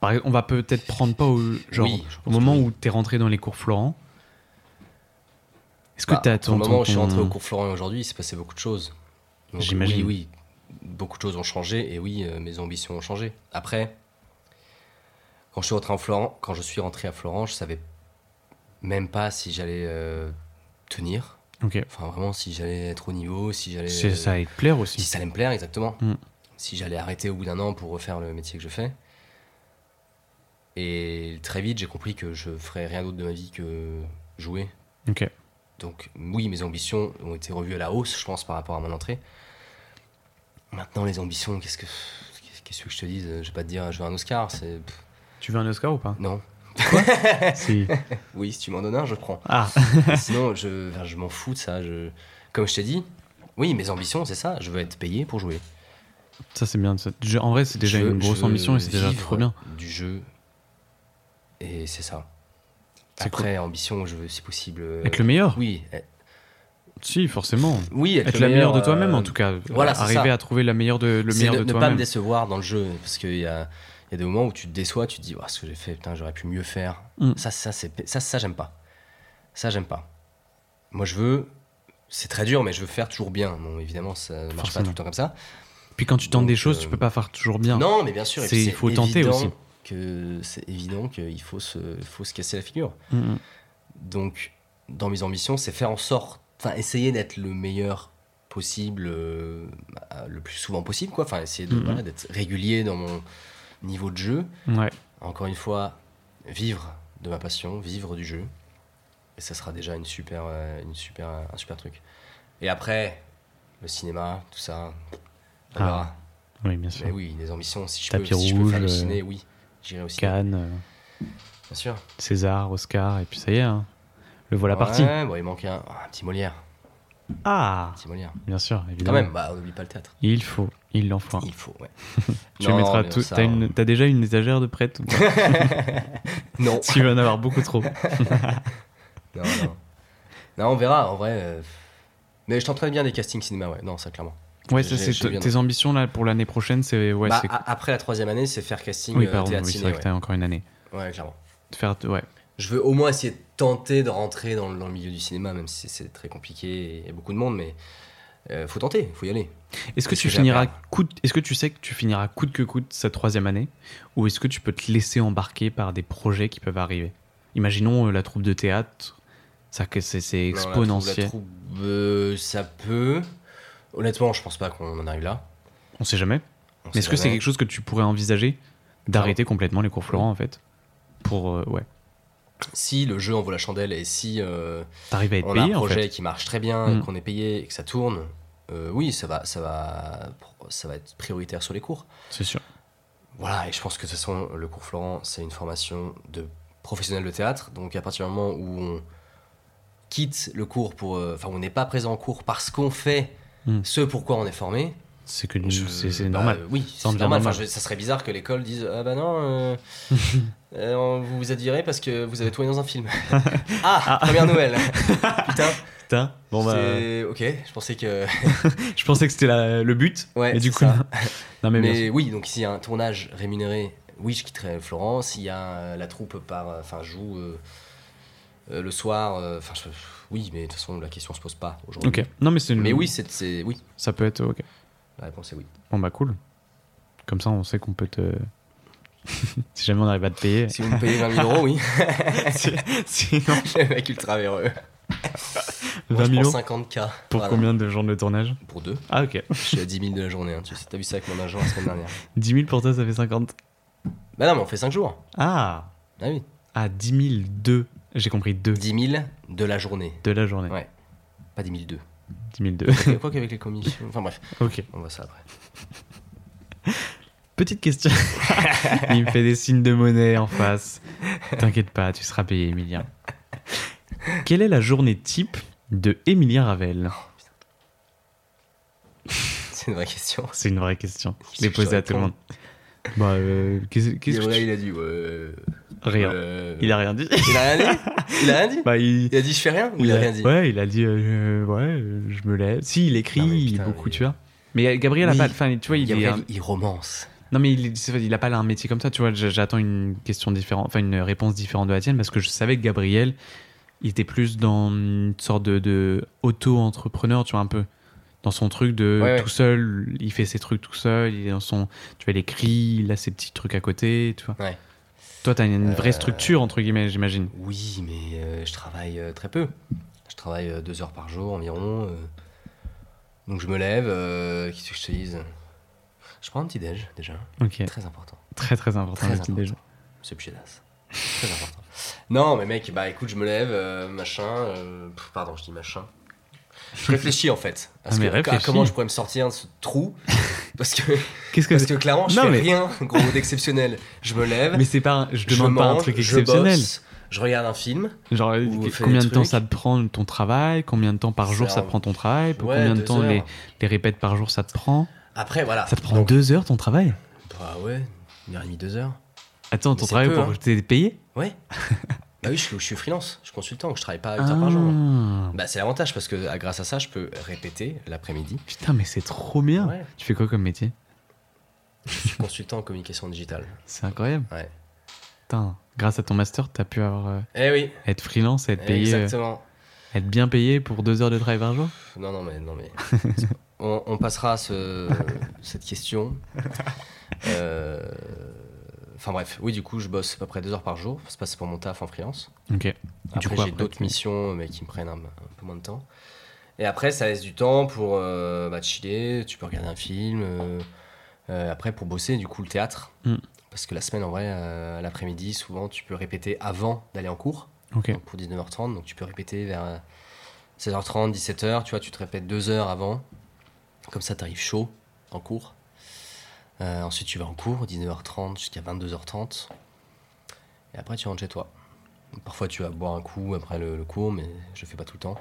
Speaker 1: Par exemple, on va peut-être prendre pas au, genre,
Speaker 2: Oui, je
Speaker 1: au
Speaker 2: pense
Speaker 1: moment
Speaker 2: que
Speaker 1: où tu es rentré dans les cours Florent. Est-ce que
Speaker 2: bah,
Speaker 1: tu as
Speaker 2: Au moment où je suis rentré au cours Florent aujourd'hui, il s'est passé beaucoup de choses. Donc,
Speaker 1: Mm. J'imagine.
Speaker 2: Oui, oui. Beaucoup de choses ont changé et oui, euh, mes ambitions ont changé. Après, quand je suis rentré, en Florent, quand je suis rentré à Florent, je savais même pas si j'allais euh, tenir.
Speaker 1: Ok.
Speaker 2: Enfin, vraiment, si j'allais être au niveau, si j'allais. euh,
Speaker 1: C'est- Ça va te plaire
Speaker 2: si
Speaker 1: aussi.
Speaker 2: ça allait me plaire, exactement.
Speaker 1: Mm.
Speaker 2: Si j'allais arrêter au bout d'un an pour refaire le métier que je fais. Et très vite, j'ai compris que je ferais rien d'autre de ma vie que jouer.
Speaker 1: Ok.
Speaker 2: Donc oui, mes ambitions ont été revues à la hausse, je pense, par rapport à mon entrée. Maintenant, les ambitions, qu'est-ce que qu'est-ce que je te dise Je vais pas te dire, je veux un Oscar, c'est pff,
Speaker 1: Tu veux un Oscar ou pas
Speaker 2: non.
Speaker 1: Si.
Speaker 2: Oui, si tu m'en donnes un, je prends.
Speaker 1: Ah,
Speaker 2: Mais Sinon, je, enfin, je m'en fous de ça. Je, comme je t'ai dit, oui, mes ambitions, c'est ça. Je veux être payé pour jouer.
Speaker 1: ça c'est bien. ça. Je- En vrai, c'est déjà
Speaker 2: Je-
Speaker 1: une
Speaker 2: je
Speaker 1: grosse
Speaker 2: veux
Speaker 1: ambition et c'est déjà
Speaker 2: vivre
Speaker 1: trop bien.
Speaker 2: Du jeu. Et c'est ça.
Speaker 1: C'est
Speaker 2: Après, ambition, je veux, si possible. euh,
Speaker 1: Être le meilleur
Speaker 2: Oui, être,
Speaker 1: Si, forcément.
Speaker 2: oui,
Speaker 1: Être la meilleure de
Speaker 2: euh,
Speaker 1: toi-même, en tout cas.
Speaker 2: voilà, c'est
Speaker 1: Arriver
Speaker 2: ça.
Speaker 1: à trouver la meilleure de, le
Speaker 2: C'est
Speaker 1: meilleur
Speaker 2: ne,
Speaker 1: de,
Speaker 2: ne pas me
Speaker 1: toi-même.
Speaker 2: décevoir dans le jeu parce qu'il y a, il y a des moments où tu te déçois tu te dis Ouah, ce que j'ai fait putain j'aurais pu mieux faire
Speaker 1: Mm.
Speaker 2: ça ça c'est ça ça j'aime pas ça j'aime pas moi je veux c'est très dur mais je veux faire toujours bien bon évidemment ça marche pas
Speaker 1: Forcément.
Speaker 2: tout le temps comme ça
Speaker 1: Puis quand tu tentes
Speaker 2: Donc,
Speaker 1: des choses,
Speaker 2: euh,
Speaker 1: tu peux pas faire toujours bien.
Speaker 2: non mais bien sûr et
Speaker 1: C'est-
Speaker 2: puis
Speaker 1: il
Speaker 2: c'est
Speaker 1: faut tenter
Speaker 2: évident
Speaker 1: aussi.
Speaker 2: que c'est évident qu'il faut se faut se casser la figure
Speaker 1: Mm, mm.
Speaker 2: donc, dans mes ambitions, c'est faire en sorte, enfin, essayer d'être le meilleur possible, euh, bah, le plus souvent possible, quoi. Enfin, essayer de,
Speaker 1: Mhm.
Speaker 2: voilà, d'être régulier dans mon niveau de jeu.
Speaker 1: mm. Ouais.
Speaker 2: Encore une fois, vivre de ma passion, vivre du jeu. Et ça sera déjà une super, euh, une super, un super truc. Et après, le cinéma, tout ça, on
Speaker 1: Ah,
Speaker 2: verra.
Speaker 1: Oui, bien sûr.
Speaker 2: Mais oui, les ambitions, si je,
Speaker 1: Tapis
Speaker 2: peux, si je peux faire le
Speaker 1: rouge, euh,
Speaker 2: ciné, oui, j'irai au ciné,
Speaker 1: Cannes, euh,
Speaker 2: bien sûr.
Speaker 1: César, Oscar, et puis ça y est, hein. le voilà
Speaker 2: Ouais,
Speaker 1: parti.
Speaker 2: bon, il manque un, oh, un petit Molière,
Speaker 1: Ah
Speaker 2: un petit Molière.
Speaker 1: Bien sûr,
Speaker 2: Quand
Speaker 1: évidemment.
Speaker 2: même, bah, on n'oublie pas le théâtre.
Speaker 1: Il faut, il en faut un.
Speaker 2: Il faut, ouais.
Speaker 1: Tu
Speaker 2: Non,
Speaker 1: mettras
Speaker 2: mais
Speaker 1: tout.
Speaker 2: ça,
Speaker 1: T'as une- t'as déjà une étagère de prête ou pas
Speaker 2: Non.
Speaker 1: Tu vas en avoir beaucoup trop.
Speaker 2: hein. non, non. Non, on verra, en vrai. euh, Mais je t'entraîne bien des castings cinéma, ouais. Non, ça, clairement.
Speaker 1: Ouais, ça
Speaker 2: J'ai-
Speaker 1: c'est
Speaker 2: j'ai bien-
Speaker 1: tes ambitions là pour l'année prochaine, c'est ouais,
Speaker 2: Bah,
Speaker 1: c'est
Speaker 2: a- après la troisième année, c'est faire casting
Speaker 1: oui,
Speaker 2: euh,
Speaker 1: pardon,
Speaker 2: théâtre
Speaker 1: oui, c'est
Speaker 2: ciné,
Speaker 1: vrai que
Speaker 2: ouais.
Speaker 1: t'as encore une année.
Speaker 2: Ouais, clairement.
Speaker 1: De faire, ouais,
Speaker 2: Je veux au moins essayer de tenter de rentrer dans, le- dans le milieu du cinéma, même si c'est très compliqué et il y a beaucoup de monde, mais euh, faut tenter, faut y aller.
Speaker 1: Est-ce que
Speaker 2: Qu'est-ce
Speaker 1: tu
Speaker 2: que j'ai à
Speaker 1: finiras
Speaker 2: perdre
Speaker 1: coûte Est-ce que tu sais que tu finiras coûte que coûte sa troisième année, ou est-ce que tu peux te laisser embarquer par des projets qui peuvent arriver Imaginons euh, la troupe de théâtre, ça que c'est- c'est
Speaker 2: Non, la troupe- la
Speaker 1: exponentiel.
Speaker 2: troupe, euh, ça peut. Honnêtement, je pense pas qu'on en arrive là.
Speaker 1: On sait jamais.
Speaker 2: On
Speaker 1: Mais
Speaker 2: sait
Speaker 1: est-ce que c'est
Speaker 2: jamais.
Speaker 1: quelque chose que tu pourrais envisager d'arrêter complètement les cours Florent en fait Pour euh, ouais,
Speaker 2: Si le jeu en vaut la chandelle et si. euh,
Speaker 1: t'arrives à être
Speaker 2: on a
Speaker 1: payé
Speaker 2: un
Speaker 1: en
Speaker 2: projet
Speaker 1: fait.
Speaker 2: qui marche très bien,
Speaker 1: Mm.
Speaker 2: et qu'on est payé, et que ça tourne, euh, oui, ça va, ça va, ça va être prioritaire sur les cours.
Speaker 1: C'est sûr.
Speaker 2: Voilà, et je pense que de toute façon, le cours Florent, c'est une formation de professionnels de théâtre. Donc à partir du moment où on quitte le cours pour, euh, enfin, on n'est pas présent en cours parce qu'on fait
Speaker 1: Mm.
Speaker 2: ce pourquoi on est formé.
Speaker 1: C'est que
Speaker 2: je-
Speaker 1: c'est c'est
Speaker 2: bah,
Speaker 1: normal.
Speaker 2: euh, oui,
Speaker 1: en
Speaker 2: c'est
Speaker 1: devient
Speaker 2: normal. Enfin,
Speaker 1: normal.
Speaker 2: je- ça serait bizarre que l'école dise, ah bah non. euh, euh, on- vous vous êtes viré parce que vous avez tourné dans un film. ah, première nouvelle. Putain,
Speaker 1: Putain, bon bah,
Speaker 2: c'est- ok. Je pensais que
Speaker 1: je pensais que c'était la- le but,
Speaker 2: Ouais,
Speaker 1: mais du
Speaker 2: c'est
Speaker 1: coup,
Speaker 2: ça.
Speaker 1: non. non mais,
Speaker 2: Mais,
Speaker 1: bien sûr.
Speaker 2: oui, donc s'il y a un tournage rémunéré, oui, je quitterai Florent. S'il y a euh, la troupe par, euh, enfin joue euh, euh, le soir, euh, enfin je- oui, mais de toute façon la question se pose pas aujourd'hui.
Speaker 1: Ok, non mais c'est une-
Speaker 2: Mais oui, c'est, c'est- oui,
Speaker 1: ça peut être ok.
Speaker 2: la réponse est oui.
Speaker 1: Bon bah cool. Comme ça, on sait qu'on peut te. si jamais on arrive à te payer.
Speaker 2: Si vous me payez 20 000 euros, oui,
Speaker 1: Sinon,
Speaker 2: le mec ultra véreux.
Speaker 1: 20 000 euros
Speaker 2: 50 k
Speaker 1: pour combien de jours de tournage
Speaker 2: Pour deux.
Speaker 1: Ah ok.
Speaker 2: Je suis à 10 000 de la journée. hein. Tu sais, t'as vu ça avec mon agent la semaine dernière
Speaker 1: 10 000 pour toi, ça fait 50.
Speaker 2: Bah non, mais on fait 5 jours.
Speaker 1: Ah
Speaker 2: Ah oui.
Speaker 1: Ah, 10 000, 2. J'ai compris 2
Speaker 2: 10 000 de la journée,
Speaker 1: de la journée.
Speaker 2: Ouais. pas 10 000 deux.
Speaker 1: 10 000, 2.
Speaker 2: Quoi- Quoi qu'avec les commissions. Enfin bref,
Speaker 1: Ok.
Speaker 2: on voit ça après.
Speaker 1: Petite question. Il me fait des signes de monnaie en face. T'inquiète pas, tu seras payé, Emilien. Quelle est la journée type de Emilien Ravel
Speaker 2: C'est une vraie question.
Speaker 1: C'est une vraie question.
Speaker 2: Qu'est-ce
Speaker 1: Je l'ai
Speaker 2: que je
Speaker 1: posée à
Speaker 2: te
Speaker 1: tout le monde. Bah, euh, qu'est-ce qu'est-ce
Speaker 2: Et
Speaker 1: que
Speaker 2: là,
Speaker 1: tu...
Speaker 2: il a dit ouais.
Speaker 1: Rien.
Speaker 2: euh,
Speaker 1: Il a rien dit.
Speaker 2: il a rien dit Il a rien dit
Speaker 1: bah, il...
Speaker 2: Il a dit je fais rien ou il a rien dit
Speaker 1: Ouais, il a dit euh, ouais, euh, je me lève. Si, il écrit,
Speaker 2: Non, mais
Speaker 1: il est
Speaker 2: putain,
Speaker 1: beaucoup,
Speaker 2: mais-
Speaker 1: tu vois. Mais euh, Gabriel a
Speaker 2: Oui.
Speaker 1: pas, enfin, tu vois, il, est,
Speaker 2: Gabriel,
Speaker 1: un-
Speaker 2: il romance.
Speaker 1: non mais il, est- c'est vrai, il a pas là un métier comme ça, tu vois. j- J'attends une question différente, enfin une réponse différente de la tienne parce que je savais que Gabriel, il était plus dans une sorte de, de auto-entrepreneur, tu vois un peu, dans son truc de
Speaker 2: Ouais, ouais.
Speaker 1: tout seul, il fait ses trucs tout seul, il est dans son, tu vois, il écrit, il a ses petits trucs à côté, tu vois.
Speaker 2: Ouais.
Speaker 1: Toi, t'as une, une vraie
Speaker 2: Euh,
Speaker 1: structure entre guillemets, j'imagine.
Speaker 2: Oui, mais euh, je travaille euh, très peu. Je travaille euh, deux heures par jour environ. euh. Donc je me lève. euh, Qu'est-ce que je te dise Je prends un petit déj déjà.
Speaker 1: Ok,
Speaker 2: Très important.
Speaker 1: très très important.
Speaker 2: Très
Speaker 1: le petit
Speaker 2: important.
Speaker 1: déjeuner.
Speaker 2: C'est piedas. Très important. Non, mais mec, bah écoute, je me lève, euh, machin. euh, pff, pardon, je dis machin. Je réfléchis en fait. à ce
Speaker 1: Ah, mais
Speaker 2: que-
Speaker 1: réfléchis.
Speaker 2: à comment je pourrais me sortir de ce trou. Parce que,
Speaker 1: Qu'est-ce que
Speaker 2: parce que clairement, je
Speaker 1: Non,
Speaker 2: fais
Speaker 1: mais-
Speaker 2: rien, gros mot d'exceptionnel. Je me lève.
Speaker 1: Mais c'est pas, je
Speaker 2: je
Speaker 1: demande pas un
Speaker 2: mange,
Speaker 1: truc
Speaker 2: je
Speaker 1: exceptionnel.
Speaker 2: bosse, je regarde un film.
Speaker 1: Genre, euh,
Speaker 2: Ou fais
Speaker 1: combien
Speaker 2: des
Speaker 1: de temps
Speaker 2: trucs.
Speaker 1: ça te prend ton travail Combien de temps par jour
Speaker 2: Ça-
Speaker 1: ça te prend ton travail Pour
Speaker 2: Ouais,
Speaker 1: Combien de
Speaker 2: deux
Speaker 1: temps
Speaker 2: heures.
Speaker 1: les, les répètes par jour ça te prend
Speaker 2: Après, voilà.
Speaker 1: Ça te prend
Speaker 2: Ah, Donc,
Speaker 1: deux heures ton travail
Speaker 2: Bah ouais, une heure et demie, deux heures.
Speaker 1: Attends,
Speaker 2: Mais
Speaker 1: ton
Speaker 2: c'est
Speaker 1: travail
Speaker 2: peu,
Speaker 1: pour
Speaker 2: hein.
Speaker 1: que t'es payé
Speaker 2: Ouais. bah oui, je suis, je suis freelance, je suis consultant, donc je travaille pas 8 heures par jour. moi.
Speaker 1: ah,
Speaker 2: Bah c'est l'avantage parce que ah, grâce à ça, je peux répéter l'après-midi.
Speaker 1: Putain, mais c'est trop bien
Speaker 2: Ouais,
Speaker 1: Tu fais quoi comme métier
Speaker 2: je suis consultant en communication digitale.
Speaker 1: C'est incroyable.
Speaker 2: Ouais.
Speaker 1: Putain, grâce à ton master, t'as pu avoir, euh,
Speaker 2: Eh oui,
Speaker 1: être freelance et être, payé, euh,
Speaker 2: exactement.
Speaker 1: être bien payé pour deux heures de travail par jour
Speaker 2: Non, non, mais. Non, mais... on, on passera à ce- cette question. Euh, Enfin bref, oui, du coup, je bosse à peu près deux heures par jour. Ça se passe pour mon taf en freelance.
Speaker 1: Ok. Du
Speaker 2: Après,
Speaker 1: coup,
Speaker 2: j'ai
Speaker 1: après,
Speaker 2: d'autres
Speaker 1: tu-
Speaker 2: missions, mais qui me prennent un, un peu moins de temps. Et après, ça laisse du temps pour euh, bah, chiller, tu peux regarder un film. euh, euh, après, pour bosser, du coup, le théâtre.
Speaker 1: Mm.
Speaker 2: Parce que la semaine, en vrai, euh, l'après-midi, souvent, tu peux répéter avant d'aller en cours,
Speaker 1: Ok.
Speaker 2: donc pour 19h30. Donc, tu peux répéter vers euh, 16h30, 17h. Tu vois, tu te répètes deux heures avant. Comme ça, tu arrives chaud en cours. Euh, ensuite, tu vas en cours, 19h30 jusqu'à 22h30. Et après, tu rentres chez toi. Parfois, tu vas boire un coup après le, le cours, mais je le fais pas tout le temps.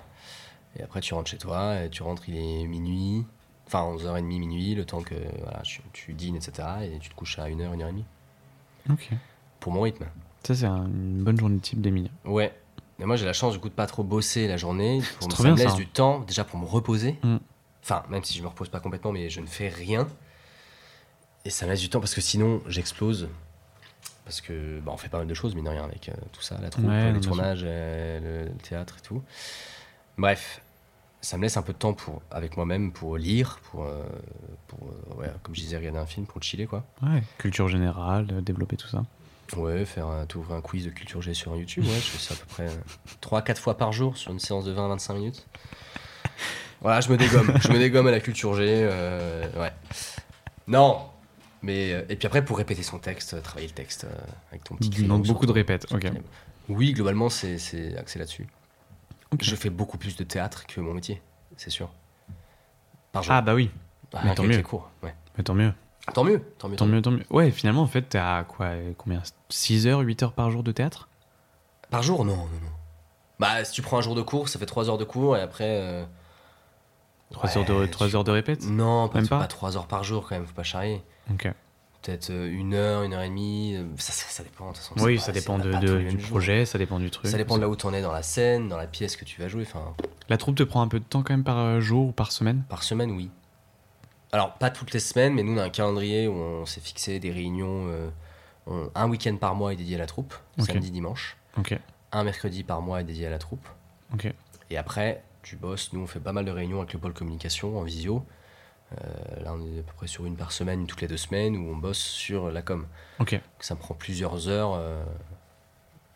Speaker 2: Et après, tu rentres chez toi, et tu rentres, il est minuit, enfin 11h30, minuit, le temps que voilà, tu, tu dînes, etc. Et tu te couches à 1h, 1h30
Speaker 1: Ok.
Speaker 2: pour mon rythme.
Speaker 1: Ça, c'est un- une bonne journée type d'Emilia.
Speaker 2: Ouais. Mais moi, j'ai la chance du coup de pas trop bosser la journée. Pour me,
Speaker 1: trop
Speaker 2: ça me
Speaker 1: bien,
Speaker 2: laisse
Speaker 1: ça.
Speaker 2: du temps déjà pour me reposer.
Speaker 1: Mm.
Speaker 2: Enfin, même si je me repose pas complètement, mais je ne fais rien. Et ça me laisse du temps parce que sinon, j'explose. Parce que bah, on fait pas mal de choses, mine de rien, avec euh, tout ça, la troupe,
Speaker 1: Ouais,
Speaker 2: euh,
Speaker 1: bien
Speaker 2: les
Speaker 1: sûr.
Speaker 2: tournages, euh, le, le théâtre et tout. Bref, ça me laisse un peu de temps pour, avec moi-même pour lire, pour, euh, pour euh, ouais, comme je disais, regarder un film, pour chiller quoi.
Speaker 1: Ouais. Culture générale, euh, développer tout ça.
Speaker 2: Ouais, faire un, t'ouvres un quiz de culture G sur YouTube, ouais, je fais ça à peu près 3-4 fois par jour sur une séance de 20-25 minutes. Voilà, je me dégomme, je me dégomme à la culture G, euh, ouais. Non mais, euh, Et puis après, pour répéter son texte, euh, travailler le texte euh, avec ton petit crayon
Speaker 1: Donc,
Speaker 2: sur
Speaker 1: beaucoup de
Speaker 2: ton-
Speaker 1: répètes.
Speaker 2: sur
Speaker 1: Ok.
Speaker 2: ton- Oui, globalement, c'est, c'est axé là-dessus.
Speaker 1: Ok.
Speaker 2: Je fais beaucoup plus de théâtre que mon métier, c'est sûr. Par jour.
Speaker 1: Ah, bah oui.
Speaker 2: Ah,
Speaker 1: mais tant
Speaker 2: avec
Speaker 1: mieux.
Speaker 2: les cours, ouais.
Speaker 1: Mais tant mieux.
Speaker 2: Tant mieux, tant mieux.
Speaker 1: Tant mieux, tant mieux. Ouais, finalement, en fait, t'es à quoi euh, Combien 6 heures, 8 heures par jour de théâtre
Speaker 2: Par jour Non, non, non. Bah, si tu prends un jour de cours, ça fait 3 heures de cours et après. euh,
Speaker 1: 3
Speaker 2: ouais,
Speaker 1: heures, de,
Speaker 2: tu-
Speaker 1: trois heures de répète
Speaker 2: Non, pas,
Speaker 1: Même pas
Speaker 2: pas 3 heures par jour quand même, faut pas charrier.
Speaker 1: Ok.
Speaker 2: Peut-être euh, une heure, une heure et demie, euh, ça, ça, ça dépend. de toute façon,
Speaker 1: Oui,
Speaker 2: c'est pas-
Speaker 1: ça
Speaker 2: c'est-
Speaker 1: dépend
Speaker 2: on a
Speaker 1: de,
Speaker 2: pas
Speaker 1: de-
Speaker 2: tous les
Speaker 1: du
Speaker 2: mêmes jours.
Speaker 1: projet, ça dépend du truc.
Speaker 2: Ça dépend de là où t'en es dans la scène, dans la pièce que tu vas jouer. Enfin,
Speaker 1: La troupe te prend un peu de temps quand même par euh, jour ou par semaine
Speaker 2: par semaine, oui. Alors, pas toutes les semaines, mais nous, on a un calendrier où on s'est fixé des réunions. euh, on- un week-end par mois est dédié à la troupe,
Speaker 1: Ok.
Speaker 2: samedi, dimanche.
Speaker 1: Ok.
Speaker 2: Un mercredi par mois est dédié à la troupe.
Speaker 1: Ok.
Speaker 2: Et après, tu bosses. Nous, on fait pas mal de réunions avec le pôle communication en visio. Euh, là, on est à peu près sur une par semaine, une toutes les deux semaines, où on bosse sur la com.
Speaker 1: Ok.
Speaker 2: Ça me prend plusieurs heures, euh,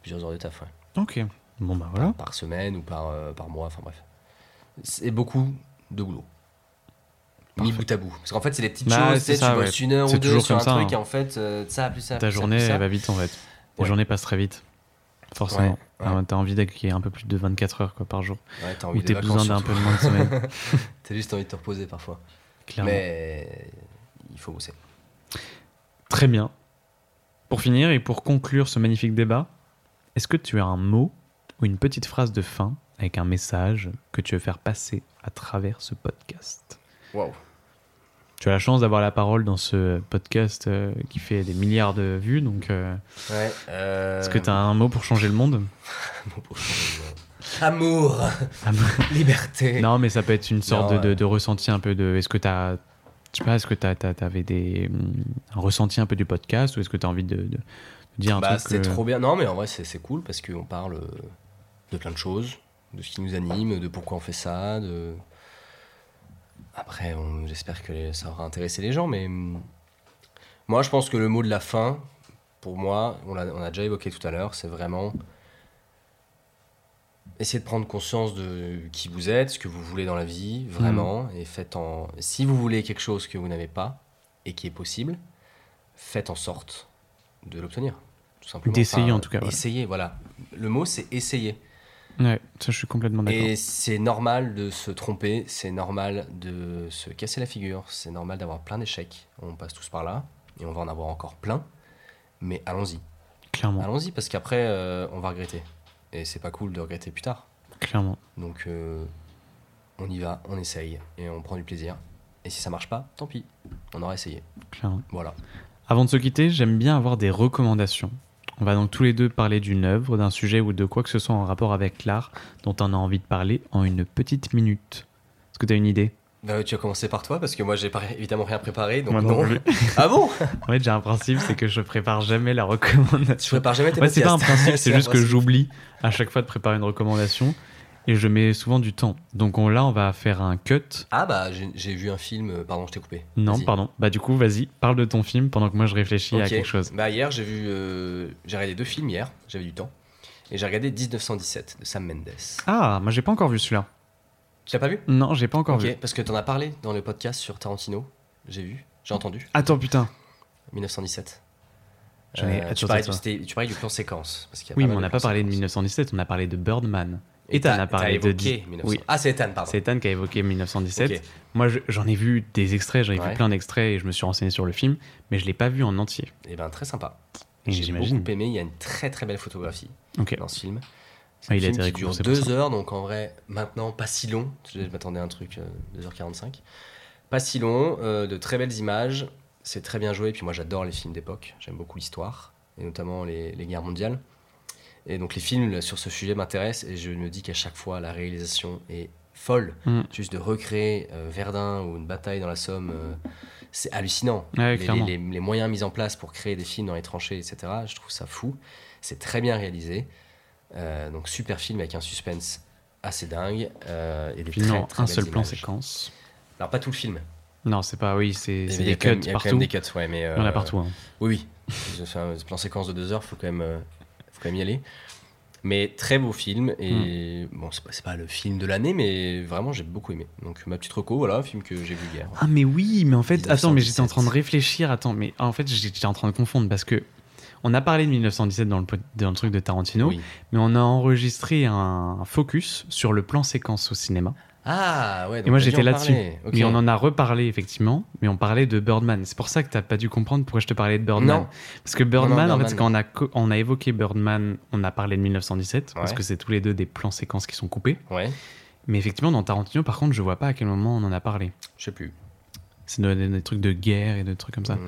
Speaker 2: plusieurs heures de taf, ouais.
Speaker 1: Ok. Bon, bah voilà.
Speaker 2: par semaine ou par, euh, par mois, enfin bref. C'est beaucoup de boulot. Mis
Speaker 1: Parfait.
Speaker 2: bout à bout. Parce qu'en fait, c'est les petites
Speaker 1: Bah,
Speaker 2: choses, tu
Speaker 1: c'est
Speaker 2: sais,
Speaker 1: ça,
Speaker 2: tu bosses
Speaker 1: ouais.
Speaker 2: une heure
Speaker 1: C'est
Speaker 2: ou deux
Speaker 1: toujours
Speaker 2: sur
Speaker 1: comme
Speaker 2: un
Speaker 1: ça, hein.
Speaker 2: truc et en fait, euh, ça, plus ça,
Speaker 1: Ta
Speaker 2: plus ça,
Speaker 1: journée, euh,
Speaker 2: plus ça.
Speaker 1: elle va vite en Ah, fait. La
Speaker 2: Ouais.
Speaker 1: journée passe très vite. Forcément.
Speaker 2: Ouais, ouais.
Speaker 1: Alors, T'as envie d'accueillir un peu plus de 24 heures quoi, par jour.
Speaker 2: Ouais, t'as envie
Speaker 1: Ou
Speaker 2: des
Speaker 1: t'es besoin
Speaker 2: vacances
Speaker 1: d'un peu
Speaker 2: surtout.
Speaker 1: moins de semaine.
Speaker 2: T'as juste envie de te reposer parfois.
Speaker 1: Clairement.
Speaker 2: Mais il faut bosser.
Speaker 1: Très bien. Pour finir et pour conclure ce magnifique débat, est-ce que tu as un mot ou une petite phrase de fin avec un message que tu veux faire passer à travers ce podcast
Speaker 2: Waouh.
Speaker 1: Tu as la chance d'avoir la parole dans ce podcast euh, qui fait des milliards de vues, donc euh,
Speaker 2: Ouais, euh,
Speaker 1: est-ce que tu as un mot pour changer le monde
Speaker 2: mot pour changer, euh, Amour,
Speaker 1: Amour.
Speaker 2: liberté.
Speaker 1: Non, mais ça peut être une sorte
Speaker 2: Ah, bah, Non,
Speaker 1: de, de-
Speaker 2: euh.
Speaker 1: de ressenti un peu de. Est-ce que t'as. Je sais pas, est-ce que t'as, t'as- t'avais des. hum, Un ressenti un peu du podcast ou est-ce que t'as envie de, de- de dire un
Speaker 2: bah,
Speaker 1: truc.
Speaker 2: c'était
Speaker 1: euh,
Speaker 2: trop bien. Non, mais en vrai, c'est c'est cool parce qu'on parle euh, de plein de choses, de ce qui nous anime, de pourquoi on fait ça. De... Après, on- j'espère que les- ça aura intéressé les gens, mais hum, moi, je pense que le mot de la fin, pour moi, on l'a on a déjà évoqué tout à l'heure, c'est vraiment essayez de prendre conscience de qui vous êtes, ce que vous voulez dans la vie, vraiment,
Speaker 1: Mm.
Speaker 2: et faites en. Si vous voulez quelque chose que vous n'avez pas et qui est possible, faites en sorte de l'obtenir. Tout simplement.
Speaker 1: D'essayer, en tout cas, voilà.
Speaker 2: Essayer, voilà. Le mot, c'est essayer.
Speaker 1: Ouais, ça je suis complètement d'accord.
Speaker 2: Et c'est normal de se tromper, c'est normal de se casser la figure, c'est normal d'avoir plein d'échecs. On passe tous par là et on va en avoir encore plein. Mais allons-y.
Speaker 1: Clairement,
Speaker 2: Allons-y parce qu'après, euh, on va regretter. Et c'est pas cool de regretter plus tard.
Speaker 1: clairement.
Speaker 2: Donc, euh, on y va, on essaye et on prend du plaisir. Et si ça marche pas, tant pis. On aura essayé.
Speaker 1: clairement.
Speaker 2: Voilà.
Speaker 1: Avant de se quitter, j'aime bien avoir des recommandations. On va donc tous les deux parler d'une œuvre, d'un sujet ou de quoi que ce soit en rapport avec l'art dont on a envie de parler en une petite minute. Est-ce que t'as une idée
Speaker 2: Bah, tu as commencé par toi parce que moi, j'ai pas- évidemment rien préparé. Donc,
Speaker 1: Moi non
Speaker 2: non.
Speaker 1: plus.
Speaker 2: ah bon
Speaker 1: En fait, j'ai un principe, c'est que je prépare jamais la recommandation.
Speaker 2: Tu prépares jamais tes
Speaker 1: Ouais, c'est pas un
Speaker 2: podcasts.
Speaker 1: principe, c'est
Speaker 2: un
Speaker 1: juste que
Speaker 2: principe.
Speaker 1: j'oublie à chaque fois de préparer une recommandation et je mets souvent du temps. Donc on, là, on va faire un cut.
Speaker 2: Ah bah, j'ai j'ai vu un film. euh, Pardon, je t'ai coupé.
Speaker 1: Non,
Speaker 2: Vas-y.
Speaker 1: pardon. Bah du coup, vas-y, parle de ton film pendant que moi je réfléchis à
Speaker 2: Ok.
Speaker 1: quelque chose.
Speaker 2: Bah, hier, j'ai vu. euh, j'ai regardé deux films hier. J'avais du temps. Et j'ai regardé 1917 de Sam Mendes.
Speaker 1: Ah, moi j'ai pas encore vu celui-là.
Speaker 2: Tu l'as pas vu
Speaker 1: Non, j'ai pas encore
Speaker 2: Ok,
Speaker 1: vu.
Speaker 2: parce que t'en as parlé dans le podcast sur Tarantino. J'ai vu, j'ai entendu.
Speaker 1: Attends, putain.
Speaker 2: 1917.
Speaker 1: J'en ai- attends,
Speaker 2: Euh, tu, parlais,
Speaker 1: attends.
Speaker 2: du- c'était- tu parlais du plan séquence. Parce qu'il y a
Speaker 1: Oui, mais
Speaker 2: pas mal
Speaker 1: on
Speaker 2: de
Speaker 1: n'a
Speaker 2: plans
Speaker 1: pas parlé de
Speaker 2: séquences.
Speaker 1: 1917, on a parlé de Birdman.
Speaker 2: Et
Speaker 1: Ethan
Speaker 2: t'as-
Speaker 1: a parlé
Speaker 2: t'as
Speaker 1: de
Speaker 2: évoqué
Speaker 1: dix-
Speaker 2: 1900.
Speaker 1: Oui.
Speaker 2: Ah, c'est Ethan, pardon.
Speaker 1: C'est Ethan qui a évoqué 1917.
Speaker 2: Ok.
Speaker 1: Moi, je- j'en ai vu des extraits, j'en ai vu
Speaker 2: Ouais.
Speaker 1: plein d'extraits et je me suis renseigné sur le film, mais je l'ai pas vu en entier.
Speaker 2: Et ben très sympa.
Speaker 1: Et
Speaker 2: J'ai
Speaker 1: J'imagine.
Speaker 2: beaucoup aimé. Il y a une très très belle photographie
Speaker 1: Ok.
Speaker 2: dans ce film.
Speaker 1: Ah,
Speaker 2: C'est un
Speaker 1: il a
Speaker 2: film
Speaker 1: été
Speaker 2: qui dure
Speaker 1: récompensé pour
Speaker 2: deux heures, donc en vrai, maintenant, pas si long. Je m'attendais à un truc, euh, 2h45. Pas si long, euh, de très belles images, c'est très bien joué. Puis moi, j'adore les films d'époque, j'aime beaucoup l'histoire, et notamment les, les guerres mondiales. Et donc, les films là, sur ce sujet m'intéressent, et je me dis qu'à chaque fois, la réalisation est folle.
Speaker 1: Mm.
Speaker 2: Juste de recréer euh, Verdun ou une bataille dans la Somme, euh, c'est hallucinant.
Speaker 1: Ouais,
Speaker 2: les,
Speaker 1: clairement.
Speaker 2: les- les- les moyens mis en place pour créer des films dans les tranchées, etc., je trouve ça fou. C'est très bien réalisé. Euh, donc super film avec un suspense assez dingue euh, et des
Speaker 1: Puis
Speaker 2: très,
Speaker 1: non,
Speaker 2: très
Speaker 1: un
Speaker 2: belles
Speaker 1: seul plan
Speaker 2: images.
Speaker 1: séquence.
Speaker 2: Alors pas tout le film.
Speaker 1: Non, c'est pas, oui, c'est
Speaker 2: Mais
Speaker 1: c'est
Speaker 2: il y a
Speaker 1: des
Speaker 2: quand même- il
Speaker 1: cuts
Speaker 2: y a quand
Speaker 1: partout.
Speaker 2: même des cuts, ouais, mais
Speaker 1: Il y en a
Speaker 2: euh,
Speaker 1: partout. hein.
Speaker 2: Oui, oui. Je fais un plan séquence de deux heures, faut quand même, euh, faut quand même y aller. Mais très beau film et
Speaker 1: Hmm.
Speaker 2: bon, c'est pas, c'est pas le film de l'année, mais vraiment j'ai beaucoup aimé. Donc ma petite reco, voilà, film que j'ai vu hier.
Speaker 1: Ah mais oui, mais en fait, attends, mais j'étais en
Speaker 2: 1917.
Speaker 1: train de réfléchir, attends, mais en fait, j'étais en train de confondre parce que on a parlé de 1917 dans le, pod- dans le truc de Tarantino,
Speaker 2: Oui.
Speaker 1: mais on a enregistré un focus sur le plan séquence au cinéma.
Speaker 2: Ah ouais. donc
Speaker 1: Et moi,
Speaker 2: t'as dû
Speaker 1: j'étais
Speaker 2: en
Speaker 1: là-dessus.
Speaker 2: parler. Ok.
Speaker 1: Mais on en a reparlé effectivement, mais on parlait de Birdman. C'est pour ça que t'as pas dû comprendre pourquoi je te parlais de Birdman.
Speaker 2: Non.
Speaker 1: Parce que Birdman,
Speaker 2: Non, non,
Speaker 1: en fait,
Speaker 2: Birdman,
Speaker 1: c'est quand on a, co- on a évoqué Birdman, on a parlé de 1917, parce
Speaker 2: Ouais.
Speaker 1: que c'est tous les deux des plans séquences qui sont coupés.
Speaker 2: Ouais.
Speaker 1: Mais effectivement, dans Tarantino, par contre, je vois pas à quel moment on en a parlé.
Speaker 2: Je sais plus.
Speaker 1: C'est de- des, des trucs de guerre et des trucs comme ça.
Speaker 2: Hum,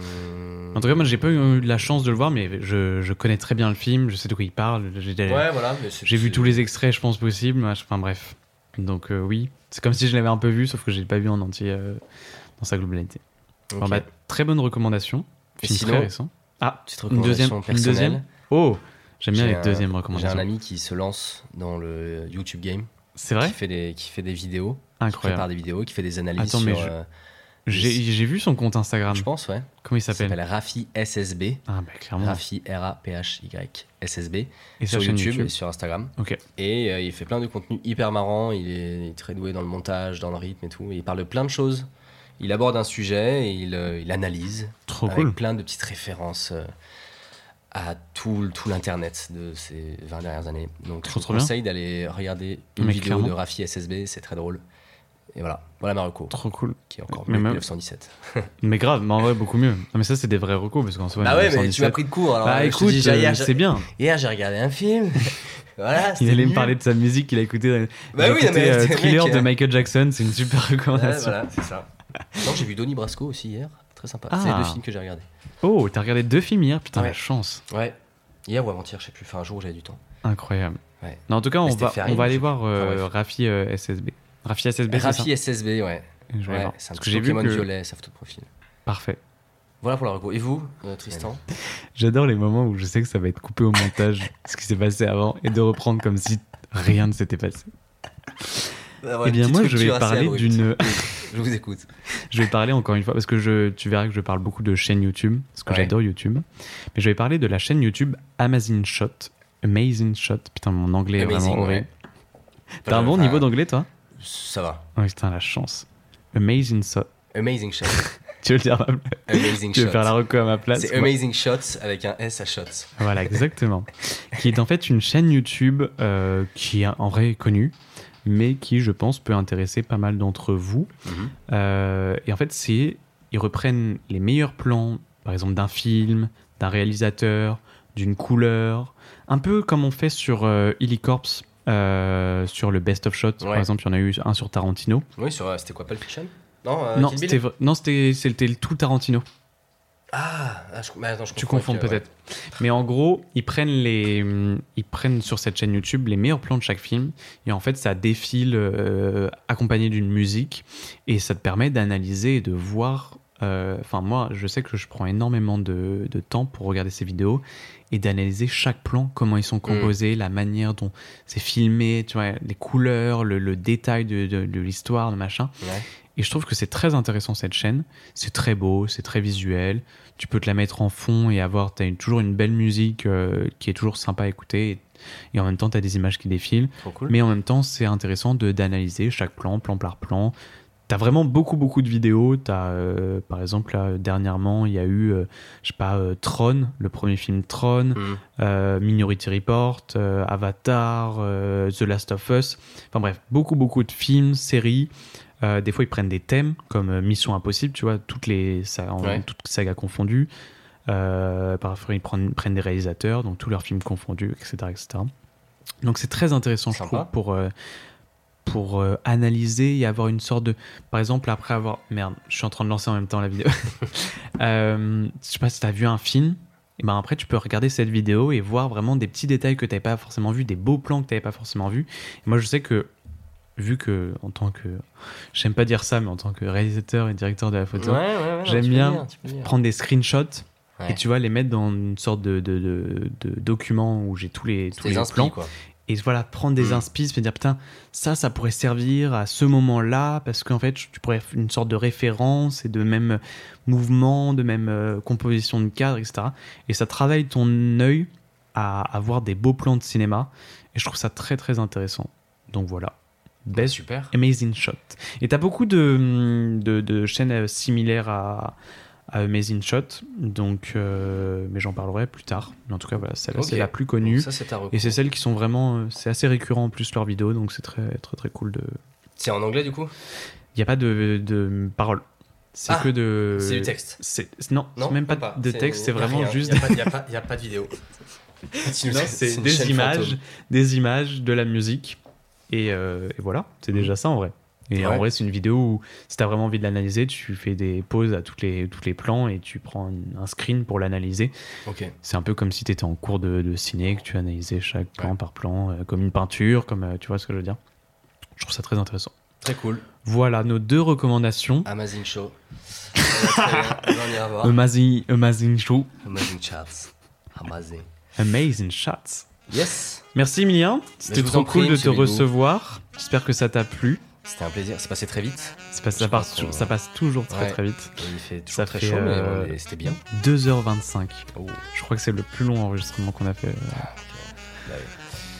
Speaker 1: Bah. En tout cas, moi, j'ai pas eu la chance de le voir, mais je, je connais très bien le film, je sais de quoi il parle. J'ai
Speaker 2: Ouais, voilà. mais c'est-
Speaker 1: j'ai vu
Speaker 2: c'est-
Speaker 1: tous les extraits, je pense, possibles. mach- Enfin, bref. Donc, euh, oui. C'est comme si je l'avais un peu vu, sauf que je l'ai pas vu en entier euh, dans sa globalité.
Speaker 2: Ok.
Speaker 1: Enfin, bah, très bonne recommandation.
Speaker 2: Et
Speaker 1: Film
Speaker 2: sinon,
Speaker 1: très récent. Ah,
Speaker 2: Petite
Speaker 1: une deuxième.
Speaker 2: recommandation
Speaker 1: Une
Speaker 2: personnelle.
Speaker 1: deuxième. Oh, j'aime bien
Speaker 2: J'ai
Speaker 1: les
Speaker 2: un-
Speaker 1: deuxièmes
Speaker 2: J'ai un
Speaker 1: recommandations.
Speaker 2: ami qui se lance dans le YouTube game,
Speaker 1: C'est
Speaker 2: qui
Speaker 1: vrai
Speaker 2: fait des, qui fait des vidéos, qui prépare
Speaker 1: Incroyable.
Speaker 2: des vidéos, qui fait des analyses
Speaker 1: Attends,
Speaker 2: sur,
Speaker 1: mais je-
Speaker 2: euh,
Speaker 1: J'ai j'ai vu son compte Instagram.
Speaker 2: je pense, ouais.
Speaker 1: Comment il
Speaker 2: Ça s'appelle
Speaker 1: s'appelle
Speaker 2: Rafi SSB,
Speaker 1: Ah, bah, clairement.
Speaker 2: Rafi R A P H Y SSB
Speaker 1: Et sa
Speaker 2: sur
Speaker 1: chaîne
Speaker 2: YouTube, et sur Instagram.
Speaker 1: Ok.
Speaker 2: Et euh, il fait plein de contenu hyper marrant. Il est, il est très doué dans le montage, dans le rythme et tout. Et il parle de plein de choses. Il aborde un sujet et il, euh, il analyse
Speaker 1: Trop
Speaker 2: avec
Speaker 1: cool.
Speaker 2: plein de petites références euh, à tout, le- tout l'internet de ces 20 dernières années. Donc
Speaker 1: Trop,
Speaker 2: je
Speaker 1: trop
Speaker 2: vous conseille d'aller regarder une
Speaker 1: Mais
Speaker 2: vidéo de
Speaker 1: clairement.
Speaker 2: Rafi SSB, c'est très drôle. Et voilà, voilà Marocco,
Speaker 1: Trop cool.
Speaker 2: qui est encore
Speaker 1: Mais
Speaker 2: mieux que
Speaker 1: même-
Speaker 2: 1917.
Speaker 1: Mais grave, mais en vrai, beaucoup mieux. Non, mais ça, c'est des vrais recos, parce qu'en soi.
Speaker 2: bah ouais, mais
Speaker 1: 1917,
Speaker 2: tu m'as pris de cours. Alors,
Speaker 1: Bah
Speaker 2: euh, je te
Speaker 1: écoute,
Speaker 2: dis, j'ai-
Speaker 1: euh,
Speaker 2: hier, j'ai-
Speaker 1: c'est bien.
Speaker 2: hier, j'ai regardé un film. voilà,
Speaker 1: Il
Speaker 2: c'était
Speaker 1: allait me
Speaker 2: nul.
Speaker 1: parler de sa musique qu'il a écoutée. dans- j'ai
Speaker 2: Bah oui, non,
Speaker 1: écouté,
Speaker 2: mais
Speaker 1: euh,
Speaker 2: c'est- mec,
Speaker 1: Thriller de
Speaker 2: euh,
Speaker 1: Michael Jackson, c'est une super
Speaker 2: Ouais,
Speaker 1: recommandation.
Speaker 2: voilà, c'est ça. Non, j'ai vu Donnie Brasco aussi hier. Très sympa.
Speaker 1: Ah.
Speaker 2: C'est les deux films que j'ai regardés.
Speaker 1: Oh, t'as regardé deux films hier, putain,
Speaker 2: Ouais.
Speaker 1: la chance.
Speaker 2: Ouais. Hier ou avant-hier, je sais plus. Enfin, un jour où j'avais du temps.
Speaker 1: Incroyable.
Speaker 2: Ouais.
Speaker 1: Non, en tout cas, on
Speaker 2: Mais c'était
Speaker 1: va,
Speaker 2: férié,
Speaker 1: on va
Speaker 2: je
Speaker 1: aller
Speaker 2: sais
Speaker 1: voir
Speaker 2: plus. Enfin,
Speaker 1: euh,
Speaker 2: bref.
Speaker 1: Rafi euh, SSB. Rafi SSB, c'est
Speaker 2: Rafi SSB, ouais.
Speaker 1: ça Je vais
Speaker 2: Ouais,
Speaker 1: voir. Parce
Speaker 2: C'est un petit
Speaker 1: que j'ai vu
Speaker 2: Pokémon
Speaker 1: que...
Speaker 2: violet, sa photo de profil.
Speaker 1: Parfait.
Speaker 2: Voilà pour la reco. Et vous, euh, Tristan
Speaker 1: J'adore les moments où je sais que ça va être coupé au montage, ce qui s'est passé avant, et de reprendre comme si rien ne s'était passé. eh bien, moi, je vais parler d'une.
Speaker 2: Je vous écoute.
Speaker 1: je vais parler encore une fois, parce que je, tu verras que je parle beaucoup de chaîne YouTube, parce que
Speaker 2: Ouais.
Speaker 1: j'adore YouTube. Mais je vais parler de la chaîne YouTube Amazing Shot. Amazing Shot. Putain, mon anglais est
Speaker 2: Amazing,
Speaker 1: vraiment horrible. T'as un
Speaker 2: Enfin,
Speaker 1: bon
Speaker 2: enfin,
Speaker 1: niveau d'anglais, toi
Speaker 2: Ça va.
Speaker 1: Oh putain, la chance. Amazing Shot.
Speaker 2: Amazing shot.
Speaker 1: Tu veux le dire à ma place
Speaker 2: Amazing
Speaker 1: Tu veux
Speaker 2: shot.
Speaker 1: faire la reco à ma place
Speaker 2: C'est
Speaker 1: moi
Speaker 2: Amazing Shots avec un S à Shots.
Speaker 1: Voilà, exactement. qui est en fait une chaîne YouTube euh, qui est en vrai connue, mais qui, je pense, peut intéresser pas mal d'entre vous.
Speaker 2: Mhm.
Speaker 1: Euh, et en fait, c'est ils reprennent les meilleurs plans, par exemple d'un film, d'un réalisateur, d'une couleur, un peu comme on fait sur euh, Illicorpse, euh, sur le Best of Shot. Par
Speaker 2: Ouais.
Speaker 1: exemple, il y en a eu un sur Tarantino.
Speaker 2: Oui, sur, euh, c'était quoi, Pulp Fiction Non, euh,
Speaker 1: non,
Speaker 2: Kill Bill
Speaker 1: c'était vra- non, c'était c'était le tout Tarantino.
Speaker 2: Ah, ah, je, mais attends, je
Speaker 1: Tu
Speaker 2: confonds
Speaker 1: confonds
Speaker 2: avec, euh,
Speaker 1: peut-être. Mais en gros, ils prennent, les, hum, ils prennent sur cette chaîne YouTube les meilleurs plans de chaque film. Et en fait, ça défile euh, accompagné d'une musique. Et ça te permet d'analyser et de voir. euh, Enfin, moi, je sais que je prends énormément de, de temps pour regarder ces vidéos et d'analyser chaque plan, comment ils sont composés, la manière dont c'est filmé, tu vois, les couleurs, le, le détail de, de- de l'histoire, le machin.
Speaker 2: ouais. Ouais.
Speaker 1: Et je trouve que c'est très intéressant cette chaîne. C'est très beau, c'est très visuel. Tu peux te la mettre en fond et avoir t'as une- toujours une belle musique euh, qui est toujours sympa à écouter. Et, et en même temps, tu as des images qui défilent.
Speaker 2: Trop cool.
Speaker 1: Mais en même temps, c'est intéressant de- d'analyser chaque plan, plan par plan. T'as vraiment beaucoup, beaucoup de vidéos. T'as, euh, par exemple, là, dernièrement, il y a eu, euh, je sais pas, euh, Tron, le premier film Tron
Speaker 2: Mhm.
Speaker 1: euh, Minority Report, euh, Avatar, euh, The Last of Us. Enfin bref, beaucoup beaucoup de films, séries. Euh, des fois ils prennent des thèmes comme euh, Mission Impossible, tu vois, toutes les sa- en-
Speaker 2: Ouais.
Speaker 1: toutes sagas confondues. Euh, parfois ils prennent, prennent des réalisateurs, donc tous leurs films confondus, etc., etc. Donc c'est très intéressant je
Speaker 2: Sympa.
Speaker 1: trouve pour euh, pour euh, analyser et avoir une sorte de par exemple après avoir merde, je suis en train de lancer en même temps la vidéo. Euh, je sais pas si t'as vu un film, et ben après tu peux regarder cette vidéo et voir vraiment des petits détails que t'avais pas forcément vu, des beaux plans que t'avais pas forcément vu. Et moi je sais que vu que en tant que j'aime pas dire ça, mais en tant que réalisateur et directeur de la photo,
Speaker 2: Ouais, ouais, ouais, non,
Speaker 1: J'aime
Speaker 2: tu peux
Speaker 1: bien
Speaker 2: le dire, tu peux le dire.
Speaker 1: prendre des screenshots
Speaker 2: Ouais.
Speaker 1: et tu vois les mettre dans une sorte de, de, de- de document où j'ai tous les tous
Speaker 2: C'était
Speaker 1: les
Speaker 2: les inspi,
Speaker 1: plans
Speaker 2: quoi.
Speaker 1: et voilà prendre des
Speaker 2: Mm.
Speaker 1: inspis et dire putain ça ça pourrait servir à ce moment là parce qu'en fait tu pourrais faire une sorte de référence et de même euh, mouvement de même euh, composition de cadre etc et ça travaille ton œil à avoir des beaux plans de cinéma et je trouve ça très très intéressant donc voilà Best
Speaker 2: super.
Speaker 1: Amazing Shot. Et t'as beaucoup de, de, de chaînes euh, similaires à, à Amazing Shot, donc, euh, mais j'en parlerai plus tard. Mais en tout cas, voilà, celle-là, c'est
Speaker 2: Ok.
Speaker 1: la plus connue.
Speaker 2: Ça, c'est ta reco.
Speaker 1: et c'est celles qui sont vraiment. euh, C'est assez récurrent en plus leurs vidéos, donc c'est très, très, très cool. de.
Speaker 2: C'est en anglais, du coup
Speaker 1: Euh, Il n'y a pas de, de parole. C'est
Speaker 2: Ah,
Speaker 1: que de.
Speaker 2: C'est du texte.
Speaker 1: c'est- Non,
Speaker 2: Non,
Speaker 1: c'est même pas,
Speaker 2: même pas.
Speaker 1: de texte, c'est
Speaker 2: y a
Speaker 1: vraiment
Speaker 2: rien,
Speaker 1: juste.
Speaker 2: y a pas- y a pas- y a pas de vidéo. Continue,
Speaker 1: Non, c'est
Speaker 2: une
Speaker 1: des
Speaker 2: chaîne
Speaker 1: images,
Speaker 2: fantôme.
Speaker 1: des images, de la musique. Et, euh, et voilà, c'est déjà ça en vrai. Et en
Speaker 2: Mm. Ouais.
Speaker 1: vrai, c'est une vidéo où si t'as vraiment envie de l'analyser, tu fais des pauses à toutes les, tous les plans et tu prends une- un screen pour l'analyser.
Speaker 2: Ok.
Speaker 1: C'est un peu comme si t'étais en cours de, de ciné, que tu analysais chaque plan par plan, euh, comme une peinture, comme euh, tu vois ce que je veux dire. Je trouve ça très intéressant.
Speaker 2: Très cool.
Speaker 1: Voilà nos deux recommandations.
Speaker 2: Amazing Show. Voilà, très bien. On ira voir.
Speaker 1: Amazing, amazing show,
Speaker 2: Amazing Chats. Amazing.
Speaker 1: amazing shots.
Speaker 2: Yes.
Speaker 1: Merci Emilien, c'était
Speaker 2: Bah, vous
Speaker 1: trop
Speaker 2: en prie,
Speaker 1: cool de te
Speaker 2: monsieur Bidou.
Speaker 1: recevoir. J'espère que ça t'a plu.
Speaker 2: C'était un plaisir. C'est passé très vite.
Speaker 1: Ça passe,
Speaker 2: Je
Speaker 1: ça
Speaker 2: crois
Speaker 1: passe,
Speaker 2: qu'on-
Speaker 1: tou- ça passe toujours très
Speaker 2: Ouais.
Speaker 1: très vite.
Speaker 2: Et Il fait toujours
Speaker 1: Ça
Speaker 2: très
Speaker 1: fait,
Speaker 2: chaud, mais
Speaker 1: euh,
Speaker 2: on est- c'était bien.
Speaker 1: 2h25.
Speaker 2: Oh.
Speaker 1: Je crois que c'est le plus long enregistrement qu'on a fait.
Speaker 2: Bah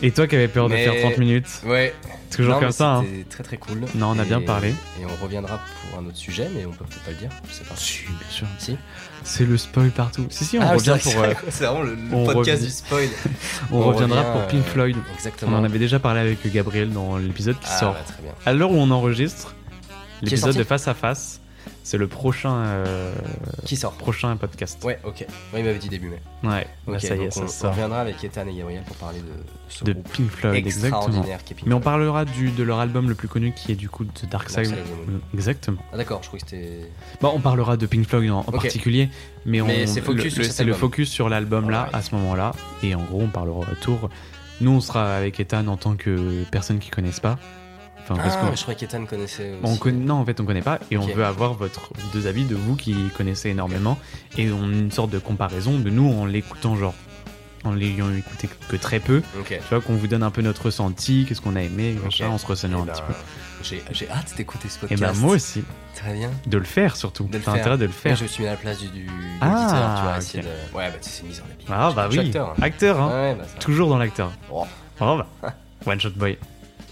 Speaker 1: Et toi qui avais peur
Speaker 2: Mais-
Speaker 1: de faire 30 minutes,
Speaker 2: Ouais.
Speaker 1: toujours
Speaker 2: Non,
Speaker 1: comme
Speaker 2: mais
Speaker 1: ça. hein.
Speaker 2: C'était très très cool.
Speaker 1: Non, on a
Speaker 2: Et-
Speaker 1: bien parlé.
Speaker 2: Et on reviendra pour un autre sujet, mais on peut peut-être pas le dire. Je sais pas.
Speaker 1: Si, bien sûr.
Speaker 2: Si.
Speaker 1: C'est le spoil partout. Si, si, on
Speaker 2: Ah,
Speaker 1: revient
Speaker 2: c'est
Speaker 1: pour,
Speaker 2: vrai
Speaker 1: euh,
Speaker 2: que C'est c'est vraiment le, le
Speaker 1: on
Speaker 2: podcast
Speaker 1: revient.
Speaker 2: du spoil.
Speaker 1: on
Speaker 2: on
Speaker 1: reviendra
Speaker 2: revient,
Speaker 1: pour Pink
Speaker 2: euh,
Speaker 1: Floyd. On
Speaker 2: Exactement.
Speaker 1: en avait déjà parlé avec Gabriel dans l'épisode qui
Speaker 2: Ah,
Speaker 1: sort.
Speaker 2: bah, très bien.
Speaker 1: À l'heure où on enregistre,
Speaker 2: est
Speaker 1: l'épisode
Speaker 2: sorti
Speaker 1: de Face à Face C'est le prochain, euh,
Speaker 2: Qui sort
Speaker 1: prochain podcast.
Speaker 2: Ouais, ok. Ouais, il m'avait dit début mai.
Speaker 1: Ouais, bah,
Speaker 2: Ok,
Speaker 1: ça y est,
Speaker 2: donc
Speaker 1: ça
Speaker 2: on, on
Speaker 1: sort.
Speaker 2: reviendra avec Ethan et Gabriel pour parler de ce
Speaker 1: De
Speaker 2: groupe
Speaker 1: Pink Floyd, exactement.
Speaker 2: extraordinaire qui est Pink
Speaker 1: Mais on
Speaker 2: Floyd.
Speaker 1: parlera du, de leur album le plus connu qui est du coup de Dark Side.
Speaker 2: Dark Side of the Moon.
Speaker 1: Mm, Exactement.
Speaker 2: Ah d'accord, je crois que c'était...
Speaker 1: Bah, on parlera de Pink Floyd en, en
Speaker 2: Ok.
Speaker 1: particulier, mais, on-
Speaker 2: Mais c'est focus
Speaker 1: le-
Speaker 2: sur
Speaker 1: le,
Speaker 2: cet
Speaker 1: c'est le
Speaker 2: album.
Speaker 1: focus sur l'album là,
Speaker 2: Alright.
Speaker 1: à ce moment-là, et en gros on parlera à tour. Nous on sera avec Ethan en tant que personne qui connaissent pas. Enfin, parce
Speaker 2: Ah,
Speaker 1: qu'on-
Speaker 2: mais je croyais qu'Ethan connaissait aussi.
Speaker 1: on connaît, non, en fait, on connaît pas et
Speaker 2: Ok.
Speaker 1: on veut avoir votre deux avis de vous qui connaissez énormément et on a une sorte de comparaison de nous en l'écoutant, genre en l'ayant écouté que très peu.
Speaker 2: Ok.
Speaker 1: Tu vois, qu'on vous donne un peu notre ressenti, qu'est-ce qu'on a aimé,
Speaker 2: Ok.
Speaker 1: machin, en se ressailant
Speaker 2: Eh
Speaker 1: un
Speaker 2: ben,
Speaker 1: petit peu.
Speaker 2: J'ai j'ai hâte d'écouter ce
Speaker 1: Et
Speaker 2: podcast.
Speaker 1: ben moi aussi,
Speaker 2: Très bien.
Speaker 1: de le faire surtout.
Speaker 2: De le
Speaker 1: T'as
Speaker 2: faire.
Speaker 1: intérêt de le
Speaker 2: Moi,
Speaker 1: faire.
Speaker 2: je me suis mis à la place du, du de
Speaker 1: Ah,
Speaker 2: l'éditeur, tu vois,
Speaker 1: ok.
Speaker 2: essayer de... Ouais, bah tu sais, c'est mis en habit.
Speaker 1: Ah bah
Speaker 2: Je
Speaker 1: oui,
Speaker 2: suis acteur, hein.
Speaker 1: acteur hein.
Speaker 2: Ouais, bah ça.
Speaker 1: Toujours dans l'acteur.
Speaker 2: Oh.
Speaker 1: Oh bah. One Shot Boy,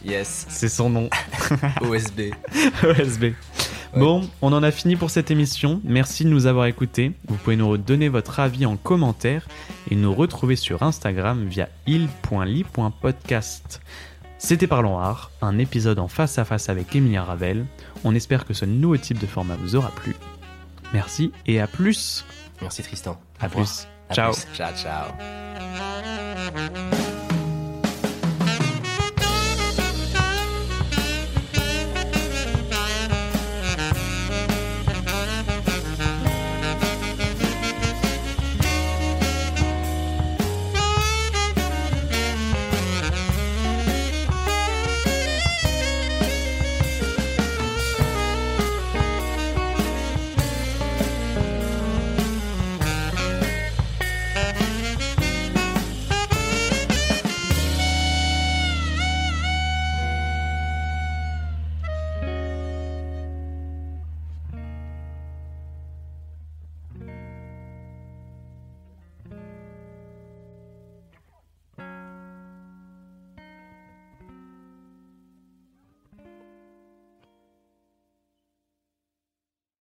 Speaker 2: Yes,
Speaker 1: c'est son nom,
Speaker 2: OSB.
Speaker 1: OSB. Bon, on en a fini pour cette émission. Merci de nous avoir écoutés. Vous pouvez nous donner votre avis en commentaire et nous retrouver sur Instagram via il.ly.podcast. C'était Parlons Art, un épisode en face à face avec Emilia Ravel. On espère que ce nouveau type de format vous aura plu. Merci et à plus.
Speaker 2: Merci Tristan.
Speaker 1: À
Speaker 2: Au revoir.
Speaker 1: plus.
Speaker 2: À
Speaker 1: Ciao.
Speaker 2: plus. Ciao, ciao.